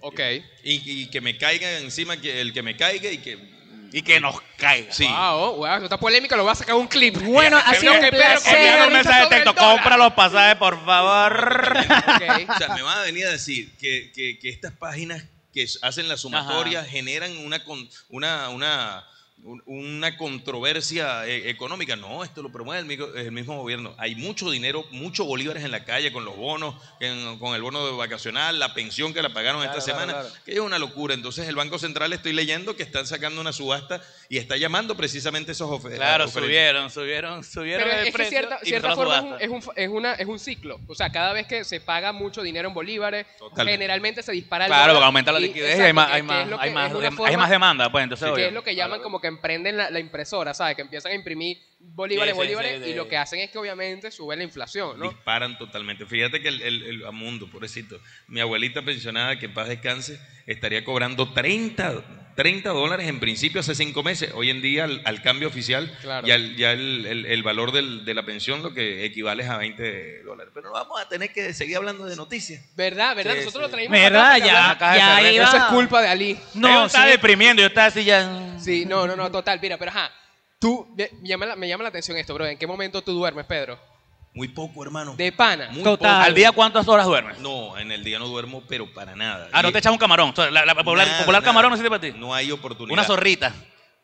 Speaker 1: ok.
Speaker 7: Y, y que me caiga encima que el que me caiga y que.
Speaker 2: Y que nos caiga.
Speaker 7: Sí.
Speaker 1: Wow, wow, esta polémica lo va a sacar un clip. *laughs*
Speaker 3: Bueno, ha sido un
Speaker 1: que Pedro
Speaker 3: placer.
Speaker 1: Correa
Speaker 2: Envíanos un
Speaker 1: ahorita
Speaker 2: mensaje de
Speaker 1: sobre el
Speaker 2: texto,
Speaker 1: dólar.
Speaker 2: compra los pasajes, por favor.
Speaker 1: Ok.
Speaker 7: O sea, me van a venir a decir que, que- que estas páginas que hacen la sumatoria generan una, con- una, una, un- una controversia eh, económica. No, esto lo promueve el mismo, el mismo gobierno. Hay mucho dinero, muchos bolívares en la calle con los bonos, en- con el bono de vacacional, la pensión que la pagaron esta semana, que es una locura. Entonces el Banco Central estoy leyendo que están sacando una subasta y está llamando precisamente esos ofe-
Speaker 2: Claro,
Speaker 7: oferentes.
Speaker 2: subieron, subieron, subieron.
Speaker 1: Pero
Speaker 2: el
Speaker 1: es que
Speaker 2: precio
Speaker 1: cierta,
Speaker 2: y
Speaker 1: cierta
Speaker 2: nosotros
Speaker 1: forma es un,
Speaker 2: subasta.
Speaker 1: es, un, es una, es un ciclo. O sea, cada vez que se paga mucho dinero en bolívares,
Speaker 7: Totalmente.
Speaker 1: generalmente se dispara el
Speaker 2: Claro,
Speaker 1: dólar
Speaker 2: porque aumenta la
Speaker 1: y-
Speaker 2: liquidez y
Speaker 1: exacto,
Speaker 2: hay más,
Speaker 1: que-
Speaker 2: hay
Speaker 1: que
Speaker 2: más,
Speaker 1: es lo que-
Speaker 2: hay más,
Speaker 1: es una
Speaker 2: hay
Speaker 1: forma-
Speaker 2: más demanda, pues entonces
Speaker 1: que
Speaker 2: obvio.
Speaker 1: es lo que llaman como que emprenden la, la impresora, ¿sabes? Que empiezan a imprimir bolívares,
Speaker 2: Sí, sí,
Speaker 1: bolívares,
Speaker 2: sí, sí.
Speaker 1: y lo que hacen es que obviamente sube la inflación, ¿no?
Speaker 7: Disparan totalmente. Fíjate que el, el, el- a mundo, pobrecito. Mi abuelita pensionada, que en paz descanse, estaría cobrando 30, 30 dólares en principio hace cinco meses. Hoy en día, al, al cambio oficial,
Speaker 1: Claro.
Speaker 7: ya, el, ya el, el- el valor del- de la pensión lo que equivale es a 20 dólares. Pero vamos a tener que seguir hablando de noticias.
Speaker 1: ¿Verdad? ¿Verdad? Nosotros lo traímos. acá
Speaker 3: ¿Verdad?
Speaker 1: porque
Speaker 3: Ya,
Speaker 1: hablamos-
Speaker 2: caja de
Speaker 3: ya
Speaker 2: cerveza.
Speaker 3: iba.
Speaker 1: Eso es culpa de Ali.
Speaker 2: No,
Speaker 3: No,
Speaker 2: está
Speaker 3: sí.
Speaker 2: deprimiendo, yo estaba así ya.
Speaker 1: Sí, no, no, no, total. Mira, pero ajá. Tú, me me llama, la, me llama la atención esto, bro. ¿En qué momento tú duermes, Pedro?
Speaker 7: Muy poco, hermano.
Speaker 1: De pana.
Speaker 7: Muy
Speaker 3: Total.
Speaker 2: ¿Al día cuántas horas duermes?
Speaker 7: poco. No, en el día no duermo, pero para nada.
Speaker 2: Ah, no
Speaker 7: Y-
Speaker 2: te echas un camarón. O sea, La, la popular,
Speaker 7: nada,
Speaker 2: popular
Speaker 7: nada.
Speaker 2: camarón no sirve para ti.
Speaker 7: No hay oportunidad.
Speaker 2: Una zorrita.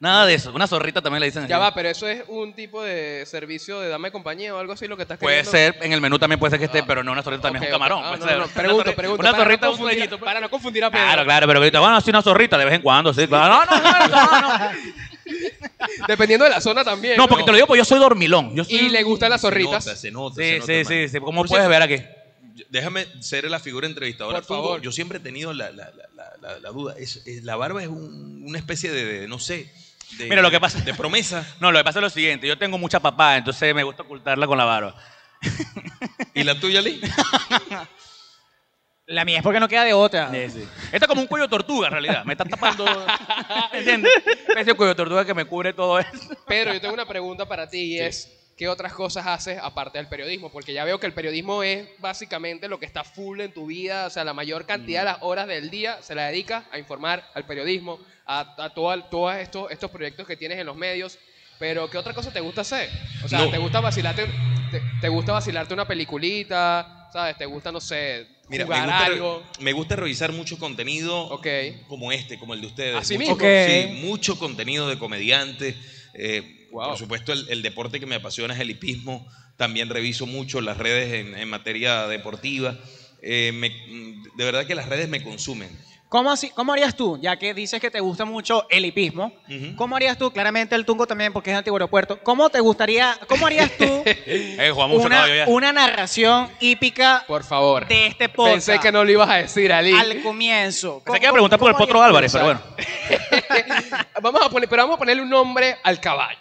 Speaker 2: Nada de eso. Una zorrita también le dicen.
Speaker 1: Ya
Speaker 2: aquí.
Speaker 1: va, pero eso es un tipo de servicio de dame compañía o algo así lo que estás
Speaker 2: Puede
Speaker 1: queriendo.
Speaker 2: ser, en el menú también puede ser que esté,
Speaker 1: Ah.
Speaker 2: pero no una zorrita también
Speaker 1: Ok,
Speaker 2: es un
Speaker 1: ok.
Speaker 2: camarón.
Speaker 1: Ah,
Speaker 2: puede
Speaker 1: no,
Speaker 2: ser.
Speaker 1: no, no,
Speaker 2: Una
Speaker 1: Pregunto,
Speaker 2: zorri-
Speaker 1: pregunto.
Speaker 2: Una
Speaker 1: para
Speaker 2: zorrita
Speaker 1: no
Speaker 2: o un
Speaker 1: confundir-
Speaker 2: sueñito.
Speaker 1: Para no confundir a Pedro.
Speaker 2: Claro, claro, pero ahorita, bueno, sí, una zorrita de vez en cuando, sí, claro. No, no, *laughs* no, no, no, no.
Speaker 1: Dependiendo de la zona también.
Speaker 2: No, porque te lo digo, porque yo soy dormilón. Yo soy-
Speaker 1: Y le gustan las
Speaker 7: Se nota,
Speaker 1: zorritas.
Speaker 7: se nota, se
Speaker 2: Sí,
Speaker 7: nota,
Speaker 2: sí,
Speaker 7: hermano.
Speaker 2: sí, sí. ¿Cómo
Speaker 7: Por
Speaker 2: puedes
Speaker 7: cierto,
Speaker 2: ver aquí?
Speaker 7: Yo- Déjame ser la figura entrevistadora.
Speaker 1: Por favor.
Speaker 7: Yo siempre he tenido la, la- la- la- la- la duda. Es, es- la barba es un- una especie de, de- no sé, de,
Speaker 2: Mira, lo que pasa-
Speaker 7: de promesa.
Speaker 2: No, lo que pasa es lo siguiente. Yo tengo mucha papá, entonces me gusta ocultarla con la barba.
Speaker 7: ¿Y la tuya,
Speaker 1: *laughs*
Speaker 7: Lee?
Speaker 3: La mía es porque no queda de otra.
Speaker 2: Esto es como un cuello de tortuga, en realidad. Me está tapando. ¿Entiendes? Ese cuello de tortuga que me cubre todo eso.
Speaker 1: Pedro, yo tengo una pregunta para ti y es, ¿qué otras cosas haces aparte del periodismo? Porque ya veo que el periodismo es básicamente lo que está full en tu vida, o sea, la mayor cantidad de las
Speaker 7: Mm.
Speaker 1: horas del día se la dedicas a informar al periodismo, a, a toda- todos estos, estos proyectos que tienes en los medios. Pero, ¿qué otra cosa te gusta hacer? O sea,
Speaker 7: No.
Speaker 1: ¿te gusta vacilarte te, te gusta vacilarte una peliculita? ¿Sabes? ¿Te gusta, no sé,
Speaker 7: Mira, me
Speaker 1: jugar
Speaker 7: gusta,
Speaker 1: algo?
Speaker 7: me gusta revisar mucho contenido
Speaker 1: Ok.
Speaker 7: como este, como el de ustedes.
Speaker 1: Así
Speaker 7: mucho,
Speaker 1: mismo.
Speaker 7: Sí, mucho contenido de comediantes. eh,
Speaker 1: Wow.
Speaker 7: Por supuesto, el, el deporte que me apasiona es el hipismo. También reviso mucho las redes en, en materia deportiva. Eh, me- de verdad que las redes me consumen.
Speaker 3: ¿Cómo, así- ¿Cómo harías tú, ya que dices que te gusta mucho el hipismo?
Speaker 7: Ujú.
Speaker 3: ¿Cómo harías tú, claramente el tungo también porque es antiguo aeropuerto, ¿cómo te gustaría, cómo harías tú
Speaker 2: Eh, jugamos mucho caballo
Speaker 3: una,
Speaker 2: ya.
Speaker 3: una narración hípica
Speaker 1: Por favor.
Speaker 3: de este podcast?
Speaker 1: Pensé que no lo ibas a decir, Ali.
Speaker 3: Al comienzo.
Speaker 2: Pensé que iba a preguntar por el
Speaker 3: ¿Cómo
Speaker 2: Potro
Speaker 3: harías tú?
Speaker 2: Álvarez, pero bueno.
Speaker 1: vamos a poner, pero vamos a ponerle un nombre al caballo.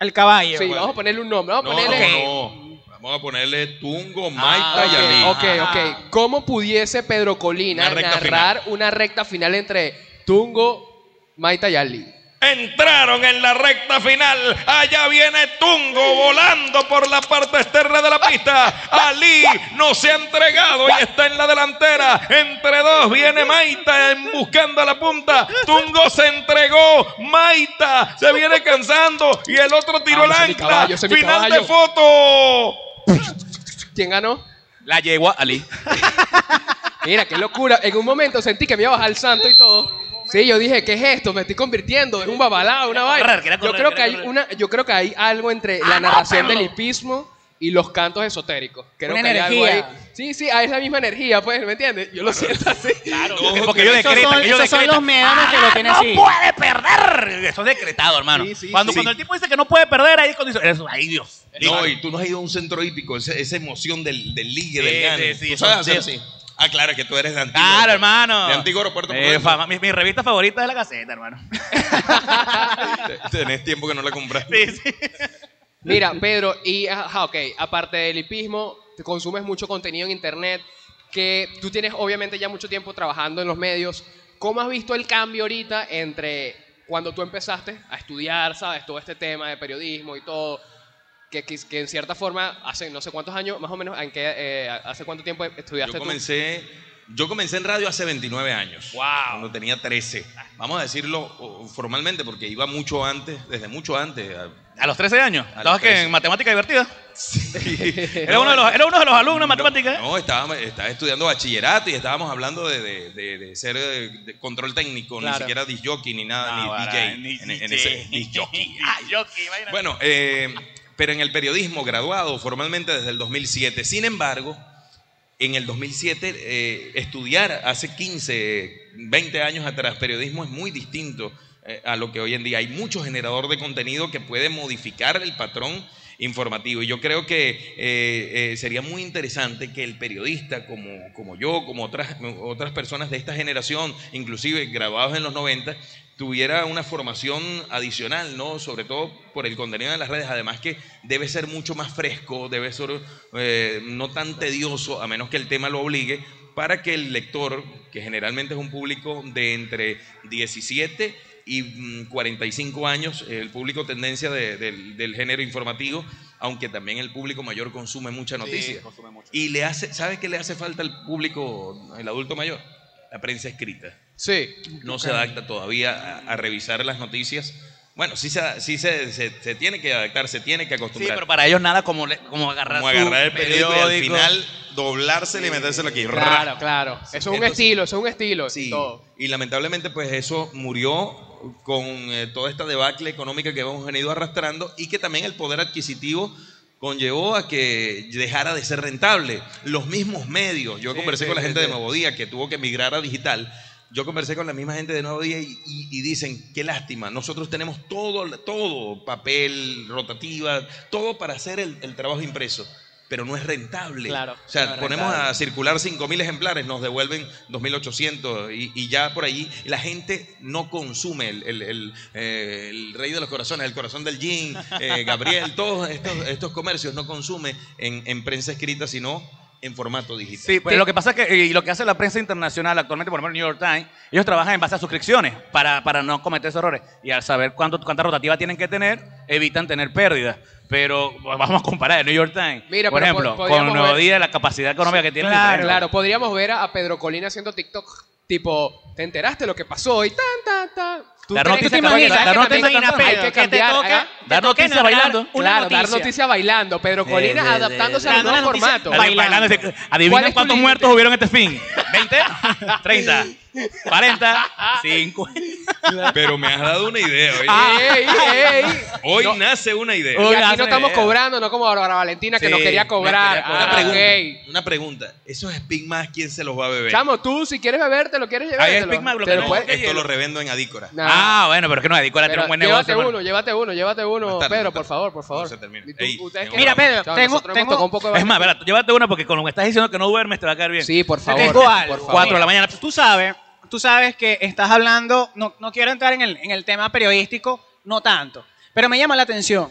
Speaker 3: El caballo.
Speaker 1: Sí, vamos a ponerle un nombre. Vamos a
Speaker 7: No,
Speaker 1: ponerle.
Speaker 7: no, no. Vamos a ponerle Tungo, Maita
Speaker 2: Ah,
Speaker 7: y Ali.
Speaker 1: Ok, ok. ¿Cómo pudiese Pedro Colina
Speaker 7: Una recta
Speaker 1: narrar una recta final entre Tungo, Maita y Ali?
Speaker 7: Entraron en la recta final. Allá viene Tungo volando por la parte externa de la pista. Ali no se ha entregado y está en la delantera. Entre dos viene Maita en- buscando la punta. Tungo se entregó. Maita se viene cansando y el otro tiró
Speaker 1: Ah,
Speaker 7: el
Speaker 1: ese es mi
Speaker 7: ancla.
Speaker 1: caballo, ese es mi
Speaker 7: Final de
Speaker 1: caballo.
Speaker 7: foto.
Speaker 1: ¿Quién ganó?
Speaker 2: La yegua, Ali.
Speaker 1: *laughs* Mira, qué locura. En un momento sentí que me iba a bajar el santo y todo. Sí, yo dije, ¿qué es esto? Me estoy convirtiendo en un babalao, una vaina.
Speaker 2: correr, quería correr,
Speaker 1: yo creo que
Speaker 2: quería
Speaker 1: hay
Speaker 2: correr.
Speaker 1: una, yo creo que hay algo entre la narración del hipismo y los cantos esotéricos. Creo
Speaker 5: Una
Speaker 1: que hay algo
Speaker 5: energía.
Speaker 1: ahí. Sí, sí, es la misma energía, pues, ¿me entiendes? Yo lo siento así.
Speaker 2: Claro, porque, porque ellos
Speaker 5: Esos
Speaker 2: decretan.
Speaker 5: son,
Speaker 2: ellos
Speaker 5: esos son
Speaker 2: decretan.
Speaker 5: los médanos que lo tienen
Speaker 2: ¡No
Speaker 5: así.
Speaker 2: puede perder! Eso es decretado, hermano.
Speaker 1: Sí, sí,
Speaker 2: cuando,
Speaker 1: sí.
Speaker 2: cuando el tipo dice que no puede perder, ahí es cuando dice, eso, ay Dios.
Speaker 7: No, y tú no has ido a un centro hípico, ese- esa emoción del, del ligue,
Speaker 2: Sí,
Speaker 7: del gane.
Speaker 2: sí, sí,
Speaker 7: Tú sabes
Speaker 2: eso,
Speaker 7: hacer
Speaker 2: sí.
Speaker 7: así. Ah, claro, que tú eres de antiguo.
Speaker 2: Claro, hermano.
Speaker 7: De antiguo aeropuerto.
Speaker 2: Eh,
Speaker 7: Puerto Rico.
Speaker 2: fama- mi, mi revista favorita es La Gaceta, hermano.
Speaker 7: Te- *laughs* Tenés tiempo que no la compraste.
Speaker 2: Sí, sí.
Speaker 1: Mira, Pedro, y ajá, ok, aparte del hipismo, te consumes mucho contenido en internet, que tú tienes obviamente ya mucho tiempo trabajando en los medios. ¿Cómo has visto el cambio ahorita entre cuando tú empezaste a estudiar, sabes, todo este tema de periodismo y todo? Que, que, que en cierta forma, hace no sé cuántos años, más o menos, ¿en qué, eh, ¿hace cuánto tiempo estudiaste
Speaker 7: Yo comencé, yo comencé en radio hace 29 años. Wow. Cuando tenía 13. Vamos a decirlo o- formalmente porque iba mucho antes, desde mucho antes. a-
Speaker 2: A los 13 años.
Speaker 7: A
Speaker 2: ¿Estabas
Speaker 7: los
Speaker 2: que
Speaker 7: 13.
Speaker 2: en matemática divertida? *laughs* Era, uno de los, era uno de los alumnos en matemática. ¿eh?
Speaker 7: No, estaba, estaba estudiando bachillerato y estábamos hablando de, de- de- de ser eh, de control técnico, ni
Speaker 1: Claro.
Speaker 7: siquiera disjockey ni nada, ni
Speaker 2: para-
Speaker 7: DJ.
Speaker 2: ni
Speaker 7: en- en
Speaker 2: DJ.
Speaker 7: ese-
Speaker 2: *laughs*
Speaker 7: disjockey.
Speaker 2: Ah, jockey, vaina.
Speaker 7: Bueno, eh, pero en el periodismo graduado formalmente desde el 2007. Sin embargo, en el 2007 eh, estudiar hace 15, 20 años atrás periodismo es muy distinto eh, a lo que hoy en día. Hay mucho generador de contenido que puede modificar el patrón informativo y yo creo que eh, eh, sería muy interesante que el periodista como, como yo, como otras, otras personas de esta generación, inclusive graduados en los 90, tuviera una formación adicional, ¿no? Sobre todo por el contenido de las redes, además que debe ser mucho más fresco, debe ser eh, no tan tedioso, a menos que el tema lo obligue, para que el lector, que generalmente es un público de entre 17 y mm, 45 años, el público tendencia de- del, del género informativo, aunque también el público mayor consume mucha noticia. Y le hace, ¿sabes qué le hace falta al público, el adulto mayor? La prensa escrita
Speaker 1: Sí.
Speaker 7: no se adapta todavía a, a revisar las noticias. Bueno, sí, se, sí se, se- se tiene que adaptar, se tiene que
Speaker 2: Sí,
Speaker 7: acostumbrar.
Speaker 2: pero para ellos nada como, le- como agarrar,
Speaker 7: como
Speaker 2: su
Speaker 7: agarrar el periódico, y al final doblárselo y metérselo aquí.
Speaker 1: Claro, claro. Eso es un
Speaker 7: Entonces-
Speaker 1: estilo, eso es un estilo.
Speaker 7: Sí,
Speaker 1: todo.
Speaker 7: y lamentablemente pues eso murió con eh, toda esta debacle económica que hemos venido arrastrando y que también el poder adquisitivo conllevó a que dejara de ser rentable. Los mismos medios, yo conversé con la gente de Nuevo Día que tuvo que emigrar a digital, yo conversé con la misma gente de Nuevo Día y, y- y dicen, qué lástima, nosotros tenemos todo, todo papel, rotativa, todo para hacer el, el trabajo impreso, pero no es rentable.
Speaker 5: Claro,
Speaker 7: o sea,
Speaker 5: no es
Speaker 7: ponemos
Speaker 5: rentable.
Speaker 7: a a circular 5.000 ejemplares, nos devuelven 2.800 y, y ya por allí la gente no consume el, el- el, eh, el rey de los corazones, el corazón del jean, eh, Gabriel, todos estos, estos comercios no consume en, en prensa escrita, sino en formato digital.
Speaker 2: Sí, pero lo que pasa es que y lo que hace la prensa internacional actualmente, por ejemplo, el New York Times, ellos trabajan en base a suscripciones para, para no cometer esos errores. Y al saber cuánto, cuánta rotativa tienen que tener, evitan tener pérdidas. Pero bueno, vamos a comparar el New York Times,
Speaker 1: Mira,
Speaker 2: por
Speaker 1: pero
Speaker 2: ejemplo,
Speaker 1: po-
Speaker 2: con
Speaker 1: podríamos
Speaker 2: Nuevo
Speaker 1: ver-
Speaker 2: Día, la capacidad económica que tienen. de
Speaker 1: Claro,
Speaker 2: tener.
Speaker 1: claro. Podríamos ver a, a Pedro Colina haciendo TikTok, tipo, ¿te enteraste lo que pasó hoy? Tan, tan, tan. ¿Tú
Speaker 2: Dar
Speaker 1: crees que
Speaker 2: noticias
Speaker 1: te imaginas ¿eh?
Speaker 2: cantando, dar
Speaker 1: que
Speaker 2: noticias
Speaker 1: también
Speaker 2: cantando.
Speaker 1: hay que
Speaker 5: Pedro, que te
Speaker 1: cambiar,
Speaker 5: toca-
Speaker 1: ¿ah?
Speaker 5: te
Speaker 2: Dar
Speaker 5: toca
Speaker 2: noticias
Speaker 5: narrar
Speaker 2: bailando.
Speaker 5: una
Speaker 1: Claro, dar
Speaker 5: noticia.
Speaker 1: noticias bailando. Pedro Colina
Speaker 2: de- de-
Speaker 1: adaptándose
Speaker 5: de-
Speaker 1: al nuevo
Speaker 5: dando la noticia
Speaker 1: formato.
Speaker 2: Alguien
Speaker 5: Bailando.
Speaker 2: bailando. Adivinen
Speaker 1: ¿Cuál es tu
Speaker 2: cuántos
Speaker 1: límite?
Speaker 2: muertos hubieron este fin.
Speaker 1: *laughs*
Speaker 2: ¿20? 30, 40, 50.
Speaker 7: Pero me has dado una idea. Hoy,
Speaker 1: ¡Ey, *laughs* ey!
Speaker 7: hoy nace una idea.
Speaker 1: Y
Speaker 2: Hola,
Speaker 1: aquí no estamos
Speaker 2: Andrea.
Speaker 1: cobrando, no como Bárbara Valentina Oh, que
Speaker 2: Sí,
Speaker 1: nos quería
Speaker 2: me
Speaker 1: cobrar.
Speaker 2: quería
Speaker 1: Ah,
Speaker 7: Una pregunta,
Speaker 1: ok.
Speaker 7: una pregunta. ¿Esos Speak más quién se los va a beber?
Speaker 1: Chamo, tú si quieres beberte, lo quieres llevar.
Speaker 2: Ahí es Big Mac, lo que
Speaker 1: Te lo
Speaker 2: no-
Speaker 1: puedes-
Speaker 2: ¿qué
Speaker 7: Esto
Speaker 2: hielo?
Speaker 7: lo revendo en Adícora.
Speaker 1: Nah,
Speaker 2: Ah, bueno, pero es que no, Adicora tiene
Speaker 1: pero
Speaker 2: un buen
Speaker 1: llévate
Speaker 2: negocio.
Speaker 1: uno,
Speaker 2: hermano.
Speaker 1: llévate uno, llévate uno,
Speaker 7: Más tarde,
Speaker 1: Pedro,
Speaker 7: más
Speaker 1: por
Speaker 7: tarde.
Speaker 1: favor, por favor.
Speaker 7: No se termina.
Speaker 1: ¿Y tú-
Speaker 7: Ey,
Speaker 1: ustedes
Speaker 7: ey,
Speaker 1: qué?
Speaker 5: Mira, Pedro,
Speaker 1: Chamo,
Speaker 5: tengo-
Speaker 1: nosotros hemos
Speaker 5: tengo-
Speaker 1: tocado un poco de
Speaker 2: Es más, espera, llévate uno porque con lo que estás diciendo que no duermes te va a caer bien.
Speaker 1: Sí, por
Speaker 5: Te
Speaker 1: favor.
Speaker 5: tengo algo.
Speaker 1: por favor.
Speaker 2: Cuatro de la mañana.
Speaker 5: Tú sabes, tú sabes que estás hablando, no, no quiero entrar en el, en el tema periodístico, no tanto, pero me llama la atención.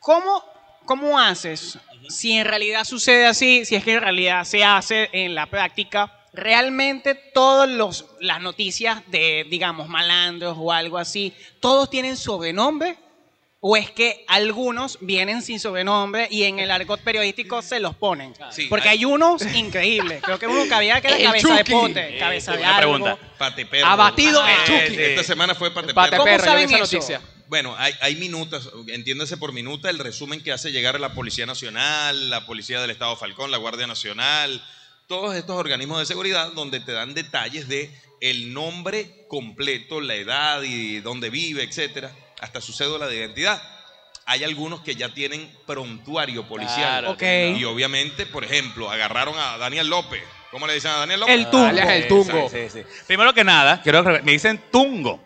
Speaker 5: ¿Cómo, cómo haces
Speaker 3: si en realidad sucede así, si es que en realidad se hace en la práctica, realmente todas las noticias de, digamos, malandros o algo así, ¿todos tienen sobrenombre? ¿O es que algunos vienen sin sobrenombre y en el argot periodístico se los ponen?
Speaker 7: Sí,
Speaker 3: Porque
Speaker 7: hay-
Speaker 3: hay unos increíbles. Creo que uno que había que era cabeza de pote, cabeza de
Speaker 2: buena
Speaker 3: algo.
Speaker 2: Eh, pregunta.
Speaker 7: Pate perro.
Speaker 3: Abatido el
Speaker 7: Eh,
Speaker 3: Chucky.
Speaker 7: Esta semana fue Pate
Speaker 1: Pate
Speaker 7: perro.
Speaker 3: ¿Cómo
Speaker 1: perro, yo vi
Speaker 3: saben
Speaker 1: esa
Speaker 3: eso?
Speaker 1: noticia.
Speaker 7: Bueno, hay, hay minutas, entiéndase por minuta el resumen que hace llegar la Policía Nacional, la Policía del Estado Falcón, la Guardia Nacional, todos estos organismos de seguridad donde te dan detalles de el nombre completo, la edad y dónde vive, etcétera, hasta su cédula de identidad. Hay algunos que ya tienen prontuario policial.
Speaker 2: Claro,
Speaker 3: Ok.
Speaker 7: Y obviamente, por ejemplo, agarraron a Daniel López. ¿Cómo le dicen a Daniel López?
Speaker 3: El tungo.
Speaker 1: Alias el tungo.
Speaker 2: Sí, sí, sí. Primero que nada, quiero re- me dicen tungo.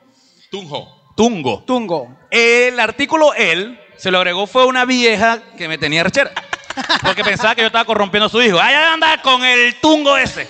Speaker 7: Tunjo.
Speaker 2: Tungo.
Speaker 3: Tungo.
Speaker 2: El artículo él se lo agregó fue una vieja que me tenía rechera. Porque pensaba que yo estaba corrompiendo a su hijo. Allá anda con el tungo ese.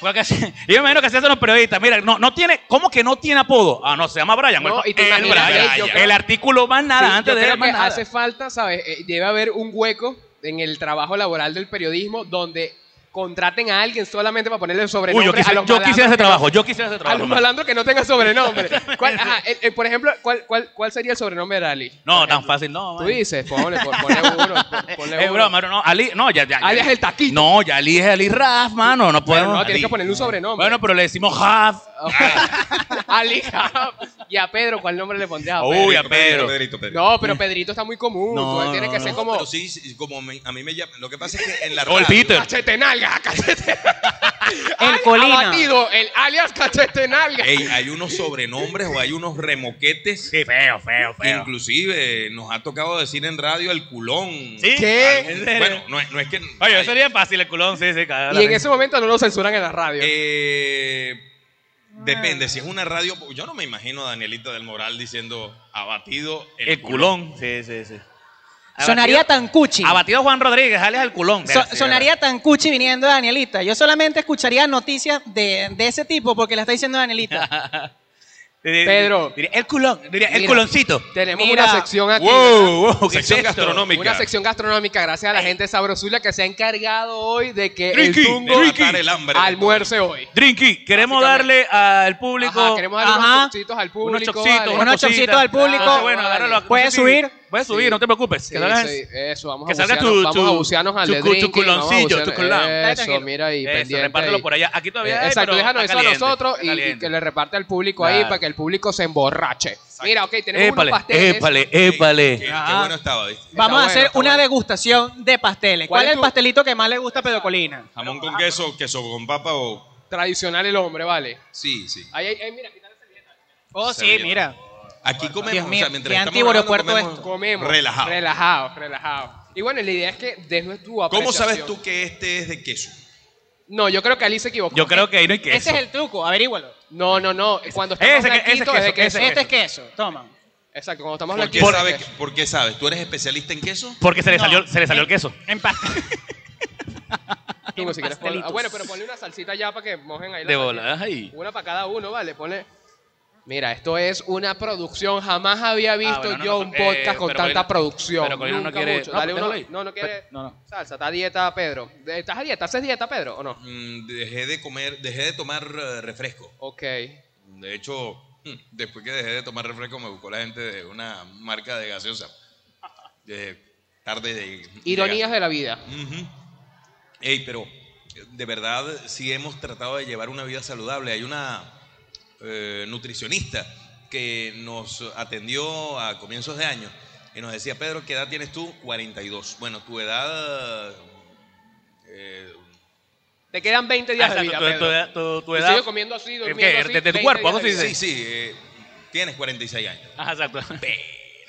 Speaker 2: Porque así- y yo me imagino que así hacen los periodistas. Mira, no, no tiene, ¿cómo que no tiene apodo? Ah, no, se llama Brian.
Speaker 1: No,
Speaker 2: Bueno,
Speaker 1: y te
Speaker 2: el,
Speaker 1: imaginas,
Speaker 2: Brian.
Speaker 1: eh, yo creo-
Speaker 2: El artículo más nada
Speaker 1: Sí,
Speaker 2: antes
Speaker 1: yo
Speaker 2: de
Speaker 1: creo
Speaker 2: él, más
Speaker 1: que
Speaker 2: nada.
Speaker 1: hace falta, ¿sabes? Eh, debe haber un hueco en el trabajo laboral del periodismo donde contraten a alguien solamente para ponerle
Speaker 2: Uy,
Speaker 1: sobrenombre
Speaker 2: yo
Speaker 1: a
Speaker 2: quisiera,
Speaker 1: los
Speaker 2: yo
Speaker 1: malandros
Speaker 2: quisiera ese
Speaker 1: que no-
Speaker 2: trabajo, yo quisiera ese
Speaker 1: a
Speaker 2: trabajo.
Speaker 1: los malandros que no tengan
Speaker 2: *laughs*
Speaker 1: sobrenombre. ¿Cuál- ajá, eh, eh, por ejemplo, ¿cuál, cuál, ¿cuál sería el sobrenombre de Ali?
Speaker 2: No, tan fácil, no.
Speaker 1: Tú
Speaker 2: man.
Speaker 1: dices, ponle, pon- ponle uno.
Speaker 2: *laughs*
Speaker 1: pon- ponle
Speaker 2: Es
Speaker 1: uno.
Speaker 2: broma, no, no, Ali, no, ya, ya. ya.
Speaker 1: Ali es el taquito.
Speaker 2: No, ya Ali es Ali Raf, mano, no
Speaker 1: Pero
Speaker 2: podemos.
Speaker 1: no, tienes
Speaker 7: Ali.
Speaker 1: que ponerle un sobrenombre.
Speaker 2: Bueno, pues, pero le decimos Raf.
Speaker 1: Ah,
Speaker 2: *laughs*
Speaker 1: Ali *laughs* Hub. Y a Pedro, ¿cuál nombre le pondrías a Pedro?
Speaker 2: Uy, a Pedro.
Speaker 7: Pedrito, Pedrito.
Speaker 1: No, pero Pedrito está muy común.
Speaker 2: Oh. No,
Speaker 1: Tú tienes
Speaker 2: no,
Speaker 1: que
Speaker 2: no.
Speaker 1: ser
Speaker 7: No,
Speaker 1: como
Speaker 7: pero sí, sí, como me- a mí me llaman. Lo que pasa es que en la
Speaker 2: O
Speaker 1: ah,
Speaker 2: el
Speaker 7: radio-
Speaker 2: Peter.
Speaker 1: cachete nalga, cachete.
Speaker 3: El *laughs*
Speaker 1: Al-
Speaker 3: Colina.
Speaker 1: abatido, el alias cachete nalga.
Speaker 7: Ey, hay unos sobrenombres o hay unos remoquetes.
Speaker 2: Sí, feo, feo,
Speaker 7: que
Speaker 2: feo.
Speaker 7: Inclusive nos ha tocado decir en radio el culón.
Speaker 2: ¿Sí?
Speaker 1: ¿Qué?
Speaker 2: ¿En serio?
Speaker 7: Bueno, no es, no es que.
Speaker 2: Oye,
Speaker 7: ay,
Speaker 2: eso sería fácil el culón, sí, sí, cada
Speaker 1: Y en ese momento no lo censuran en la radio.
Speaker 7: eh, depende, si es una radio. Yo no me imagino a Danielita del Moral diciendo abatido el,
Speaker 2: El culón. Sí, sí, sí.
Speaker 3: Sonaría tan cuchi.
Speaker 2: Abatido Juan Rodríguez, alias el culón.
Speaker 3: So- sonaría tan cuchi viniendo de Danielita. Yo solamente escucharía noticias de, de ese tipo porque la está diciendo Danielita.
Speaker 1: Pedro.
Speaker 2: Diría, el culón. Diría, el
Speaker 1: Mira.
Speaker 2: culoncito.
Speaker 1: Tenemos
Speaker 3: Mira.
Speaker 1: una sección aquí. ¿verdad?
Speaker 2: Wow, wow, ¿qué
Speaker 7: Sección
Speaker 2: es esto?
Speaker 7: gastronómica. Eh.
Speaker 1: Una sección gastronómica, gracias a la gente de Sabrosula que se ha encargado hoy de que
Speaker 2: Ricky,
Speaker 1: el tungo
Speaker 7: Ricky. matar el hambre.
Speaker 1: almuerce hoy.
Speaker 2: Drinky, queremos darle
Speaker 1: Básicamente.
Speaker 2: al público.
Speaker 1: Ajá, queremos darle
Speaker 3: Ajá.
Speaker 1: unos chocitos al público.
Speaker 2: unos chocitos,
Speaker 1: vale.
Speaker 2: unas
Speaker 3: Unos
Speaker 2: cositas.
Speaker 3: chocitos al público.
Speaker 2: Entonces, bueno, agárralo. No
Speaker 3: ¿Puedes
Speaker 2: sé si-
Speaker 3: subir?
Speaker 2: Puedes subir,
Speaker 1: Sí.
Speaker 2: no te preocupes.
Speaker 1: Sí,
Speaker 2: que salgas-
Speaker 1: sí, eso, vamos a
Speaker 2: que salga
Speaker 1: bucearnos,
Speaker 2: tu-
Speaker 1: vamos a
Speaker 2: tu-
Speaker 1: bucearnos al
Speaker 2: tu
Speaker 1: de
Speaker 2: cu- tu
Speaker 1: drinking, vamos a
Speaker 2: culoncillo, tu
Speaker 1: bucearnos-
Speaker 2: culón. Dale,
Speaker 1: Eso, mira ahí,
Speaker 2: Eso,
Speaker 1: pendiente.
Speaker 2: repártelo
Speaker 1: ahí.
Speaker 2: por allá. Aquí todavía
Speaker 1: Eh,
Speaker 2: hay,
Speaker 1: Exacto,
Speaker 2: pero
Speaker 1: déjanos
Speaker 2: está
Speaker 1: eso a
Speaker 2: caliente,
Speaker 1: nosotros
Speaker 2: está
Speaker 1: y- y,
Speaker 2: caliente.
Speaker 1: que le reparte al público ahí
Speaker 2: Claro.
Speaker 1: para que el público se emborrache. Mira, ok, tenemos
Speaker 2: Épale,
Speaker 1: unos pasteles.
Speaker 2: épale,
Speaker 7: Ey,
Speaker 2: épale.
Speaker 7: Qué, qué bueno estaba, ¿viste?
Speaker 3: Vamos a
Speaker 1: bueno,
Speaker 3: hacer
Speaker 1: está
Speaker 3: una
Speaker 1: bueno.
Speaker 3: degustación de pasteles.
Speaker 1: ¿Cuál
Speaker 3: ¿Cuál,
Speaker 1: es
Speaker 3: es el
Speaker 1: tu-
Speaker 3: pastelito que más le gusta a Pedro Colina?
Speaker 7: Jamón
Speaker 2: ah,
Speaker 7: con queso, queso con papa o.
Speaker 1: Tradicional el hombre, vale.
Speaker 7: Sí, sí.
Speaker 1: Ahí, ahí, ahí, mira, quítale esa servilleta.
Speaker 3: Oh,
Speaker 7: sí, Servieta.
Speaker 3: sí, mira.
Speaker 7: Aquí comemos,
Speaker 3: Dios mío,
Speaker 7: o sea, mientras
Speaker 3: qué
Speaker 7: estamos
Speaker 3: antiguo
Speaker 7: grabando,
Speaker 3: aeropuerto
Speaker 7: comemos
Speaker 1: Comemos.
Speaker 7: Relajado.
Speaker 1: Relajado, relajado. Y bueno, la idea es que desde tu
Speaker 7: ¿Cómo
Speaker 1: apreciación-
Speaker 7: sabes tú que este es de queso?
Speaker 1: No, yo creo que Ali se equivocó.
Speaker 2: Yo creo que ahí no hay queso.
Speaker 3: Ese es el truco, averígualo.
Speaker 1: No, no, no. Cuando estamos
Speaker 2: ese que- ese
Speaker 1: blanquitos es de
Speaker 2: queso, ese
Speaker 1: queso.
Speaker 3: Este es queso, toma.
Speaker 1: Exacto, cuando estamos
Speaker 7: ¿Por qué,
Speaker 1: blanquitos.
Speaker 7: sabes, que- ¿Por qué sabes? ¿Tú eres especialista en queso?
Speaker 2: Porque se le
Speaker 3: No.
Speaker 2: salió, se le salió el queso.
Speaker 3: En *laughs* pastel.
Speaker 1: Tú, si quieres, pon-
Speaker 3: pastelitos.
Speaker 1: ah, bueno, pero ponle una salsita ya para que mojen ahí. la
Speaker 2: De
Speaker 1: salsita.
Speaker 2: bola. ay.
Speaker 1: Una para cada uno, vale, ponle. Mira, esto es una producción. Jamás había visto
Speaker 2: Ah, bueno, no,
Speaker 1: yo
Speaker 2: no,
Speaker 1: un
Speaker 2: eh,
Speaker 1: podcast con
Speaker 2: pero
Speaker 1: tanta
Speaker 2: Corina-
Speaker 1: producción.
Speaker 2: pero Corina no
Speaker 1: Nunca
Speaker 2: quiere-
Speaker 1: mucho.
Speaker 2: no,
Speaker 1: Dale uno-
Speaker 2: déjalo
Speaker 1: no,
Speaker 2: ahí.
Speaker 1: no, quiere.
Speaker 2: No, no.
Speaker 1: Salsa, está a dieta, Pedro. Eh, ¿Estás a dieta? ¿Haces dieta, Pedro? ¿O no?
Speaker 7: Mm, Dejé de comer, dejé de tomar eh, refresco.
Speaker 1: Ok.
Speaker 7: De hecho, hmm, después que dejé de tomar refresco, me buscó la gente de una marca de gaseosa. De tarde de.
Speaker 1: Ironías de la vida.
Speaker 7: Ujú. Ey, pero eh, de verdad sí hemos tratado de llevar una vida saludable. Hay una eh, nutricionista que nos atendió a comienzos de año y nos decía, Pedro, ¿qué edad tienes tú? 42. Bueno, tu edad... eh,
Speaker 1: Te quedan 20 días de vida,
Speaker 2: Exacto, Ah, tu-
Speaker 1: Pedro.
Speaker 2: tu- tu- tu
Speaker 1: Y
Speaker 2: edad-
Speaker 1: sigo comiendo así,
Speaker 2: ¿El
Speaker 1: durmiendo
Speaker 2: qué?
Speaker 1: así,
Speaker 2: ¿De- de tu
Speaker 1: 20
Speaker 2: cuerpo?
Speaker 1: días
Speaker 2: ¿Algo
Speaker 1: de
Speaker 2: así
Speaker 1: vida.
Speaker 2: dice?
Speaker 7: sí, sí, eh, tienes 46 años.
Speaker 2: Ajá, Ah, exacto.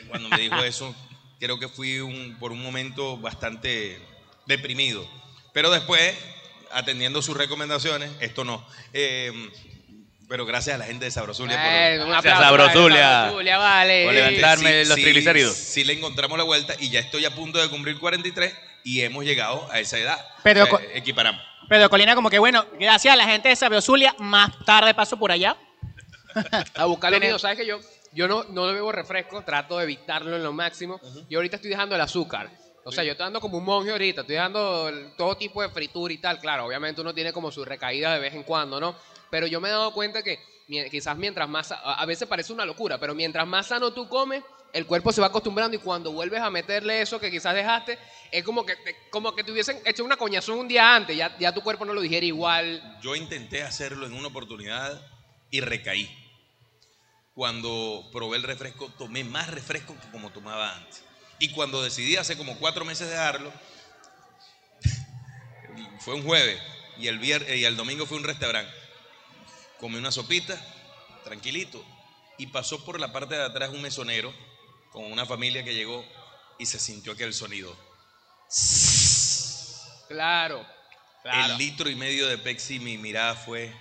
Speaker 7: Cuando me dijo eso, creo que fui un- por un momento bastante deprimido. Pero después, atendiendo sus recomendaciones, esto no. Eh, pero gracias a la gente de Sabrosulia
Speaker 2: pues.
Speaker 1: Eh,
Speaker 7: por,
Speaker 1: un
Speaker 2: Gracias,
Speaker 1: aplauso para
Speaker 2: Sabrosulia.
Speaker 1: Sabrosulia, vale.
Speaker 2: Por levantarme los triglicéridos.
Speaker 7: Sí, le encontramos la vuelta y ya estoy a punto de cumplir 43 y hemos llegado a esa edad.
Speaker 3: Pero
Speaker 7: O sea,
Speaker 3: co-
Speaker 7: equiparamos.
Speaker 3: Pedro Colina como que, bueno, gracias a la gente de Sabiozulia, más tarde paso por allá.
Speaker 1: a buscar los míos. Sabes que yo, yo no, no bebo refresco, trato de evitarlo en lo máximo. Yo ahorita estoy dejando el azúcar. O sea, yo estoy dando como un monje ahorita, estoy dando el- todo tipo de fritura y tal. Claro, obviamente uno tiene como sus recaídas de vez en cuando, ¿no? Pero yo me he dado cuenta que mi- quizás mientras más, sa- a a veces parece una locura, pero mientras más sano tú comes, el cuerpo se va acostumbrando y cuando vuelves a meterle eso que quizás dejaste, es como que te, como que te hubiesen hecho una coñazón un día antes, ya, ya tu cuerpo no lo digiere igual.
Speaker 7: Yo intenté hacerlo en una oportunidad y recaí. Cuando probé el refresco, tomé más refresco que como tomaba antes. Y cuando decidí hace como cuatro meses dejarlo, *laughs* fue un jueves y el, vier- eh, y el domingo fue un restaurante. Comí una sopita, tranquilito, y pasó por la parte de atrás un mesonero con una familia que llegó y se sintió aquel sonido.
Speaker 1: Claro.
Speaker 7: El litro y medio de Pepsi, mi mirada fue...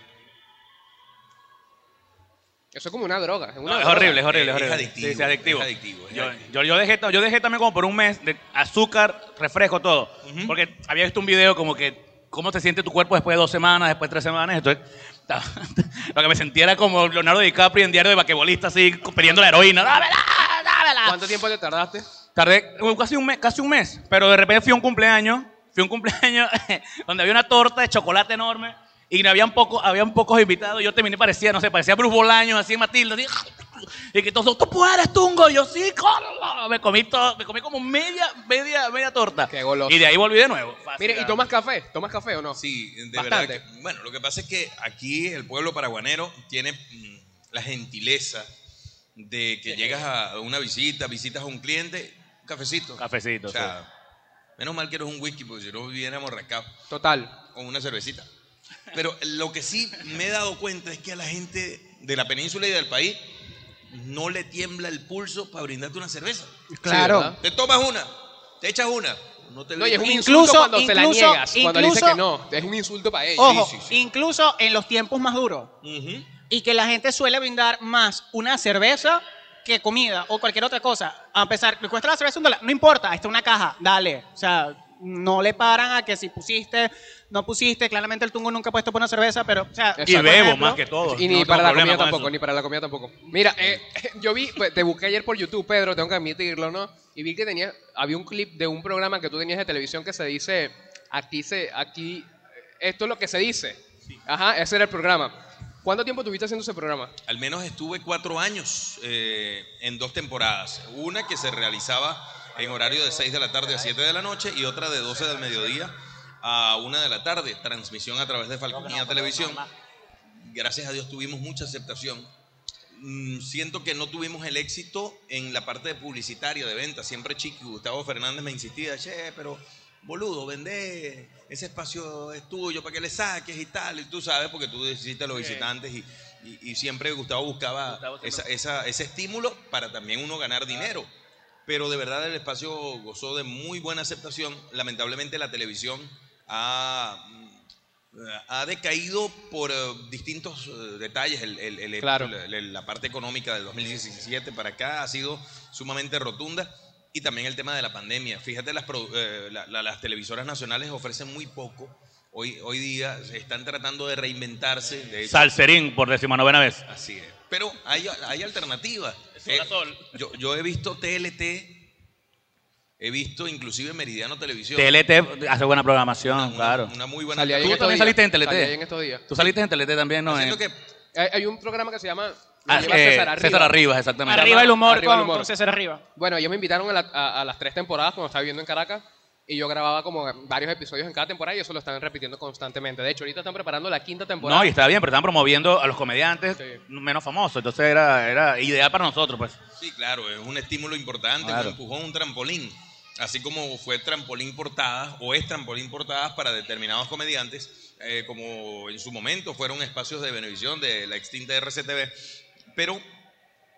Speaker 1: Eso es como una droga. es una
Speaker 2: No, es
Speaker 1: droga.
Speaker 2: horrible, es horrible,
Speaker 7: Es
Speaker 2: es horrible.
Speaker 7: adictivo,
Speaker 2: Sí, sí, adictivo.
Speaker 7: es adictivo, es
Speaker 2: yo,
Speaker 7: adictivo.
Speaker 2: Yo, yo dejé, ta- yo dejé también como por un mes de azúcar, refresco, todo. Porque había visto un video como que cómo te siente tu cuerpo después de dos semanas, después de tres semanas. Entonces, *laughs* ta- lo que me sentía era como Leonardo DiCaprio en diario de vaquebolista, así, pidiendo la heroína. ¡Dámela! ¡Dámela!
Speaker 1: ¿Cuánto tiempo te tardaste?
Speaker 2: Tardé uh, casi un mes, casi un mes. Pero de repente fui a un cumpleaños, fui a un cumpleaños *laughs* donde había una torta de chocolate enorme y habían, poco, habían pocos invitados. Yo terminé, parecía, no sé, parecía Bruce Bolaños, así Matilda, así, *laughs* y que todos, tú puedes, tungo, y yo sí, cómo". me comí todo, me comí como media, media, media torta.
Speaker 1: Qué goloso.
Speaker 2: Y de ahí volví de nuevo. Fácil,
Speaker 1: Mire, ¿y
Speaker 2: ya.
Speaker 1: tomas café? ¿Tomas café o no?
Speaker 7: Sí, de
Speaker 1: Bastante.
Speaker 7: verdad. que- bueno, lo que pasa es que aquí el pueblo paraguanero tiene mm, la gentileza de que llegas a una visita, visitas a un cliente, cafecito.
Speaker 2: Cafecito,
Speaker 7: O sea, menos mal que eres un whisky, porque si no viviéramos rascados
Speaker 1: Total.
Speaker 7: con una cervecita. Pero lo que sí me he dado cuenta es que a la gente de la península y del país no le tiembla el pulso para brindarte una cerveza.
Speaker 1: Claro. ¿verdad?
Speaker 7: Te tomas una, te echas una, no te
Speaker 1: No, y es un
Speaker 3: Incluso-
Speaker 1: insulto cuando se la
Speaker 3: incluso-
Speaker 1: niegas, cuando le dices que no.
Speaker 3: incluso-
Speaker 1: Es un insulto para ellos.
Speaker 3: Ojo,
Speaker 7: sí, sí.
Speaker 3: incluso en los tiempos más duros.
Speaker 7: Ujú.
Speaker 3: Y que la gente suele brindar más una cerveza que comida o cualquier otra cosa. A pesar, le cuesta la cerveza un dólar, no importa, ahí está una caja, dale. O sea, no le paran a que si pusiste, no pusiste, claramente el tungo nunca ha puesto por una cerveza, pero, o sea,
Speaker 2: Y
Speaker 1: Exacto.
Speaker 2: bebo
Speaker 3: Por
Speaker 2: más
Speaker 3: ejemplo,
Speaker 2: que todo.
Speaker 1: Y
Speaker 2: No
Speaker 1: ni
Speaker 2: tengo
Speaker 1: para la
Speaker 2: problema
Speaker 1: comida
Speaker 2: con
Speaker 1: tampoco,
Speaker 2: eso.
Speaker 1: ni para la comida tampoco. Mira, eh, *laughs* yo vi, pues, te busqué ayer por YouTube, Pedro, tengo que admitirlo, ¿no? Y vi que tenías, había un clip de un programa que tú tenías de televisión que se dice, aquí se, aquí, eh, esto es lo que se dice. Ajá, ese era el programa. ¿Cuánto tiempo tuviste haciendo ese programa?
Speaker 7: Al menos estuve cuatro años eh, en dos temporadas. Una que se realizaba en horario de 6 de la tarde a 7 de la noche y otra de 12 del mediodía a 1 de la tarde. Transmisión a través de Falconía Televisión. Gracias a Dios tuvimos mucha aceptación. Mm, Siento que no tuvimos el éxito en la parte de publicitaria, de venta. Siempre Chiqui Gustavo Fernández me insistía, che, pero boludo, vende, ese espacio es tuyo para que le saques y tal. Y tú sabes, porque tú visitas a los visitantes y, y- y siempre Gustavo buscaba
Speaker 2: Gustavo siempre-
Speaker 7: esa- esa- ese estímulo para también uno ganar dinero. Pero de verdad el espacio gozó de muy buena aceptación. Lamentablemente la televisión ha, mm, ha decaído por eh, distintos eh, detalles. El- el- el-
Speaker 1: Claro.
Speaker 7: la- la, la parte económica del 2017 para acá ha sido sumamente rotunda y también el tema de la pandemia. Fíjate, las, produ- eh, la- la- las televisoras nacionales ofrecen muy poco. Hoy, hoy día se están tratando de reinventarse. De hecho,
Speaker 2: Salserín por decimonovena vez.
Speaker 7: Así es. Pero hay, hay alternativas.
Speaker 2: Sol a
Speaker 7: Eh,
Speaker 2: sol.
Speaker 7: Yo, yo he visto TLT, he visto inclusive Meridiano Televisión.
Speaker 2: TLT hace buena programación,
Speaker 7: una,
Speaker 2: claro.
Speaker 7: una muy buena.
Speaker 1: Salí ahí
Speaker 2: Tú
Speaker 1: estos
Speaker 2: también
Speaker 1: días.
Speaker 2: saliste en TLT.
Speaker 1: Salí ahí en estos días.
Speaker 2: Tú saliste en TLT también, ¿no?
Speaker 7: Siento
Speaker 2: En-
Speaker 7: que
Speaker 1: Hay, hay un programa que se llama lo
Speaker 2: Ah,
Speaker 1: lleva
Speaker 2: eh,
Speaker 1: César Arriba.
Speaker 2: César Arribas, exactamente.
Speaker 3: Arriba el humor
Speaker 1: Arriba el
Speaker 3: con,
Speaker 1: humor.
Speaker 3: con César Arriba.
Speaker 1: Bueno, ellos me invitaron a, la- a- a las tres temporadas cuando estaba viviendo en Caracas y yo grababa como varios episodios en cada temporada y eso lo están repitiendo constantemente. De hecho, ahorita están preparando la quinta temporada.
Speaker 2: No, y estaba bien, pero estaban promoviendo a los comediantes
Speaker 1: Sí.
Speaker 2: menos famosos. Entonces era, era ideal para nosotros, pues.
Speaker 7: Sí, claro, es un estímulo importante,
Speaker 2: Claro.
Speaker 7: un empujón, un trampolín. Así como fue trampolín portadas o es trampolín portadas para determinados comediantes, eh, como en su momento fueron espacios de Benevisión de la extinta RCTV. Pero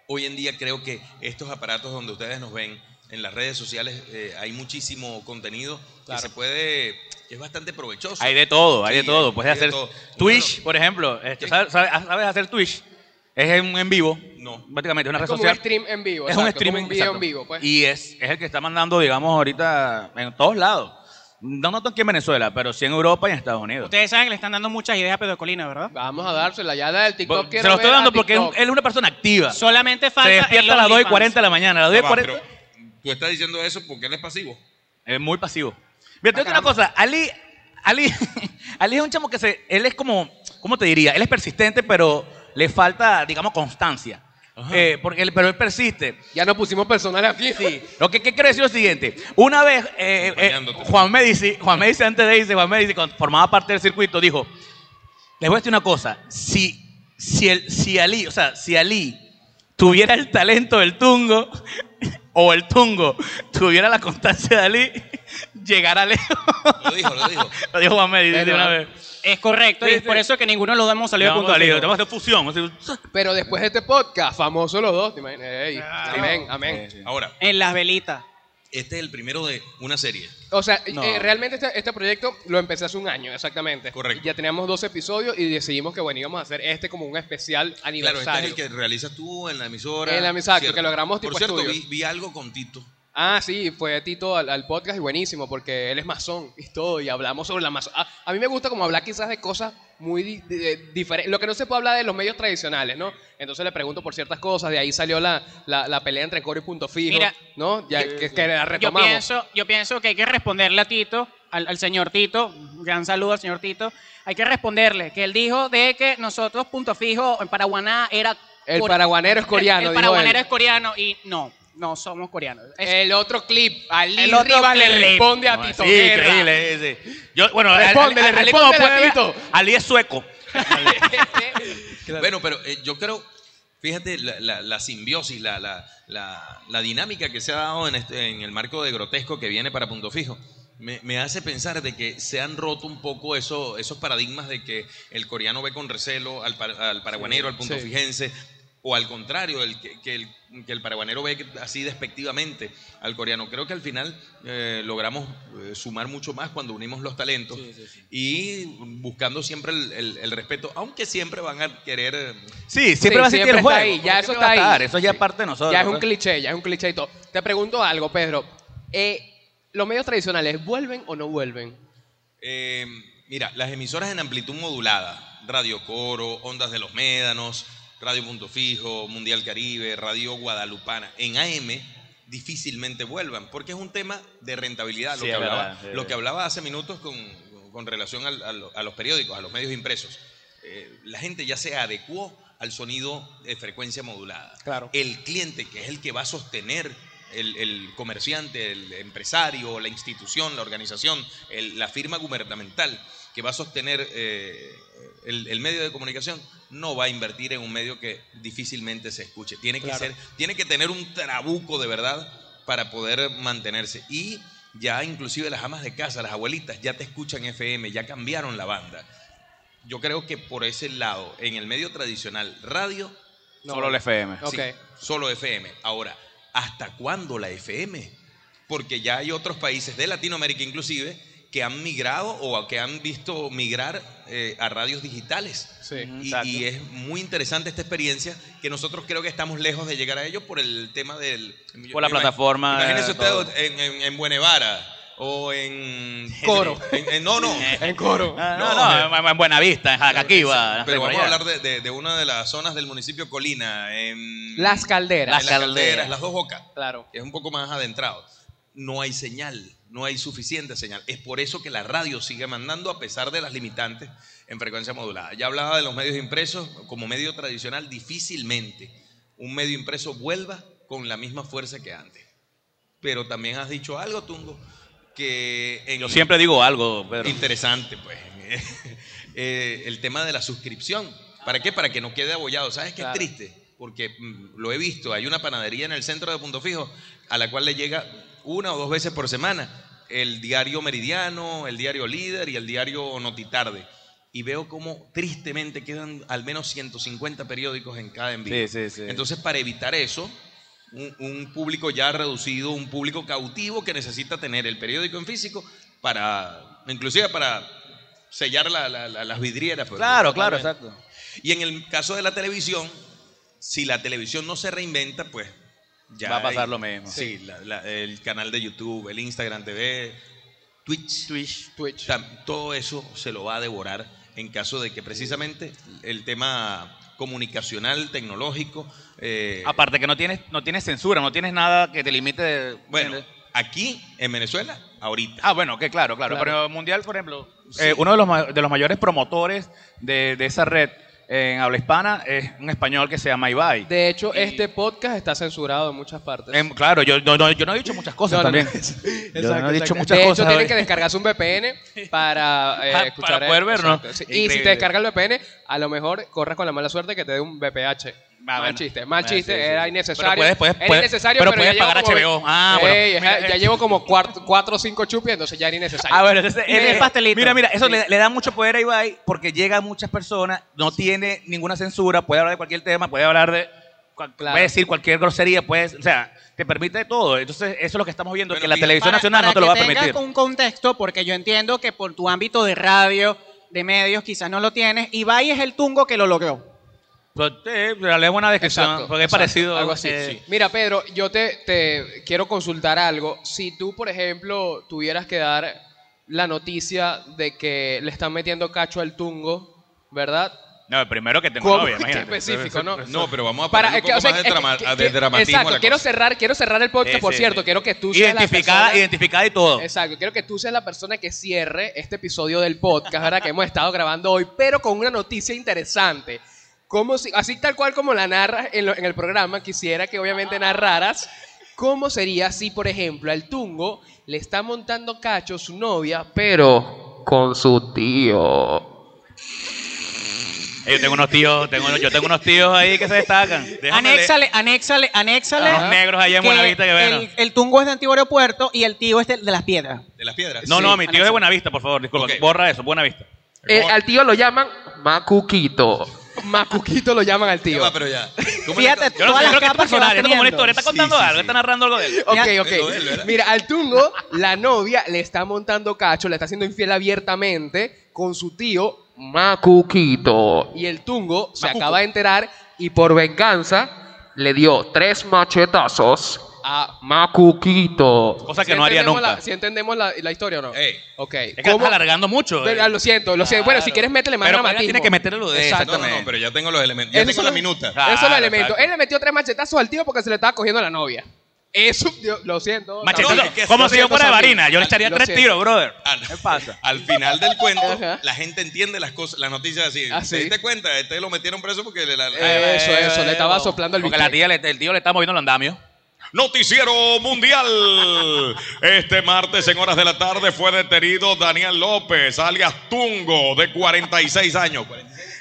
Speaker 7: hoy en día creo que estos aparatos donde ustedes nos ven en las redes sociales eh, hay muchísimo contenido
Speaker 1: Claro.
Speaker 7: que se puede, que es bastante provechoso.
Speaker 2: Hay de todo, hay
Speaker 7: Sí,
Speaker 2: de todo. Puedes
Speaker 7: hay de
Speaker 2: hacer
Speaker 7: todo.
Speaker 2: Twitch,
Speaker 7: Bueno,
Speaker 2: por ejemplo. Este,
Speaker 7: Sí.
Speaker 2: ¿sabes, sabes- sabes hacer Twitch? Es en, en vivo.
Speaker 7: No.
Speaker 2: Prácticamente, es una
Speaker 1: es
Speaker 2: red
Speaker 1: como
Speaker 2: social.
Speaker 1: un stream en vivo.
Speaker 2: es
Speaker 1: exacto,
Speaker 2: un
Speaker 1: como
Speaker 2: streaming.
Speaker 1: un video
Speaker 2: exacto.
Speaker 1: en vivo, pues.
Speaker 2: Y es, es el que está mandando, digamos, ahorita en todos lados. No noto aquí en Venezuela, pero sí en Europa y en Estados Unidos.
Speaker 3: Ustedes saben que le están dando muchas ideas a Pedro Colina, ¿verdad?
Speaker 1: Vamos a dársela ya la del TikTok.
Speaker 2: Se
Speaker 1: quiero
Speaker 2: lo estoy
Speaker 1: ver a
Speaker 2: dando porque él
Speaker 1: TikTok.
Speaker 2: él es una persona activa. Se
Speaker 3: Solamente falta.
Speaker 2: despierta
Speaker 3: el
Speaker 2: a las 2 y
Speaker 3: OnlyFans.
Speaker 2: 40 de la mañana. A las 2
Speaker 7: Ya
Speaker 2: y
Speaker 7: va,
Speaker 2: 40.
Speaker 7: pero tú estás diciendo eso porque él es pasivo.
Speaker 2: Es muy pasivo. Mira, te digo una cosa. Ali, Ali, *laughs* Ali es un chamo que se, él es como, ¿cómo te diría? Él es persistente, pero le falta, digamos, constancia. Eh, porque él- pero él persiste.
Speaker 1: Ya nos pusimos personal aquí.
Speaker 2: Sí. Lo que, que quiero decir es lo siguiente. Una vez, eh, eh,
Speaker 7: Acompañándote.
Speaker 2: Juan me dice, Juan me dice antes de irse, Juan me dice, cuando formaba parte del circuito, dijo, les voy a decir una cosa. Si, si, el, si Ali, o sea, si Ali tuviera el talento del tungo, *laughs* o el tungo tuviera la constancia de Ali, *laughs* llegará lejos. *laughs*
Speaker 7: Lo dijo, lo dijo.
Speaker 2: Lo dijo Juan Medi de una vez.
Speaker 5: Es correcto, y
Speaker 2: Sí,
Speaker 5: es
Speaker 2: sí.
Speaker 5: por eso que ninguno de los dos hemos salido de
Speaker 2: Vamos
Speaker 5: punto
Speaker 2: a,
Speaker 5: ciego.
Speaker 2: vamos a hacer fusión. así,
Speaker 1: Pero después de este podcast, famosos los dos, ¿te imaginas? Ey, amén, amén.
Speaker 7: Ahora,
Speaker 5: En las velitas.
Speaker 7: este es el primero de una serie.
Speaker 1: O sea, eh, realmente este, este proyecto lo empecé hace un año, exactamente.
Speaker 7: Correcto.
Speaker 1: Ya teníamos dos episodios y decidimos que, bueno, íbamos a hacer este como un especial
Speaker 7: Claro,
Speaker 1: aniversario.
Speaker 7: este es el que realizas tú en la emisora.
Speaker 1: En la emisora,
Speaker 7: Cierto.
Speaker 1: que logramos tipo
Speaker 7: Por cierto,
Speaker 1: estudio.
Speaker 7: vi, vi algo con Tito.
Speaker 1: Ah, sí, fue Tito al, al podcast y buenísimo porque él es masón y todo y hablamos sobre la masón. A, a mí me gusta como hablar quizás de cosas muy diferentes, lo que no se puede hablar de los medios tradicionales, ¿no? Entonces le pregunto por ciertas cosas, de ahí salió la, la, la pelea entre Coro y Punto Fijo,
Speaker 5: Mira,
Speaker 1: ¿no? Ya, que, que
Speaker 5: Yo
Speaker 1: la retomamos.
Speaker 5: pienso, yo pienso que hay que responderle a Tito, al, al señor Tito, un gran saludo al señor Tito. Hay que responderle que él dijo de que nosotros, punto fijo, en Paraguaná era.
Speaker 1: El
Speaker 5: core-
Speaker 1: paraguanero es
Speaker 5: *laughs*
Speaker 1: coreano,
Speaker 5: El
Speaker 1: dijo
Speaker 5: paraguanero
Speaker 1: él.
Speaker 5: es coreano y no, no somos coreanos. Es-
Speaker 1: El otro clip, Ali
Speaker 5: El otro
Speaker 1: Rivas le
Speaker 5: clip.
Speaker 1: responde a
Speaker 2: No,
Speaker 1: Tito
Speaker 2: sí,
Speaker 1: Guerra. *laughs*
Speaker 2: increíble, sí, sí. Yo, bueno, Ali-
Speaker 1: Respóndele,
Speaker 2: Ali- Ali, como
Speaker 1: respóndele,
Speaker 2: puede ver,
Speaker 1: Tito.
Speaker 2: Ali es sueco.
Speaker 7: Bueno, pero eh, yo creo, fíjate la, la- la simbiosis, la, la- la- la dinámica que se ha dado en, este- en el marco de grotesco que viene para Punto Fijo. Me, me hace pensar de que se han roto un poco eso- esos paradigmas de que el coreano ve con recelo al, par- al paraguanero, al punto
Speaker 1: sí.
Speaker 7: fijense, o al contrario, el que, que el, que el paraguanero ve que- así despectivamente al coreano. Creo que al final eh, logramos eh, sumar mucho más cuando unimos los talentos y buscando siempre el, el- el respeto, aunque siempre van a querer... eh,
Speaker 2: Sí,
Speaker 1: Sí,
Speaker 2: siempre va a existir
Speaker 1: siempre
Speaker 2: el juego.
Speaker 1: está ahí, ya
Speaker 2: porque
Speaker 1: eso
Speaker 2: siempre va
Speaker 1: está
Speaker 2: a
Speaker 1: ahí.
Speaker 2: estar, Eso ya es
Speaker 1: Sí.
Speaker 2: parte de nosotros.
Speaker 1: Ya es un
Speaker 2: pues.
Speaker 1: cliché, ya es un cliché y todo. Te pregunto algo, Pedro. Eh, ¿Los medios tradicionales vuelven o no vuelven?
Speaker 7: Eh, mira, las emisoras en amplitud modulada, Radio Coro, Ondas de los Médanos, Radio Punto Fijo, Mundial Caribe, Radio Guadalupana, en AM difícilmente vuelvan, porque es un tema de rentabilidad, lo,
Speaker 2: Sí,
Speaker 7: que,
Speaker 2: es
Speaker 7: hablaba,
Speaker 2: verdad, sí,
Speaker 7: lo
Speaker 2: sí.
Speaker 7: que hablaba hace minutos con, con relación al- a, lo- a los periódicos, a los medios impresos. Eh, la gente ya se adecuó al sonido de frecuencia modulada.
Speaker 1: Claro.
Speaker 7: El cliente, que es el que va a sostener el, el comerciante, el empresario, la institución, la organización, el- la firma gubernamental que va a sostener eh, el, el medio de comunicación, no va a invertir en un medio que difícilmente se escuche. Tiene que, ser, tiene que tener un trabuco de verdad para poder mantenerse. Y ya inclusive las amas de casa, las abuelitas, ya te escuchan FM, ya cambiaron la banda. Yo creo que por ese lado, en el medio tradicional, radio,
Speaker 2: Solo el FM.
Speaker 1: Ok.
Speaker 7: sí, solo FM. Ahora, ¿hasta cuándo la FM? Porque ya hay otros países de Latinoamérica inclusive que han migrado o a- que han visto migrar eh, a radios digitales.
Speaker 1: Sí.
Speaker 7: Y, y es muy interesante esta experiencia que nosotros creo que estamos lejos de llegar a ello por el tema del...
Speaker 2: Por la plataforma,
Speaker 7: Imagínese
Speaker 2: eh,
Speaker 7: usted
Speaker 2: todo.
Speaker 7: en, en, en Buenevara o
Speaker 2: *laughs*
Speaker 7: en...
Speaker 1: Coro.
Speaker 7: en- en- no, no.
Speaker 1: En coro.
Speaker 2: Ah,
Speaker 7: No,
Speaker 2: No, no, en- en Buenavista, en Jacaquiba.
Speaker 7: Pero
Speaker 2: por
Speaker 7: vamos a
Speaker 2: allá.
Speaker 7: hablar de, de- de una de las zonas del municipio Colina. En,
Speaker 1: Las calderas.
Speaker 7: en las calderas, las dos bocas.
Speaker 1: Claro.
Speaker 7: Es un poco más adentrado. No hay señal, no hay suficiente señal. Es por eso que la radio sigue mandando a pesar de las limitantes en frecuencia modulada. Ya hablaba de los medios impresos como medio tradicional, difícilmente un medio impreso vuelva con la misma fuerza que antes. Pero también has dicho algo, Tungo, que en
Speaker 2: Yo siempre digo algo, Pedro.
Speaker 7: Interesante, pues. *laughs* Eh, el tema de la suscripción. ¿Para qué? Para que no quede abollado. ¿Sabes qué
Speaker 1: Claro.
Speaker 7: es triste? Porque mm, lo he visto. Hay una panadería en el centro de Punto Fijo a la cual le llega una o dos veces por semana el diario Meridiano, el diario Líder y el diario Notitarde. Y veo cómo tristemente quedan al menos 150 periódicos en cada envío.
Speaker 2: Sí, sí, sí.
Speaker 7: Entonces, para evitar eso, un, un público ya reducido, un público cautivo que necesita tener el periódico en físico para, inclusive para sellar la- la- la- las vidrieras. pues.
Speaker 2: Claro, claro, exacto.
Speaker 7: Y en el caso de la televisión, si la televisión no se reinventa, pues ya
Speaker 2: Va a pasar
Speaker 7: hay-
Speaker 2: lo mismo.
Speaker 7: Sí, la- la- el canal de YouTube, el Instagram TV, Twitch,
Speaker 1: Twitch.
Speaker 7: tam- todo eso se lo va a devorar en caso de que precisamente el tema comunicacional, tecnológico, eh,
Speaker 2: Aparte que no tienes, no tienes censura, no tienes nada que te limite.
Speaker 7: Bueno,
Speaker 2: ¿entiendes?
Speaker 7: aquí en Venezuela ahorita.
Speaker 2: Ah, bueno, que claro, claro, Pero Mundial, por ejemplo, eh, uno de los, ma- de los mayores promotores de, de esa red en habla hispana es un español que se llama Ibai.
Speaker 1: De hecho, este podcast está censurado en muchas partes.
Speaker 2: Em, claro, yo, yo no, yo no he dicho muchas cosas
Speaker 1: No, no, no.
Speaker 2: también.
Speaker 1: *laughs*
Speaker 2: Yo no he dicho muchas
Speaker 1: de
Speaker 2: cosas.
Speaker 1: hecho, tienen
Speaker 2: hoy.
Speaker 1: que descargarse un VPN para eh,
Speaker 2: *laughs* Para- para
Speaker 1: escuchar.
Speaker 2: poder ver, ¿no?
Speaker 1: Exacto, sí. Y si
Speaker 2: Increíble.
Speaker 1: te descarga el VPN, a lo mejor corres con la mala suerte que te dé un VPH. mal
Speaker 2: bueno.
Speaker 1: chiste, mal
Speaker 2: Ah,
Speaker 1: chiste,
Speaker 2: sí, sí.
Speaker 1: era
Speaker 2: Pero
Speaker 1: innecesario.
Speaker 2: puedes- puedes-
Speaker 1: era
Speaker 2: puedes-
Speaker 1: innecesario,
Speaker 2: pero
Speaker 1: pero,
Speaker 2: puedes
Speaker 1: ya llevo
Speaker 2: pagar
Speaker 1: como-
Speaker 2: HBO. Ah, bueno.
Speaker 1: Ey,
Speaker 2: Mira,
Speaker 1: ya, ya llevo como 4 o 5 chupis, entonces ya era innecesario.
Speaker 2: Ah, bueno, entonces,
Speaker 3: Mira,
Speaker 2: eh,
Speaker 3: el pastelito.
Speaker 2: Mira, mira, eso le, le da mucho poder a Ibai porque llega a muchas personas, no tiene ninguna censura, puede hablar de cualquier tema, puede hablar de. cual-
Speaker 1: Claro.
Speaker 2: Puede decir cualquier grosería, puedes, o sea, te permite todo. Entonces, eso es lo que estamos viendo,
Speaker 7: Bueno,
Speaker 2: que la
Speaker 7: y-
Speaker 2: televisión
Speaker 3: Para-
Speaker 2: Eh, nacional
Speaker 3: para
Speaker 2: no te lo va a
Speaker 3: que tengas
Speaker 2: permitir.
Speaker 3: un contexto, porque yo entiendo que por tu ámbito de radio, de medios, quizás no lo tienes. Ibai es el tungo que lo logró.
Speaker 2: Pero, eh, pero le hago una descripción,
Speaker 1: Exacto,
Speaker 2: porque
Speaker 1: exacto,
Speaker 2: es parecido.
Speaker 1: Algo así.
Speaker 2: eh,
Speaker 1: sí. Mira, Pedro, yo te, te quiero consultar algo. Si tú, por ejemplo, tuvieras que dar la noticia de que le están metiendo cacho al tungo, ¿verdad?
Speaker 2: No, primero que tengo
Speaker 1: ¿Cómo? *laughs*
Speaker 2: novia,
Speaker 1: Qué
Speaker 2: imagínate.
Speaker 1: específico, ¿no?
Speaker 7: No, pero vamos a
Speaker 1: pues, Para-
Speaker 7: poner
Speaker 1: es
Speaker 7: un
Speaker 1: que,
Speaker 7: poco
Speaker 1: o sea,
Speaker 7: más
Speaker 1: es
Speaker 7: de,
Speaker 1: que-
Speaker 7: drama-
Speaker 1: que-
Speaker 7: de dramatismo
Speaker 1: Exacto,
Speaker 7: a la
Speaker 1: quiero
Speaker 7: cosa.
Speaker 1: cerrar, quiero cerrar el podcast,
Speaker 2: Sí,
Speaker 1: por
Speaker 2: sí,
Speaker 1: cierto,
Speaker 2: sí.
Speaker 1: quiero que tú seas la
Speaker 2: Identificada,
Speaker 1: persona-
Speaker 2: identificada y todo.
Speaker 1: Exacto, quiero que tú seas la persona que cierre este episodio del podcast, ¿verdad? que hemos estado grabando hoy, pero con una noticia interesante. Como si, así tal cual como la narras en, lo- en el programa, quisiera que obviamente narraras cómo sería si, por ejemplo, al Tungo le está montando cacho su novia, pero con su tío.
Speaker 2: Eh, Yo tengo unos tíos, tengo, yo tengo unos tíos ahí que se destacan. Déjame leer.
Speaker 3: Anéxale, anéxale, anéxale.
Speaker 2: A los negros allá en Buenavista que bueno.
Speaker 3: el, el tungo es de Antiguo Aeropuerto y el tío es de, de Las Piedras.
Speaker 7: De las piedras.
Speaker 2: No,
Speaker 7: Sí.
Speaker 2: no, mi tío es de Buenavista, por favor, disculpa.
Speaker 7: Ok.
Speaker 2: Borra eso, Buenavista.
Speaker 1: Eh, al tío lo llaman Macuquito. Macuquito lo llaman al tío.
Speaker 7: Ya va,
Speaker 1: *laughs*
Speaker 7: pero ya. ¿Cómo le-
Speaker 3: Fíjate,
Speaker 2: Yo no sé, yo
Speaker 3: todas las
Speaker 2: creo que es
Speaker 3: capas que
Speaker 2: personal,
Speaker 3: vas
Speaker 2: esto es como una
Speaker 3: teniendo.
Speaker 2: historia. Está contando
Speaker 7: Sí, sí,
Speaker 2: algo,
Speaker 7: sí.
Speaker 2: está narrando algo de él.
Speaker 1: Ok,
Speaker 3: Ya.
Speaker 1: ok.
Speaker 7: Lo de él, ¿verdad?
Speaker 1: Mira, al Tungo, la novia le está montando cacho, le está haciendo infiel abiertamente con su tío Macuquito. Y el Tungo se acaba de enterar y por venganza le dio tres machetazos a Macuquito.
Speaker 2: Cosa que no haría
Speaker 1: entendemos
Speaker 2: nunca. Eh.
Speaker 1: La, ¿sí entendemos la, la historia o no?
Speaker 7: Ey.
Speaker 1: Ok.
Speaker 2: Es que estás alargando mucho. eh.
Speaker 1: Pero, ah, lo siento, lo siento. Bueno, si quieres métele más
Speaker 2: Pero
Speaker 1: dramatismo.
Speaker 2: tiene que meterle lo de
Speaker 1: Exacto.
Speaker 7: No, no, no, pero ya tengo los elementos. Ya
Speaker 1: Eso
Speaker 7: tengo
Speaker 1: son
Speaker 7: la
Speaker 1: los-
Speaker 7: minuta.
Speaker 1: Eso
Speaker 2: Ah,
Speaker 1: es el
Speaker 2: Claro,
Speaker 1: elemento.
Speaker 2: exacto.
Speaker 1: Él le metió tres machetazos al tío porque se le estaba cogiendo a la novia. Eso, yo- lo siento.
Speaker 2: Machetazo,
Speaker 7: No, no, que-
Speaker 2: como
Speaker 7: lo
Speaker 2: si yo
Speaker 7: siento,
Speaker 2: fuera de
Speaker 1: Santi.
Speaker 2: varina, yo le echaría
Speaker 1: Lo
Speaker 2: tres
Speaker 1: siento.
Speaker 2: tiros, brother.
Speaker 7: Al,
Speaker 2: ¿Qué pasa?
Speaker 7: Ah, *laughs* al final del cuento,
Speaker 1: Ajá.
Speaker 7: la gente entiende las cosas, las noticias así.
Speaker 1: Ah, sí.
Speaker 7: ¿Te diste cuenta? Este lo metieron preso porque le la-
Speaker 1: Eso, eso, le estaba
Speaker 2: Eh,
Speaker 1: soplando el
Speaker 2: Porque
Speaker 1: biche.
Speaker 2: la tía, le- el tío le estaba moviendo el andamio.
Speaker 7: Noticiero Mundial. Este martes en horas de la tarde fue detenido Daniel López, alias Tungo, de 46 años.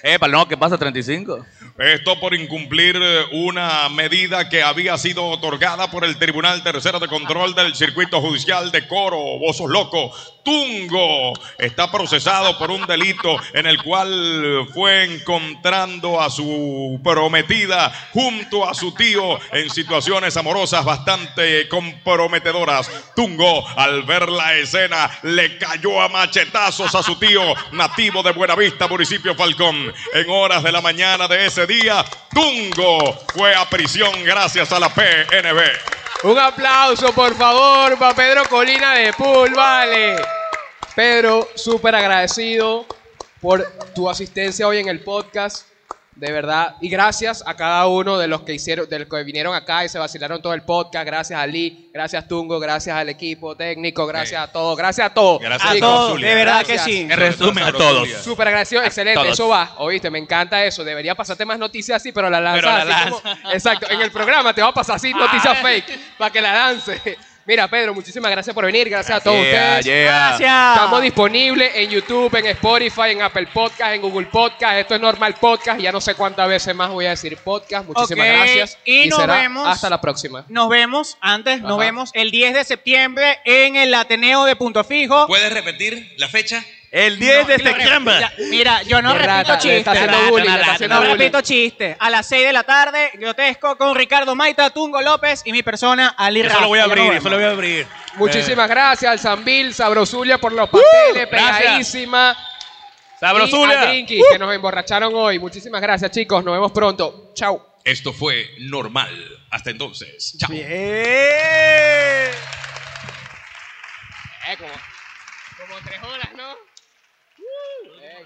Speaker 2: Eh, pal, no, ¿qué pasa? 35.
Speaker 7: Esto por incumplir eh, una medida que había sido otorgada por el Tribunal Tercero de Control del Circuito Judicial de Coro, Bozos Loco. Tungo está procesado por un delito en el cual fue encontrando a su prometida junto a su tío en situaciones amorosas bastante comprometedoras. Tungo, al ver la escena, le cayó a machetazos a su tío, nativo de Buenavista, municipio Falcón. En horas de la mañana de ese día, Tungo fue a prisión gracias a la PNB.
Speaker 1: Un aplauso, por favor, para Pedro Colina de Pool, vale. Pedro, súper agradecido por tu asistencia hoy en el podcast. De verdad, y gracias a cada uno de los que hicieron, de los que vinieron acá y se vacilaron todo el podcast. Gracias a Lee, gracias Tungo, gracias al equipo técnico, gracias a todos, gracias a todos.
Speaker 7: Gracias
Speaker 1: Chicos,
Speaker 7: a todos, Zulia.
Speaker 3: de verdad
Speaker 1: Gracias.
Speaker 3: que sí.
Speaker 2: En resumen, a todos.
Speaker 1: Súper agradecido, excelente,
Speaker 2: todos.
Speaker 1: eso va, oíste, me encanta eso. Debería pasarte más noticias así, pero la lanzas
Speaker 2: Pero la
Speaker 1: así como- Exacto, en el programa te va a pasar así noticias fake para que la lance. Mira, Pedro, muchísimas gracias por venir, gracias, a todos
Speaker 2: Yeah,
Speaker 1: ustedes.
Speaker 2: yeah.
Speaker 3: Gracias.
Speaker 1: Estamos disponibles en YouTube, en Spotify, en Apple Podcast, en Google Podcast. Esto es normal podcast. Ya no sé cuántas veces más voy a decir podcast. Muchísimas
Speaker 3: Ok,
Speaker 1: gracias.
Speaker 3: y nos
Speaker 1: será
Speaker 3: vemos.
Speaker 1: Hasta la próxima.
Speaker 3: Nos vemos, antes nos
Speaker 1: Ajá.
Speaker 3: vemos el 10 de septiembre en el Ateneo de Punto Fijo.
Speaker 7: ¿Puedes repetir la fecha?
Speaker 2: El 10 de septiembre.
Speaker 3: Ya, Mira, yo no
Speaker 1: Qué
Speaker 3: repito
Speaker 1: rata, le está
Speaker 3: chistes.
Speaker 1: haciendo
Speaker 2: Rata,
Speaker 1: bullying, le está
Speaker 2: rata,
Speaker 1: haciendo
Speaker 3: No
Speaker 1: bullying.
Speaker 3: repito chistes. A las 6 de la tarde, grotesco con Ricardo Maita, Tungo López y mi persona, Ali
Speaker 2: Eso lo
Speaker 3: Rafa.
Speaker 2: voy a
Speaker 3: Ya nos
Speaker 2: abrir,
Speaker 3: vemos.
Speaker 2: eso lo voy a abrir.
Speaker 1: Muchísimas gracias al Sambil, Sabrosulia por los pasteles,
Speaker 2: gracias.
Speaker 1: pegadísima. Y a
Speaker 2: Sabrosulia.
Speaker 1: Drinky, que nos emborracharon hoy. Muchísimas gracias, chicos. Nos vemos pronto. Chau.
Speaker 7: Esto fue normal. Hasta entonces. Chao.
Speaker 2: Bien.
Speaker 1: Eh, como, tres horas, ¿no? Eh,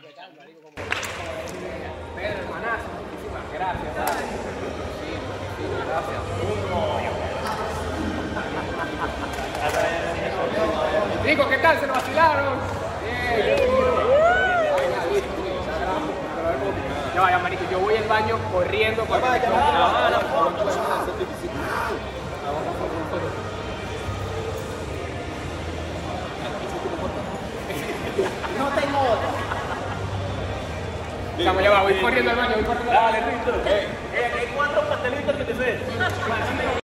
Speaker 1: Chicos, ¿qué tal? ¿Se lo vacilaron? Bien. No, vaya, marico, yo voy al baño corriendo porque me tengo que lavar la foto. Chamo, ya va, voy corriendo al baño, voy corriendo al baño.
Speaker 8: hay cuatro pastelitos que te sé.